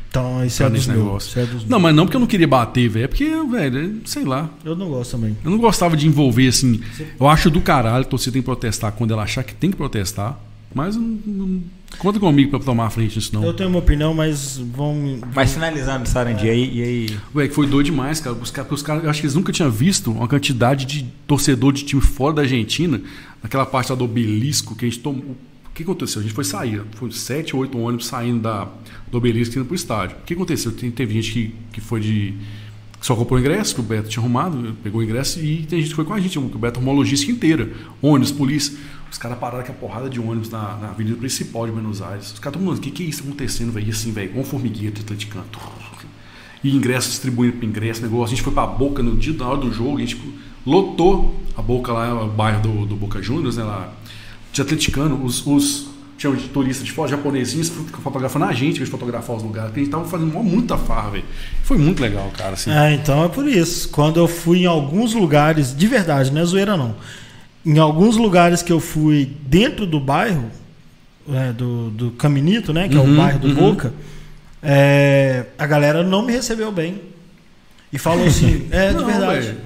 [SPEAKER 1] Então, isso
[SPEAKER 2] pra
[SPEAKER 1] é
[SPEAKER 2] não
[SPEAKER 1] dos
[SPEAKER 2] esse
[SPEAKER 1] meus.
[SPEAKER 2] negócio.
[SPEAKER 1] Isso é dos
[SPEAKER 2] não,
[SPEAKER 1] meus.
[SPEAKER 2] mas não porque eu não queria bater, velho. É porque, velho, sei lá.
[SPEAKER 1] Eu não gosto também.
[SPEAKER 2] Eu não gostava de envolver, assim. Eu acho do caralho, a torcida tem que protestar quando ela achar que tem que protestar. Mas não, não- conta comigo pra tomar a frente nisso,
[SPEAKER 1] Eu
[SPEAKER 2] não.
[SPEAKER 1] tenho uma opinião, mas vão.
[SPEAKER 3] Mas finalizando o Sarandi aí, e aí.
[SPEAKER 2] Véi, que foi doido demais, cara. Os caras, os caras- eu acho que eles nunca tinham visto uma quantidade de torcedor de time fora da Argentina, naquela parte lá do obelisco que a gente tomou. O que aconteceu? A gente foi sair, foi sete ou oito ônibus saindo da, do obelisco e indo pro estádio. O que aconteceu? Tem- teve gente que, que foi de. que só comprou o ingresso, que o Beto tinha arrumado, pegou o ingresso e tem gente que foi com a gente, que o Beto arrumou a logística inteira. Ônibus, polícia. Os caras pararam com a porrada de ônibus na, na avenida principal de Buenos Aires. Os caras, mano, o que, que é isso acontecendo, velho? E assim, velho, com formigueiro de atleticano e ingresso distribuindo para ingresso, negócio. A gente foi para Boca no dia da hora do jogo, a gente tipo, lotou a Boca lá, o bairro do, do Boca Juniors, né, lá, de atleticano, os, os chamam de turistas de fora, japonesinhos, fotografando a gente, eles fotografar os lugares, porque a gente tava fazendo uma muita farra, velho. Foi muito legal, cara, assim.
[SPEAKER 1] É, então é por isso. Quando eu fui em alguns lugares, de verdade, não é zoeira não. Em alguns lugares que eu fui dentro do bairro, né, do, do Caminito, né? Que é o
[SPEAKER 2] Uhum,
[SPEAKER 1] bairro do
[SPEAKER 2] uhum.
[SPEAKER 1] Boca, é, a galera não me recebeu bem. E falou assim, é de
[SPEAKER 2] Não,
[SPEAKER 1] verdade.
[SPEAKER 2] velho.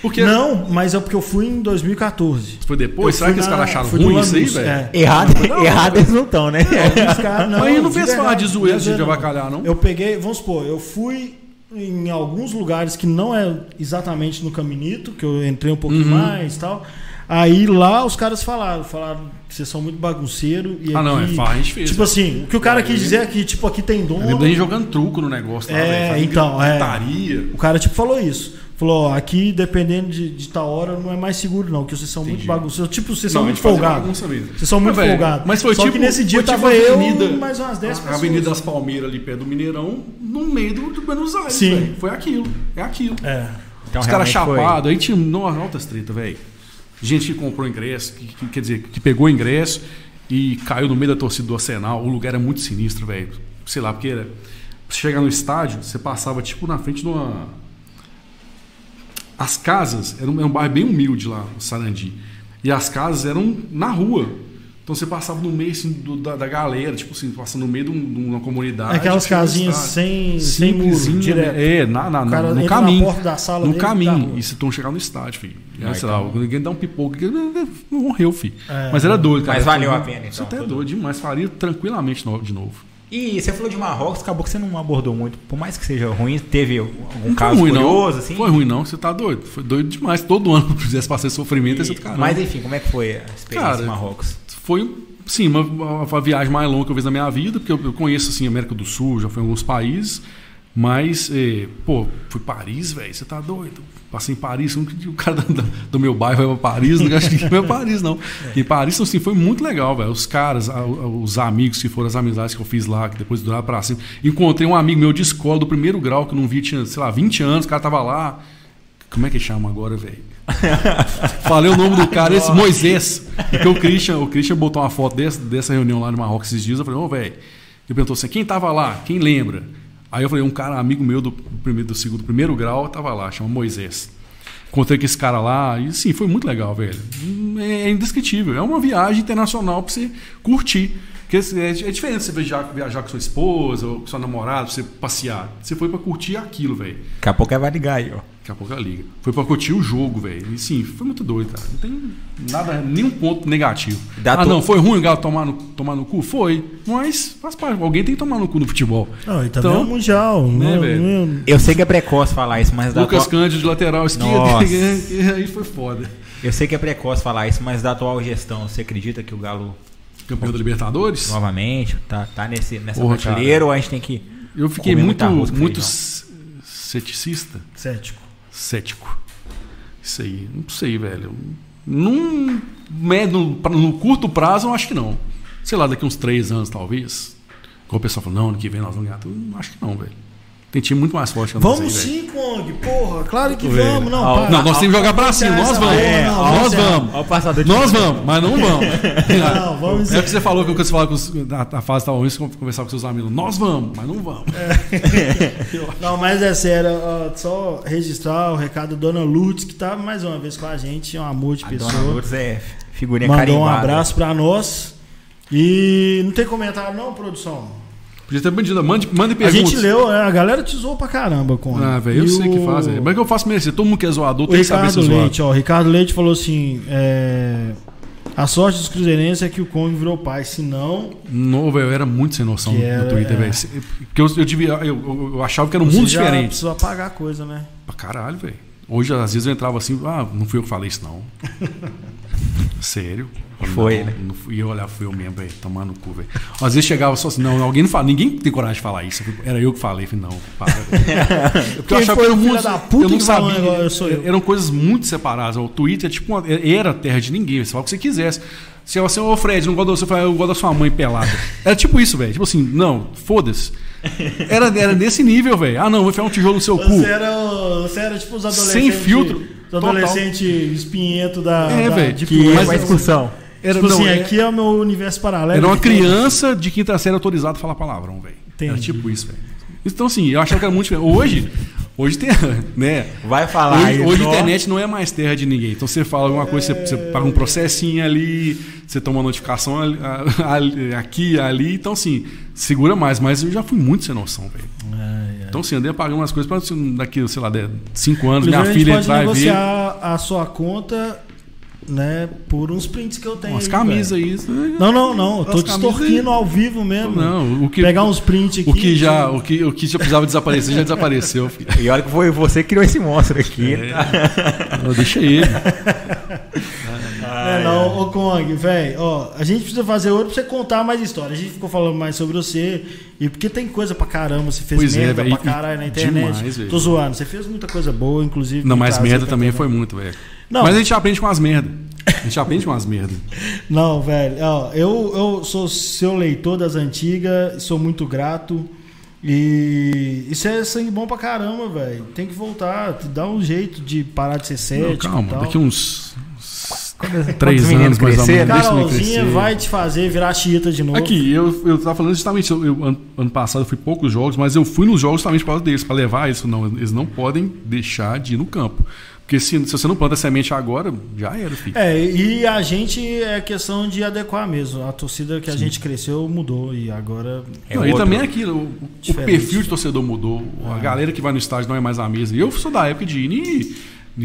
[SPEAKER 2] Porque
[SPEAKER 1] Não, mas é porque eu fui em 2014.
[SPEAKER 2] foi depois,
[SPEAKER 1] Eu
[SPEAKER 2] será
[SPEAKER 1] fui
[SPEAKER 2] que os
[SPEAKER 1] na-
[SPEAKER 2] caras acharam
[SPEAKER 1] fui no
[SPEAKER 2] ruim isso aí,
[SPEAKER 1] Lanús,
[SPEAKER 2] velho?
[SPEAKER 1] é.
[SPEAKER 3] Errado, errado eles não estão, né?
[SPEAKER 1] Os caras-
[SPEAKER 2] Mas aí não
[SPEAKER 1] de
[SPEAKER 2] fez falar de
[SPEAKER 1] verdade,
[SPEAKER 2] zoeira, assim, é de
[SPEAKER 1] não.
[SPEAKER 2] avacalhar, não?
[SPEAKER 1] Eu peguei, vamos supor, eu fui em alguns lugares que não é exatamente no Caminito, que eu entrei um pouquinho
[SPEAKER 2] Uhum.
[SPEAKER 1] mais e tal. Aí lá os caras falaram, falaram que vocês são muito bagunceiro e
[SPEAKER 2] Ah, não, é
[SPEAKER 1] aqui,
[SPEAKER 2] fácil, a gente fez.
[SPEAKER 1] Tipo assim, o que o cara quis dizer é que tipo aqui tem
[SPEAKER 2] Eu lembro da gente
[SPEAKER 1] dono.
[SPEAKER 2] jogando truco no negócio lá,
[SPEAKER 1] É,
[SPEAKER 2] né, velho, Tá. fazendo
[SPEAKER 1] então, é.
[SPEAKER 2] gritaria.
[SPEAKER 1] O cara tipo falou isso. Falou, ó, aqui dependendo de, de tal hora não é mais seguro não, que vocês são muito
[SPEAKER 2] Entendi.
[SPEAKER 1] bagunceiros. Tipo, vocês
[SPEAKER 2] Não,
[SPEAKER 1] são
[SPEAKER 2] a
[SPEAKER 1] muito
[SPEAKER 2] gente fazia
[SPEAKER 1] folgados.
[SPEAKER 2] bagunça mesmo.
[SPEAKER 1] Vocês são muito
[SPEAKER 2] velho,
[SPEAKER 1] folgados.
[SPEAKER 2] Mas foi
[SPEAKER 1] Só
[SPEAKER 2] tipo,
[SPEAKER 1] que nesse dia
[SPEAKER 2] foi tipo
[SPEAKER 1] tava
[SPEAKER 2] a
[SPEAKER 1] eu
[SPEAKER 2] avenida-
[SPEAKER 1] e mais umas 10
[SPEAKER 2] a
[SPEAKER 1] pessoas.
[SPEAKER 2] Avenida das Palmeiras, ali perto do Mineirão, no meio do, do Buenos Aires.
[SPEAKER 1] Sim.
[SPEAKER 2] velho. Foi aquilo. É aquilo.
[SPEAKER 1] É.
[SPEAKER 3] Então,
[SPEAKER 2] Os caras
[SPEAKER 3] realmente foi-
[SPEAKER 2] chapados, aí tinha nossa, altas tretas, velho. Gente que comprou ingresso, que, que- quer dizer, que pegou ingresso e caiu no meio da torcida do Arsenal. O lugar era muito sinistro, velho. Sei lá, porque era. Pra chegar no estádio, você passava tipo na frente de uma. As casas, era um, era um bairro bem humilde lá, o Sarandi. E as casas eram na rua. Então você passava no meio assim, do- da, da galera, tipo assim, passando no meio de, um- de uma comunidade.
[SPEAKER 1] Aquelas
[SPEAKER 2] chega no
[SPEAKER 1] casinhas
[SPEAKER 2] estádio.
[SPEAKER 1] sem, sem muro,
[SPEAKER 2] Simplesinho,
[SPEAKER 1] direto.
[SPEAKER 2] né? É, na, na-
[SPEAKER 1] O cara
[SPEAKER 2] no
[SPEAKER 1] entra na
[SPEAKER 2] caminho.
[SPEAKER 1] porta da sala
[SPEAKER 2] no
[SPEAKER 1] dele, tá
[SPEAKER 2] caminho.
[SPEAKER 1] bom.
[SPEAKER 2] e se estão chegar no estádio, filho. é,
[SPEAKER 3] Vai,
[SPEAKER 2] sei lá,
[SPEAKER 3] tá.
[SPEAKER 2] ninguém dá um pipoco. Morreu, filho.
[SPEAKER 1] É.
[SPEAKER 2] Mas era doido, cara.
[SPEAKER 3] Mas valeu
[SPEAKER 2] Foi-
[SPEAKER 3] a pena, então,
[SPEAKER 2] Você até é
[SPEAKER 3] tudo.
[SPEAKER 2] doido demais. Faria tranquilamente no- de novo.
[SPEAKER 3] E você falou de Marrocos, acabou que você não abordou muito. Por mais que seja ruim, teve algum
[SPEAKER 2] Não
[SPEAKER 3] Um caso
[SPEAKER 2] foi ruim,
[SPEAKER 3] curioso,
[SPEAKER 2] não.
[SPEAKER 3] assim?
[SPEAKER 2] Foi ruim, não. Você tá doido. Foi doido demais. Todo ano que fizesse passar esse sofrimento, esse
[SPEAKER 3] E-
[SPEAKER 2] do caralho.
[SPEAKER 3] Mas enfim, como é que foi a experiência
[SPEAKER 2] Cara,
[SPEAKER 3] em Marrocos?
[SPEAKER 2] Foi, sim, uma, uma- a viagem mais longa que eu fiz na minha vida, porque eu, eu conheço, assim, América do Sul, já fui em alguns países, mas, eh, pô, fui Paris, velho, você tá doido. Passei em Paris, nunca, o cara da- da- do meu bairro vai pra Paris, não acho que vai pra Paris, não. E Paris, assim, foi muito legal, velho. Os caras, a- a- os amigos que foram, as amizades que eu fiz lá, que depois duraram pra cima. Encontrei um amigo meu de escola, do primeiro grau, que eu não vi, tinha, sei lá, 20 anos, o cara tava lá. Como é que chama agora, velho? Falei o nome do cara, esse Moisés. Porque o Christian, o Christian botou uma foto dessa, dessa reunião lá no Marrocos esses dias. Eu falei, ô, velho. Ele perguntou assim: quem tava lá? Quem lembra? Aí eu falei, um cara, amigo meu do, primeiro, do segundo, primeiro grau, tava lá, chama Moisés. Encontrei com esse cara lá, e sim, foi muito legal, velho. Hum, É, é indescritível. É uma viagem internacional pra você curtir. Porque esse- é, é diferente você viajar, viajar com sua esposa ou com sua namorada, pra você passear. Você foi pra curtir aquilo, velho.
[SPEAKER 3] Daqui a pouco ela vai ligar aí, ó.
[SPEAKER 2] Daqui a pouco ela liga. Foi pra curtir o jogo, velho. E sim, foi muito doido, cara. Não tem nada, nenhum ponto negativo.
[SPEAKER 3] Dá
[SPEAKER 2] ah,
[SPEAKER 3] to-
[SPEAKER 2] não, foi ruim o Galo tomar no, tomar no cu? Foi. Mas faz parte. Alguém tem que tomar no cu no futebol.
[SPEAKER 1] Não, e também é
[SPEAKER 2] Então,
[SPEAKER 1] o mundial. não-
[SPEAKER 2] velho?
[SPEAKER 1] não-
[SPEAKER 3] Eu sei que é precoce falar isso, mas dá
[SPEAKER 2] Lucas
[SPEAKER 3] tua-
[SPEAKER 2] Cândido de lateral esquerda.
[SPEAKER 3] Nossa.
[SPEAKER 2] Aí foi foda.
[SPEAKER 3] Eu sei que é precoce falar isso, mas da atual gestão, você acredita que o Galo
[SPEAKER 2] Campeão da Libertadores?
[SPEAKER 3] novamente tá, tá nesse, nessa
[SPEAKER 2] Porra,
[SPEAKER 3] prateleira ou a gente tem que.
[SPEAKER 2] Eu fiquei
[SPEAKER 3] Comer
[SPEAKER 2] muito,
[SPEAKER 3] muita arroz com
[SPEAKER 2] muito c-
[SPEAKER 3] feijão.
[SPEAKER 2] ceticista.
[SPEAKER 1] Cético.
[SPEAKER 2] cético. Isso aí, não sei, velho. Num médio, no curto prazo, eu acho que não. Sei lá, daqui uns três anos, talvez. Como o pessoal fala, não, ano que vem nós vamos ganhar tudo. Não Acho que não, velho. Tem time muito mais forte que nós
[SPEAKER 1] Vamos
[SPEAKER 2] aí, velho.
[SPEAKER 1] sim, Kong, porra, claro que
[SPEAKER 3] Velho.
[SPEAKER 1] vamos,
[SPEAKER 3] Ah,
[SPEAKER 1] não.
[SPEAKER 2] Não, nós temos que jogar pra cima. Nós vamos.
[SPEAKER 1] É,
[SPEAKER 2] nós
[SPEAKER 1] vamos.
[SPEAKER 2] vamos.
[SPEAKER 3] Ó, o passador de
[SPEAKER 2] Nós vamos, mas não vamos.
[SPEAKER 1] Não, vamos
[SPEAKER 2] é
[SPEAKER 1] sim.
[SPEAKER 2] o que você falou que quando você falava com os, na, na fase tá, tal, você conversava com seus amigos. Nós vamos, mas não vamos.
[SPEAKER 1] É. Não, mas é sério, ó, só registrar o recado da Dona Lourdes, que tá mais uma vez com a gente, é um amor de
[SPEAKER 3] A
[SPEAKER 1] pessoa.
[SPEAKER 3] dona Lourdes é figurinha
[SPEAKER 1] Mandou um
[SPEAKER 3] carimbada.
[SPEAKER 1] abraço pra nós. E não tem comentário não, produção?
[SPEAKER 2] Podia ter bandido. Mande, mande
[SPEAKER 1] A
[SPEAKER 2] perguntas.
[SPEAKER 1] gente leu, é, a galera te zoou pra caramba, Kong.
[SPEAKER 2] Ah, velho, eu
[SPEAKER 1] E
[SPEAKER 2] sei que
[SPEAKER 1] o-
[SPEAKER 2] faz. velho. Mas é que eu faço merecer. Todo mundo que é zoador
[SPEAKER 1] O
[SPEAKER 2] tem que saber
[SPEAKER 1] Ricardo
[SPEAKER 2] ser zoado.
[SPEAKER 1] Leite, ó, o Ricardo Leite falou assim, é, A sorte dos cruzeirenses é que o Kong virou pai, senão
[SPEAKER 2] Não, velho, eu era muito sem noção
[SPEAKER 1] Que
[SPEAKER 2] no-
[SPEAKER 1] era,
[SPEAKER 2] no Twitter,
[SPEAKER 1] é.
[SPEAKER 2] velho. Se- Porque eu, eu, devia- eu- eu- eu achava que era um
[SPEAKER 1] você
[SPEAKER 2] mundo
[SPEAKER 1] já
[SPEAKER 2] diferente.
[SPEAKER 1] precisa apagar a coisa, né?
[SPEAKER 2] Pra caralho, velho. Hoje, às vezes, eu entrava assim, ah, não fui eu que falei isso, não. Sério.
[SPEAKER 3] Foi,
[SPEAKER 2] não,
[SPEAKER 3] né?
[SPEAKER 2] não fui- E eu olhava, fui eu mesmo, velho, tomar no cu, velho. Às vezes chegava só assim, não, alguém não fala, ninguém tem coragem de falar isso. Era eu que falei, falei, não, para. velho. Porque
[SPEAKER 1] Quem foi o filho da puta
[SPEAKER 2] eu não
[SPEAKER 1] que falou
[SPEAKER 2] sabia. né?
[SPEAKER 1] agora, eu sou eu.
[SPEAKER 2] Eram coisas muito separadas. O Twitter é tipo uma- era terra de ninguém, você fala o que você quisesse. Se você, assim, ô Fred, não gosta de você, fala, eu gosto da sua mãe pelada. Era tipo isso, velho. Tipo assim, não, foda-se. Era, era desse nível, velho. Ah, não, vou enfiar um tijolo no seu cu.
[SPEAKER 1] Você é era, o- você era tipo os adolescentes.
[SPEAKER 2] Sem filtro.
[SPEAKER 1] Os adolescentes espinhento da.
[SPEAKER 2] É,
[SPEAKER 1] da-
[SPEAKER 2] velho,
[SPEAKER 1] de
[SPEAKER 2] que
[SPEAKER 1] influencer.
[SPEAKER 3] Mas a excursão.
[SPEAKER 2] Era,
[SPEAKER 1] tipo assim,
[SPEAKER 2] não, é-
[SPEAKER 1] aqui é o meu universo paralelo.
[SPEAKER 2] era uma
[SPEAKER 1] de todos.
[SPEAKER 2] criança de quinta série autorizada a falar palavrão, velho. Era
[SPEAKER 1] Entendi.
[SPEAKER 2] tipo isso, velho. Então, assim, eu achava que era muito diferente. Hoje, hoje tem. Né?
[SPEAKER 3] Vai falar
[SPEAKER 2] Hoje,
[SPEAKER 3] aí.
[SPEAKER 2] hoje a
[SPEAKER 3] ó.
[SPEAKER 2] internet não é mais terra de ninguém. Então você fala alguma coisa, você, você paga um processinho ali, você toma uma notificação ali, ali- aqui, ali. Então, assim, segura mais. Mas eu já fui muito sem noção, velho. Então, assim, andei apagando umas coisas pra assim, daqui, sei lá, de- cinco anos,
[SPEAKER 1] Inclusive,
[SPEAKER 2] minha
[SPEAKER 1] a gente
[SPEAKER 2] filha
[SPEAKER 1] pode
[SPEAKER 2] entrar e ver.
[SPEAKER 1] negociar a sua conta né, por uns prints que eu tenho.
[SPEAKER 2] Umas
[SPEAKER 1] aí,
[SPEAKER 2] camisas
[SPEAKER 1] velho.
[SPEAKER 2] aí. isso-
[SPEAKER 1] Não, não, não. Eu tô
[SPEAKER 2] Umas camisas
[SPEAKER 1] distorquindo ao vivo
[SPEAKER 2] aí.
[SPEAKER 1] mesmo.
[SPEAKER 2] Não, o que,
[SPEAKER 1] Pegar uns prints aqui.
[SPEAKER 2] o que já, o que, o que já precisava desaparecer já desapareceu. filho.
[SPEAKER 3] E olha que foi você que criou esse monstro
[SPEAKER 2] É.
[SPEAKER 3] aqui.
[SPEAKER 2] Deixa ele.
[SPEAKER 1] É, não, ô Kong, velho, ó, a gente precisa fazer outro pra você contar mais história. A gente ficou falando mais sobre você, e porque tem coisa pra caramba, você fez
[SPEAKER 2] Pois é,
[SPEAKER 1] merda
[SPEAKER 2] velho,
[SPEAKER 1] pra
[SPEAKER 2] e-
[SPEAKER 1] caralho na internet.
[SPEAKER 2] demais, velho.
[SPEAKER 1] Tô zoando, você fez muita coisa boa, inclusive.
[SPEAKER 2] Não,
[SPEAKER 1] me
[SPEAKER 2] mas
[SPEAKER 1] casei
[SPEAKER 2] merda
[SPEAKER 1] com a
[SPEAKER 2] também
[SPEAKER 1] Fernanda.
[SPEAKER 2] foi muito, velho.
[SPEAKER 1] Não.
[SPEAKER 2] Mas a gente aprende com as merdas. A gente aprende com as merdas.
[SPEAKER 1] Não, velho, ó, eu, eu sou seu leitor das antigas, sou muito grato. E isso é sangue bom pra caramba, velho. Tem que voltar, dá um jeito de parar de ser
[SPEAKER 2] Não,
[SPEAKER 1] cético.
[SPEAKER 2] Então, calma,
[SPEAKER 1] e tal.
[SPEAKER 2] daqui uns. Três
[SPEAKER 3] Três
[SPEAKER 2] anos,
[SPEAKER 3] meninos
[SPEAKER 2] mais ou
[SPEAKER 3] cresceram.
[SPEAKER 2] menos. deixa eu me
[SPEAKER 1] Carolzinha
[SPEAKER 2] crescer.
[SPEAKER 1] vai te fazer virar chita de novo.
[SPEAKER 2] Aqui, eu, eu tava falando justamente, eu, eu- ano, ano passado eu fui poucos jogos, mas eu fui nos jogos justamente por causa deles, pra levar isso. Não, eles não podem deixar de ir no campo. Porque se, se você não planta semente agora, já era, filho.
[SPEAKER 1] É, e a gente é questão de adequar mesmo. A torcida que a gente cresceu mudou e agora.
[SPEAKER 3] É
[SPEAKER 2] Não, e
[SPEAKER 3] outro.
[SPEAKER 2] também é aquilo, o- o,
[SPEAKER 1] Diferente.
[SPEAKER 2] perfil de torcedor mudou, a galera que vai no estádio não é mais a mesma. Eu sou da época de ir em-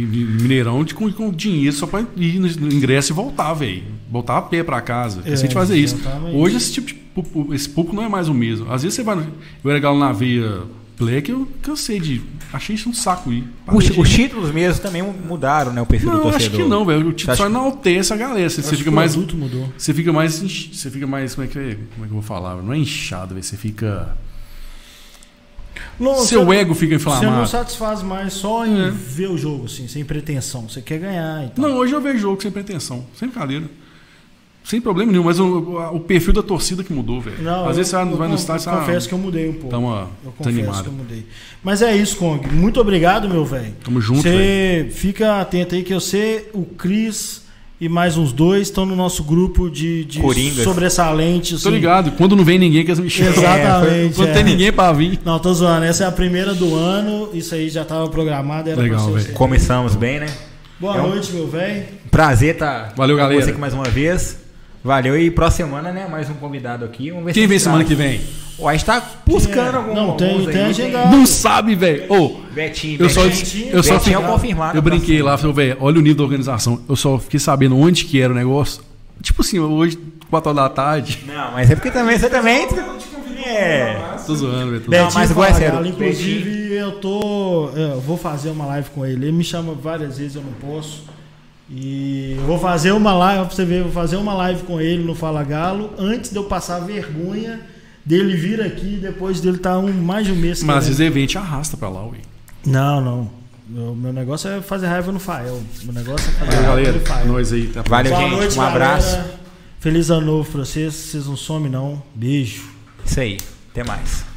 [SPEAKER 2] em Mineirão de, com, com dinheiro só pra ir no, no ingresso e voltar, velho. Voltar a pé pra casa.
[SPEAKER 1] É,
[SPEAKER 2] É, a gente fazia isso.
[SPEAKER 1] exatamente.
[SPEAKER 2] Hoje esse tipo de pu- pu- esse público não é mais o mesmo. Às vezes você vai no, Eu era galo na veia black, eu cansei de. Achei isso um saco ir.
[SPEAKER 3] Os,
[SPEAKER 2] Parei de-
[SPEAKER 3] os títulos mesmo também mudaram, né? O perfil do
[SPEAKER 2] Não, acho
[SPEAKER 3] torcedor.
[SPEAKER 2] que não, velho. O título
[SPEAKER 3] Acho
[SPEAKER 2] só
[SPEAKER 3] que-
[SPEAKER 2] enaltece a galera. Você, você
[SPEAKER 1] Acho que
[SPEAKER 2] fica
[SPEAKER 1] o
[SPEAKER 2] mais.
[SPEAKER 1] produto mudou.
[SPEAKER 2] Você fica mais. enchi- Você fica mais. Como é que, é? como é que eu vou falar? Não é inchado, velho. Você fica.
[SPEAKER 1] Não,
[SPEAKER 2] Seu
[SPEAKER 1] você-
[SPEAKER 2] ego fica
[SPEAKER 1] Você
[SPEAKER 2] inflamado.
[SPEAKER 1] não
[SPEAKER 2] Não,
[SPEAKER 1] satisfaz mais só em
[SPEAKER 2] É.
[SPEAKER 1] ver o jogo, assim, sem pretensão. Você quer ganhar e tal.
[SPEAKER 2] hoje eu vejo jogo sem pretensão, sem brincadeira. Sem problema nenhum, mas o, o perfil da torcida que mudou, velho.
[SPEAKER 1] Não,
[SPEAKER 2] Às vezes você
[SPEAKER 1] eu-
[SPEAKER 2] vai,
[SPEAKER 1] eu
[SPEAKER 2] vai no
[SPEAKER 1] con-
[SPEAKER 2] estádio
[SPEAKER 1] eu Confesso
[SPEAKER 2] você
[SPEAKER 1] que eu mudei um pouco.
[SPEAKER 2] tá uma
[SPEAKER 1] eu confesso que
[SPEAKER 2] desanimada.
[SPEAKER 1] eu mudei. Mas é isso, Kong. Muito obrigado, meu velho.
[SPEAKER 2] Tamo junto,
[SPEAKER 1] Você fica atento aí que eu sei, o Cris e mais uns dois estão no nosso grupo de, de
[SPEAKER 3] Coringas.
[SPEAKER 1] sobressalente. assim.
[SPEAKER 2] Tô ligado, quando não vem ninguém que eles me chamam.
[SPEAKER 1] Exatamente,
[SPEAKER 2] Quando
[SPEAKER 1] é.
[SPEAKER 2] tem ninguém pra vir.
[SPEAKER 1] Não, tô zoando. Essa é a primeira do ano. Isso aí já tava programado. Era
[SPEAKER 2] Legal,
[SPEAKER 1] pra ser
[SPEAKER 2] velho.
[SPEAKER 1] você.
[SPEAKER 3] Começamos bem, né?
[SPEAKER 1] Boa
[SPEAKER 3] É um-
[SPEAKER 1] noite, meu velho.
[SPEAKER 3] Prazer tá
[SPEAKER 2] Valeu,
[SPEAKER 3] com
[SPEAKER 2] galera.
[SPEAKER 3] você aqui mais uma vez. Valeu. E próxima semana, né? Mais um convidado aqui. Vamos ver
[SPEAKER 2] Quem vem
[SPEAKER 3] se traz.
[SPEAKER 2] semana que vem?
[SPEAKER 3] Ó, a gente tá buscando algum.
[SPEAKER 1] Não, tem-
[SPEAKER 3] alguns aí,
[SPEAKER 1] tem agenda.
[SPEAKER 2] Não sabe, velho. Ô,
[SPEAKER 3] Betinho,
[SPEAKER 2] eu só.
[SPEAKER 3] Betinho,
[SPEAKER 2] Eu só
[SPEAKER 3] Betinho
[SPEAKER 2] fiquei,
[SPEAKER 3] é o confirmado.
[SPEAKER 2] eu
[SPEAKER 1] tá
[SPEAKER 3] pra
[SPEAKER 2] brinquei
[SPEAKER 3] cima.
[SPEAKER 2] lá, falei, velho, olha o nível da organização. Eu só fiquei sabendo onde que era o negócio. Tipo assim, hoje, 4 horas da tarde.
[SPEAKER 3] Não, mas é porque também você também. É.
[SPEAKER 2] Tô zoando, velho. tô
[SPEAKER 3] Não, mas agora é
[SPEAKER 1] Fagal,
[SPEAKER 3] sério.
[SPEAKER 1] Inclusive, eu tô. é, Eu vou fazer uma live com ele. Ele me chama várias vezes, eu não posso. E eu vou fazer uma live, pra você ver, eu vou fazer uma live com ele no Fala Galo antes de eu passar vergonha dele vir aqui depois dele estar um, mais de um mês.
[SPEAKER 2] Mas
[SPEAKER 1] querendo-
[SPEAKER 2] esse evento arrasta pra lá, ué.
[SPEAKER 1] Não, não. Meu, meu negócio é fazer raiva no Fael. Meu negócio é fazer
[SPEAKER 2] Valeu,
[SPEAKER 1] raiva
[SPEAKER 2] galera.
[SPEAKER 1] no Fael.
[SPEAKER 2] Nós aí. Até a
[SPEAKER 3] Valeu,
[SPEAKER 1] Boa
[SPEAKER 3] gente.
[SPEAKER 1] noite,
[SPEAKER 3] um abraço.
[SPEAKER 1] galera. Feliz ano novo pra vocês. Vocês não somem, não. Beijo.
[SPEAKER 3] Isso aí. Até mais.